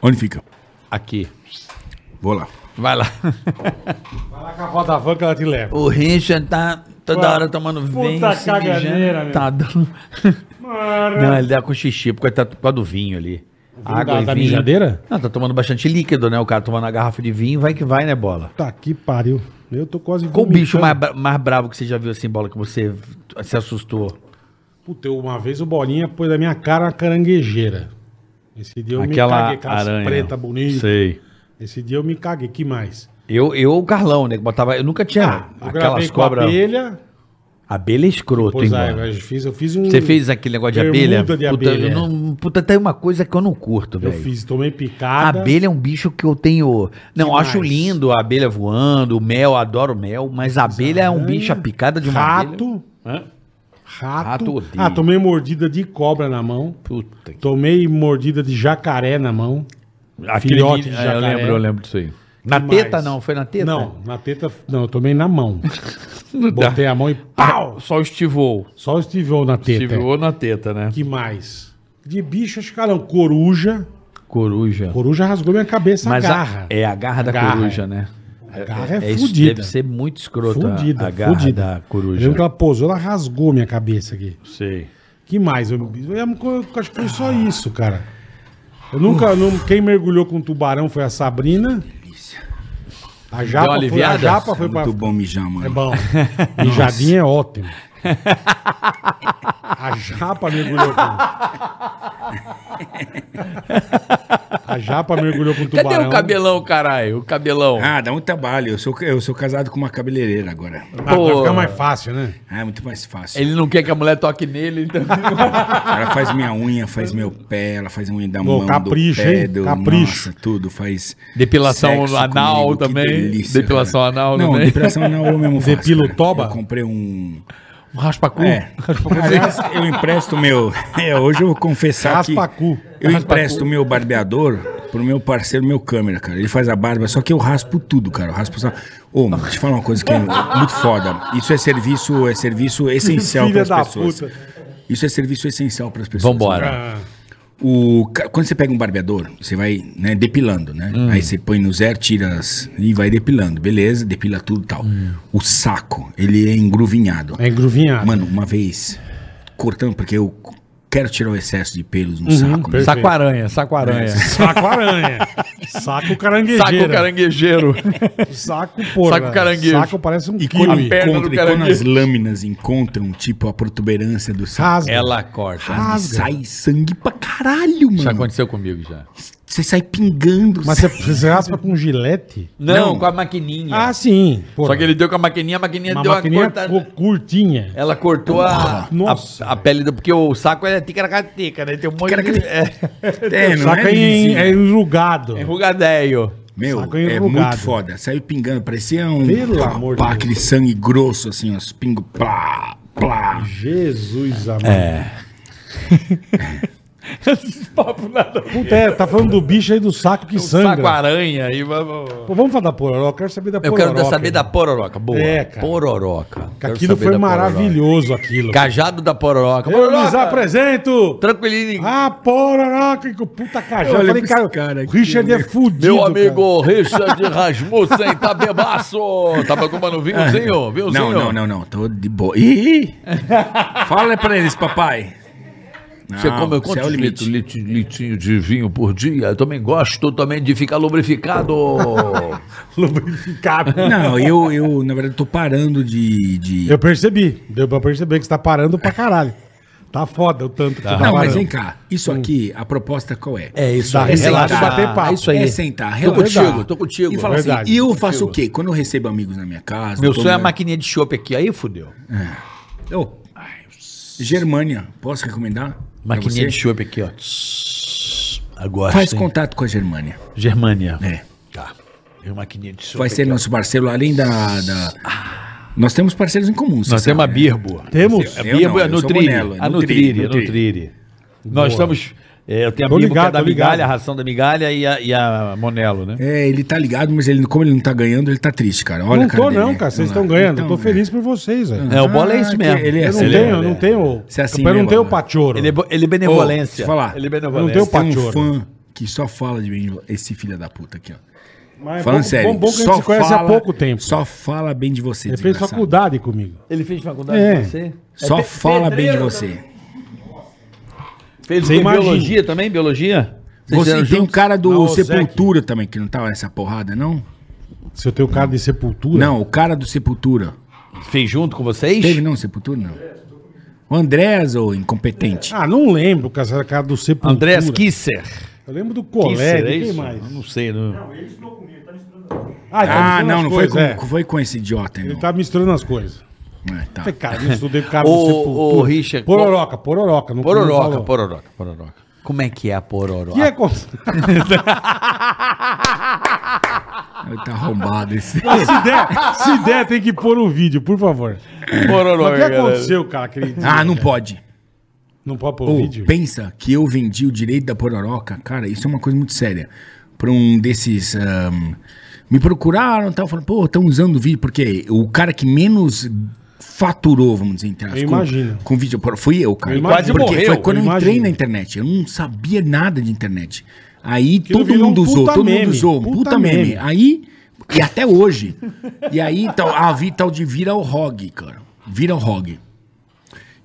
Speaker 2: Onde fica?
Speaker 4: Aqui.
Speaker 2: Vou lá.
Speaker 4: Vai lá.
Speaker 3: Vai lá com a roda van que ela te leva.
Speaker 4: O Richard tá toda
Speaker 3: Ué,
Speaker 4: hora tomando
Speaker 3: puta
Speaker 4: vinho. se
Speaker 3: caganeira, é-
Speaker 4: mijando.
Speaker 3: meu.
Speaker 4: Tá dando... Não, ele dá com xixi, porque tá por causa do vinho ali.
Speaker 3: da-
Speaker 4: e
Speaker 3: da
Speaker 4: vinho.
Speaker 3: mijadeira?
Speaker 4: Não, tá tomando bastante líquido, né? O cara tomando a garrafa de vinho, vai que vai, né, bola?
Speaker 3: Puta que pariu. Eu tô quase
Speaker 4: Qual o bicho
Speaker 3: Tá vomitando.
Speaker 4: mais, bra- mais bravo que você já viu assim, bola, que você se assustou?
Speaker 3: Puta, eu- uma vez o Bolinha pôs na minha cara uma caranguejeira. Esse dia eu me caguei, aquelas preta bonita.
Speaker 4: Sei.
Speaker 3: Esse dia eu me caguei, que mais?
Speaker 4: Eu, eu, o Carlão, né? que Botava, eu nunca tinha
Speaker 3: Ah, eu
Speaker 4: aquelas cobras.
Speaker 3: com
Speaker 4: Abelha,
Speaker 3: abelha.
Speaker 4: é escroto, hein,
Speaker 3: Pois é,
Speaker 4: mano?
Speaker 3: eu fiz, eu fiz um...
Speaker 4: Você fez aquele negócio de abelha?
Speaker 3: bermuda de
Speaker 4: puta,
Speaker 3: abelha.
Speaker 4: eu não- puta, tem uma coisa que eu não curto,
Speaker 3: Eu
Speaker 4: velho.
Speaker 3: fiz, tomei picada.
Speaker 4: Abelha é um bicho que eu tenho. Não,
Speaker 3: Demais.
Speaker 4: acho lindo a abelha voando, o mel, adoro mel, mas a abelha é um bicho, a picada de uma abelha.
Speaker 3: rato. Rato.
Speaker 4: Rato odeio.
Speaker 3: ah, tomei mordida de cobra na mão.
Speaker 4: Puta que.
Speaker 3: Tomei mordida de jacaré na mão. filhote
Speaker 4: Ah,
Speaker 3: de
Speaker 5: É, eu
Speaker 3: jacaré.
Speaker 5: lembro, eu lembro disso aí.
Speaker 4: Na
Speaker 3: Demais.
Speaker 4: teta não, foi na teta?
Speaker 3: Não, na teta. Não, eu tomei na mão.
Speaker 5: dá.
Speaker 3: Botei a mão e
Speaker 4: Ah,
Speaker 3: pau!
Speaker 5: Só o estivou.
Speaker 3: Só o Steve O na teta.
Speaker 5: Estivou na teta, né?
Speaker 3: Que mais? De bicho, acho que ah, não. Coruja.
Speaker 4: Coruja.
Speaker 3: Coruja rasgou minha cabeça
Speaker 4: Mas
Speaker 3: a
Speaker 4: a-
Speaker 3: garra.
Speaker 4: é a garra da
Speaker 3: Garra,
Speaker 4: coruja,
Speaker 3: é.
Speaker 4: né?
Speaker 3: A garra é,
Speaker 4: isso,
Speaker 3: fudida.
Speaker 4: Deve ser muito escrota a-
Speaker 3: Fudida,
Speaker 4: a garra
Speaker 3: fudida.
Speaker 4: da
Speaker 3: Eu
Speaker 4: coruja.
Speaker 3: lembro que ela posou, ela rasgou minha cabeça aqui.
Speaker 5: Sei.
Speaker 3: Que mais? Eu, eu, eu acho que foi só isso, cara. Eu nunca. não- quem mergulhou com tubarão foi a Sabrina.
Speaker 4: Deu
Speaker 3: A
Speaker 4: uma
Speaker 3: japa foi, a
Speaker 4: aliviada?
Speaker 3: japa
Speaker 2: É
Speaker 3: foi pra.
Speaker 2: muito bom mijar, mano.
Speaker 3: É bom. Mijadinha é ótimo. A japa mergulhou com. A japa mergulhou com
Speaker 4: Cadê
Speaker 3: tubarão.
Speaker 4: o cabelão, caralho? O cabelão.
Speaker 2: Ah, dá muito trabalho. Eu sou, eu sou casado com uma cabeleireira agora.
Speaker 3: Ah, agora
Speaker 4: Pô.
Speaker 3: fica mais fácil, né?
Speaker 2: Ah, é muito mais fácil.
Speaker 4: Ele não quer que a mulher toque nele, então.
Speaker 2: Ela faz minha unha, faz meu pé, ela faz unha da
Speaker 3: Pô,
Speaker 2: mão,
Speaker 3: capricho,
Speaker 2: do pé,
Speaker 3: hein?
Speaker 2: do...
Speaker 3: Capricho.
Speaker 2: Nossa, tudo, faz
Speaker 5: Depilação
Speaker 2: sexo
Speaker 5: anal
Speaker 2: que
Speaker 5: também.
Speaker 2: delícia,
Speaker 5: Depilação
Speaker 2: cara.
Speaker 5: anal
Speaker 2: Não,
Speaker 5: também.
Speaker 2: depilação anal eu mesmo faço,
Speaker 3: Depilo
Speaker 2: cara.
Speaker 3: toba?
Speaker 2: Eu comprei um...
Speaker 5: Um raspacu.
Speaker 2: É. Aliás, eu empresto meu... É, hoje eu vou confessar
Speaker 3: Raspa
Speaker 2: que...
Speaker 3: cu.
Speaker 2: Eu empresto o meu barbeador pro meu parceiro, meu câmera, cara. Ele faz a barba, só que eu raspo tudo, cara. Eu raspo só. Ô, mano, deixa eu falar uma coisa que é muito foda. Isso é serviço, é serviço essencial
Speaker 3: Filha
Speaker 2: para
Speaker 3: da
Speaker 2: as pessoas.
Speaker 3: puta.
Speaker 2: Isso é serviço essencial para as pessoas.
Speaker 4: Vambora.
Speaker 3: Ah,
Speaker 2: O, ca- quando você pega um barbeador, você vai né, depilando, né? Aí você põe no zero, tira as, e vai depilando. Beleza, depila tudo e tal. O saco, ele é engruvinhado.
Speaker 3: É engruvinhado.
Speaker 2: Mano, uma vez, cortando, porque eu quero tirar o excesso de pelos
Speaker 3: Uhum,
Speaker 2: no saco, né?
Speaker 3: perfeito. É.
Speaker 5: Saco-aranha, saco-aranha.
Speaker 3: Saco aranha. Saco caranguejeira.
Speaker 5: Saco caranguejeiro.
Speaker 3: Saco, porra.
Speaker 5: Saco caranguejo.
Speaker 3: Saco parece um
Speaker 2: E
Speaker 3: kiwi.
Speaker 2: quando,
Speaker 5: A perna
Speaker 2: encontra-
Speaker 5: do
Speaker 2: e quando
Speaker 5: caranguejo.
Speaker 2: as lâminas encontram, tipo, a protuberância do saco,
Speaker 3: Rasga.
Speaker 4: Ela corta.
Speaker 3: Ah,
Speaker 2: rasga e sai sangue pra caralho,
Speaker 5: Já
Speaker 2: mano.
Speaker 5: aconteceu comigo já.
Speaker 2: Você sai pingando.
Speaker 3: Mas você,
Speaker 2: sai-
Speaker 3: você raspa com gilete?
Speaker 4: Não, com a maquininha.
Speaker 3: Ah, sim. Porra.
Speaker 4: Só que ele deu com a maquininha, a maquininha
Speaker 3: Uma
Speaker 4: deu
Speaker 3: maquininha
Speaker 4: uma cortada.
Speaker 3: cu- curtinha.
Speaker 4: Ela cortou a,
Speaker 3: Nossa,
Speaker 4: a, a
Speaker 3: velho.
Speaker 4: pele do. Porque o saco é ticaracateca, né? Tem um monte de. É,
Speaker 2: É, não
Speaker 3: Saca
Speaker 2: é
Speaker 3: é, em,
Speaker 2: lisinho.
Speaker 3: é enrugado.
Speaker 4: enrugadéio.
Speaker 2: Meu,
Speaker 3: saco
Speaker 2: é
Speaker 3: enrugado.
Speaker 2: muito foda. Saiu pingando, parecia um...
Speaker 3: Pelo
Speaker 2: pá,
Speaker 3: amor de
Speaker 2: pá,
Speaker 3: Deus.
Speaker 2: Aquele sangue grosso, assim, os pingos... Plá, plá.
Speaker 3: Jesus amado. É.
Speaker 4: Esses papos nada.
Speaker 3: Puta, é, tá falando do bicho aí do saco
Speaker 4: É
Speaker 3: que sangra.
Speaker 5: Saco-aranha aí, vai- vai-
Speaker 3: Pô, vamos falar da pororoca, eu quero saber da
Speaker 4: Eu
Speaker 3: pororoca.
Speaker 4: quero saber da pororoca.
Speaker 3: pororoca.
Speaker 4: Boa.
Speaker 3: É, cara.
Speaker 4: Pororoca. Quero
Speaker 3: Aquilo
Speaker 4: saber
Speaker 3: foi
Speaker 4: da pororoca.
Speaker 3: maravilhoso, aquilo.
Speaker 4: Cajado da pororoca.
Speaker 3: Eu Ah, lhes
Speaker 4: Tá-
Speaker 3: apresento
Speaker 4: Tranquilinho.
Speaker 3: a pororoca com puta cajado. Eu
Speaker 2: olhei
Speaker 3: falei,
Speaker 2: pra
Speaker 3: cara,
Speaker 2: esse cara
Speaker 3: o
Speaker 2: aqui,
Speaker 3: Richard é
Speaker 2: meu-
Speaker 3: fudido,
Speaker 5: Meu
Speaker 3: cara.
Speaker 5: amigo Richard Rasmussen tá bebaço. Tava tomando vinhozinho,
Speaker 2: É. Não,
Speaker 5: vinhozinho.
Speaker 2: não, não, não. Tô de boa. Ih! Fala pra eles, papai. Não,
Speaker 5: Você come
Speaker 2: esse é o
Speaker 5: quantos
Speaker 2: limite.
Speaker 5: litros litro, litinho de vinho por dia? Eu também gosto também de ficar lubrificado.
Speaker 3: Lubrificado.
Speaker 2: Não, eu, eu, na verdade, tô parando de. de...
Speaker 3: Eu percebi. Deu pra perceber que você tá parando pra caralho. Tá foda o tanto que você tá
Speaker 2: Não,
Speaker 3: parando.
Speaker 2: mas vem cá. Isso aqui, a proposta qual é?
Speaker 4: É isso
Speaker 3: Dá
Speaker 4: aí.
Speaker 3: relaxa,
Speaker 4: Relaxa.
Speaker 3: bater papo.
Speaker 4: É isso aí.
Speaker 2: É sentar,
Speaker 4: Tô
Speaker 2: relaxar.
Speaker 4: contigo, tô contigo.
Speaker 2: E falar
Speaker 3: Verdade,
Speaker 2: assim, e eu
Speaker 3: tô
Speaker 2: faço o quê? Quando eu recebo amigos na minha casa...
Speaker 4: Meu
Speaker 2: todo
Speaker 4: sonho é a
Speaker 2: mundo-
Speaker 4: maquininha de chopp aqui. Aí fudeu.
Speaker 2: Ô, Germânia, posso recomendar? pra
Speaker 4: Maquininha
Speaker 2: você?
Speaker 4: de chopp aqui, ó. Tss, Agora.
Speaker 2: Faz
Speaker 4: sim.
Speaker 2: contato com a Germânia.
Speaker 4: Germânia.
Speaker 2: É.
Speaker 4: Tá. É uma maquininha de chopp.
Speaker 2: Vai ser nosso parceiro, além da...
Speaker 4: Ah.
Speaker 2: da- Nós temos parceiros em comum, você
Speaker 5: Nós
Speaker 2: sabe,
Speaker 5: temos a
Speaker 2: né?
Speaker 5: Birbo.
Speaker 3: Temos.
Speaker 2: Eu
Speaker 5: Birbo
Speaker 2: não,
Speaker 5: é
Speaker 2: eu sou
Speaker 5: Nutrire.
Speaker 2: Monello,
Speaker 4: Ah,
Speaker 2: é
Speaker 5: A
Speaker 2: Nutrire,
Speaker 5: Nutrire, a
Speaker 2: Nutrire.
Speaker 5: Nutrire. Nós estamos... é, eu tenho a
Speaker 3: Tô
Speaker 5: Birbo que é
Speaker 3: ligado,
Speaker 5: da
Speaker 3: tô ligado.
Speaker 5: migalha, a ração da migalha e a, e a Monelo, né?
Speaker 2: É, ele tá ligado, mas ele, como ele não tá ganhando, ele tá triste, cara. Olha
Speaker 3: não
Speaker 2: a cara
Speaker 3: tô
Speaker 2: dele,
Speaker 3: não,
Speaker 2: né?
Speaker 3: cara. Vocês
Speaker 2: Olha lá.
Speaker 3: estão ganhando. Eu
Speaker 2: Então,
Speaker 3: tô feliz por vocês, velho.
Speaker 4: É, o bola é isso
Speaker 2: que
Speaker 4: mesmo.
Speaker 2: Ele é
Speaker 3: Eu não
Speaker 2: assim,
Speaker 3: tenho,
Speaker 2: né?
Speaker 3: eu não tenho.
Speaker 2: Você é assim
Speaker 3: eu não
Speaker 2: mesmo,
Speaker 3: tenho
Speaker 2: né?
Speaker 3: pachorro.
Speaker 4: Ele é, bo- ele é
Speaker 2: Ô, deixa
Speaker 4: benevolência.
Speaker 2: eu falar.
Speaker 4: Ele é
Speaker 3: Eu não
Speaker 4: benevolência.
Speaker 3: tenho
Speaker 2: Tem um
Speaker 3: pachorro.
Speaker 2: fã que só fala de bem de esse filho da puta aqui, ó.
Speaker 3: Mas é
Speaker 2: Falando
Speaker 3: bom-
Speaker 2: sério,
Speaker 3: Bom, bom que a gente
Speaker 2: só
Speaker 3: se conhece há
Speaker 2: fala-
Speaker 3: pouco tempo.
Speaker 2: Só fala bem de você,
Speaker 3: Ele fez
Speaker 2: desgraçado.
Speaker 3: faculdade comigo.
Speaker 4: Ele fez faculdade
Speaker 3: É.
Speaker 4: com você?
Speaker 2: Só
Speaker 4: É pe-
Speaker 2: fala bem de
Speaker 4: pedreiro
Speaker 2: você.
Speaker 4: Fez
Speaker 3: Você
Speaker 4: o quê?
Speaker 3: imagina.
Speaker 4: biologia também? Biologia? Vocês
Speaker 2: Você
Speaker 4: eram
Speaker 2: tem um
Speaker 4: juntos?
Speaker 2: cara do
Speaker 3: Não, o Zé
Speaker 2: Sepultura também, que não tava nessa porrada, não?
Speaker 3: Se eu tenho cara de sepultura.
Speaker 2: Não, o cara do Sepultura.
Speaker 4: Fez junto com vocês?
Speaker 2: Teve não, Sepultura, não. O Andrés, ou incompetente.
Speaker 3: Ah, não lembro, cara, se era cara do sepultura.
Speaker 4: Andrés Kisser.
Speaker 3: Eu lembro do colégio,
Speaker 4: é
Speaker 3: quem
Speaker 4: isso?
Speaker 3: mais?
Speaker 4: Eu Não sei. Não.
Speaker 3: Ah, ele tá
Speaker 2: Ah,
Speaker 3: misturando
Speaker 2: não,
Speaker 3: as
Speaker 2: não foi
Speaker 3: coisas,
Speaker 2: com,
Speaker 3: é.
Speaker 2: foi com esse idiota, irmão.
Speaker 3: Ele tá misturando as coisas.
Speaker 2: É, tá.
Speaker 3: Falei, cara, não estudei com cara
Speaker 4: Ô, ô, Richard,
Speaker 3: Pororoca, pororoca. Não
Speaker 4: Pororoca,
Speaker 3: não falou.
Speaker 4: pororoca, pororoca. Como é que é a pororoca?
Speaker 3: E é com...
Speaker 2: Ele tá arrombado esse.
Speaker 3: se, der, se der, tem que pôr o vídeo, por favor. Mas o
Speaker 5: Pororoca,
Speaker 3: que
Speaker 5: galera.
Speaker 3: aconteceu, cara, aquele dia?
Speaker 2: Ah, não pode.
Speaker 3: Não pode pôr
Speaker 2: Ô,
Speaker 3: o vídeo?
Speaker 2: pensa que eu vendi o direito da Pororoca, cara, isso é uma coisa muito séria. Pra um desses. ahm, me procuraram e tal, falaram, pô, estão usando o vídeo, porque o cara que menos faturou, vamos dizer, entre aspas,
Speaker 3: Eu
Speaker 2: com-
Speaker 3: imagino.
Speaker 2: Com vídeo Pororoca, fui eu, cara.
Speaker 3: Eu quase
Speaker 2: porque
Speaker 5: morreu,
Speaker 2: Foi quando
Speaker 3: eu
Speaker 2: eu, entrei
Speaker 3: imagino.
Speaker 2: na internet, eu não sabia nada de internet. Aí
Speaker 3: Aquilo
Speaker 2: todo
Speaker 3: virou um
Speaker 2: mundo usou,
Speaker 3: puta
Speaker 2: todo
Speaker 3: meme,
Speaker 2: mundo usou, um
Speaker 3: puta
Speaker 2: puta, meme.
Speaker 3: meme.
Speaker 2: Aí, e até hoje. e aí, tal, a vi tal de vira o rog, cara. Vira o rog.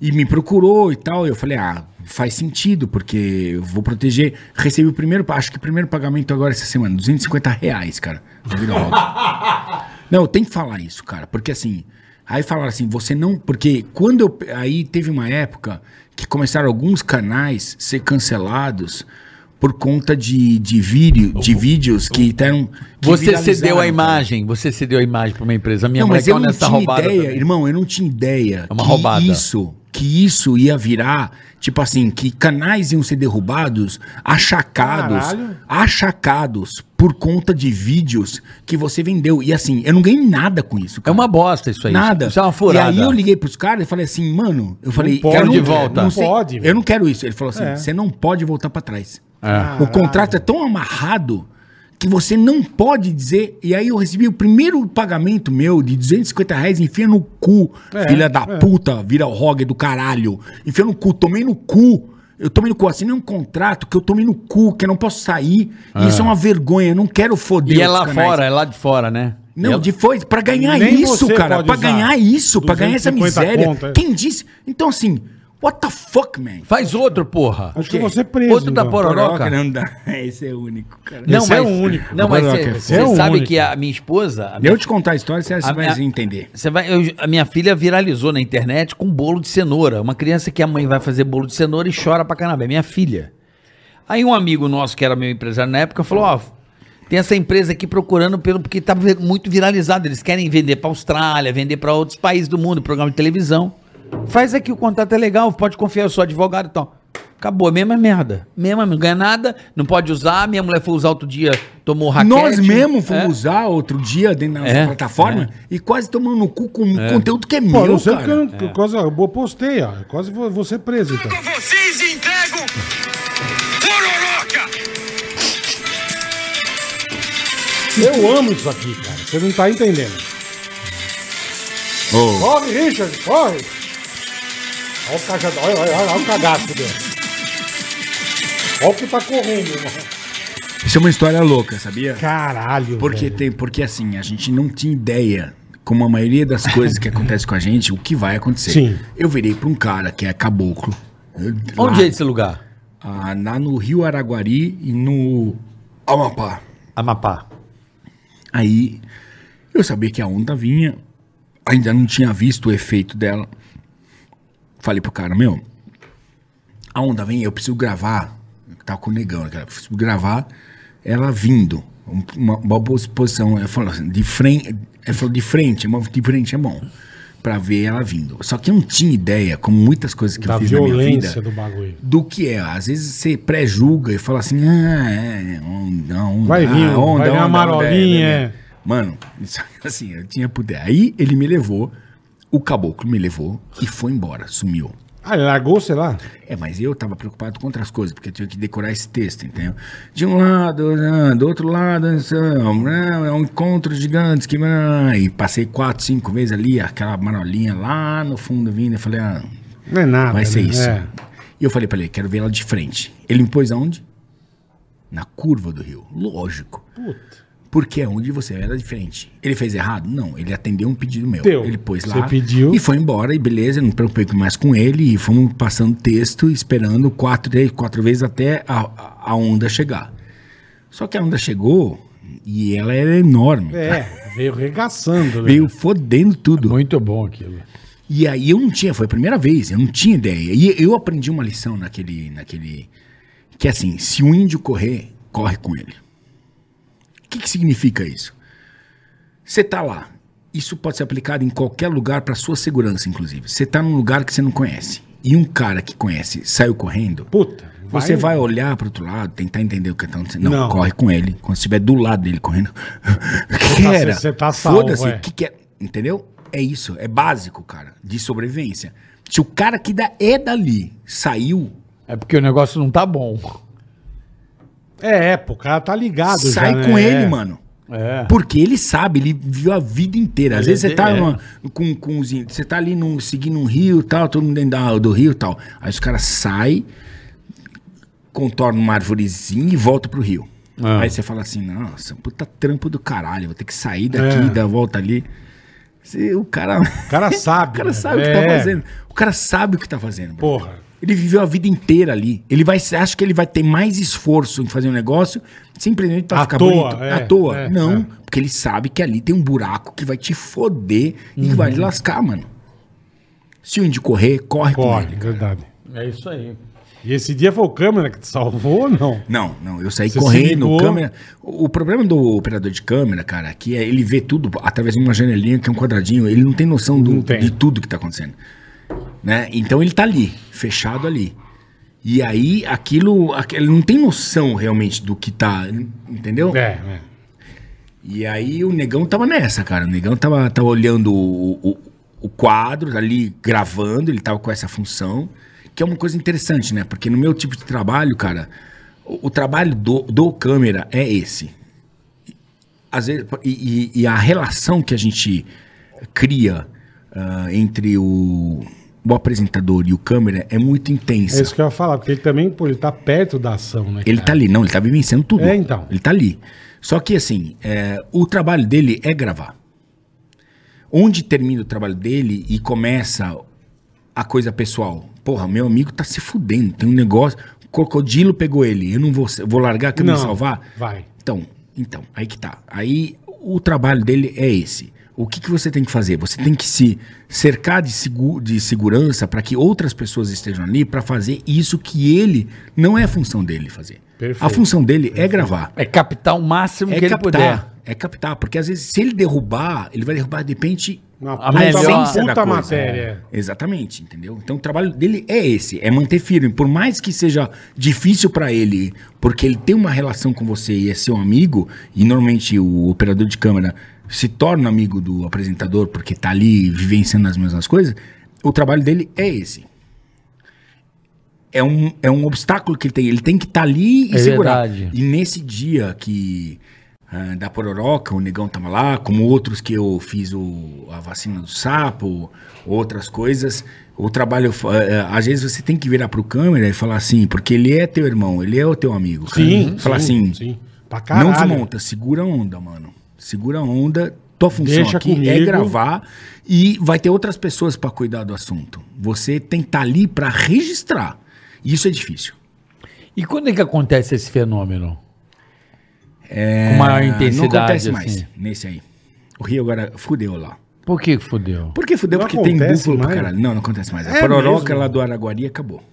Speaker 2: E me procurou e tal. Eu falei, ah, faz sentido, porque eu vou proteger. Recebi o primeiro, acho que o primeiro pagamento agora essa semana, 250 reais, cara. do Vila Rock. não, tem que falar isso, cara, porque assim. Aí falaram assim, você não. Porque quando eu. pe- Aí teve uma época que começaram alguns canais ser cancelados por conta de, de, vídeo, de vídeos que eram. que
Speaker 4: Você cedeu a
Speaker 2: viralizaram, cara.
Speaker 4: imagem, você cedeu a imagem pra uma empresa. Minha
Speaker 2: Não,
Speaker 4: mãe
Speaker 2: mas eu
Speaker 4: caiu
Speaker 2: não
Speaker 4: nessa
Speaker 2: tinha
Speaker 4: roubada.
Speaker 2: ideia,
Speaker 4: também.
Speaker 2: irmão, eu não tinha ideia
Speaker 4: É uma
Speaker 2: que
Speaker 4: roubada.
Speaker 2: isso, que isso ia virar, tipo assim, que canais iam ser derrubados, achacados,
Speaker 3: Caralho.
Speaker 2: achacados por conta de vídeos que você vendeu. E assim, eu não ganhei nada com isso,
Speaker 4: É
Speaker 2: cara.
Speaker 4: uma bosta isso aí.
Speaker 2: Nada.
Speaker 4: Isso é uma furada.
Speaker 2: E aí eu liguei pros caras e falei assim, mano, eu falei,
Speaker 3: pode,
Speaker 2: quero-
Speaker 4: de volta.
Speaker 2: Não sei-
Speaker 3: Não pode,
Speaker 2: eu não quero isso. Ele falou assim,
Speaker 3: É.
Speaker 2: você não pode voltar pra trás. O contrato é tão amarrado que você não pode dizer. E aí eu recebi o primeiro pagamento meu de 250 reais, enfia no cu,
Speaker 3: É,
Speaker 2: filha da
Speaker 3: é.
Speaker 2: puta, vira o rogue do caralho. Enfia no cu, tomei no cu. Eu tomei no cu, assinei um contrato que eu tomei no cu, que eu não posso sair. E Isso é uma vergonha, eu não quero foder
Speaker 4: E é
Speaker 2: outros
Speaker 4: lá
Speaker 2: canais.
Speaker 4: fora, é lá de fora, né?
Speaker 2: Não,
Speaker 4: é...
Speaker 2: de foi pra ganhar
Speaker 3: Nem
Speaker 2: isso,
Speaker 3: você
Speaker 2: cara.
Speaker 3: pode
Speaker 2: Pra
Speaker 3: usar
Speaker 2: ganhar isso, pra ganhar essa
Speaker 3: 250
Speaker 2: miséria.
Speaker 3: conto, é.
Speaker 2: Quem disse? Então, assim, what the fuck, man?
Speaker 4: Faz outro, porra.
Speaker 3: Acho que eu vou ser preso.
Speaker 4: Outro da pororoca.
Speaker 2: não dá. Esse é único, cara.
Speaker 3: Esse é o único.
Speaker 4: Não, mas
Speaker 3: Pororoca,
Speaker 4: você
Speaker 3: esse é o
Speaker 4: sabe
Speaker 3: único.
Speaker 4: que a minha esposa, a minha
Speaker 2: Eu te contar a história, você
Speaker 4: A
Speaker 2: vai
Speaker 4: minha-
Speaker 2: entender.
Speaker 4: Você vai, eu- a minha filha viralizou na internet com bolo de cenoura. Uma criança que a mãe vai fazer bolo de cenoura e chora pra caramba. É minha filha. Aí um amigo nosso, que era meu empresário na época, falou: Ó, tem essa empresa aqui procurando pelo. Porque tá vi- muito viralizado. Eles querem vender pra Austrália, vender pra outros países do mundo, programa de televisão. Faz aqui, o contato é legal, pode confiar, eu sou advogado e tal. Acabou, a mesma merda. Mesma, não ganha nada, não pode usar. Minha mulher foi usar outro dia, tomou raquete.
Speaker 2: Nós mesmo fomos
Speaker 4: É.
Speaker 2: usar outro dia dentro da nossa
Speaker 4: É,
Speaker 2: plataforma e quase tomando no cu com conteúdo que é
Speaker 3: Pô, eu
Speaker 2: meu,
Speaker 3: não sei porque eu,
Speaker 2: cara.
Speaker 3: não, eu quase, eu postei, ó. Eu quase vou, vou ser preso, então.
Speaker 7: vocês entregam
Speaker 3: Eu amo isso aqui, cara. Você não tá entendendo.
Speaker 2: Ô,
Speaker 3: Corre, Richard, corre! Olha o, caja... olha, olha, olha, olha o cagaço dele. Olha o que tá correndo, mano.
Speaker 2: Isso é uma história louca, sabia?
Speaker 3: Caralho,
Speaker 2: Porque,
Speaker 3: velho.
Speaker 2: tem, porque assim, a gente não tinha ideia, como a maioria das coisas que acontece com a gente, o que vai acontecer.
Speaker 3: Sim.
Speaker 2: Eu virei pra um cara que é caboclo.
Speaker 4: Onde é
Speaker 2: lá,
Speaker 4: esse lugar?
Speaker 2: ah, lá no Rio Araguari e no Amapá.
Speaker 4: Amapá.
Speaker 2: Aí eu sabia que a onda vinha, ainda não tinha visto o efeito dela. Falei pro cara, meu, a onda vem, eu preciso gravar. Eu Tava com o negão, né, cara? Eu Preciso gravar ela vindo. um- Uma, uma boa posição. Eu falo assim, de frente. Ele falou, de frente, mas de frente é bom. Pra ver ela vindo. Só que eu não tinha ideia, como muitas coisas que
Speaker 3: Da
Speaker 2: eu fiz na minha vida
Speaker 3: violência do bagulho.
Speaker 2: do que é. Às vezes você pré-julga e fala assim, ah, é, onda, onda,
Speaker 3: Vai vir, vai vir uma
Speaker 2: ah, onda, onda, onda,
Speaker 3: marolinha, é.
Speaker 2: Mano, isso, assim, eu tinha poder. Aí ele me levou, o caboclo me levou e foi embora, sumiu.
Speaker 3: Ah, ele largou, sei lá.
Speaker 2: É, mas eu tava preocupado com outras coisas, porque eu tinha que decorar esse texto, entendeu? De um lado, ah, do outro lado, ah, é um encontro gigante que. ah, E passei quatro, cinco vezes ali, aquela marolinha lá no fundo vindo, eu falei, ah,
Speaker 3: Não é nada.
Speaker 2: Vai ser
Speaker 3: né?
Speaker 2: isso.
Speaker 3: É.
Speaker 2: E eu falei pra ele, quero ver ela de frente. Ele me pôs aonde? Na curva do rio. Lógico.
Speaker 3: Puta.
Speaker 2: Porque é onde você era de frente. Ele fez errado? Não, ele atendeu um pedido meu.
Speaker 3: Teu.
Speaker 2: Ele pôs
Speaker 3: Você
Speaker 2: lá
Speaker 3: pediu.
Speaker 2: e foi embora, e beleza, não me preocupei mais com ele. E fomos passando texto, esperando quatro, três, quatro vezes até a, a onda chegar. Só que a onda chegou e ela era enorme. cara.
Speaker 3: É, veio regaçando, né?
Speaker 2: Veio fodendo tudo.
Speaker 6: Muito bom aquilo.
Speaker 2: E aí eu não tinha, foi a primeira vez, eu não tinha ideia. E eu aprendi uma lição naquele, naquele que é assim, se o índio correr, corre com ele. O que, que significa isso? Você tá lá. Isso pode ser aplicado em qualquer lugar para sua segurança, inclusive. Você tá num lugar que você não conhece. E um cara que conhece saiu correndo.
Speaker 3: Puta.
Speaker 2: Você vai olhar pro outro lado, tentar entender o que tá acontecendo. Não,
Speaker 3: Não.
Speaker 2: corre com ele. Quando estiver do lado dele correndo. O que, que
Speaker 3: Tá,
Speaker 2: era?
Speaker 3: você tá salvo,
Speaker 2: Foda-se.
Speaker 3: é.
Speaker 2: O que, que é? Entendeu? É isso. É básico, cara. De sobrevivência. Se o cara que da, é dali saiu,
Speaker 6: É porque o negócio não tá bom.
Speaker 3: É, é, pô, o cara tá ligado
Speaker 2: sai
Speaker 3: já, né?
Speaker 2: com ele,
Speaker 3: É.
Speaker 2: mano.
Speaker 6: É.
Speaker 2: Porque ele sabe, ele viu a vida inteira. Às vezes você tá,
Speaker 6: é.
Speaker 2: numa- com, com os in- você tá ali num, seguindo um rio e tal, todo mundo dentro da- do rio e tal. Aí os caras saem, contornam uma arvorezinha e voltam pro rio.
Speaker 3: É.
Speaker 2: Aí você fala assim, nossa, puta trampo do caralho, vou ter que sair daqui,
Speaker 3: É.
Speaker 2: dar a volta ali. Você- o cara...
Speaker 3: O cara sabe.
Speaker 2: O cara
Speaker 3: né?
Speaker 2: sabe o que
Speaker 3: É.
Speaker 2: tá fazendo. O cara sabe o que tá fazendo. bro.
Speaker 3: Porra.
Speaker 2: Ele viveu a vida inteira ali. Ele vai, acha que ele vai ter mais esforço em fazer um negócio simplesmente pra
Speaker 3: À
Speaker 2: ficar
Speaker 3: toa,
Speaker 2: bonito.
Speaker 3: é,
Speaker 2: à toa.
Speaker 3: é,
Speaker 2: Não,
Speaker 3: é.
Speaker 2: porque ele sabe que ali tem um buraco que vai te foder e que vai
Speaker 3: Uhum.
Speaker 2: te lascar, mano. Se o índio correr, corre, com
Speaker 3: Corre,
Speaker 2: ele.
Speaker 3: verdade.
Speaker 6: É isso aí.
Speaker 3: E esse dia foi o câmera que te salvou ou não?
Speaker 2: Não, não, eu saí
Speaker 3: Você se
Speaker 2: correndo,
Speaker 3: ligou?
Speaker 2: câmera. O, o problema do operador de câmera, cara, que é ele vê tudo através de uma janelinha que é um quadradinho, ele não tem noção do-
Speaker 3: Não tem.
Speaker 2: de tudo que tá acontecendo. Né? Então ele tá ali, fechado ali. E aí aquilo, aqu- ele não tem noção realmente do que tá, entendeu?
Speaker 3: É, é.
Speaker 2: E aí o negão tava nessa, cara. O negão tava, tava olhando o, o, o quadro ali, gravando, ele tava com essa função, que é uma coisa interessante, né? Porque no meu tipo de trabalho, cara, o, o trabalho do, do câmera é esse. Às vezes, e, e- e a relação que a gente cria ah, entre o, o apresentador e o câmera é muito
Speaker 3: É
Speaker 2: intensa.
Speaker 3: isso que eu ia falar, porque ele também, pô, ele tá perto da ação, né?
Speaker 2: Ele
Speaker 3: cara?
Speaker 2: tá ali, não, ele tá vivenciando tudo.
Speaker 3: É, então.
Speaker 2: Ele tá ali. Só que assim, é, o trabalho dele é gravar. Onde termina o trabalho dele e começa a coisa pessoal? Porra, meu amigo tá se fudendo, tem um negócio. Crocodilo pegou ele, eu não vou, vou largar que eu
Speaker 3: Não,
Speaker 2: me salvar?
Speaker 3: vai.
Speaker 2: Então, então, aí que tá. Aí o trabalho dele é esse. O que, que você tem que fazer? Você tem que se cercar de, segu de segurança para que outras pessoas estejam ali para fazer isso que ele não é a função dele fazer.
Speaker 3: Perfeito.
Speaker 2: A função dele é gravar.
Speaker 4: É captar o máximo
Speaker 2: É
Speaker 4: que ele puder.
Speaker 2: captar. É captar. Porque às vezes, se ele derrubar, ele vai derrubar de repente
Speaker 3: Uma
Speaker 4: A é. melhor-
Speaker 2: essência
Speaker 3: puta
Speaker 2: da coisa. é.
Speaker 3: matéria. é.
Speaker 2: Exatamente, entendeu? Então o trabalho dele é esse, é manter firme, por mais que seja difícil pra ele, porque ele tem uma relação com você e é seu amigo, e normalmente o operador de câmera se torna amigo do apresentador porque tá ali vivenciando as mesmas coisas, o trabalho dele é esse. É um, é um obstáculo que ele tem. Ele tem que estar tá ali e
Speaker 4: É
Speaker 2: segurar.
Speaker 4: verdade.
Speaker 2: E nesse dia que ah, da Pororoca, o Negão tava lá, como outros que eu fiz o, a vacina do sapo, outras coisas. O trabalho, ah, ah, às vezes você tem que virar pro câmera e falar assim, porque ele é teu irmão, ele é o teu amigo. cara.
Speaker 3: Sim.
Speaker 2: Falar
Speaker 3: sim,
Speaker 2: assim,
Speaker 3: Sim. Pra caralho.
Speaker 2: não desmonta, segura a onda, mano. Segura a onda. Tua função
Speaker 3: Deixa
Speaker 2: aqui é
Speaker 3: comigo.
Speaker 2: gravar e vai ter outras pessoas pra cuidar do assunto. Você tem que estar ali pra registrar. E Isso é difícil.
Speaker 6: E quando é que acontece esse fenômeno? Com maior
Speaker 2: Ah,
Speaker 6: intensidade.
Speaker 2: Não acontece
Speaker 6: assim.
Speaker 2: mais nesse aí. O Rio agora fudeu lá.
Speaker 6: Por que que fudeu?
Speaker 2: Por que fudeu?
Speaker 3: Não
Speaker 2: Porque tem
Speaker 3: acontece
Speaker 2: búfalo pra
Speaker 3: mais?
Speaker 2: caralho. Não, não acontece mais. A
Speaker 3: É
Speaker 2: pororoca
Speaker 3: mesmo?
Speaker 2: lá do Araguari acabou.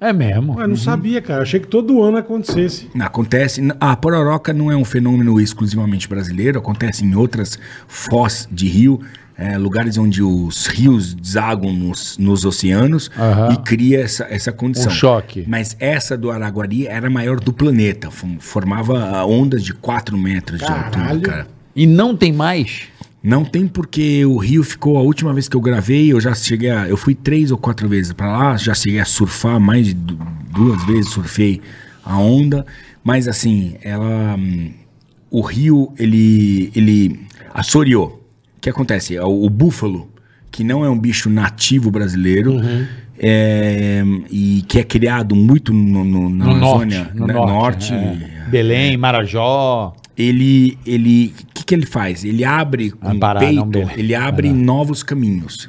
Speaker 6: É mesmo.
Speaker 2: Uhum.
Speaker 3: Ué, não sabia, cara. Achei que todo ano acontecesse.
Speaker 2: Não, Acontece. A pororoca não é um fenômeno exclusivamente brasileiro, acontece em outras foz de rio, é, lugares onde os rios desagam nos, nos oceanos
Speaker 6: Aham.
Speaker 2: e cria essa, essa condição.
Speaker 6: Um choque.
Speaker 2: Mas essa do Araguari era a maior do planeta, fom- formava ah, ondas de 4 metros de
Speaker 3: Caralho.
Speaker 2: altura, cara.
Speaker 4: E não tem mais?
Speaker 2: Não tem porque o Rio ficou a última vez que eu gravei, eu já cheguei a, eu fui três ou quatro vezes pra lá, já cheguei a surfar mais de du- duas vezes, surfei a onda, mas assim, ela hum, o Rio ele ele assoreou. O que acontece? É O, o búfalo, que não é um bicho nativo brasileiro,
Speaker 6: Uhum.
Speaker 2: é, e que é criado muito no, no- na
Speaker 6: No
Speaker 2: Amazônia,
Speaker 6: norte, no
Speaker 2: na-
Speaker 6: norte, é. né?
Speaker 2: norte, é.
Speaker 6: Belém, Marajó.
Speaker 2: ele ele o que, que ele faz? Ele abre com o
Speaker 6: Pará, não,
Speaker 2: peito,
Speaker 6: Belém.
Speaker 2: ele abre novos caminhos.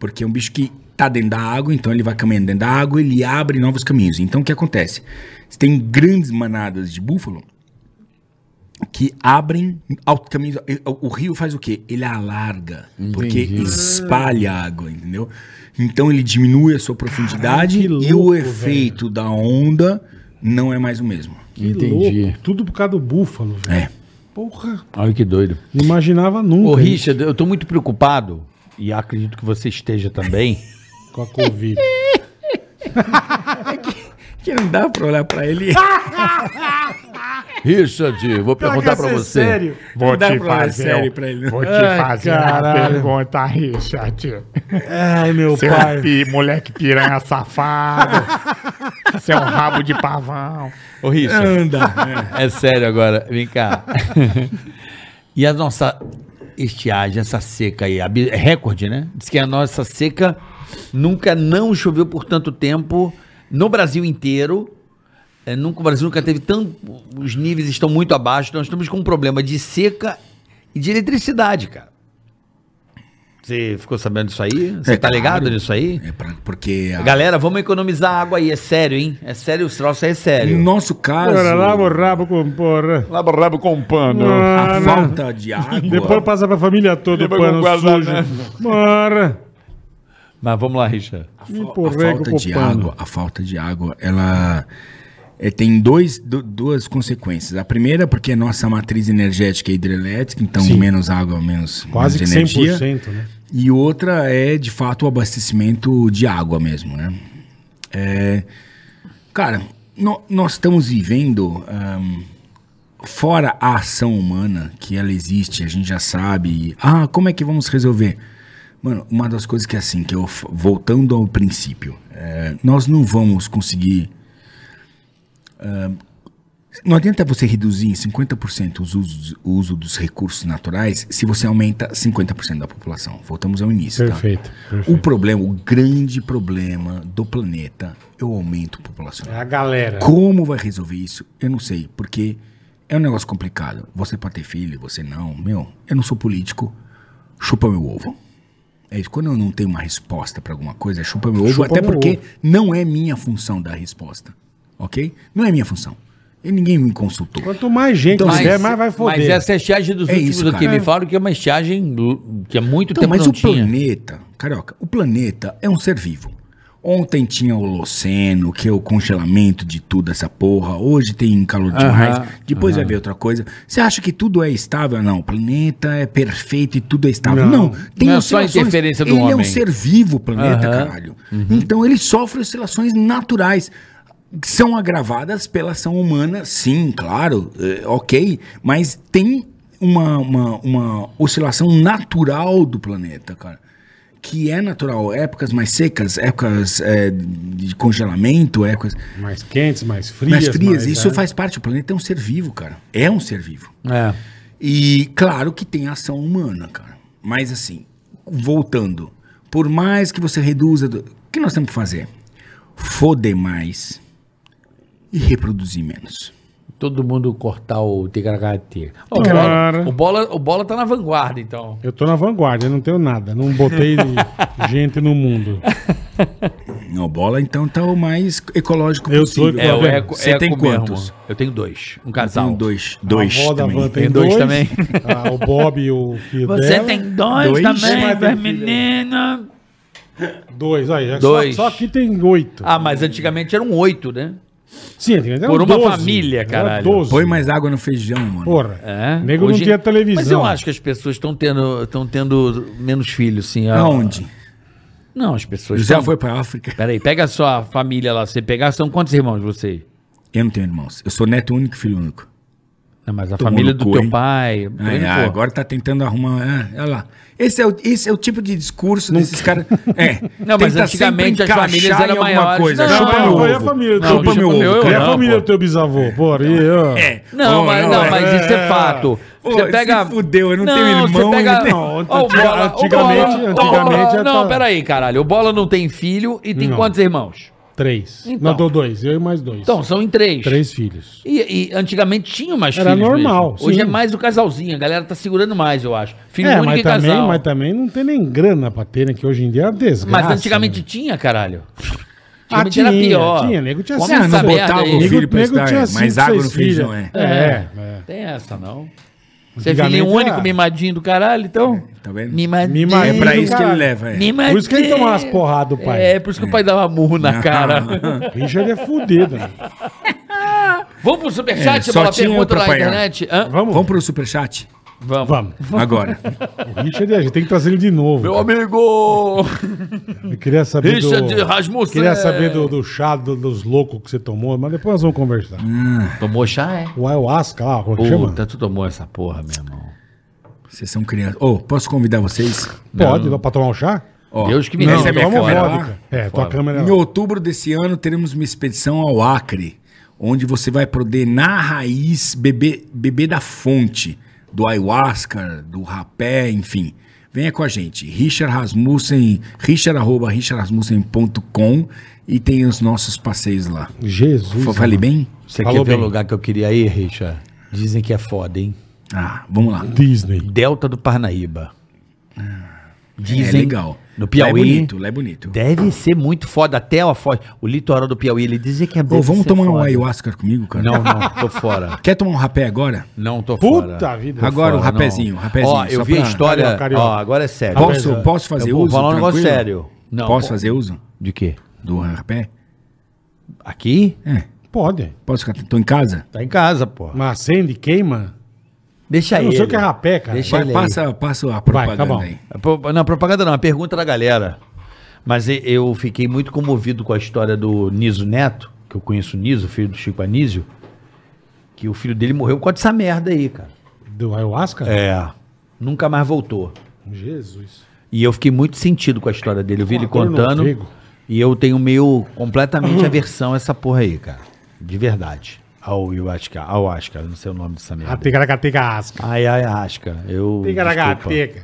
Speaker 2: Porque é um bicho que tá dentro da água, então ele vai caminhando dentro da água, ele abre novos caminhos. Então o que acontece? Você tem grandes manadas de búfalo que abrem ao caminho. O o rio faz o quê? Ele alarga, porque espalha a água, entendeu? Então ele diminui a sua profundidade
Speaker 3: Caralho, que
Speaker 2: e
Speaker 3: louco,
Speaker 2: o efeito da onda não é mais o mesmo.
Speaker 3: Que
Speaker 6: Entendi.
Speaker 3: louco. Tudo por causa do búfalo, velho.
Speaker 2: É.
Speaker 3: Porra.
Speaker 6: Olha que doido.
Speaker 3: Não imaginava nunca.
Speaker 4: Ô,
Speaker 3: isso,
Speaker 4: Richard, eu tô muito preocupado, e acredito que você esteja também.
Speaker 3: Com a Covid.
Speaker 2: Que não dá pra olhar pra ele.
Speaker 5: Richard, vou perguntar pra você.
Speaker 2: Vou te fazer sério pra ele.
Speaker 7: um- Vou te
Speaker 3: Ai,
Speaker 7: fazer
Speaker 3: caralho.
Speaker 7: uma pergunta, Richard.
Speaker 3: Ai, meu
Speaker 7: Seu
Speaker 3: pai.
Speaker 7: pi, moleque piranha safado. seu rabo de pavão.
Speaker 4: Ô, Richard.
Speaker 2: Anda. né?
Speaker 4: É sério agora, vem cá. e a nossa estiagem, essa seca aí, ab- é recorde, né? Diz que a nossa seca nunca não choveu por tanto tempo no Brasil inteiro. É, nunca, o Brasil nunca teve tanto. Os níveis estão muito abaixo. Nós estamos com um problema de seca e de eletricidade, cara. Você ficou sabendo disso aí? Você
Speaker 2: É
Speaker 4: tá ligado
Speaker 2: claro.
Speaker 4: nisso aí?
Speaker 2: É pra- porque a-
Speaker 4: Galera, vamos economizar água aí. É sério, hein? É sério, o troço aí é
Speaker 2: no
Speaker 4: sério.
Speaker 2: nosso caso,
Speaker 3: Porra, lava o rabo com porra.
Speaker 5: Lava o rabo com um pano.
Speaker 2: a
Speaker 3: Ah, não.
Speaker 2: falta de água.
Speaker 3: Depois passa pra família toda o
Speaker 5: Leva
Speaker 3: pano
Speaker 5: com
Speaker 3: sujo.
Speaker 5: guardanapo.
Speaker 3: Bora.
Speaker 4: Mas vamos lá, Richard.
Speaker 2: a,
Speaker 3: me
Speaker 2: fa- a
Speaker 3: porrego
Speaker 2: falta
Speaker 3: com
Speaker 2: de
Speaker 3: pano.
Speaker 2: água, a falta de água, ela é, tem dois, du- duas consequências. A primeira, porque a nossa matriz energética é hidrelétrica, então menos água, menos,
Speaker 3: Quase que
Speaker 2: menos energia. Tá.
Speaker 3: 100%, né?
Speaker 2: E outra é, de fato, o abastecimento de água mesmo, né? É, cara, nó- nós estamos vivendo, ahm, fora a ação humana, que ela existe, a gente já sabe. e, ah, como é que vamos resolver? Mano, uma das coisas que é assim, que eu, f- voltando ao princípio, é, nós não vamos conseguir... ahm, não adianta você reduzir em 50% os usos- o uso dos recursos naturais se você aumenta 50% da população. Voltamos ao início, tá?
Speaker 3: Perfeito.
Speaker 2: O problema, o grande problema do planeta é o aumento
Speaker 3: É
Speaker 2: populacional.
Speaker 3: a galera.
Speaker 2: Como vai resolver isso? Eu não sei, porque é um negócio complicado. Você pode ter filho, você não. Meu, eu não sou político, chupa meu ovo. É isso. Quando eu não tenho uma resposta para alguma coisa, chupa meu ovo,
Speaker 3: Chupa
Speaker 2: até
Speaker 3: meu
Speaker 2: porque
Speaker 3: ovo.
Speaker 2: não é minha função dar resposta, ok? Não é minha função. E ninguém me consultou.
Speaker 3: Quanto mais gente
Speaker 2: Então,
Speaker 3: tiver,
Speaker 2: mas-
Speaker 3: mais vai foder.
Speaker 4: Mas essa é a estiagem dos
Speaker 2: É
Speaker 4: últimos
Speaker 2: isso,
Speaker 4: aqui.
Speaker 2: cara.
Speaker 4: Me falaram que é uma estiagem do- que há muito
Speaker 2: Então,
Speaker 4: tempo
Speaker 2: mas
Speaker 4: não
Speaker 2: o
Speaker 4: tinha.
Speaker 2: planeta, carioca, o planeta é um ser vivo. Ontem tinha o Holoceno, que é o congelamento de tudo, essa porra. Hoje tem calor demais. Depois vai ver outra coisa. Você acha que tudo é estável? Não, o planeta é perfeito e tudo é estável.
Speaker 3: Não.
Speaker 2: Não, tem
Speaker 4: Não é só a
Speaker 2: oscilações.
Speaker 4: interferência do
Speaker 2: Ele é um
Speaker 4: homem.
Speaker 2: ser vivo, o planeta,
Speaker 4: Aham.
Speaker 2: caralho. Então ele sofre oscilações naturais. que São agravadas pela ação humana, sim, claro, é, ok, mas tem uma, uma, uma oscilação natural do planeta, cara. que é natural. Épocas mais secas, épocas é, de congelamento, épocas
Speaker 3: Mais quentes, mais frias.
Speaker 2: mais frias. isso
Speaker 3: é.
Speaker 2: faz parte. O planeta é um ser vivo, cara. É um ser vivo.
Speaker 6: É.
Speaker 2: E claro que tem ação humana, cara. Mas assim, voltando, por mais que você reduza, do- o que nós temos que fazer? Foder mais e reproduzir menos.
Speaker 6: Todo mundo cortar o ticaracati.
Speaker 4: O
Speaker 3: Cara.
Speaker 4: bola, o, bola, o bola tá na vanguarda, então.
Speaker 3: Eu tô na vanguarda, eu não tenho nada. Não botei gente no mundo.
Speaker 2: Não, bola então tá o mais ecológico
Speaker 3: Eu sou
Speaker 2: possível.
Speaker 3: ecológico. É, o
Speaker 2: eco- Você tem
Speaker 4: eco mesmo.
Speaker 2: quantos?
Speaker 4: Eu tenho dois. Um
Speaker 2: Tem
Speaker 4: casal.
Speaker 2: dois, dois
Speaker 3: a avó da van
Speaker 2: também.
Speaker 3: tem
Speaker 4: Tem
Speaker 3: dois,
Speaker 4: dois também.
Speaker 3: Ah, o Bob e o filho
Speaker 4: Você
Speaker 3: dela.
Speaker 4: tem dois,
Speaker 2: Dois?
Speaker 4: também,
Speaker 3: Mas tem
Speaker 4: dois
Speaker 3: filho.
Speaker 4: meninas.
Speaker 3: Dois, aí. é só-
Speaker 4: Dois.
Speaker 3: Só, aqui tem oito.
Speaker 4: Ah, mas antigamente eram oito, né?
Speaker 3: Sim, antigamente
Speaker 4: Por
Speaker 3: eram
Speaker 4: uma família,
Speaker 3: Era
Speaker 4: caralho.
Speaker 3: 12.
Speaker 2: Põe mais água no feijão, mano.
Speaker 3: Porra.
Speaker 4: É.
Speaker 3: O nego
Speaker 4: Hoje-
Speaker 3: não tinha televisão.
Speaker 4: Mas eu acho que as pessoas estão tendo, estão tendo menos filhos, sim. A-
Speaker 2: Aonde?
Speaker 4: Não, as pessoas.
Speaker 2: José
Speaker 4: tão-
Speaker 2: foi pra África.
Speaker 4: Peraí, pega só a família lá. Você pegar, são quantos irmãos você?
Speaker 2: Eu não tenho irmãos. Eu sou neto único, e filho único.
Speaker 4: Não, mas a
Speaker 2: Tomou
Speaker 4: família
Speaker 2: no
Speaker 4: do
Speaker 2: cu,
Speaker 4: teu
Speaker 2: hein?
Speaker 4: pai.
Speaker 2: Ah, é,
Speaker 4: Pô,
Speaker 2: agora tá tentando arrumar. É, olha lá. Esse é, o, esse é o tipo de discurso desses caras. É.
Speaker 4: Não, mas
Speaker 2: tenta
Speaker 4: antigamente
Speaker 2: sempre
Speaker 4: as famílias
Speaker 2: encaixar
Speaker 4: eram
Speaker 2: em alguma
Speaker 4: maiores.
Speaker 2: Coisa.
Speaker 4: Não,
Speaker 3: Não, é,
Speaker 2: chupa
Speaker 4: não,
Speaker 2: meu
Speaker 3: foi a
Speaker 2: ovo.
Speaker 3: família do
Speaker 4: Não,
Speaker 3: teu
Speaker 2: chupa meu
Speaker 4: chupa meu
Speaker 2: ovo.
Speaker 4: ovo.
Speaker 3: É a
Speaker 4: Não,
Speaker 3: família
Speaker 4: pô.
Speaker 3: do teu bisavô. Porra, e, ó.
Speaker 2: É.
Speaker 4: Não, mas, não,
Speaker 2: é.
Speaker 4: mas isso é fato.
Speaker 2: Pô,
Speaker 4: Você
Speaker 2: se
Speaker 4: pega.
Speaker 2: fudeu, eu não tenho
Speaker 4: você
Speaker 2: irmão,
Speaker 4: Pega...
Speaker 2: eu não-
Speaker 4: Ó, o
Speaker 3: antiga-
Speaker 4: Bola- o
Speaker 3: antigamente-
Speaker 4: Bola-
Speaker 3: antigamente
Speaker 4: o Bola-
Speaker 3: já
Speaker 4: Não,
Speaker 3: tá-
Speaker 4: peraí, caralho. O Bola não tem filho e tem
Speaker 3: Não.
Speaker 4: quantos irmãos?
Speaker 3: Três.
Speaker 4: Então.
Speaker 3: Não, dou dois. Eu e mais dois.
Speaker 4: Então, são em três.
Speaker 3: Três filhos.
Speaker 4: E, e antigamente tinha mais
Speaker 3: Era
Speaker 4: filhos
Speaker 3: normal,
Speaker 4: mesmo. Hoje
Speaker 3: sim.
Speaker 4: é mais o casalzinho. A galera tá segurando mais, eu acho. Filho
Speaker 3: é,
Speaker 4: único
Speaker 3: mas
Speaker 4: e
Speaker 3: também,
Speaker 4: casal.
Speaker 3: mas também não tem nem grana pra ter, né? Que hoje em dia é uma desgraça.
Speaker 4: Mas antigamente tinha, caralho.
Speaker 3: Ah,
Speaker 4: Antigamente era
Speaker 3: tinha,
Speaker 4: pior.
Speaker 3: tinha, nego tinha
Speaker 4: Come
Speaker 3: cinco,
Speaker 4: essa
Speaker 3: não
Speaker 4: merda
Speaker 2: botava
Speaker 4: aí.
Speaker 2: o filho pra
Speaker 3: nego
Speaker 2: estudar,
Speaker 3: tinha
Speaker 2: é,
Speaker 3: cinco,
Speaker 2: mais água
Speaker 3: seis
Speaker 2: no feijão,
Speaker 3: filhos.
Speaker 2: é.
Speaker 3: É, é.
Speaker 4: Tem essa, não. Você é
Speaker 3: Antigamente
Speaker 4: filhinho único,
Speaker 3: era-
Speaker 4: mimadinho do caralho, então?
Speaker 2: Tá vendo?
Speaker 4: Mimadinho.
Speaker 2: É
Speaker 3: Mimadinho.
Speaker 2: pra isso que ele
Speaker 3: Caralho.
Speaker 2: leva. É.
Speaker 4: Mimadinho.
Speaker 3: Por isso que ele tomava umas porradas do pai.
Speaker 4: É, por isso que o pai dava murro
Speaker 2: Ah,
Speaker 4: na cara.
Speaker 3: Richard é fudido. né?
Speaker 4: Vamos pro
Speaker 2: É,
Speaker 4: superchat,
Speaker 2: só
Speaker 4: bola
Speaker 2: tinha
Speaker 4: pergunta
Speaker 2: pra
Speaker 4: na
Speaker 2: apanhar.
Speaker 4: internet. Hã?
Speaker 3: Vamos?
Speaker 2: Vamos pro superchat?
Speaker 4: Vamos.
Speaker 3: Vamos.
Speaker 2: Agora.
Speaker 3: O Richard, é, a gente tem que trazer ele de novo.
Speaker 5: Meu amigo!
Speaker 3: Eu queria saber
Speaker 5: Richard
Speaker 3: do...
Speaker 5: Rasmussen.
Speaker 3: Queria
Speaker 6: É.
Speaker 3: saber do, do chá do- dos loucos que você tomou, mas depois nós vamos conversar.
Speaker 6: Hum.
Speaker 4: Tomou chá, é?
Speaker 3: O ayahuasca lá, como é que chama?
Speaker 4: Puta, tu tomou essa porra, meu irmão.
Speaker 2: Vocês são crianças. Ô, posso convidar vocês?
Speaker 3: Pode, pra tomar um chá?
Speaker 2: Ó,
Speaker 4: Deus que me livre.
Speaker 2: essa é minha
Speaker 3: Toma
Speaker 2: câmera lá.
Speaker 3: vodka. É, tua câmera
Speaker 2: Em outubro desse ano, teremos uma expedição ao Acre, onde você vai poder, na raiz, beber, beber da fonte, do ayahuasca, do rapé, enfim. Venha com a gente, Richard Rasmussen, richard, arroba, richardrasmussen.com e tem os nossos passeios lá.
Speaker 3: Jesus.
Speaker 2: Fa- Falei bem?
Speaker 6: Você
Speaker 3: Falou
Speaker 6: quer ver
Speaker 3: bem.
Speaker 6: o lugar que eu queria ir, Richard? Dizem que é foda, hein?
Speaker 2: Ah, vamos lá.
Speaker 3: Disney.
Speaker 6: Delta do Parnaíba.
Speaker 2: é legal.
Speaker 6: No Piauí.
Speaker 2: Lá é bonito, lá é bonito.
Speaker 6: Deve ser muito foda. Até a foz, o litoral do Piauí, ele dizem que é
Speaker 2: Ô,
Speaker 6: bom.
Speaker 2: vamos tomar um ayahuasca comigo, cara?
Speaker 6: Não, não, tô fora.
Speaker 2: Quer tomar um rapé agora?
Speaker 6: Não, tô fora.
Speaker 3: Puta vida.
Speaker 2: Agora o
Speaker 6: Fora, não.
Speaker 2: rapézinho, o rapézinho.
Speaker 6: Ó, eu
Speaker 2: só
Speaker 6: vi a
Speaker 2: pra-
Speaker 6: história.
Speaker 3: Carioca,
Speaker 6: Ó,
Speaker 3: carioca.
Speaker 6: agora é sério.
Speaker 2: Posso, posso fazer
Speaker 6: eu vou
Speaker 2: uso?
Speaker 6: falar um negócio
Speaker 2: tranquilo?
Speaker 6: sério. Não,
Speaker 2: posso
Speaker 6: pô-
Speaker 2: fazer uso
Speaker 6: De quê?
Speaker 2: do rapé?
Speaker 6: Aqui?
Speaker 2: É.
Speaker 3: Pode.
Speaker 2: Posso ficar? Tô em casa?
Speaker 6: Tá em casa, pô.
Speaker 3: Mas acende, queima.
Speaker 6: Deixa
Speaker 3: Eu
Speaker 6: ele.
Speaker 3: não sei o que é rapé, cara.
Speaker 6: Deixa
Speaker 2: Vai,
Speaker 6: ele aí.
Speaker 2: passa, passa a propaganda
Speaker 3: bom.
Speaker 2: aí.
Speaker 6: A pro- Não, propaganda não, a pergunta da galera. Mas e- eu fiquei muito comovido com a história do Niso Neto, que eu conheço o Niso, filho do Chico Anísio, que o filho dele morreu por causa dessa merda aí, cara.
Speaker 3: Do ayahuasca?
Speaker 6: É. Nunca mais voltou.
Speaker 3: Jesus.
Speaker 6: E eu fiquei muito sentido com a história dele. Eu vi
Speaker 3: Uma
Speaker 6: ele
Speaker 3: dor no
Speaker 6: contando.
Speaker 3: umbigo.
Speaker 6: E eu tenho meio completamente aversão a essa porra aí, cara. De verdade. Ao Ayahuasca, ao Asca, não sei o nome dessa merda.
Speaker 3: Atecaracatecasca.
Speaker 6: Ai, ai, Asca. Eu. desculpa.
Speaker 3: Atecaragateca.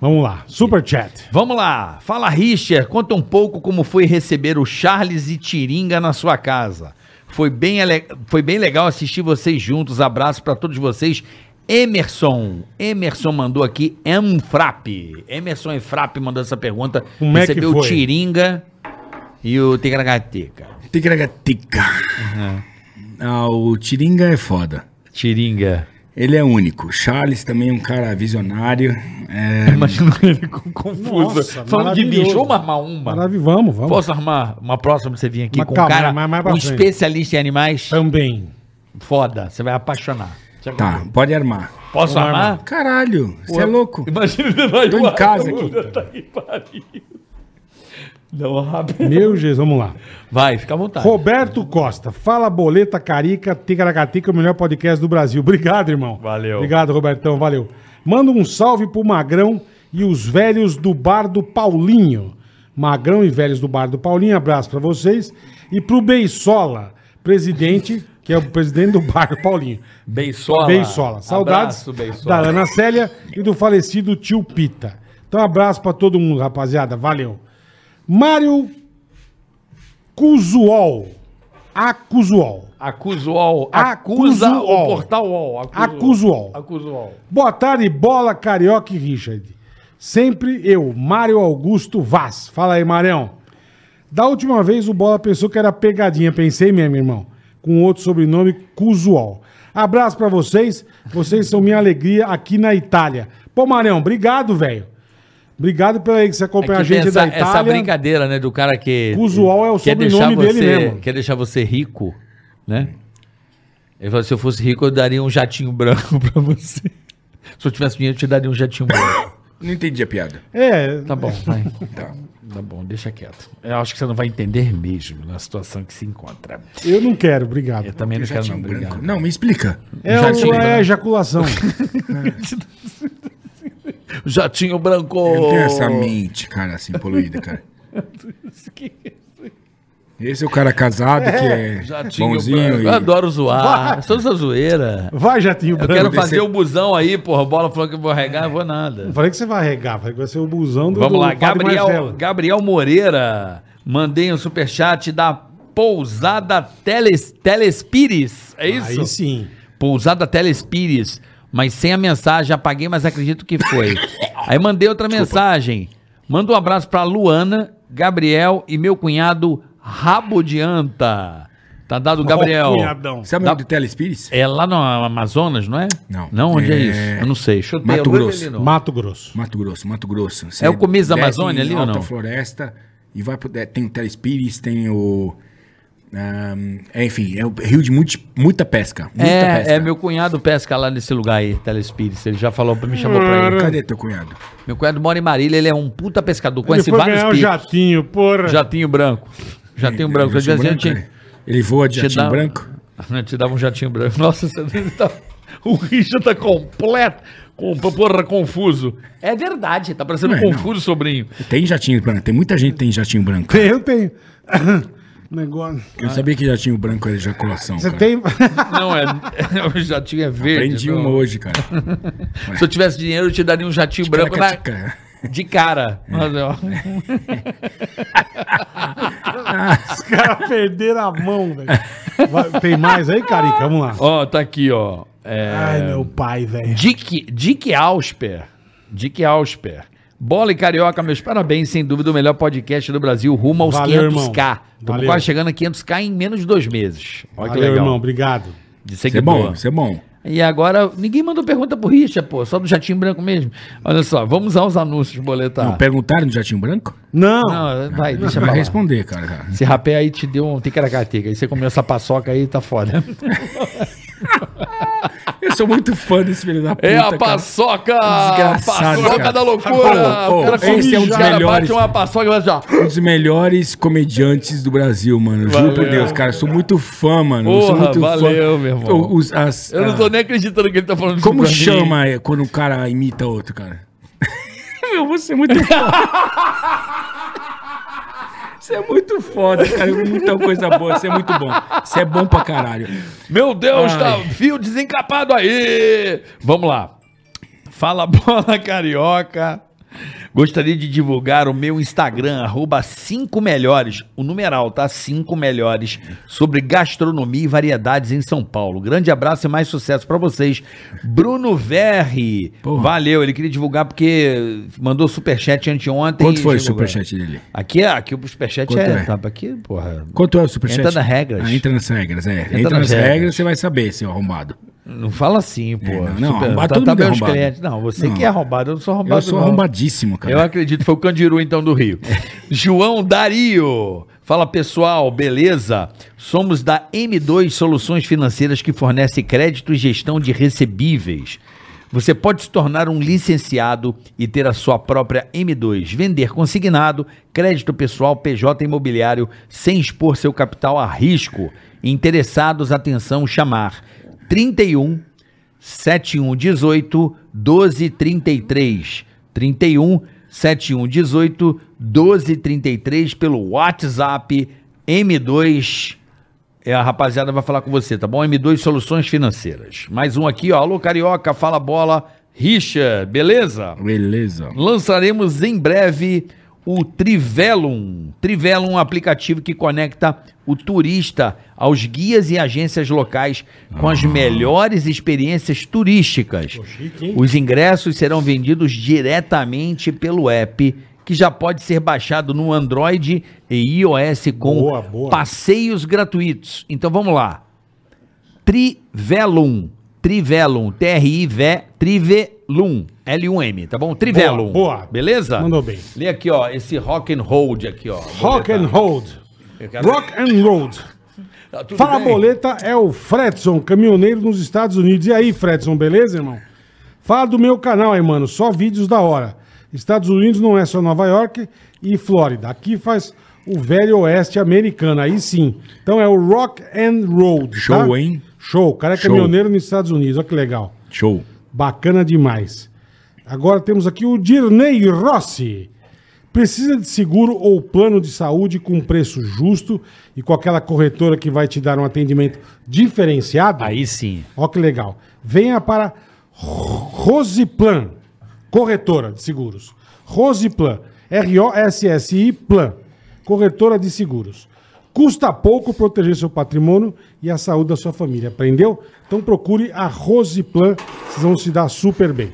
Speaker 3: Vamos lá. Super chat.
Speaker 6: Vamos lá. Fala, Richard. Conta um pouco como foi receber o Charles e Tiringa na sua casa. Foi bem, ale- foi bem legal assistir vocês juntos. Abraço pra todos vocês. Emerson. Emerson mandou aqui Enfrap. Emerson Enfrap mandou essa pergunta.
Speaker 3: Como é que
Speaker 6: Recebeu
Speaker 3: foi?
Speaker 6: o Tiringa e o Tigragateca.
Speaker 2: Tigragatica. Ah, o Tiringa é foda.
Speaker 6: Tiringa.
Speaker 2: Ele é único. Charles também é um cara visionário. É,
Speaker 6: Imagina ele com confuso.
Speaker 3: Nossa,
Speaker 6: Falando de
Speaker 3: maravilhoso.
Speaker 6: bicho, vamos armar uma.
Speaker 3: Maravilha, vamos, vamos.
Speaker 6: Posso armar uma próxima pra você vir aqui
Speaker 3: Mas
Speaker 6: com
Speaker 3: calma,
Speaker 6: um cara,
Speaker 3: mas mais pra
Speaker 6: um
Speaker 3: frente.
Speaker 6: especialista em animais?
Speaker 3: Também.
Speaker 6: Foda, você vai apaixonar.
Speaker 2: tá, pode armar.
Speaker 6: Posso
Speaker 3: Vamos
Speaker 6: armar?
Speaker 3: armar.
Speaker 2: Caralho, você é louco.
Speaker 4: Imagina ele vai
Speaker 2: Tô em casa aqui.
Speaker 4: Não, rápido.
Speaker 3: Meu Jesus, vamos lá.
Speaker 6: Vai, fica à vontade.
Speaker 3: Roberto Costa, fala boleta carica, ticaracatica, o melhor podcast do Brasil. Obrigado, irmão.
Speaker 6: Valeu.
Speaker 3: Obrigado, Robertão, valeu. Manda um salve pro Magrão e os velhos do Bar do Paulinho. Magrão e velhos do Bar do Paulinho, abraço pra vocês. E pro Beisola, presidente, que é o presidente do Bar do Paulinho.
Speaker 4: Beisola.
Speaker 3: Beisola. Saudades
Speaker 4: Abraço, Beisola.
Speaker 3: da Ana Célia e do falecido tio Pita. Então, abraço pra todo mundo, rapaziada. Valeu. Mário Cuzuol. Acuzuol.
Speaker 4: Acusa o UOL. Acusa
Speaker 3: Acusa o
Speaker 4: o
Speaker 3: UOL.
Speaker 4: portal UOL.
Speaker 3: Acuzuol.
Speaker 4: Acusa o UOL.
Speaker 3: Boa tarde, bola, carioca e Richard. Sempre eu, Mário Augusto Vaz. Fala aí, Marião. Da última vez o Bola pensou que era pegadinha. Pensei mesmo, irmão. Com outro sobrenome, Cusual. Abraço pra vocês. Vocês são minha alegria aqui na Itália. Pô, Marião, obrigado, velho. Obrigado pela aí que você
Speaker 4: É que
Speaker 3: acompanha a
Speaker 4: tem
Speaker 3: gente
Speaker 4: essa,
Speaker 3: da
Speaker 4: essa
Speaker 3: Itália.
Speaker 4: brincadeira, né, do cara que...
Speaker 3: Cuzuol é o
Speaker 4: quer
Speaker 3: sobrenome
Speaker 4: deixar
Speaker 3: dele
Speaker 4: você-
Speaker 3: mesmo.
Speaker 4: Quer deixar você rico, né? Ele falou, se eu fosse rico, eu daria um jatinho branco pra você. Se eu tivesse dinheiro, eu te daria um jatinho branco.
Speaker 2: Não entendi a piada.
Speaker 3: É,
Speaker 4: Tá bom, vai.
Speaker 2: Tá.
Speaker 4: Tá bom, deixa quieto. Eu acho que você não vai entender mesmo na situação que se encontra.
Speaker 3: eu não quero, obrigado.
Speaker 4: Eu também não quero, não.
Speaker 2: Jatinho um branco.
Speaker 4: Obrigado.
Speaker 2: Não, me explica.
Speaker 3: É,
Speaker 4: É, tá Jatinho né?
Speaker 3: o, é a
Speaker 4: branco.
Speaker 3: ejaculação.
Speaker 8: Jatinho branco.
Speaker 2: né? Eu não tenho essa mente, cara, assim, poluída, cara. Esse é o cara casado que é
Speaker 8: Jatinho
Speaker 2: bonzinho
Speaker 8: branco.
Speaker 2: e...
Speaker 4: Eu adoro zoar. Só essa zoeira.
Speaker 3: Vai, Jatinho
Speaker 4: Eu
Speaker 3: Branco.
Speaker 4: quero fazer o busão aí, porra. Bola falou que eu vou regar, eu vou nada.
Speaker 3: Não falei que você vai regar, falei que vai ser o busão do,
Speaker 4: Vamos
Speaker 3: do
Speaker 4: lá,
Speaker 3: Padre
Speaker 4: Gabriel,
Speaker 3: Marcelo.
Speaker 4: Gabriel Moreira. Mandei um superchat da Pousada Teles, Telespires. É isso?
Speaker 3: Aí sim.
Speaker 4: Pousada Telespires. Mas sem a mensagem, apaguei, mas acredito que foi. Aí mandei outra mensagem. Manda um abraço pra Luana, Gabriel e meu cunhado Rabo de Anta. Tá dado, Gabriel.
Speaker 3: Ó, cunhadão.
Speaker 2: Sabe o nome do Telespires?
Speaker 4: É lá no Amazonas, não é?
Speaker 2: Não.
Speaker 4: Não, onde é,
Speaker 2: É-
Speaker 4: isso? Eu não sei. Chutei,
Speaker 2: Mato
Speaker 4: eu vou
Speaker 2: Grosso.
Speaker 4: ver ali, não.
Speaker 3: Mato Grosso.
Speaker 2: Mato Grosso, Mato Grosso.
Speaker 4: É o começo da
Speaker 2: Desce
Speaker 4: Amazônia
Speaker 2: em
Speaker 4: ali ou
Speaker 2: alta
Speaker 4: não?
Speaker 2: floresta e vai pro... é, Tem o Telespires, tem o... ahm, é, enfim, é o rio de muita, muita pesca. Muita pesca.
Speaker 4: É, é, meu cunhado pesca lá nesse lugar aí, Telespires. Ele já falou, pra- me chamou pra ele.
Speaker 2: Cadê teu cunhado?
Speaker 4: Meu cunhado mora em Marília, ele é um puta pescador,
Speaker 3: Ele
Speaker 4: conhece
Speaker 3: foi
Speaker 4: vários
Speaker 3: ganhar o
Speaker 4: picos.
Speaker 3: jatinho, porra.
Speaker 4: Jatinho branco. Jatinho Ah, um branco. Se eu
Speaker 2: Jatinho
Speaker 4: tivesse, eu
Speaker 2: branco,
Speaker 4: tinha-
Speaker 2: né? Ele voa de
Speaker 4: Te
Speaker 2: jatinho
Speaker 4: dá-
Speaker 2: branco?
Speaker 4: Eu Te dava um jatinho branco. Nossa, você tá... o Richard tá completo. Com, porra, confuso. É verdade, tá parecendo
Speaker 2: Não é,
Speaker 4: confuso, sobrinho.
Speaker 2: Tem jatinho branco, tem muita gente que tem jatinho branco.
Speaker 3: Tem, Eu tenho. Negócio.
Speaker 2: Eu sabia que jatinho branco era ejaculação,
Speaker 3: Você
Speaker 2: cara.
Speaker 3: tem. então.
Speaker 4: Não, é. O jatinho é verde.
Speaker 2: Aprendi um
Speaker 4: não.
Speaker 2: uma hoje, cara.
Speaker 4: Se eu tivesse dinheiro, eu te daria um jatinho branco na-
Speaker 2: Caraca,
Speaker 4: de cara.
Speaker 2: É.
Speaker 4: Mas, ó,
Speaker 3: Os caras perderam a mão, velho. Vai- Tem mais aí, Carica? Vamos lá.
Speaker 4: Ó, tá aqui, ó. É,
Speaker 3: Ai, meu pai, velho.
Speaker 4: Dick, Dick Ausper. Dick Ausper. Bola e Carioca, meus parabéns, sem dúvida, o melhor podcast do Brasil, rumo aos
Speaker 3: Valeu,
Speaker 4: 500k. Estamos
Speaker 3: Valeu.
Speaker 4: quase chegando a 500k em menos de dois meses. Olha que
Speaker 3: Valeu,
Speaker 4: legal.
Speaker 3: irmão. Obrigado.
Speaker 4: De
Speaker 2: Isso é
Speaker 4: seguidor.
Speaker 2: bom, isso é bom.
Speaker 4: E agora, ninguém mandou pergunta pro Richard, pô, só do Jatinho Branco mesmo. Olha só, vamos aos anúncios, boletar.
Speaker 2: Não, perguntaram do jatinho branco?
Speaker 3: Não.
Speaker 4: Não, vai, deixa pra
Speaker 2: Vai
Speaker 4: lá.
Speaker 2: responder, cara.
Speaker 4: Esse rapé aí te deu um ticaracateca, aí você comeu essa paçoca aí, tá foda.
Speaker 2: Eu sou muito fã desse filho da puta,
Speaker 8: É a
Speaker 2: cara.
Speaker 8: paçoca!
Speaker 2: Desgraçado,
Speaker 8: Paçoca
Speaker 2: cara.
Speaker 8: da loucura!
Speaker 2: Pô, pô,
Speaker 8: o cara come-
Speaker 2: esse é um
Speaker 8: o
Speaker 2: dos
Speaker 8: cara
Speaker 2: melhores.
Speaker 8: bate uma paçoca e assim, vai já.
Speaker 2: Um dos melhores comediantes do Brasil, mano. Juro por Deus, cara. Eu sou muito fã, mano. Eu sou
Speaker 4: Porra,
Speaker 2: muito
Speaker 4: valeu,
Speaker 2: fã.
Speaker 4: meu irmão.
Speaker 2: Os- as-
Speaker 8: Eu não tô nem acreditando que ele tá falando isso
Speaker 2: Como
Speaker 8: pra mim.
Speaker 2: chama é, quando um cara imita outro, cara? Meu, você é muito foda. Você é muito foda, cara. Muita coisa boa. Você é muito bom. Você é bom pra caralho.
Speaker 8: Meu Deus, tá
Speaker 2: Ai.
Speaker 8: fio desencapado aí!
Speaker 4: Vamos lá. Fala bola carioca. Gostaria de divulgar o meu Instagram, arroba 5 melhores, o numeral, tá? 5 melhores, sobre gastronomia e variedades em São Paulo. Grande abraço e mais sucesso pra vocês. Bruno Verri, valeu, ele queria divulgar porque mandou superchat anteontem.
Speaker 2: Quanto foi o
Speaker 4: Divulgar.
Speaker 2: superchat dele?
Speaker 4: Aqui, é- aqui o superchat
Speaker 2: Quanto
Speaker 4: é,
Speaker 2: é?
Speaker 4: tá, aqui, porra,
Speaker 2: Quanto é o superchat?
Speaker 4: Entra nas regras.
Speaker 2: Ah, entra nas regras, é. Entra,
Speaker 4: nas
Speaker 2: nas, regras.
Speaker 4: regras,
Speaker 2: você vai saber, seu arrombado.
Speaker 4: não fala assim, pô.
Speaker 2: não, não, arrombado,
Speaker 4: tá,
Speaker 2: todo
Speaker 4: tá
Speaker 2: mundo é
Speaker 4: meus
Speaker 2: arrombado.
Speaker 4: clientes. Não, você
Speaker 2: Não.
Speaker 4: que é arrombado, eu não sou arrombado
Speaker 2: Eu sou
Speaker 4: não.
Speaker 2: arrombadíssimo, cara.
Speaker 4: Eu acredito, foi o Candiru então do Rio. João Dario. Fala pessoal, beleza? Somos da M2 Soluções Financeiras que fornece crédito e gestão de recebíveis. Você pode se tornar um licenciado e ter a sua própria M2, vender consignado, crédito pessoal, PJ imobiliário, sem expor seu capital a risco. Interessados, atenção, chamar 31 7118 1233 31 71 18 12 33 pelo WhatsApp M2. É, a rapaziada vai falar com você, tá bom? M2 Soluções Financeiras. Mais um aqui, ó. Alô, Carioca, fala bola. Richard, beleza?
Speaker 2: Beleza.
Speaker 4: Lançaremos em breve o Trivelum. Trivelum é um aplicativo que conecta o turista aos guias e agências locais com as melhores experiências turísticas.
Speaker 3: Ah. chique, hein?
Speaker 4: Os ingressos serão vendidos diretamente pelo app, que já pode ser baixado no Android e iOS com
Speaker 3: Boa, boa.
Speaker 4: passeios gratuitos. Então vamos lá. Trivelum. Trivelum. T-R-I-V. Trivelum. L-U-M, tá bom? Trivelum.
Speaker 3: Boa, boa.
Speaker 4: Beleza?
Speaker 3: Mandou bem.
Speaker 4: Lê aqui, ó, esse rock and hold aqui, ó.
Speaker 3: Rock and hold.
Speaker 4: quero-
Speaker 3: Rock and road.
Speaker 4: Tá tudo
Speaker 3: Fala
Speaker 4: bem?
Speaker 3: Boleta é o Fredson, caminhoneiro nos Estados Unidos. E aí, Fredson, beleza, irmão? Fala do meu canal aí, mano. Só vídeos da hora. Estados Unidos não é só Nova York e Flórida. Aqui faz o velho oeste americano. Aí sim. Então é o Rock and Road.
Speaker 2: Show, hein?
Speaker 3: Show. O cara é
Speaker 2: Show.
Speaker 3: caminhoneiro nos Estados Unidos. Olha que legal.
Speaker 2: Show.
Speaker 3: Bacana demais. Agora temos aqui o Dirney Rossi. Precisa de seguro ou plano de saúde com preço justo e com aquela corretora que vai te dar um atendimento diferenciado?
Speaker 4: Aí sim.
Speaker 3: Ó que legal. Venha para Rosiplan, corretora de seguros. Rosiplan, R-O-S-S-I Plan, corretora de seguros. Custa pouco proteger seu patrimônio e a saúde da sua família. Aprendeu? Então procure a Rosiplan, vocês vão se dar super bem.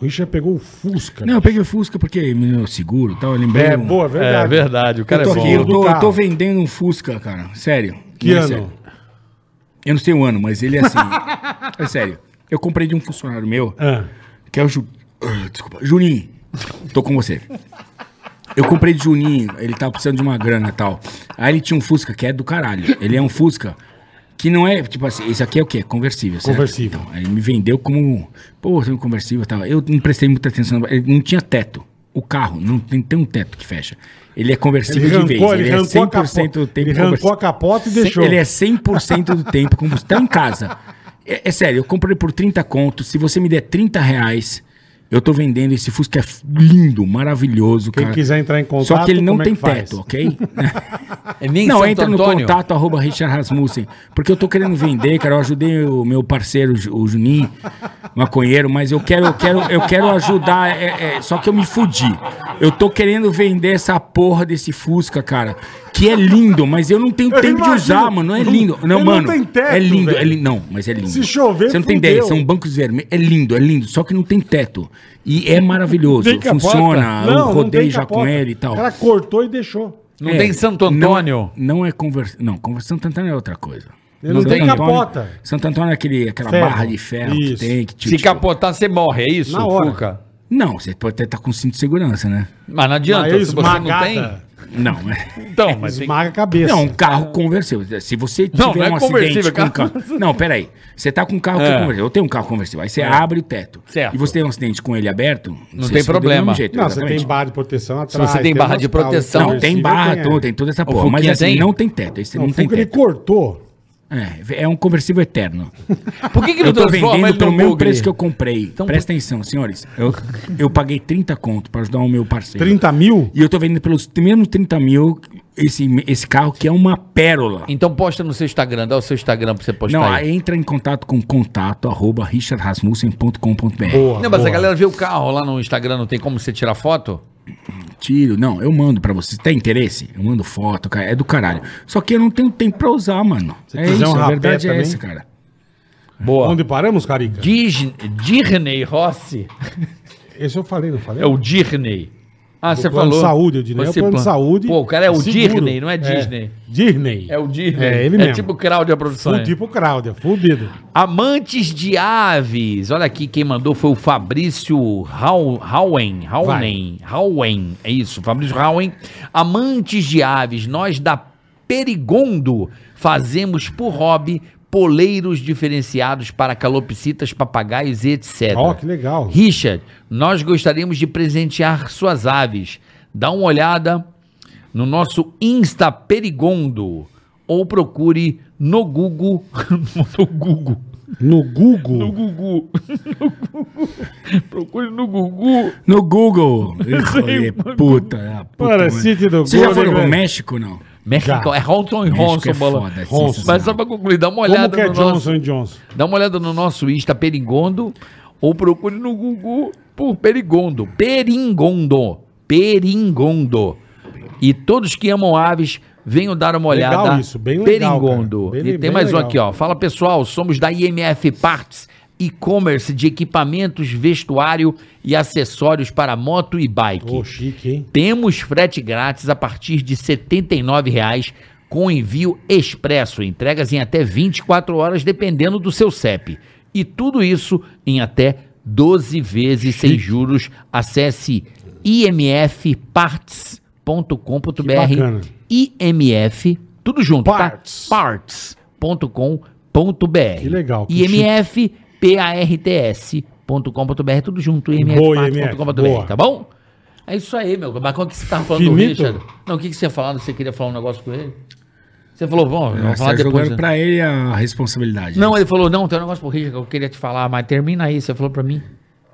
Speaker 3: O Richard pegou o Fusca.
Speaker 2: Não, eu peguei o Fusca porque me deu seguro e tal. Eu lembrei.
Speaker 3: é,
Speaker 2: um-
Speaker 3: boa, verdade.
Speaker 4: É verdade, o cara
Speaker 2: Eu tô,
Speaker 4: é bom.
Speaker 2: aqui, eu,
Speaker 3: Do
Speaker 2: tô, eu
Speaker 3: carro.
Speaker 2: tô vendendo um Fusca, cara. Sério.
Speaker 3: Que
Speaker 2: Não é
Speaker 3: ano?
Speaker 2: sério. Eu não sei o ano, mas ele é assim. é sério. Eu comprei de um funcionário meu,
Speaker 3: Ah,
Speaker 2: que é o Ju... Ah, Desculpa. Juninho. Tô com você. Eu comprei de Juninho, ele tava precisando de uma grana e tal. Aí ele tinha um Fusca que é do caralho. Ele é um Fusca que não é, tipo assim, esse aqui é o quê? Conversível, certo?
Speaker 3: Conversível.
Speaker 2: Então, ele me vendeu como, pô, tem um conversível e tal. Eu não prestei muita atenção, ele não tinha teto. O carro não tem, tem um teto que fecha. Ele é conversível
Speaker 3: Ele
Speaker 2: de vez.
Speaker 3: arrancou,
Speaker 2: Ele,
Speaker 3: ele
Speaker 2: é
Speaker 3: arrancou a
Speaker 2: 100% do
Speaker 3: capota.
Speaker 2: tempo
Speaker 3: Ele arrancou a
Speaker 2: conversível.
Speaker 3: capota e
Speaker 2: Cem-
Speaker 3: deixou.
Speaker 2: Ele é 100% do tempo como está em casa. É, é sério, eu comprei por 30 conto. Se você me der 30 reais, eu tô vendendo esse Fusca é f- lindo, maravilhoso,
Speaker 3: Quem
Speaker 2: cara.
Speaker 3: quiser entrar em contato,
Speaker 2: Só que ele não
Speaker 3: como é
Speaker 2: tem
Speaker 3: que faz?
Speaker 2: teto, ok?
Speaker 4: É nem
Speaker 2: não,
Speaker 4: Santo
Speaker 2: entra no
Speaker 4: Antônio.
Speaker 2: contato arroba Richard Rasmussen. Porque eu tô querendo vender, cara. Eu ajudei o meu parceiro, Ju- o Juninho, maconheiro, mas eu quero, eu quero, eu quero ajudar. é, é, só que eu me fudi. Eu tô querendo vender essa porra desse Fusca, cara. Que é lindo, mas eu não tenho
Speaker 3: Eu
Speaker 2: tempo
Speaker 3: imagino.
Speaker 2: de usar, mano. Não é
Speaker 3: Não-
Speaker 2: lindo. Não,
Speaker 3: ele não
Speaker 2: mano.
Speaker 3: tem teto,
Speaker 2: é lindo. É
Speaker 3: velho.
Speaker 2: li- não, mas é lindo.
Speaker 3: Se chover,
Speaker 2: Você não tem
Speaker 3: fudeu.
Speaker 2: ideia, são bancos vermelhos. É lindo, é lindo. Só que não tem teto. E é maravilhoso.
Speaker 4: Tem capota?
Speaker 2: Funciona.
Speaker 3: Não,
Speaker 2: eu
Speaker 3: não
Speaker 2: rodei
Speaker 3: tem
Speaker 2: já
Speaker 3: capota.
Speaker 2: com ele e tal.
Speaker 3: O cara cortou e deixou.
Speaker 4: Não tem Santo Antônio.
Speaker 2: É. Não, não é conversa. Não, conversa Santo Antônio é outra coisa.
Speaker 3: Ele não
Speaker 2: Santo
Speaker 3: tem
Speaker 2: Antônio-
Speaker 3: capota.
Speaker 2: Santo Antônio é aquele, aquela
Speaker 3: Ferro.
Speaker 2: barra de ferro que
Speaker 3: Isso.
Speaker 2: tem. Que te-
Speaker 4: Se
Speaker 2: te-
Speaker 4: capotar, você morre, é isso?
Speaker 3: Na hora.
Speaker 4: Fuca?
Speaker 2: Não, você pode até estar com cinto de segurança, né?
Speaker 4: Mas não adianta,
Speaker 3: Mas
Speaker 4: se você não
Speaker 3: esmagada.
Speaker 4: tem.
Speaker 2: Não, é.
Speaker 4: Então, mas tem...
Speaker 3: Esmaga a cabeça.
Speaker 2: Não, um carro conversível. Se você tiver
Speaker 4: Não, não é
Speaker 2: um
Speaker 4: conversível,
Speaker 2: acidente
Speaker 4: é
Speaker 2: com um
Speaker 4: carro-
Speaker 2: carro. Não, peraí. Você tá com um carro que é conversível. Eu tenho um carro conversível. Aí você abre o teto.
Speaker 4: É. Certo.
Speaker 2: E você tem um acidente com ele aberto.
Speaker 4: Não
Speaker 2: você
Speaker 4: tem
Speaker 2: se fudeu do
Speaker 4: problema.
Speaker 2: mesmo jeito,
Speaker 3: Não, você
Speaker 2: exatamente.
Speaker 3: tem barra de proteção atrás.
Speaker 4: você tem barra
Speaker 3: umas
Speaker 4: de
Speaker 3: calças
Speaker 4: proteção-
Speaker 2: Não, tem
Speaker 3: conversíveis,
Speaker 2: barra,
Speaker 3: é.
Speaker 2: tem, tem toda essa porra. Mas
Speaker 4: Fuquinha
Speaker 2: assim,
Speaker 4: tem?
Speaker 2: não tem teto. Esse
Speaker 3: Não,
Speaker 2: não,
Speaker 3: o
Speaker 2: tem
Speaker 3: Fuca, ele
Speaker 2: teto.
Speaker 3: cortou.
Speaker 2: É, é um conversível eterno.
Speaker 4: Por que, que não
Speaker 2: eu tô
Speaker 4: transforma
Speaker 2: vendendo
Speaker 4: ele
Speaker 2: pelo
Speaker 4: no
Speaker 2: mesmo
Speaker 4: bugre?
Speaker 2: preço que eu comprei.
Speaker 3: Então
Speaker 2: Presta atenção, senhores. Eu, eu paguei 30 conto pra ajudar o meu parceiro.
Speaker 3: 30 mil?
Speaker 2: E eu tô vendendo pelos mesmos 30 mil esse, esse carro que é uma pérola.
Speaker 4: Então posta no seu Instagram, dá o seu Instagram pra você postar
Speaker 2: Não,
Speaker 4: aí.
Speaker 2: aí entra em contato com contato arroba richardrasmussen.com.br.
Speaker 3: Boa,
Speaker 4: Não, mas
Speaker 3: boa.
Speaker 4: a galera vê o carro lá no Instagram, não tem como você tirar foto?
Speaker 2: Tiro, não, eu mando pra você. Tem interesse? Eu mando foto, cara. É do caralho. Só que eu não tenho tempo pra usar, mano.
Speaker 3: Se
Speaker 2: é
Speaker 3: quiser
Speaker 2: isso,
Speaker 3: um
Speaker 2: a
Speaker 3: rapé
Speaker 2: verdade é
Speaker 3: também.
Speaker 2: essa, cara.
Speaker 4: Boa.
Speaker 3: Onde paramos, Carica?
Speaker 4: Dis- Um Dirney Rossi.
Speaker 3: Esse eu falei, não falei?
Speaker 4: É o Dirney. Ah, você
Speaker 3: plano
Speaker 4: falou.
Speaker 3: de saúde, eu diria. É o
Speaker 4: Você
Speaker 3: plano de
Speaker 4: plan-
Speaker 3: saúde.
Speaker 4: Pô, o cara é o
Speaker 3: seguro.
Speaker 4: Dirney, não é Disney.
Speaker 3: Disney.
Speaker 4: É, o Dirney.
Speaker 3: É ele mesmo.
Speaker 4: É tipo o Crowd, a produção.
Speaker 3: Full
Speaker 4: é.
Speaker 3: tipo Crowder, fudido.
Speaker 4: Amantes de aves. Olha aqui quem mandou foi o Fabrício Hau- Hauen. Hauen. Hauen. É isso, Fabrício Hauen. Amantes de aves, nós da Perigondo fazemos por hobby poleiros diferenciados para calopsitas, papagaios e etc.
Speaker 3: Ó, que legal.
Speaker 4: Richard, nós gostaríamos de presentear suas aves. Dá uma olhada no nosso Insta Perigondo ou procure no Google, no Google,
Speaker 3: No Google.
Speaker 9: No Gugu. No Gugu. Procure no Gugu.
Speaker 2: No Google. Ih, puta, é a puta.
Speaker 3: Para,
Speaker 2: mano.
Speaker 3: City do
Speaker 2: Você já
Speaker 3: Google,
Speaker 2: foi
Speaker 3: né,
Speaker 2: no
Speaker 3: velho?
Speaker 2: México, não?
Speaker 4: México,
Speaker 3: Já.
Speaker 4: é Ronson e
Speaker 2: México
Speaker 4: Ronson,
Speaker 2: é
Speaker 4: bola.
Speaker 2: foda, é
Speaker 3: Ronson.
Speaker 4: Mas
Speaker 2: sensacional.
Speaker 4: só pra concluir, dá uma olhada
Speaker 3: Como que é
Speaker 4: no nosso.
Speaker 3: Johnson Johnson?
Speaker 4: Dá uma olhada no nosso Insta Perigondo ou procure no Google por Perigondo. Peringondo. Peringondo. E todos que amam aves, venham dar uma olhada.
Speaker 3: Legal isso, bem legal,
Speaker 4: Peringondo.
Speaker 3: cara. Bem-
Speaker 4: e tem
Speaker 3: bem
Speaker 4: mais um
Speaker 3: legal.
Speaker 4: aqui, ó. Fala pessoal, somos da IMF Parts, e-commerce de equipamentos, vestuário e acessórios para moto e bike.
Speaker 3: Ô, chique, hein?
Speaker 4: Temos frete grátis a partir de R$ 79,00 com envio expresso, entregas em até 24 horas, dependendo do seu CEP. E tudo isso em até 12 vezes sem juros. Acesse
Speaker 3: Que bacana.
Speaker 4: imfparts.com.br. IMF, tudo junto,
Speaker 3: Parts.
Speaker 4: tá? Parts.com.br.
Speaker 3: Que legal, que
Speaker 4: IMF, P-A-R-T-S.com.br, tudo junto.
Speaker 3: Boa,
Speaker 4: IMF.com.br,
Speaker 3: boa.
Speaker 4: tá bom? É isso aí, meu. Mas qual que você tava falando
Speaker 3: Finito?
Speaker 4: do Richard? Não, o que, que você ia falar? Você queria falar um negócio com ele? Você falou,
Speaker 3: É,
Speaker 4: bom,
Speaker 2: Você
Speaker 4: vamos falar
Speaker 2: tá
Speaker 4: depois.
Speaker 2: jogando
Speaker 4: né?
Speaker 2: pra ele a responsabilidade.
Speaker 4: Não, ele falou, não, tem um negócio pro Richard que eu queria te falar, mas termina aí, você falou pra mim.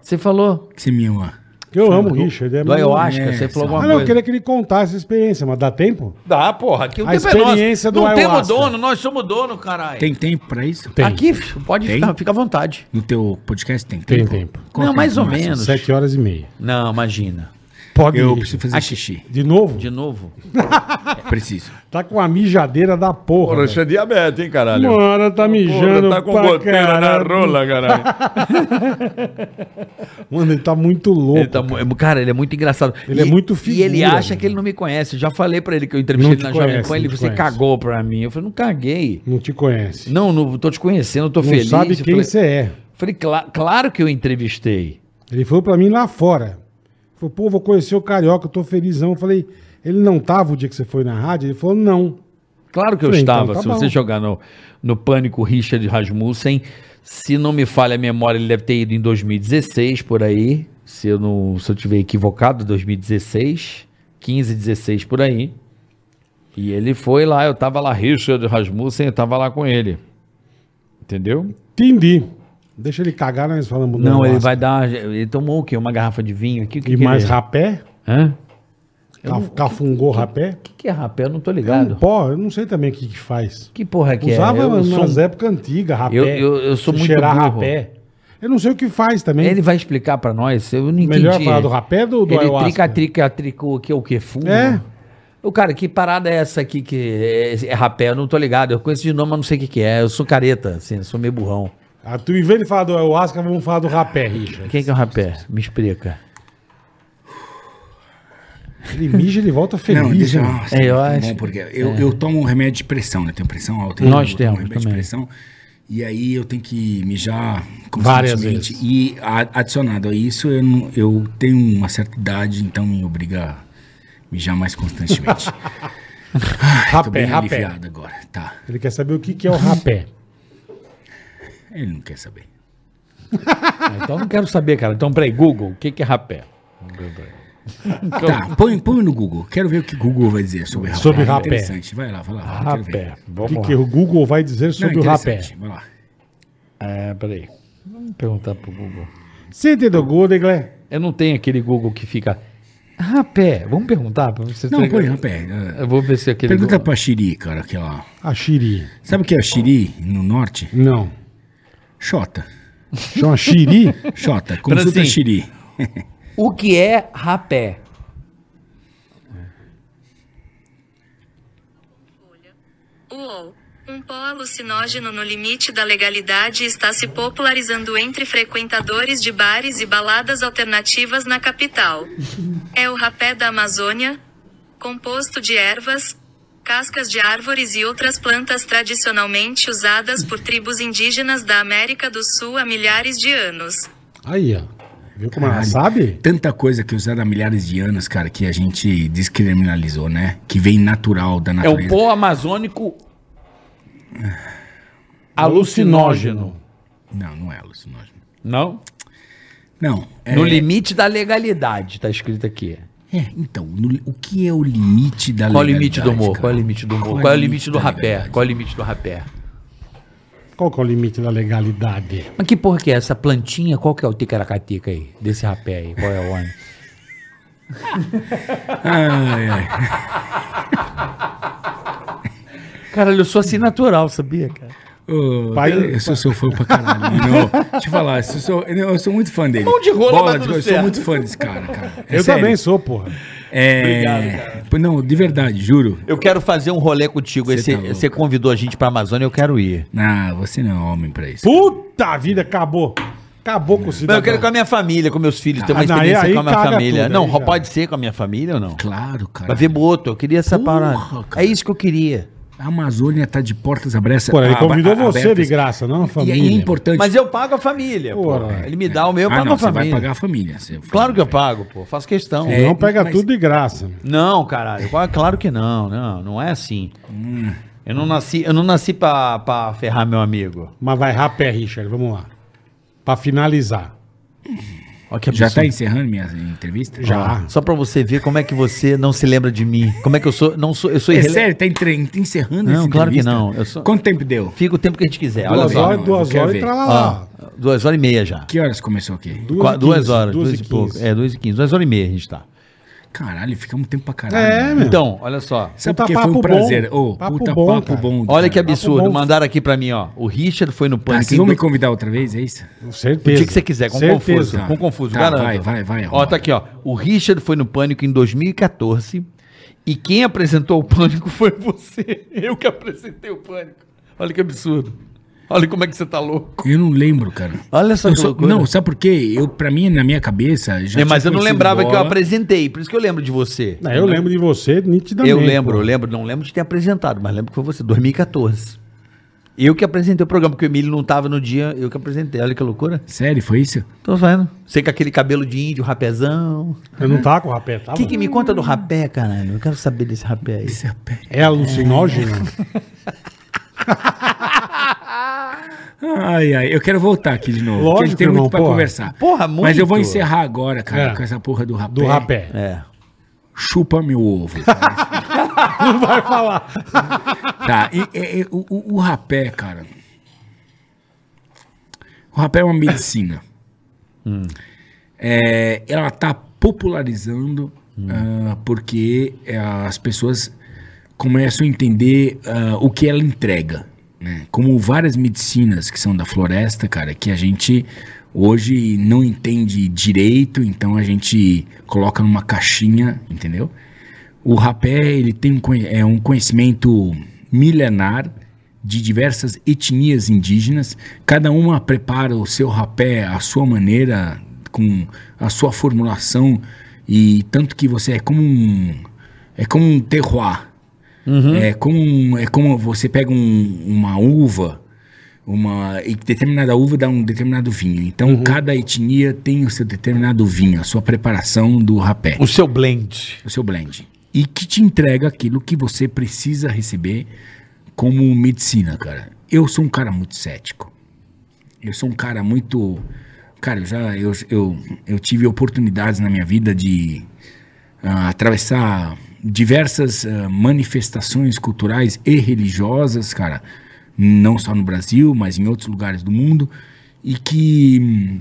Speaker 4: Você falou.
Speaker 2: Que se mima.
Speaker 3: Eu amo o Richard. É
Speaker 4: Do
Speaker 3: meu-
Speaker 4: ayahuasca,
Speaker 2: é,
Speaker 4: você falou
Speaker 3: Ah,
Speaker 4: alguma
Speaker 3: não, eu
Speaker 4: coisa.
Speaker 3: queria que ele contasse a experiência, mas dá tempo?
Speaker 4: Dá, porra. Aqui o
Speaker 3: A
Speaker 4: tempo é nosso.
Speaker 3: experiência do
Speaker 4: Não temos
Speaker 3: ayahuasca.
Speaker 4: dono, nós somos dono, caralho.
Speaker 2: Tem tempo pra isso?
Speaker 4: Aqui, filho, pode
Speaker 2: Tem?
Speaker 4: ficar, fica à vontade.
Speaker 2: No teu podcast tem
Speaker 3: Tem
Speaker 2: tempo?
Speaker 3: tempo.
Speaker 2: Qual
Speaker 4: não,
Speaker 2: tempo
Speaker 4: mais ou
Speaker 2: máximo?
Speaker 4: menos.
Speaker 3: Sete horas e meia.
Speaker 4: Não, imagina.
Speaker 3: Pode
Speaker 2: Eu
Speaker 3: ir.
Speaker 2: preciso fazer xixi.
Speaker 3: De novo?
Speaker 4: De novo.
Speaker 2: Preciso.
Speaker 3: Tá com a mijadeira da porra.
Speaker 9: Porra, isso é diabetes, hein, caralho?
Speaker 3: Mano, tá mijando
Speaker 9: Porra, tá com
Speaker 3: pra
Speaker 9: goteira na
Speaker 3: caralho.
Speaker 9: rola, caralho.
Speaker 3: Mano, ele tá muito louco.
Speaker 4: Ele tá mu- cara, ele é muito engraçado.
Speaker 3: Ele é muito figura,
Speaker 4: E ele acha
Speaker 3: velho.
Speaker 4: que ele não me conhece. Eu já falei pra ele que eu entrevistei
Speaker 3: Não
Speaker 4: ele
Speaker 3: te
Speaker 4: na Jovem
Speaker 3: conhece,
Speaker 4: Pan. Ele,
Speaker 3: não te
Speaker 4: você
Speaker 3: conhece.
Speaker 4: cagou pra mim. Eu falei, não caguei.
Speaker 3: Não te conhece.
Speaker 4: Não, não tô te conhecendo, tô
Speaker 3: Não
Speaker 4: feliz.
Speaker 3: sabe
Speaker 4: Eu
Speaker 3: quem
Speaker 4: falei,
Speaker 3: você é.
Speaker 4: falei "Cla- claro que eu entrevistei.
Speaker 3: Ele falou pra mim lá fora. Falou, pô, vou conhecer o Carioca, eu tô felizão. Eu falei, ele não tava o dia que você foi na rádio? Ele falou, não.
Speaker 4: Claro que eu
Speaker 3: Falei,
Speaker 4: estava.
Speaker 3: então tá
Speaker 4: se
Speaker 3: bom.
Speaker 4: você jogar no, no Pânico Richard Rasmussen, se não me falha a memória, ele deve ter ido em 2016, por aí. Se eu não se eu tiver equivocado, 2016, 15, 16, por aí. E ele foi lá, eu tava lá, Richard Rasmussen, eu tava lá com ele. Entendeu?
Speaker 3: Entendi. Deixa ele cagar, nós falamos.
Speaker 4: Não, ele
Speaker 3: nossa.
Speaker 4: vai dar. Ele tomou o quê? Uma garrafa de vinho aqui? O que
Speaker 3: E
Speaker 4: que
Speaker 3: mais
Speaker 4: ele- é?
Speaker 3: rapé?
Speaker 4: Hã?
Speaker 3: Ca- Cafungou rapé?
Speaker 4: O que é rapé? Eu não tô
Speaker 3: É
Speaker 4: ligado.
Speaker 3: um pó, eu não sei também o que, que faz.
Speaker 4: Que porra que
Speaker 3: Usava
Speaker 4: é? Eu sou
Speaker 3: nas
Speaker 4: um-
Speaker 3: épocas antigas, rapé.
Speaker 4: Eu- eu- eu sou
Speaker 3: Se
Speaker 4: muito
Speaker 3: cheirar
Speaker 4: burro.
Speaker 3: rapé. Eu não sei o que faz também.
Speaker 4: Ele vai explicar pra nós. Eu não entendi.
Speaker 3: Melhor falar do rapé ou do, do
Speaker 4: Ele
Speaker 3: ayahuasca?
Speaker 4: trica, trica, tricou, que é o que? Fumo?
Speaker 3: É.
Speaker 4: O cara, que parada é essa aqui que é, é rapé? Eu não tô ligado. Eu conheço de nome, mas não sei o que, que é. Eu sou careta, assim, sou meio burrão.
Speaker 3: Ah, tu, em vez de falar do ayahuasca, vamos falar do rapé, Richard.
Speaker 4: Quem que é o rapé? Me explica.
Speaker 3: Ele mija, ele volta feliz. né?
Speaker 2: Não, deixa
Speaker 3: mano.
Speaker 2: nossa,
Speaker 4: É, eu
Speaker 2: muito
Speaker 4: acho- É.
Speaker 2: Bom, porque eu, eu tomo um remédio de pressão, né? Tenho pressão alta.
Speaker 4: Nós
Speaker 2: eu tomo um
Speaker 4: temos
Speaker 2: remédio
Speaker 4: também.
Speaker 2: de pressão. E aí eu tenho que mijar
Speaker 3: Várias
Speaker 2: constantemente.
Speaker 3: vezes.
Speaker 2: E a- adicionado a isso, eu, não- eu tenho uma certa idade, então me obriga a mijar mais constantemente. Tô
Speaker 3: rapé,
Speaker 2: bem
Speaker 3: rapé.
Speaker 2: aliviado agora, tá.
Speaker 3: Ele quer saber o que, que é o rapé.
Speaker 2: Ele não quer saber.
Speaker 4: Então eu não quero saber, cara. Então, peraí, Google, o que, que é rapé? Então-
Speaker 2: Tá, põe, põe no Google. Quero ver o que o Google vai dizer sobre rapé.
Speaker 3: Sobre rapé.
Speaker 2: Interessante. Vai lá, vai lá. vai lá, quero ver.
Speaker 4: Rapé.
Speaker 3: O
Speaker 4: Vamos
Speaker 3: que,
Speaker 4: lá.
Speaker 3: que o Google vai dizer
Speaker 2: Não,
Speaker 3: sobre o rapé?
Speaker 2: interessante, Vai lá.
Speaker 4: É, peraí. Vamos perguntar pro Google.
Speaker 3: Sente do Google, Glé.
Speaker 4: Eu não tenho aquele Google que fica. Rapé, vamos perguntar pra você.
Speaker 2: Não, põe rapé. É,
Speaker 4: Eu vou ver se aquele.
Speaker 2: Pergunta
Speaker 4: Google-
Speaker 2: pra Xiri, cara, aquela...
Speaker 3: A xiri.
Speaker 2: Sabe o que é Xiri no norte?
Speaker 3: Não.
Speaker 2: Xota.
Speaker 3: Chama xiri?
Speaker 2: Xota, consulta
Speaker 4: assim,
Speaker 2: Xiri.
Speaker 4: O que é rapé?
Speaker 10: UOL. Um pó alucinógeno no limite da legalidade está se popularizando entre frequentadores de bares e baladas alternativas na capital. É o rapé da Amazônia, composto de ervas, cascas de árvores e outras plantas tradicionalmente usadas por tribos indígenas da América do Sul há milhares de anos.
Speaker 3: Aí, ó. Viu como ela
Speaker 2: Caralho.
Speaker 3: sabe?
Speaker 2: Tanta coisa que é usada há milhares de anos, cara, que a gente descriminalizou, né? Que vem natural da
Speaker 4: É o
Speaker 2: natureza.
Speaker 4: pó amazônico alucinógeno.
Speaker 2: Não, não é alucinógeno.
Speaker 4: Não?
Speaker 2: Não. É,
Speaker 4: No limite da legalidade, tá escrito aqui.
Speaker 2: é, então, no- o que é o limite da
Speaker 4: Qual é o limite do
Speaker 2: legalidade,
Speaker 4: humor?
Speaker 2: cara?
Speaker 4: Qual é o é limite do humor? Qual é o limite do
Speaker 2: da
Speaker 4: rapé?
Speaker 2: legalidade?
Speaker 4: Qual é o limite do rapé?
Speaker 3: Qual que é o limite da legalidade?
Speaker 11: Mas que porra que é essa plantinha? Qual que é o ticaracatica aí? Desse rapé aí? Qual é o ano?
Speaker 2: Ai, ai.
Speaker 11: Caralho, eu sou assim natural, sabia, cara?
Speaker 2: Ô,
Speaker 3: Pai-
Speaker 2: eu, eu sou seu fã pra caralho, mano. Deixa eu falar, é eu sou, eu, eu sou muito fã dele. Mão
Speaker 12: de rola, mas
Speaker 2: Bola de
Speaker 12: tudo
Speaker 2: rola, Eu
Speaker 12: certo.
Speaker 2: sou muito fã desse cara, cara. É
Speaker 3: eu
Speaker 2: sério.
Speaker 3: também sou, porra.
Speaker 2: É... Pô, Não, de verdade, juro.
Speaker 4: Eu quero fazer um rolê contigo.
Speaker 2: Você
Speaker 4: Esse-
Speaker 2: tá louco.
Speaker 4: Você convidou a gente pra Amazônia, eu quero ir.
Speaker 2: Ah, você não é homem pra isso.
Speaker 3: Puta vida, acabou. Acabou com o
Speaker 4: Mas
Speaker 3: cidadão.
Speaker 4: eu quero ir com a minha família, com meus filhos, ter uma
Speaker 3: Ah, não, aí-
Speaker 4: experiência
Speaker 3: aí
Speaker 4: com a minha
Speaker 3: caga
Speaker 4: família.
Speaker 3: tudo,
Speaker 4: não,
Speaker 3: aí já.
Speaker 4: pode ser com a minha família ou não?
Speaker 2: Claro, cara.
Speaker 4: Pra ver Boto, eu queria essa parada.
Speaker 2: cara.
Speaker 4: É isso que eu queria.
Speaker 2: A Amazônia tá de portas abertas.
Speaker 3: Porra, ele
Speaker 2: ab-
Speaker 3: convidou
Speaker 2: abertas.
Speaker 3: você de graça, não a
Speaker 2: ah, E
Speaker 3: família.
Speaker 2: aí é importante.
Speaker 4: Mas eu pago a família. pô.
Speaker 3: Porra.
Speaker 4: Ele me dá o meu, eu
Speaker 2: ah,
Speaker 4: pago
Speaker 2: não,
Speaker 4: a
Speaker 2: você vai
Speaker 4: família.
Speaker 2: pagar a família. você-
Speaker 4: Claro que eu pago, pô. Faço questão.
Speaker 2: É.
Speaker 3: Não pega
Speaker 2: mas-
Speaker 3: tudo de graça. meu.
Speaker 4: Não, caralho. qual- Claro que não. Não, não é assim.
Speaker 2: Hum.
Speaker 4: Eu não nasci, eu não nasci pra, pra ferrar meu amigo.
Speaker 3: Mas vai rapé, Richard, vamos lá. Pra finalizar.
Speaker 4: Olha que
Speaker 2: Já tá
Speaker 4: absurdo.
Speaker 2: encerrando minha entrevista?
Speaker 3: Já.
Speaker 4: Só pra você ver como é que você não se lembra de mim. Como é que eu sou. Não sou eu sou
Speaker 2: É
Speaker 4: irrele-
Speaker 2: sério, tá entre- tá encerrando
Speaker 4: Não,
Speaker 2: essa
Speaker 4: claro que
Speaker 2: entrevista?
Speaker 4: não, eu sou-
Speaker 2: Quanto tempo deu?
Speaker 4: Fica o tempo que a gente quiser. Olha
Speaker 3: Duas
Speaker 4: só.
Speaker 3: horas,
Speaker 2: não,
Speaker 3: duas
Speaker 2: eu quero
Speaker 3: horas e
Speaker 2: ver.
Speaker 3: tra lá.
Speaker 4: Ó, duas horas e meia já.
Speaker 2: Que horas começou aqui?
Speaker 4: Qua- duas horas, duas,
Speaker 3: duas
Speaker 4: e pouco. É, duas e quinze. Duas horas e meia a gente tá.
Speaker 2: Caralho, fica um tempo pra caralho.
Speaker 3: É, meu.
Speaker 4: Então, olha só.
Speaker 3: Puta
Speaker 2: Sabe por que foi
Speaker 3: papo
Speaker 2: um prazer?
Speaker 3: bom.
Speaker 2: Ô,
Speaker 3: Papo
Speaker 2: puta
Speaker 3: bom,
Speaker 2: papo
Speaker 3: cara.
Speaker 2: bom.
Speaker 4: Olha que
Speaker 2: cara.
Speaker 4: absurdo.
Speaker 3: bom.
Speaker 4: Mandaram aqui pra mim, ó. O Richard foi no
Speaker 2: Ah,
Speaker 4: pânico.
Speaker 2: vocês
Speaker 4: em
Speaker 2: vão
Speaker 4: do-
Speaker 2: me convidar outra vez, é isso?
Speaker 3: Com
Speaker 4: O
Speaker 3: certeza.
Speaker 4: dia que você quiser, com
Speaker 3: Certeza.
Speaker 4: confuso. Com confuso,
Speaker 2: Tá,
Speaker 4: garanto.
Speaker 2: vai, vai, vai,
Speaker 4: Ó,
Speaker 2: arruma.
Speaker 4: tá aqui, ó. O Richard foi no Pânico em 2014 e quem apresentou o Pânico foi você. Eu que apresentei o Pânico. Olha que absurdo. Olha como é que você tá louco.
Speaker 2: Eu não lembro, cara.
Speaker 4: Olha só
Speaker 2: Eu
Speaker 4: que
Speaker 2: só-
Speaker 4: loucura.
Speaker 2: não, sabe por quê? Eu, pra mim, na minha cabeça. Já
Speaker 4: É, mas
Speaker 2: tinha
Speaker 4: eu não
Speaker 2: conhecido
Speaker 4: lembrava que eu
Speaker 2: bola.
Speaker 4: apresentei, por isso que eu lembro de você.
Speaker 3: É, eu lembro de você nitidamente.
Speaker 4: Eu lembro,
Speaker 3: pô.
Speaker 4: eu lembro, não lembro de ter apresentado, mas lembro que foi você, 2014. Eu que apresentei o programa, porque o Emílio não tava no dia, eu que apresentei. Olha que loucura.
Speaker 2: Sério, foi isso?
Speaker 4: Tô vendo. Você com aquele cabelo de índio, rapezão.
Speaker 3: Eu não tava com o rapé, tava?
Speaker 4: O Ah, que, que me conta do rapé, caralho? Eu quero saber desse rapé aí.
Speaker 3: É alucinógeno?
Speaker 2: Ai, ai, eu quero voltar aqui de novo.
Speaker 3: Lógico,
Speaker 2: porque tem muito
Speaker 3: irmão,
Speaker 2: pra
Speaker 3: porra.
Speaker 2: conversar.
Speaker 4: Porra,
Speaker 2: Mas
Speaker 4: muito.
Speaker 2: eu vou encerrar agora, cara,
Speaker 3: É.
Speaker 2: com essa porra do rapé.
Speaker 3: Do rapé.
Speaker 4: É.
Speaker 2: Chupa meu ovo. Tá?
Speaker 3: Não vai falar.
Speaker 2: Tá, e- e- e- o, o- o rapé, cara. O rapé é uma medicina. É, ela tá popularizando ah, porque eh, as pessoas começam a entender ah, o que ela entrega. Né? Como várias medicinas que são da floresta, cara, que a gente hoje não entende direito, então a gente coloca numa caixinha, entendeu? O rapé ele tem um, conhe- é um conhecimento milenar de diversas etnias indígenas. Cada uma prepara o seu rapé à sua maneira, com a sua formulação e tanto que você é como um é como um terroir. É como um- é como você pega um- uma uva uma e determinada uva dá um determinado vinho. Então cada etnia tem o seu determinado vinho, a sua preparação do rapé
Speaker 4: O seu blend.
Speaker 2: o seu blend. E que te entrega aquilo que você precisa receber como medicina, cara. Eu sou um cara muito cético. Eu sou um cara muito. Cara, eu já. Eu, eu, eu tive oportunidades na minha vida de ah, atravessar diversas ah, manifestações culturais e religiosas, cara. Não só no Brasil, mas em outros lugares do mundo. E que. hum,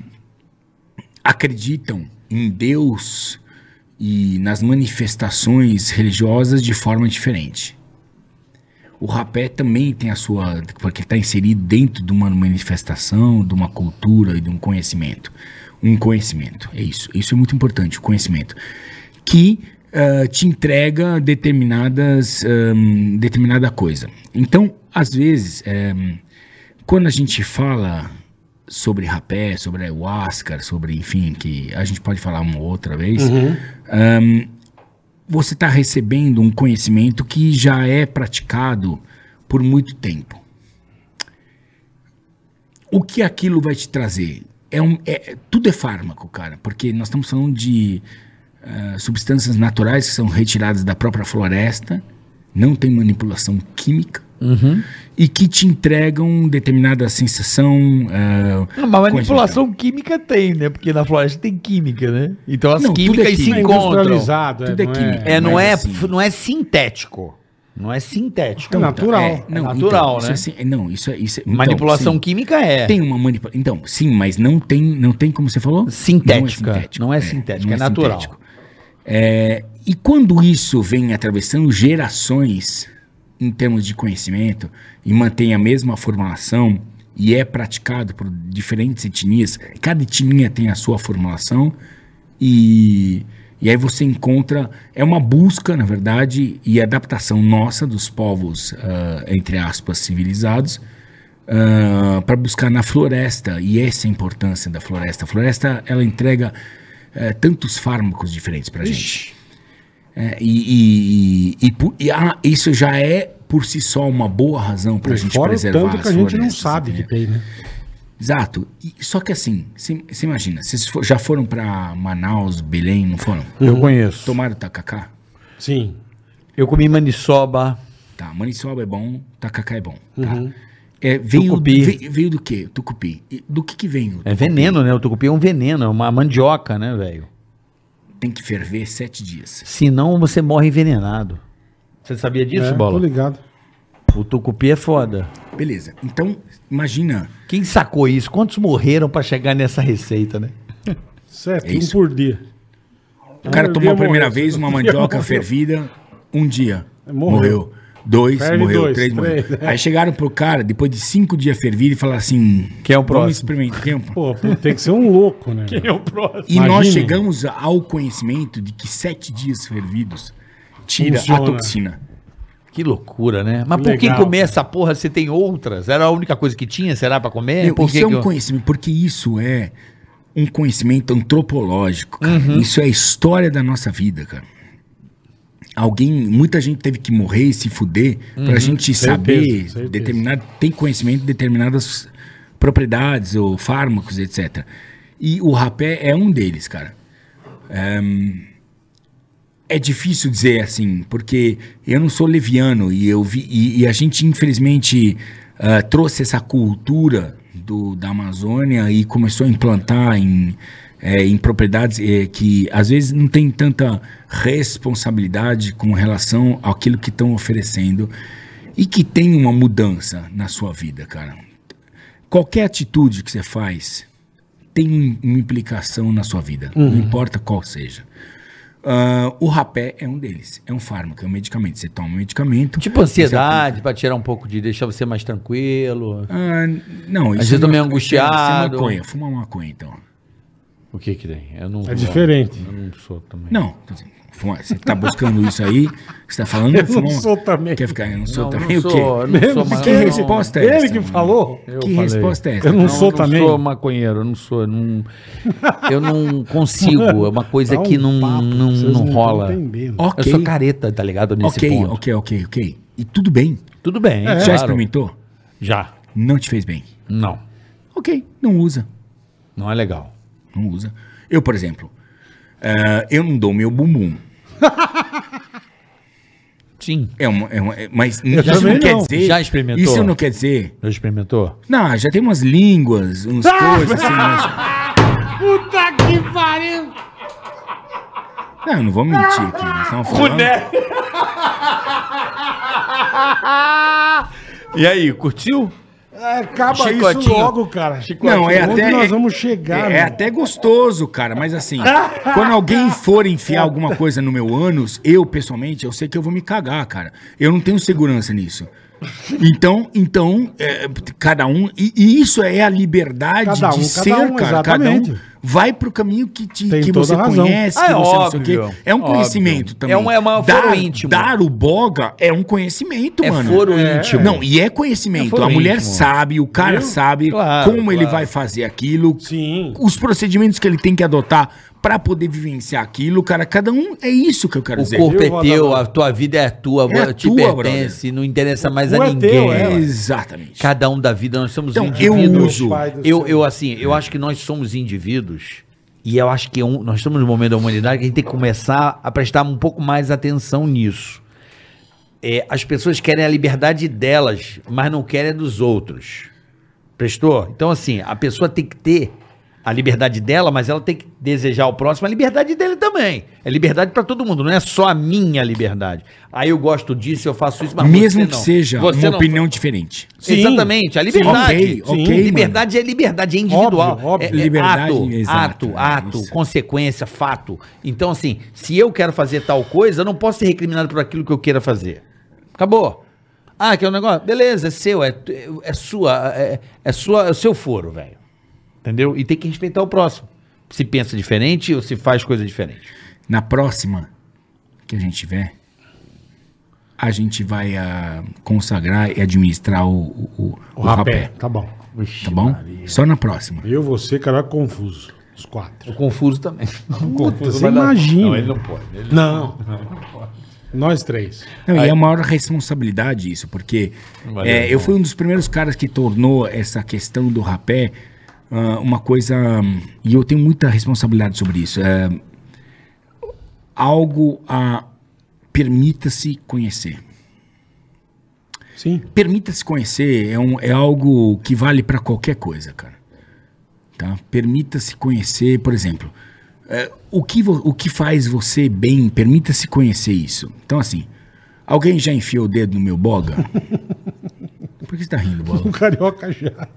Speaker 2: acreditam em Deus e nas manifestações religiosas de forma diferente. O rapé também tem a sua, porque está inserido dentro de uma manifestação, de uma cultura e de um conhecimento. Um conhecimento, é isso. Isso é muito importante, o conhecimento. Que ah, te entrega determinadas, ahm, determinada coisa. Então, às vezes, ehm, quando a gente fala sobre rapé, sobre ayahuasca, sobre, enfim, que a gente pode falar uma outra vez, ahm, você está recebendo um conhecimento que já é praticado por muito tempo. O que aquilo vai te trazer? É um, é- tudo é fármaco, cara, porque nós estamos falando de ah, substâncias naturais que são retiradas da própria floresta, não tem manipulação química
Speaker 4: Uhum.
Speaker 2: e que te entregam determinada sensação. ah,
Speaker 4: Mas manipulação química tem, né? Porque na floresta tem química, né? Então as
Speaker 2: Não, tudo
Speaker 4: químicas
Speaker 2: é
Speaker 4: se
Speaker 2: química.
Speaker 4: encontram.
Speaker 3: Industrializado,
Speaker 2: Tudo é
Speaker 3: não
Speaker 2: química.
Speaker 4: É, não
Speaker 2: Mas
Speaker 4: é,
Speaker 2: assim-
Speaker 4: não é sintético. Não é sintético.
Speaker 3: É natural.
Speaker 2: É,
Speaker 4: É natural,
Speaker 2: isso
Speaker 4: né?
Speaker 2: é assim- não, isso é. Isso é- então,
Speaker 4: Manipulação
Speaker 2: sim.
Speaker 4: química é.
Speaker 2: Tem uma manipulação. Então, sim, mas não tem, não tem como você falou?
Speaker 4: Sintética.
Speaker 2: Não é
Speaker 4: Não é sintética, é natural.
Speaker 2: É, e quando isso vem atravessando gerações em termos de conhecimento e mantém a mesma formulação e é praticado por diferentes etnias, cada etnia tem a sua formulação e, e aí você encontra, é uma busca, na verdade, e adaptação nossa dos povos, ah, entre aspas, civilizados, para buscar na floresta e essa é a importância da floresta. A floresta ela entrega eh, tantos fármacos diferentes para gente. É, e e, e, e pu- e, ah, isso já é por si só uma boa razão para a gente
Speaker 3: Fora o
Speaker 2: preservar
Speaker 3: tanto que a
Speaker 2: as
Speaker 3: gente não
Speaker 2: florestas,
Speaker 3: sabe que
Speaker 2: entendeu?
Speaker 3: tem, né?
Speaker 2: Exato. E- só que assim, você imagina, vocês fo- já foram para Manaus, Belém, não foram?
Speaker 3: Eu conheço.
Speaker 2: Tomaram tacacá?
Speaker 3: Sim.
Speaker 4: Uhum. Eu comi maniçoba.
Speaker 2: Tá, maniçoba é bom, tacacá é bom. Tá.
Speaker 3: Uhum.
Speaker 2: É, veio,
Speaker 4: Tucupi.
Speaker 2: ve- veio do quê? Tucupi. E Do que que vem o
Speaker 4: É veneno, né? O tucupi é um veneno, é uma mandioca, né, velho?
Speaker 2: Tem que ferver sete dias.
Speaker 4: Senão você morre envenenado. Você sabia disso,
Speaker 3: É, Tô
Speaker 4: Bola?
Speaker 3: ligado.
Speaker 4: O tucupi é foda.
Speaker 2: Beleza. Então, imagina.
Speaker 4: Quem sacou isso? Quantos morreram pra chegar nessa receita, né?
Speaker 3: Certo,
Speaker 2: É isso.
Speaker 3: um por dia.
Speaker 2: O cara
Speaker 3: Um
Speaker 2: tomou a
Speaker 3: dia
Speaker 2: primeira
Speaker 3: morreu.
Speaker 2: vez uma
Speaker 3: Um dia
Speaker 2: mandioca
Speaker 3: morreu.
Speaker 2: fervida, um dia.
Speaker 3: Morreu.
Speaker 2: Morreu. Dois,
Speaker 3: Ferve
Speaker 2: morreu.
Speaker 3: dois,
Speaker 2: três, morreu.
Speaker 3: três, né?
Speaker 2: Aí chegaram pro cara, depois de cinco dias fervido, e falaram assim...
Speaker 4: Quem é o próximo?"
Speaker 2: Vamos experimentar. Quem é o próximo?
Speaker 3: Pô, tem que ser um louco, né?
Speaker 2: E
Speaker 3: Imagine.
Speaker 2: nós chegamos ao conhecimento de que sete dias fervidos tira
Speaker 3: Funciona.
Speaker 2: a toxina.
Speaker 4: Que loucura, né? Mas por que
Speaker 3: Legal.
Speaker 4: comer essa porra se tem outras? Era a única coisa que tinha, será, pra comer?
Speaker 2: Meu,
Speaker 4: por
Speaker 2: isso
Speaker 4: que
Speaker 2: é um
Speaker 4: que eu-
Speaker 2: conhecimento, porque isso é um conhecimento antropológico, cara.
Speaker 4: Uhum.
Speaker 2: Isso é a história da nossa vida, cara. Alguém, muita gente teve que morrer e se fuder
Speaker 4: Uhum.
Speaker 2: pra gente saber
Speaker 3: certeza.
Speaker 2: determinado, tem conhecimento de determinadas propriedades ou fármacos, etc. E o rapé é um deles, cara. É difícil dizer assim, porque eu não sou leviano e eu vi e, e a gente infelizmente ah, trouxe essa cultura do, da Amazônia e começou a implantar em, eh, em propriedades eh, que às vezes não tem tanta responsabilidade com relação àquilo que estão oferecendo e que tem uma mudança na sua vida, cara. Qualquer atitude que você faz tem um- uma implicação na sua vida,
Speaker 4: Uhum.
Speaker 2: não importa qual seja. Ah, o rapé é um deles. É um fármaco, é um medicamento. Você toma um medicamento.
Speaker 4: Tipo
Speaker 3: é
Speaker 4: ansiedade, pra tirar um pouco de... Deixar você mais tranquilo.
Speaker 2: Ah, não,
Speaker 4: Às vezes eu tô meio angustiado.
Speaker 2: Isso é maconha. Fuma maconha, então.
Speaker 4: O que que tem? Eu não...
Speaker 3: É diferente.
Speaker 4: Eu não sou também.
Speaker 2: Não. tô dizendo, fuma- você tá buscando isso aí, você tá falando.
Speaker 3: Eu
Speaker 2: fuma
Speaker 3: não
Speaker 2: uma-
Speaker 3: sou também.
Speaker 2: Quer ficar? Eu não sou
Speaker 4: Não, eu não
Speaker 2: também o
Speaker 4: sou, eu
Speaker 2: quê?
Speaker 4: não sou
Speaker 2: Mas
Speaker 4: mais-
Speaker 2: que
Speaker 4: não.
Speaker 2: resposta é
Speaker 3: Ele
Speaker 2: essa?
Speaker 3: que
Speaker 2: mano?
Speaker 3: falou.
Speaker 4: Eu
Speaker 2: Que
Speaker 4: falei.
Speaker 2: resposta é essa?
Speaker 3: Eu não
Speaker 2: cara?
Speaker 3: sou também.
Speaker 4: sou maconheiro, eu não sou. eu Não, eu não consigo. É uma coisa
Speaker 3: Dá um
Speaker 4: que não,
Speaker 3: papo,
Speaker 4: não,
Speaker 3: vocês
Speaker 4: não
Speaker 3: tão
Speaker 4: rola.
Speaker 3: entendendo.
Speaker 2: Ok,
Speaker 4: Eu sou careta, tá ligado? Nesse
Speaker 2: ok,
Speaker 4: ponto.
Speaker 2: ok, ok, ok. E tudo bem.
Speaker 4: Tudo
Speaker 3: É.
Speaker 4: bem,
Speaker 2: Já
Speaker 4: claro.
Speaker 2: experimentou?
Speaker 4: Já.
Speaker 2: Não te fez bem.
Speaker 4: Não.
Speaker 2: Ok, não usa.
Speaker 4: Não é legal.
Speaker 2: Não usa. Eu, por exemplo, ah, eu não dou meu bumbum.
Speaker 4: Sim.
Speaker 2: É uma, é uma- é- mas isso
Speaker 3: também
Speaker 2: não, quer
Speaker 3: não.
Speaker 2: dizer.
Speaker 4: Já experimentou?
Speaker 2: Isso não quer dizer.
Speaker 4: Já experimentou?
Speaker 2: Não, já tem umas línguas, uns coisas assim. mas-
Speaker 13: Ah! Puta que pariu!
Speaker 2: Não, não vou mentir é aqui. Nós estamos falando.
Speaker 4: E aí, curtiu?
Speaker 3: Acaba isso
Speaker 4: Chicotinho.
Speaker 3: logo, cara.
Speaker 2: Não, é
Speaker 3: Onde
Speaker 2: até.
Speaker 3: nós
Speaker 2: é-
Speaker 3: vamos chegar,
Speaker 2: É,
Speaker 3: né?
Speaker 2: é até gostoso, cara, mas assim, quando alguém for enfiar alguma coisa no meu ânus, eu, pessoalmente, eu sei que eu vou me cagar, cara. Eu não tenho segurança nisso. Então, então, é, cada um. E, e isso é a liberdade
Speaker 3: Cada um,
Speaker 2: de
Speaker 3: cada
Speaker 2: ser,
Speaker 3: um,
Speaker 2: cara. Cada um
Speaker 3: exatamente.
Speaker 2: vai pro caminho que, te,
Speaker 3: Tem
Speaker 2: que
Speaker 3: toda
Speaker 2: você
Speaker 3: a razão.
Speaker 2: conhece,
Speaker 4: Ah,
Speaker 2: que
Speaker 4: é
Speaker 2: você não sei o quê.
Speaker 4: óbvio,
Speaker 2: É um
Speaker 4: óbvio.
Speaker 2: conhecimento também.
Speaker 4: É um- é uma- foro íntimo.
Speaker 2: Dar o boga é um conhecimento,
Speaker 4: É
Speaker 2: mano.
Speaker 4: foro íntimo.
Speaker 2: Não, e é
Speaker 4: É
Speaker 2: conhecimento.
Speaker 4: foro
Speaker 2: a mulher
Speaker 4: íntimo.
Speaker 2: sabe, o cara sabe
Speaker 4: Claro,
Speaker 2: como ele
Speaker 4: claro.
Speaker 2: vai fazer aquilo,
Speaker 3: Sim.
Speaker 2: os procedimentos que ele tem que adotar pra poder vivenciar aquilo, cara, cada um é isso que eu quero
Speaker 4: O
Speaker 2: dizer.
Speaker 4: corpo
Speaker 3: Viu,
Speaker 4: é
Speaker 3: Roda
Speaker 4: teu,
Speaker 3: Bola?
Speaker 4: a tua vida é tua,
Speaker 2: É a
Speaker 4: te
Speaker 2: tua,
Speaker 4: pertence, não interessa mais
Speaker 3: cu
Speaker 4: a
Speaker 3: é
Speaker 4: ninguém.
Speaker 3: teu, é.
Speaker 2: Exatamente.
Speaker 4: Cada um da vida, nós somos
Speaker 2: Então, eu
Speaker 4: indivíduos.
Speaker 2: uso.
Speaker 3: Pai do
Speaker 4: Eu,
Speaker 3: céu.
Speaker 4: eu assim, eu acho que nós somos indivíduos e eu acho que é um- nós estamos num momento da humanidade que a gente tem que começar a prestar um pouco mais atenção nisso. É, as pessoas querem a liberdade delas, mas não querem a dos outros. Prestou? Então, assim, a pessoa tem que ter
Speaker 6: a liberdade dela, mas ela tem que desejar ao próximo a liberdade dele também. É liberdade pra todo mundo, não é só a minha liberdade. Aí eu gosto disso, eu faço isso, mas
Speaker 2: Mesmo
Speaker 6: você
Speaker 2: que
Speaker 6: não.
Speaker 2: seja
Speaker 6: Você
Speaker 2: uma
Speaker 6: não.
Speaker 2: opinião diferente.
Speaker 3: Sim.
Speaker 6: Exatamente, a liberdade.
Speaker 2: Sim, ok, ok,
Speaker 6: liberdade é liberdade, é individual.
Speaker 3: Óbvio, óbvio. é
Speaker 6: É, é
Speaker 2: Liberdade,
Speaker 6: ato,
Speaker 2: exato,
Speaker 6: ato, ato,
Speaker 2: isso.
Speaker 6: consequência, fato. Então, assim, se eu quero fazer tal coisa, eu não posso ser recriminado por aquilo que eu queira fazer. Acabou. Ah, que é um negócio. Beleza, é seu, é, é sua, é, é sua, é o seu foro, velho. Entendeu? E tem que respeitar o próximo. Se pensa diferente ou se faz coisa diferente.
Speaker 2: Na próxima que a gente tiver, a gente vai ah, consagrar e administrar o, o, o-
Speaker 3: O
Speaker 2: o rapé.
Speaker 3: rapé. Tá bom.
Speaker 2: Tá bom? Só na próxima.
Speaker 3: Eu, você, cara, confuso. Os quatro.
Speaker 6: O confuso também.
Speaker 3: Puta, você imagina.
Speaker 5: Não, ele não pode. Ele...
Speaker 3: Não. Nós três.
Speaker 2: Não, e é a maior responsabilidade isso, porque
Speaker 5: Valeu,
Speaker 2: é, eu fui um dos primeiros caras que tornou essa questão do rapé ah, uma coisa. hum, E eu tenho muita responsabilidade sobre isso. é, algo a. Permita-se conhecer.
Speaker 3: Sim.
Speaker 2: Permita-se conhecer é, um, é algo que vale pra qualquer coisa, cara. Tá? Permita-se conhecer, por exemplo, é, o, que vo- o que faz você bem, permita-se conhecer isso. Então, assim, alguém já enfiou o dedo no meu boga? Por que você tá rindo, bola?
Speaker 3: O carioca já.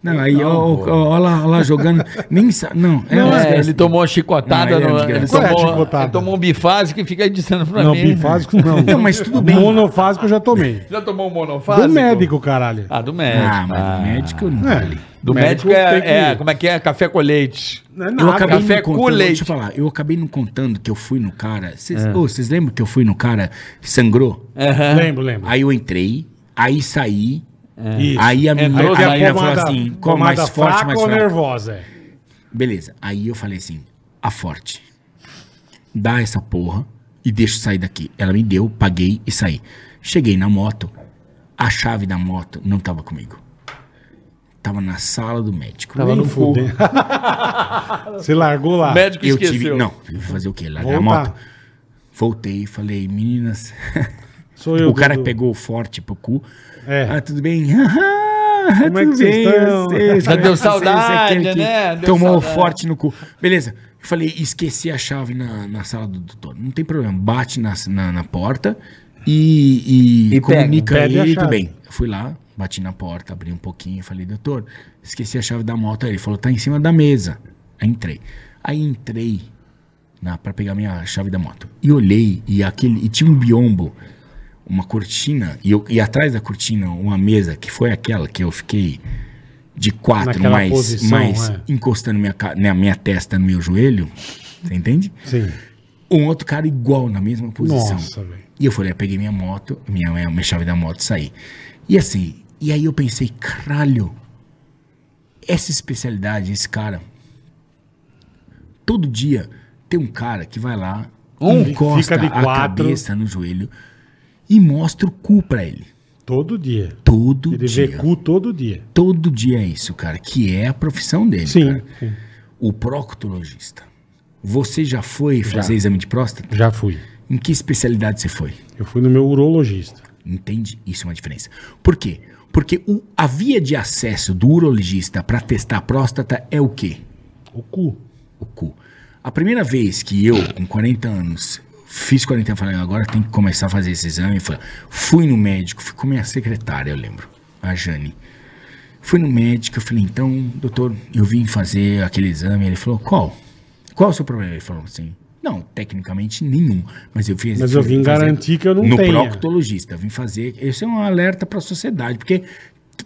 Speaker 2: Não, aí, ó, ó, ó, ó lá, ó lá jogando. Nem sa- Não, é,
Speaker 5: Não,
Speaker 2: uma
Speaker 5: é,
Speaker 2: desgraça.
Speaker 5: ele tomou uma chicotada.
Speaker 2: Não, ele é
Speaker 5: no-
Speaker 2: um
Speaker 5: ele,
Speaker 2: desgraçado.
Speaker 3: Qual é a
Speaker 5: tomou,
Speaker 3: chicotada?
Speaker 5: ele tomou um bifásico e fica aí dizendo pra
Speaker 3: Não,
Speaker 5: mim.
Speaker 3: bifásico não.
Speaker 2: né? Não, mas tudo bem.
Speaker 3: Monofásico eu já tomei.
Speaker 4: né?
Speaker 5: Já tomou um monofásico?
Speaker 3: Do médico, caralho.
Speaker 5: Ah, do médico.
Speaker 2: Ah, mas o médico não
Speaker 5: É.
Speaker 2: tá ali.
Speaker 5: do
Speaker 3: médico
Speaker 5: médico,
Speaker 3: tem que-
Speaker 5: é, é, como é que é? Café com leite.
Speaker 3: Não é
Speaker 2: Eu acabei
Speaker 5: café
Speaker 2: não
Speaker 5: com
Speaker 2: contando,
Speaker 5: leite.
Speaker 2: deixa eu falar, eu acabei não contando que eu fui no cara. Vocês ô, vocês lembram que eu fui no cara que sangrou?
Speaker 3: Lembro, lembro.
Speaker 2: Aí eu entrei, aí saí,
Speaker 3: Isso. É,
Speaker 2: aí a menina,
Speaker 5: Entrou,
Speaker 2: a
Speaker 5: saiu.
Speaker 2: menina falou assim, qual a mais forte, mais
Speaker 3: ou
Speaker 2: fraca?
Speaker 3: nervosa? é?
Speaker 2: Beleza, aí eu falei assim, a forte, dá essa porra e deixa eu sair daqui. Ela me deu, paguei e saí. Cheguei na moto, a chave da moto não tava comigo. Tava na sala do médico.
Speaker 3: Nem fudendo. Você largou lá.
Speaker 5: O médico
Speaker 2: eu
Speaker 5: esqueceu.
Speaker 2: tive, não, eu vou fazer o quê? Largar É, a
Speaker 3: Voltar.
Speaker 2: moto? Voltei e falei, meninas...
Speaker 3: Sou eu.
Speaker 2: o cara
Speaker 3: Dudu.
Speaker 2: pegou forte pro cu.
Speaker 3: É.
Speaker 2: Ah, tudo bem? Ah,
Speaker 3: Como é que
Speaker 2: tudo
Speaker 3: vocês
Speaker 2: bem,
Speaker 3: estão?
Speaker 2: eu sei,
Speaker 5: Já deu
Speaker 2: eu sei, eu sei
Speaker 5: saudade,
Speaker 2: aquele que
Speaker 5: né? Deu
Speaker 2: tomou um
Speaker 5: saudade.
Speaker 2: forte no cu. Beleza. Eu falei, esqueci a chave na, na sala do doutor. Não tem problema. Bate na, na, na porta e, e,
Speaker 6: E pega.
Speaker 2: comunica
Speaker 3: Pede a
Speaker 2: aí, tudo
Speaker 3: chave.
Speaker 2: bem. Eu fui lá, bati na porta, abri um pouquinho, falei, doutor, esqueci a chave da moto. Aí ele falou, tá em cima da mesa. Aí entrei. Aí entrei na, pra pegar minha chave da moto. E olhei, e aquele. E tinha um biombo, uma cortina, e, eu- e atrás da cortina, uma mesa, que foi aquela que eu fiquei de quatro,
Speaker 3: Naquela
Speaker 2: mas,
Speaker 3: posição,
Speaker 2: mas
Speaker 3: é.
Speaker 2: encostando minha, ca- né, minha testa no meu joelho. Você entende?
Speaker 3: Sim.
Speaker 2: Um outro cara igual, na mesma posição.
Speaker 3: Nossa, velho.
Speaker 2: E eu falei, eu peguei minha moto, minha, minha, minha chave da moto e saí. E assim, e aí eu pensei, caralho, essa especialidade, esse cara. Todo dia tem um cara que vai lá,
Speaker 3: Um
Speaker 2: encosta
Speaker 3: fica de
Speaker 2: a
Speaker 3: quatro.
Speaker 2: cabeça no joelho e mostra o cu pra ele.
Speaker 3: Todo dia.
Speaker 2: Todo
Speaker 3: Ele
Speaker 2: dia.
Speaker 3: vê cu todo dia.
Speaker 2: Todo dia é isso, cara, que é a profissão dele.
Speaker 3: Sim.
Speaker 2: cara. O proctologista. Você já foi fazer exame de próstata?
Speaker 3: Já fui.
Speaker 2: Em que especialidade você foi?
Speaker 3: Eu fui no meu urologista.
Speaker 2: Entende? Isso é uma diferença. Por quê? Porque o- a via de acesso do urologista para testar a próstata é o quê?
Speaker 3: O cu.
Speaker 2: O cu. A primeira vez que eu, com 40 anos, fiz 40 anos, falei, agora tem que começar a fazer esse exame. Fui, fui no médico, fui com minha secretária, eu lembro, a Jane. Fui no médico, eu falei, então, doutor, eu vim fazer aquele exame. Ele falou, qual? Qual é o seu problema? Ele falou assim, não, tecnicamente nenhum, mas eu fiz
Speaker 3: Mas eu vim
Speaker 2: fazer-
Speaker 3: garantir que eu não
Speaker 2: no
Speaker 3: tenha.
Speaker 2: proctologista, vim fazer. Esse é um alerta para a sociedade, porque t-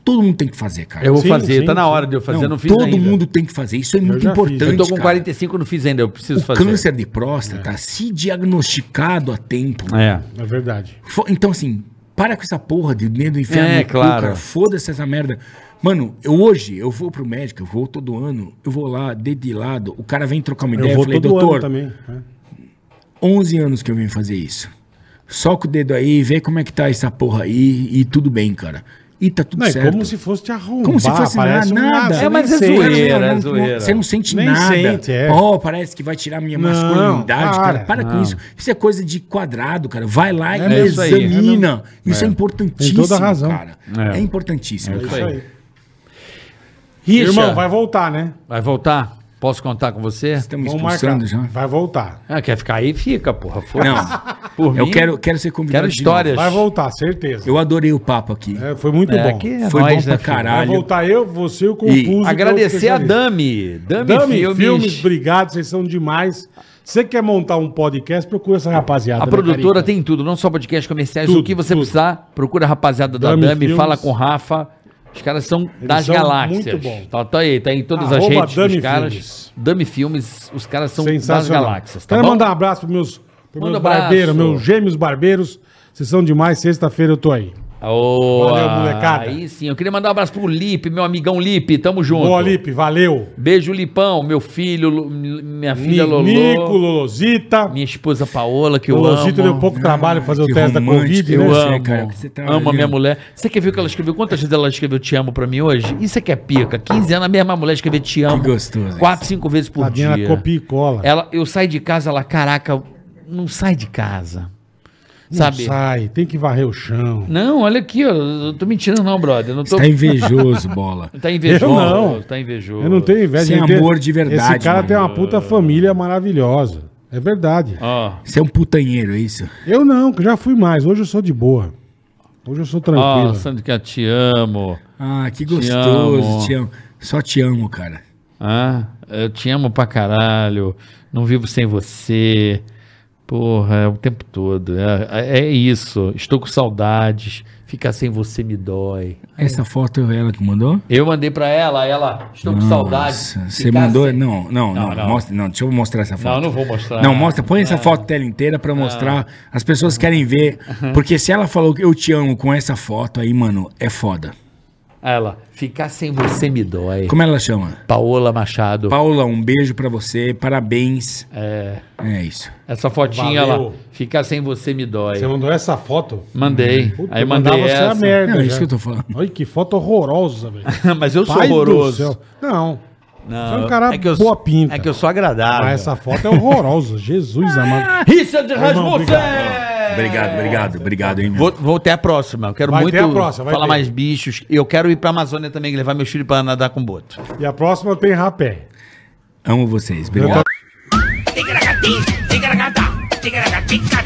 Speaker 2: todo mundo tem que fazer, cara.
Speaker 6: Eu vou
Speaker 3: Sim,
Speaker 6: fazer,
Speaker 3: sim,
Speaker 6: tá na
Speaker 3: sim.
Speaker 6: hora de eu fazer,
Speaker 2: Não,
Speaker 6: eu não fiz
Speaker 2: todo
Speaker 6: ainda.
Speaker 2: mundo tem que fazer. Isso é muito
Speaker 3: já fiz.
Speaker 2: importante.
Speaker 6: Eu tô com
Speaker 2: cara.
Speaker 6: 45 não fiz ainda, eu preciso
Speaker 2: O
Speaker 6: fazer.
Speaker 2: câncer de próstata, se diagnosticado a tempo.
Speaker 6: É.
Speaker 3: É verdade.
Speaker 2: fo- Então, assim, para com essa porra de medo do inferno.
Speaker 6: É,
Speaker 2: no cu,
Speaker 6: claro.
Speaker 2: cara. Foda-se essa merda. Mano, eu hoje, eu vou pro médico, eu vou todo ano, eu vou lá, dedo de lado, o cara vem trocar uma
Speaker 3: Eu
Speaker 2: ideia. Eu
Speaker 3: vou
Speaker 2: falei,
Speaker 3: todo ano
Speaker 2: doutor,
Speaker 3: também. né?
Speaker 2: 11 anos que eu venho fazer isso. Soca o dedo aí, vê como é que tá essa porra aí e tudo bem, cara. E tá tudo
Speaker 3: Não, é
Speaker 2: certo.
Speaker 3: como se fosse te arrombar.
Speaker 2: Como se fosse
Speaker 3: parece um
Speaker 2: nada.
Speaker 3: laço,
Speaker 2: É,
Speaker 3: nem
Speaker 6: mas é
Speaker 3: sei.
Speaker 6: zoeira.
Speaker 2: Não, não,
Speaker 6: é
Speaker 2: não,
Speaker 6: zoeira.
Speaker 2: Você não sente
Speaker 3: Nem
Speaker 2: nada.
Speaker 3: sente, é.
Speaker 2: Oh, parece que vai tirar minha
Speaker 3: Não,
Speaker 2: masculinidade,
Speaker 3: para.
Speaker 2: cara. Para com isso. Isso é coisa de quadrado, cara. Vai lá e
Speaker 6: É isso aí.
Speaker 2: examina. Isso é, importantíssimo,
Speaker 3: Tem toda a razão.
Speaker 2: cara. É, importantíssimo,
Speaker 3: É
Speaker 2: cara.
Speaker 3: isso aí.
Speaker 6: Richa,
Speaker 3: Irmão, vai voltar, né?
Speaker 6: vai voltar?
Speaker 4: Posso contar com você?
Speaker 2: Estão me expulsando já.
Speaker 3: Vai voltar.
Speaker 4: Ah, quer ficar aí? Fica, porra. Foi.
Speaker 2: Não.
Speaker 4: Por
Speaker 2: Eu
Speaker 4: mim,
Speaker 2: quero, quero ser convidado.
Speaker 4: Quero
Speaker 2: de novo.
Speaker 4: histórias.
Speaker 3: Vai voltar, certeza.
Speaker 2: Eu adorei o papo aqui.
Speaker 3: É, foi muito
Speaker 4: É,
Speaker 3: bom.
Speaker 4: aqui é
Speaker 2: Foi
Speaker 4: nóis,
Speaker 2: bom pra
Speaker 4: né, filho?
Speaker 3: Vai
Speaker 2: caralho.
Speaker 3: voltar eu, você e o Confuso. que é o
Speaker 4: Agradecer a
Speaker 3: especialista.
Speaker 4: Dami. Dami,
Speaker 3: Dami
Speaker 4: Filmes.
Speaker 3: filmes. obrigado, vocês são demais. Você quer montar um podcast, procura essa rapaziada.
Speaker 4: A
Speaker 3: né,
Speaker 4: produtora
Speaker 3: Carica?
Speaker 4: tem tudo, não só podcast comerciais,
Speaker 3: É Tudo,
Speaker 4: o que você
Speaker 3: tudo.
Speaker 4: precisar, procura a rapaziada da
Speaker 3: Dami
Speaker 4: Dami,
Speaker 3: Filmes.
Speaker 4: fala com o Rafa. Os caras são das
Speaker 3: são
Speaker 4: galáxias.
Speaker 3: muito bom.
Speaker 4: Tá, tá aí, tá em todas as
Speaker 3: Arroba
Speaker 4: redes
Speaker 3: Dami
Speaker 4: dos caras.
Speaker 3: Filmes.
Speaker 4: Dami Filmes, os caras são das
Speaker 3: Sensacional.
Speaker 4: galáxias, tá
Speaker 3: Quero
Speaker 4: bom?
Speaker 3: mandar um abraço pros meus, pros
Speaker 4: Manda
Speaker 3: meus
Speaker 4: um abraço.
Speaker 3: barbeiros, meus gêmeos barbeiros. Vocês são demais, sexta-feira eu tô aí.
Speaker 4: Ô,
Speaker 3: Valeu, molecada.
Speaker 4: Aí sim, eu queria mandar um abraço pro Lipe, meu amigão Lipe, tamo junto.
Speaker 3: Boa, Lipe, valeu.
Speaker 4: Beijo, Lipão, meu filho, Lu- minha filha Lolo,
Speaker 3: Nico, Lolosita.
Speaker 4: minha esposa Paola, que eu
Speaker 3: Lolosita deu
Speaker 4: amo.
Speaker 3: pouco trabalho pra fazer o
Speaker 2: que
Speaker 3: teste da
Speaker 2: romântico,
Speaker 3: Covid,
Speaker 4: Eu
Speaker 3: né?
Speaker 2: Você,
Speaker 4: amo,
Speaker 2: cara, você tá
Speaker 4: amo a
Speaker 2: ali,
Speaker 4: minha
Speaker 2: ó.
Speaker 4: mulher. Você quer ver o que ela escreveu? Quantas vezes ela escreveu Te Amo pra mim hoje? Isso é que é pica. 15 anos, a mesma mulher escreveu Te Amo.
Speaker 2: gostoso
Speaker 4: Quatro, cinco vezes por
Speaker 3: Tadinha,
Speaker 4: dia.
Speaker 3: ela copia e cola.
Speaker 4: Ela, eu saio de casa, ela, caraca, não sai de casa.
Speaker 3: Não
Speaker 4: sabe?
Speaker 3: sai, tem que varrer o chão.
Speaker 4: Não, olha aqui, ó, eu tô mentindo não, brother. Eu Não tô...
Speaker 2: Você tá invejoso, bola.
Speaker 4: Tá invejoso.
Speaker 3: Eu não.
Speaker 4: Tá invejoso.
Speaker 3: Eu não tenho inveja.
Speaker 2: Sem
Speaker 3: eu tenho-
Speaker 2: amor de verdade, né?
Speaker 3: Esse cara
Speaker 2: mano.
Speaker 3: tem uma puta família maravilhosa. É verdade.
Speaker 4: Ó,
Speaker 2: Você é um putanheiro, é isso?
Speaker 3: Eu não, que já fui mais. Hoje eu sou de boa. Hoje eu sou
Speaker 4: ó,
Speaker 3: tranquilo.
Speaker 4: Sandra, te amo.
Speaker 2: Ah, que gostoso.
Speaker 4: amo.
Speaker 2: Te amo. Só te amo, cara.
Speaker 4: Ah, eu te amo pra caralho. Não vivo sem você. Porra, é o tempo todo. É, é isso. Estou com saudades. Ficar sem você me dói.
Speaker 2: Essa foto é ela que mandou?
Speaker 4: Eu mandei pra ela, ela. Estou com saudades.
Speaker 2: Nossa, Você
Speaker 4: Ficar
Speaker 2: mandou?
Speaker 3: é,
Speaker 4: sem-
Speaker 2: Não, não, não,
Speaker 4: Não, não.
Speaker 2: Mostra, não. Deixa eu mostrar essa
Speaker 4: Não,
Speaker 2: foto.
Speaker 4: não vou mostrar. Ah.
Speaker 2: Não, mostra, põe essa foto tela inteira pra mostrar. As pessoas querem ver. Porque se ela falou que eu te amo com essa foto aí, mano, é foda.
Speaker 4: Ela. Ficar sem você me dói.
Speaker 2: Como ela chama?
Speaker 4: Paola Machado.
Speaker 2: Paula, um beijo pra você, parabéns.
Speaker 4: É,
Speaker 2: É isso.
Speaker 4: essa fotinha
Speaker 3: Valeu.
Speaker 4: lá. Ficar sem você me dói.
Speaker 3: Você mandou essa foto?
Speaker 4: Mandei.
Speaker 3: Puta,
Speaker 4: Aí
Speaker 3: eu mandava
Speaker 4: mandei
Speaker 3: você a
Speaker 4: essa.
Speaker 3: merda.
Speaker 2: Não, é
Speaker 3: já.
Speaker 2: isso que eu tô falando.
Speaker 3: Olha que foto horrorosa, velho.
Speaker 4: Mas eu sou
Speaker 3: Pai do
Speaker 4: horroroso.
Speaker 3: céu. Não. Você é um
Speaker 4: eu-
Speaker 3: cara
Speaker 4: é que eu
Speaker 3: boa
Speaker 4: sou-
Speaker 3: pinta.
Speaker 4: É que eu sou agradável.
Speaker 3: Mas essa foto é horrorosa. Jesus amado.
Speaker 4: Richard
Speaker 3: obrigado.
Speaker 4: Rasmussen!
Speaker 2: Obrigado, obrigado, obrigado, hein, meu.
Speaker 4: Vou, vou ter a próxima. Eu quero
Speaker 3: Vai
Speaker 4: muito
Speaker 3: ter a próxima, vai
Speaker 4: falar
Speaker 3: ter.
Speaker 4: mais bichos. Eu quero ir pra Amazônia também, levar meus filhos pra nadar com boto.
Speaker 3: E a próxima tem rapé.
Speaker 2: Amo vocês, obrigado.
Speaker 14: Tigaracati, tigaracata, tigaracatica,